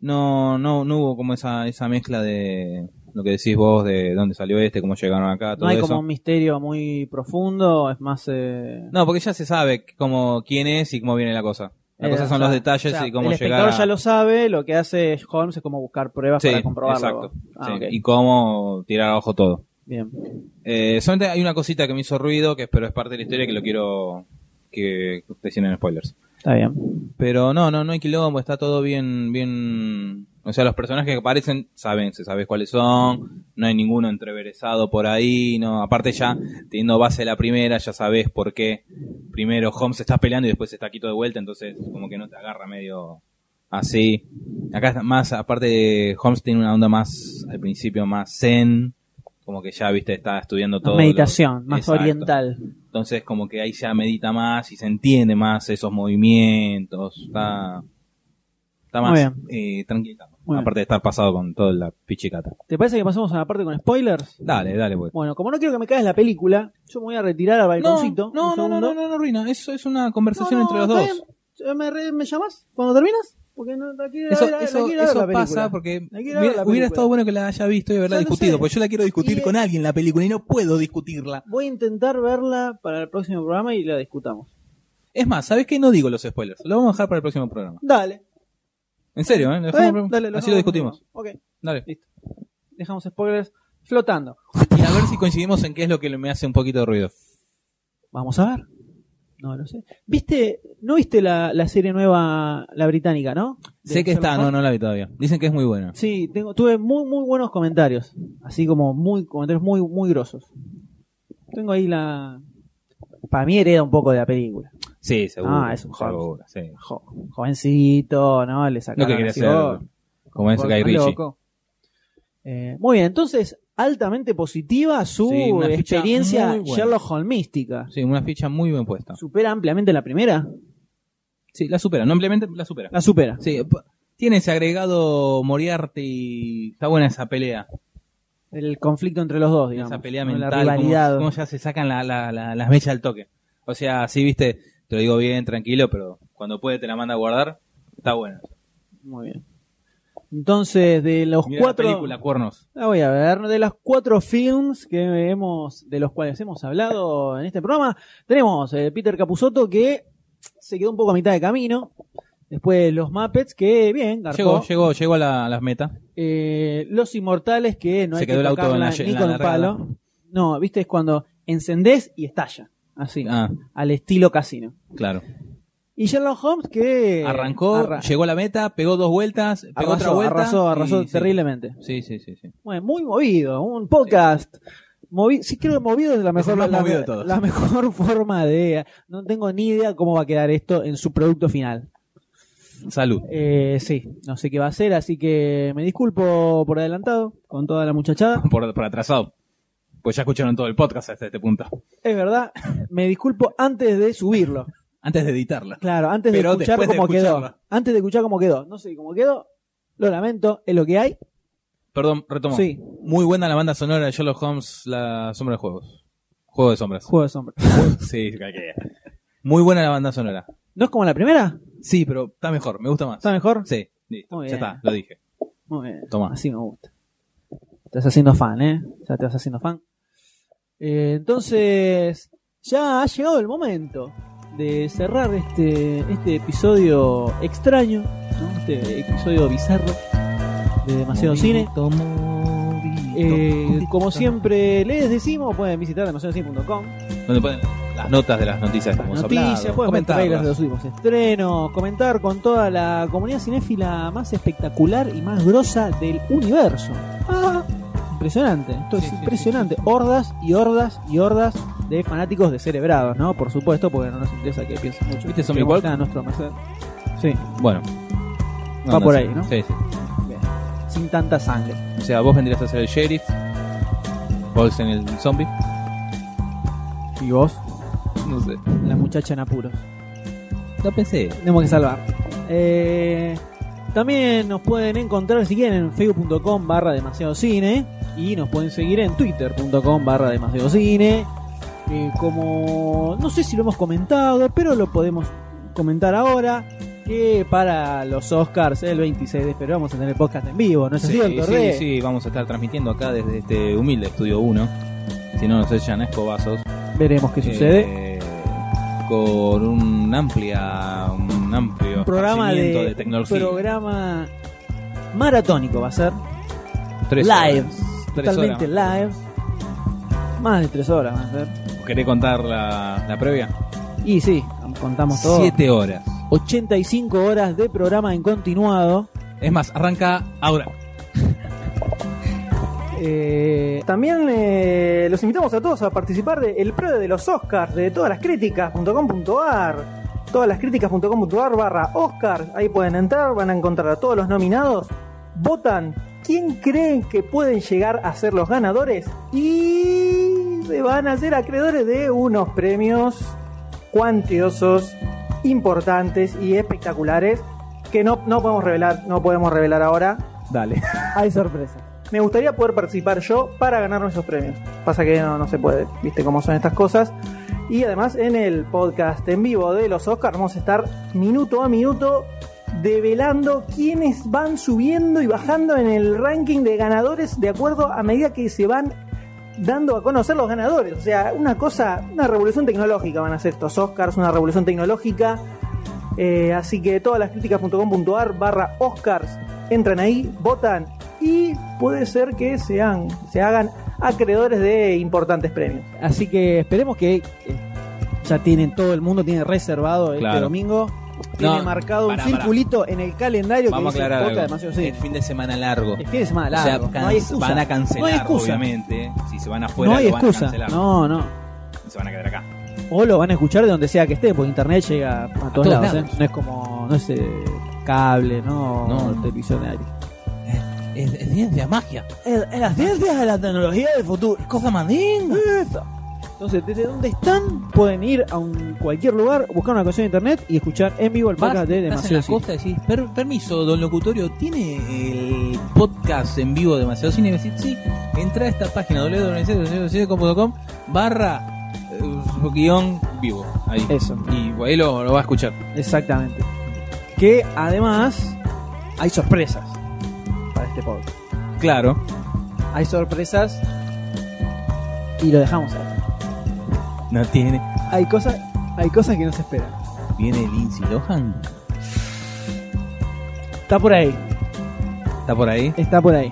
Speaker 1: No, no, no hubo como esa, esa mezcla de lo que decís vos, de dónde salió este, cómo llegaron acá, todo
Speaker 4: No hay
Speaker 1: eso.
Speaker 4: como un misterio muy profundo, es más... eh,
Speaker 1: No, porque ya se sabe como quién es y cómo viene la cosa. La
Speaker 4: eh,
Speaker 1: cosa son
Speaker 4: o sea,
Speaker 1: los detalles
Speaker 4: o sea,
Speaker 1: y cómo
Speaker 4: El
Speaker 1: llegar.
Speaker 4: espectador
Speaker 1: a-
Speaker 4: ya lo sabe, lo que hace Holmes es como buscar pruebas
Speaker 1: Sí,
Speaker 4: para comprobarlo.
Speaker 1: exacto.
Speaker 4: Ah,
Speaker 1: Sí,
Speaker 4: ok,
Speaker 1: Y cómo tirar a ojo todo.
Speaker 4: Bien.
Speaker 1: Eh, solamente hay una cosita que me hizo ruido, que pero es parte de la historia que lo quiero que decían en spoilers.
Speaker 4: Está bien.
Speaker 1: Pero no, no, no hay quilombo, está todo bien, bien. O sea, los personajes que aparecen saben, se sabe cuáles son, no hay ninguno entreverezado por ahí, no. Aparte ya, teniendo base la primera, ya sabes por qué primero Holmes está peleando y después está quito de vuelta, entonces como que no te agarra medio así. Acá está más, aparte de Holmes tiene una onda más, al principio más zen, como que ya, viste, está estudiando todo. lo-
Speaker 4: meditación, más
Speaker 1: Exacto.
Speaker 4: oriental.
Speaker 1: Entonces como que ahí ya medita más y se entiende más esos movimientos. Está, está
Speaker 4: Muy
Speaker 1: más eh, tranquilita.
Speaker 4: Muy bien.
Speaker 1: Aparte de estar pasado con toda la pichicata.
Speaker 4: ¿Te parece que pasemos a la parte con spoilers?
Speaker 1: Dale, dale, pues.
Speaker 4: Bueno, como no quiero que me cagues la película, yo me voy a retirar al balconcito.
Speaker 1: no, no, no, no, ruina. Eso es una conversación entre los dos.
Speaker 4: ¿Me, re- me llamás cuando terminas? Porque no, la quiero ir a
Speaker 1: Eso,
Speaker 4: ver- la
Speaker 1: eso,
Speaker 4: quiero ir a ver
Speaker 1: eso
Speaker 4: la película.
Speaker 1: pasa porque
Speaker 4: La quiero ir a ver la
Speaker 1: hubiera, hubiera
Speaker 4: película.
Speaker 1: estado bueno que la haya visto y haberla
Speaker 4: Ya lo
Speaker 1: discutido,
Speaker 4: sé.
Speaker 1: porque yo la quiero discutir
Speaker 4: Y-
Speaker 1: con alguien la película y no puedo discutirla.
Speaker 4: Voy a intentar verla para el próximo programa y la discutamos.
Speaker 1: Es más, ¿sabes qué? No digo los spoilers, lo vamos a dejar para el próximo programa.
Speaker 4: Dale.
Speaker 1: En serio, ¿eh? Lo
Speaker 4: Está bien,
Speaker 1: dejamos-
Speaker 4: dale,
Speaker 1: así
Speaker 4: dejamos para el
Speaker 1: lo discutimos.
Speaker 4: próximo. Ok,
Speaker 1: Dale.
Speaker 4: dejamos spoilers flotando.
Speaker 1: Y a ver si coincidimos en qué es lo que me hace un poquito de ruido.
Speaker 4: Vamos a ver. No lo sé. ¿Viste, no viste la, la serie nueva, la británica, no? De
Speaker 1: Sé que está,
Speaker 4: Sherlock
Speaker 1: no,
Speaker 4: Holmes.
Speaker 1: no la vi todavía. Dicen que es muy buena.
Speaker 4: Sí, tengo, tuve muy, muy buenos comentarios. Así como muy comentarios muy, muy grosos. Tengo ahí la. para mí hereda un poco de la película.
Speaker 1: Sí, seguro.
Speaker 4: Ah, es un joven.
Speaker 1: seguro, sí.
Speaker 4: jo- jovencito, ¿no? Le sacaron
Speaker 1: No que quería
Speaker 4: así,
Speaker 1: ser
Speaker 4: oh,
Speaker 1: como es
Speaker 4: Porque
Speaker 1: Guy
Speaker 4: está
Speaker 1: Ritchie.
Speaker 4: loco. Eh, muy bien, entonces, altamente positiva su
Speaker 1: Sí, una ficha
Speaker 4: experiencia
Speaker 1: muy buena.
Speaker 4: Sherlock Holmística.
Speaker 1: Sí, una ficha muy bien puesta.
Speaker 4: ¿Supera ampliamente la primera?
Speaker 1: Sí, la supera, no ampliamente, la supera.
Speaker 4: La supera.
Speaker 1: Sí, p- tiene ese agregado Moriarty. Está buena esa pelea.
Speaker 4: El conflicto entre los dos, digamos.
Speaker 1: esa pelea
Speaker 4: ¿no?
Speaker 1: mental.
Speaker 4: La
Speaker 1: como-
Speaker 4: rivalidad.
Speaker 1: Como, ya se sacan la- la- la- las mechas al toque. O sea, sí, viste, te lo digo bien, tranquilo, pero cuando puede te la manda a guardar. Está buena.
Speaker 4: Muy bien. Entonces, de los
Speaker 1: Mira
Speaker 4: cuatro.
Speaker 1: la película, Cuernos.
Speaker 4: La voy a ver. De los cuatro films que hemos, de los cuales hemos hablado en este programa, tenemos eh, Peter Capusotto que se quedó un poco a mitad de camino. Después los Muppets, que bien, garpó.
Speaker 1: Llegó, llegó, llegó a la- a las metas.
Speaker 4: Eh, los Inmortales, que no
Speaker 1: Se
Speaker 4: hay
Speaker 1: quedó
Speaker 4: que
Speaker 1: el auto en
Speaker 4: tocarla
Speaker 1: la- en
Speaker 4: ni
Speaker 1: la
Speaker 4: con un
Speaker 1: largada.
Speaker 4: palo. No, viste, es cuando encendés y estalla. Así,
Speaker 1: Ah,
Speaker 4: al estilo casino.
Speaker 1: claro.
Speaker 4: Y Sherlock Holmes que...
Speaker 1: Arrancó,
Speaker 4: arra-
Speaker 1: llegó a la meta, pegó dos vueltas, pegó
Speaker 4: Arrasó,
Speaker 1: otra vuelta.
Speaker 4: arrasó,
Speaker 1: y-
Speaker 4: arrasó
Speaker 1: sí.
Speaker 4: terriblemente.
Speaker 1: Sí, sí, sí. sí.
Speaker 4: Bueno, muy movido, un podcast. Movi- sí, creo que movido es la mejor,
Speaker 1: más
Speaker 4: la,
Speaker 1: movido de todos.
Speaker 4: la mejor forma de... No tengo ni idea cómo va a quedar esto en su producto final.
Speaker 1: Salud.
Speaker 4: Eh, sí, no sé qué va a ser, así que me disculpo por adelantado con toda la muchachada.
Speaker 1: Por, por atrasado. Pues ya escucharon todo el podcast hasta este punto.
Speaker 4: Es verdad, me disculpo antes de subirlo.
Speaker 1: Antes de editarla.
Speaker 4: Claro, antes
Speaker 1: Pero
Speaker 4: de escuchar
Speaker 1: después de
Speaker 4: cómo quedó.
Speaker 1: escucharla.
Speaker 4: Antes de escuchar cómo quedó. No sé cómo quedó, lo lamento, es lo que hay.
Speaker 1: Perdón, retomo.
Speaker 4: Sí.
Speaker 1: Muy buena la banda sonora de Sherlock Holmes, La Sombra de Juegos. Juego de sombras.
Speaker 4: Juego de sombra.
Speaker 1: sí, cualquiera. Muy buena la banda sonora.
Speaker 4: ¿No es como la primera?
Speaker 1: Sí, pero está mejor, me gusta más.
Speaker 4: ¿Está mejor?
Speaker 1: Sí, listo,
Speaker 4: Muy
Speaker 1: ya
Speaker 4: bien.
Speaker 1: está, lo dije.
Speaker 4: Muy bien.
Speaker 1: Toma.
Speaker 4: Así me gusta. Estás haciendo fan, ¿eh? Ya te vas haciendo fan. Eh, entonces, ya ha llegado el momento de cerrar este, este episodio extraño, ¿no? este episodio bizarro de Demasiado Cine. Eh, como siempre les decimos, pueden visitar demasiadocine.com
Speaker 1: Donde ponen las notas de las noticias que hemos
Speaker 4: noticias,
Speaker 1: hablado.
Speaker 4: pueden ver trailers de
Speaker 1: Comentarlas.
Speaker 4: los últimos estrenos, comentar con toda la comunidad cinéfila más espectacular y más grosa del universo. Ah, impresionante, esto es impresionante. Hordas y hordas y hordas de fanáticos descerebrados, ¿no? Por supuesto, porque no nos interesa que piensen mucho.
Speaker 1: ¿Viste Zombie
Speaker 4: Tenemos
Speaker 1: Walk?
Speaker 4: acá a nuestro merced. Sí,
Speaker 1: Bueno.
Speaker 4: Va
Speaker 1: No, no
Speaker 4: por
Speaker 1: sé.
Speaker 4: ahí, ¿no?
Speaker 1: Sí, sí.
Speaker 4: sin tanta sangre.
Speaker 1: O sea, vos vendrías a ser el sheriff, Golsen el zombie.
Speaker 4: ¿Y vos?
Speaker 1: No sé.
Speaker 4: La muchacha en apuros.
Speaker 1: No pensé.
Speaker 4: tenemos que salvar. Eh, también nos pueden encontrar si quieren en facebook.com barra demasiado cine y nos pueden seguir en twitter.com barra demasiado cine. Eh, como no sé si lo hemos comentado, pero lo podemos comentar ahora. Que para los Oscars el 26 de febrero vamos a tener podcast en vivo, ¿no es así,
Speaker 1: sí,
Speaker 4: doctor
Speaker 1: sí,
Speaker 4: D?
Speaker 1: sí, vamos a estar transmitiendo acá desde este humilde estudio 1. Si no nos echan a escobazos.
Speaker 4: Veremos qué
Speaker 1: Eh,
Speaker 4: sucede.
Speaker 1: Con un amplia un amplio
Speaker 4: Un programa de,
Speaker 1: conocimiento de
Speaker 4: un
Speaker 1: tecnología.
Speaker 4: programa maratónico va a ser.
Speaker 1: Tres
Speaker 4: live,
Speaker 1: horas, tres
Speaker 4: totalmente
Speaker 1: horas.
Speaker 4: live. Más de tres horas va a ser.
Speaker 1: ¿Querés contar la, la previa?
Speaker 4: Y sí, contamos todo.
Speaker 1: Siete horas.
Speaker 4: 85 horas de programa en continuado.
Speaker 1: Es más, arranca ahora.
Speaker 4: También eh, los invitamos a todos a participar del el previo de los Oscars, de todas las críticas.com.ar. Todas las críticas.com.ar barra Oscar. Ahí pueden entrar, van a encontrar a todos los nominados. Votan quién creen que pueden llegar a ser los ganadores y se van a ser acreedores de unos premios cuantiosos, importantes y espectaculares que no, no podemos revelar, no podemos revelar ahora.
Speaker 1: Dale.
Speaker 4: Hay sorpresa. Me gustaría poder participar yo para ganarme esos premios. Pasa que no, no se puede, viste cómo son estas cosas. Y además en el podcast en vivo de los Oscars vamos a estar minuto a minuto develando quiénes van subiendo y bajando en el ranking de ganadores de acuerdo a medida que se van dando a conocer los ganadores. O sea, una cosa, una revolución tecnológica van a ser estos Oscars, una revolución tecnológica. Eh, así que todas las críticas.com.ar barra Oscars entran ahí, votan y puede ser que sean, se hagan acreedores de importantes premios. Así que esperemos que ya tienen todo el mundo, tiene reservado
Speaker 1: este Claro.
Speaker 4: domingo.
Speaker 1: Tiene No, marcado un pará, pará.
Speaker 4: en el calendario
Speaker 1: Vamos a aclarar algo. El fin de semana largo.
Speaker 4: Es fin de semana
Speaker 1: O sea,
Speaker 4: largo,
Speaker 1: can-
Speaker 4: no hay excusa.
Speaker 1: van a
Speaker 4: No hay
Speaker 1: cancelar,
Speaker 4: excusa.
Speaker 1: obviamente. Si se van afuera,
Speaker 4: no hay
Speaker 1: lo van a
Speaker 4: excusa.
Speaker 1: cancelar.
Speaker 4: No, no.
Speaker 1: Se van a quedar acá.
Speaker 4: O lo van a escuchar de donde sea que esté, porque internet llega a todos,
Speaker 1: todos
Speaker 4: lados.
Speaker 1: lados.
Speaker 4: ¿eh? No es como, no es eh, cable, no, televisión de aire.
Speaker 1: Es, es ciencia, magia. Es, es la ciencia de la tecnología del futuro. Es cosa mandinga.
Speaker 4: Entonces, desde donde están, pueden ir a un, cualquier lugar, buscar una canción de internet y escuchar en vivo el podcast de
Speaker 1: Estás en
Speaker 4: Demasiado
Speaker 1: la
Speaker 4: Cine.
Speaker 1: costa y decís, "Per- permiso, don locutorio, ¿tiene el podcast en vivo de Demasiado Cine? Y me decís, sí, entra a esta página www.demasiadocine.com barra eh, guión vivo. Ahí.
Speaker 4: Eso.
Speaker 1: Y ahí lo, lo va a escuchar.
Speaker 4: Exactamente. Que además hay sorpresas para este podcast.
Speaker 1: Claro.
Speaker 4: Hay sorpresas y lo dejamos ahí.
Speaker 1: No tiene.
Speaker 4: Hay cosas, hay cosas que no se esperan.
Speaker 1: Viene Lindsay Lohan.
Speaker 4: Está por ahí,
Speaker 1: Está por ahí.
Speaker 4: está por ahí,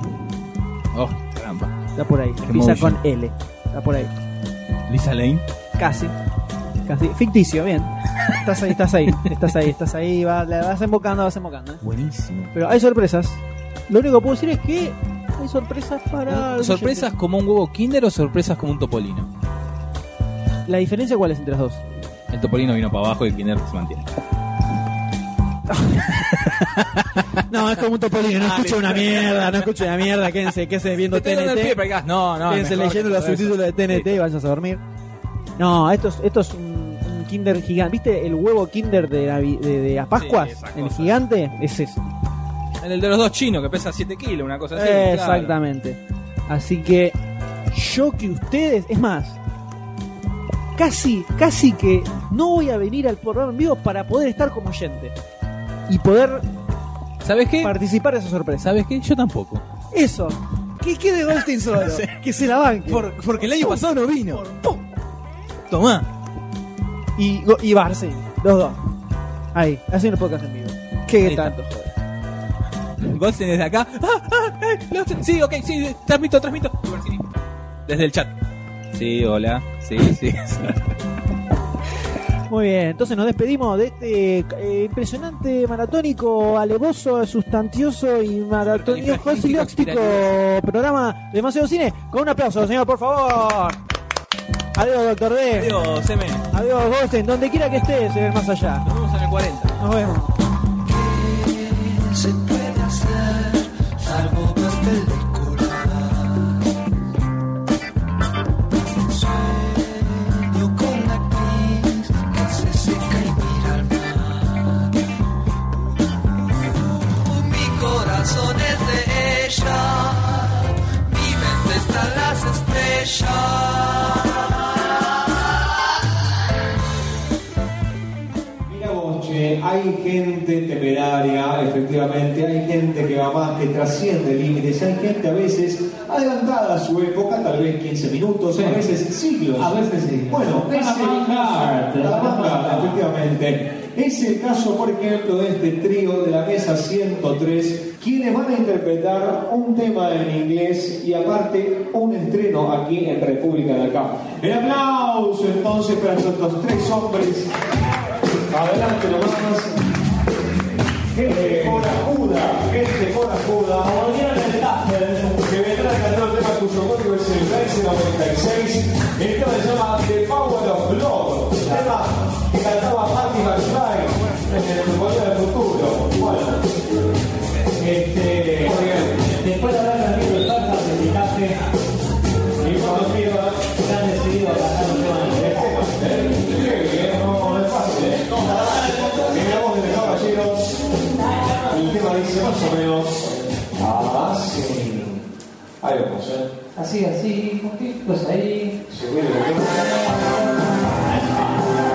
Speaker 1: Oh, trampa.
Speaker 4: está por ahí.
Speaker 1: Qué
Speaker 4: Empieza
Speaker 1: motion.
Speaker 4: con L. Está por ahí.
Speaker 1: Lisa Lane.
Speaker 4: Casi. Casi. Ficticio, bien. Estás ahí, estás ahí, estás ahí, estás ahí, va- la vas embocando, vas embocando. ¿eh?
Speaker 1: Buenísimo.
Speaker 4: Pero hay sorpresas. Lo único que puedo decir es que hay sorpresas para. los
Speaker 1: ¿Sorpresas como un huevo kinder o sorpresas como un topolino?
Speaker 4: oyentes. ¿La diferencia cuál es entre las dos?
Speaker 1: El topolino vino para abajo y el kinder se mantiene.
Speaker 4: No, es como un topolino, no escucho una mierda, no escucho una mierda, quédense, quédense viendo
Speaker 1: Te estoy dando el pie
Speaker 4: TNT,
Speaker 1: para acá. No, no.
Speaker 4: quédense
Speaker 1: mejor
Speaker 4: leyendo los
Speaker 1: todo eso.
Speaker 4: subtítulos de TNT y vayas a dormir. No, esto es, esto es un, un Kinder gigante, ¿viste el huevo Kinder de, Navi- de, de las Pascuas?
Speaker 1: esa
Speaker 4: el
Speaker 1: cosa.
Speaker 4: gigante, es eso.
Speaker 1: El de los dos chinos que pesa 7 kilos, una cosa así. claro.
Speaker 4: Exactamente. Así que yo que ustedes, es más, casi, casi que no voy a venir al programa en vivo para poder estar como oyente y poder
Speaker 1: ¿Sabes qué?
Speaker 4: participar de esa sorpresa.
Speaker 1: ¿Sabes qué? Yo tampoco.
Speaker 4: Eso. Que quede Goldstein solo. Que se la banque.
Speaker 1: porque el año pasado no vino. Tomá.
Speaker 4: Y, Go- y Barcel, Los dos. Ahí. Haciendo el podcast en vivo. Qué
Speaker 1: Ahí está.
Speaker 4: tanto, joder.
Speaker 1: Goldstein desde acá. ¡Ah, ah, eh! Lo- Sí, ok, sí, transmito, transmito. Desde el chat. Sí, hola. Sí, sí.
Speaker 4: Muy bien. Entonces nos despedimos de este eh, impresionante maratónico, alevoso, sustantioso y maratónico
Speaker 1: Supercalifragilístico,
Speaker 4: programa Demasiado Cine. Con un aplauso, señor, por favor. Adiós, doctor D.
Speaker 1: Adiós, M. Nos
Speaker 4: Adiós, Goldstein. Donde quiera que estés, en el más allá.
Speaker 1: vemos en el 40.
Speaker 4: Nos vemos.
Speaker 14: se puede hacer salvo por película. Sueño con la actriz que se seca y mira al mar. Mi corazón es de ella, mi mente está en las estrellas.
Speaker 12: Mira vos, che, hay gente temeraria, efectivamente, hay gente que va más, que trasciende límites, hay gente a veces adelantada a su época, tal vez 15 minutos, a veces siglos.
Speaker 24: A veces siglos.
Speaker 12: Bueno,
Speaker 24: La
Speaker 12: es el
Speaker 24: vanguardia,
Speaker 12: caso,
Speaker 24: la
Speaker 12: la vanguardia, efectivamente. Es el caso, por ejemplo, de este trío de la mesa 103, quienes van a interpretar un tema en inglés y aparte un estreno aquí en República de Acá. El aplauso entonces para estos tres hombres Adelante nomás. Gente con ajuda, gente con ajuda. Que vendrá cantando el tema cuyo código es el 1396. El tema se llama The Power of Love. Un tema que cantaba Patti McFly en el Volver al Futuro. Bueno. Este. muy bien. Después de haber perdido el pacto, se quitaste. Y cuando pido, se han decidido a cantar un tema de Qué bien, no, no es fácil, ¿eh? En la voz de los caballeros, el tema dice más o menos así. Ahí vamos, ¿eh?
Speaker 24: Así, así, juntitos ahí.
Speaker 12: Se vuelve el tema.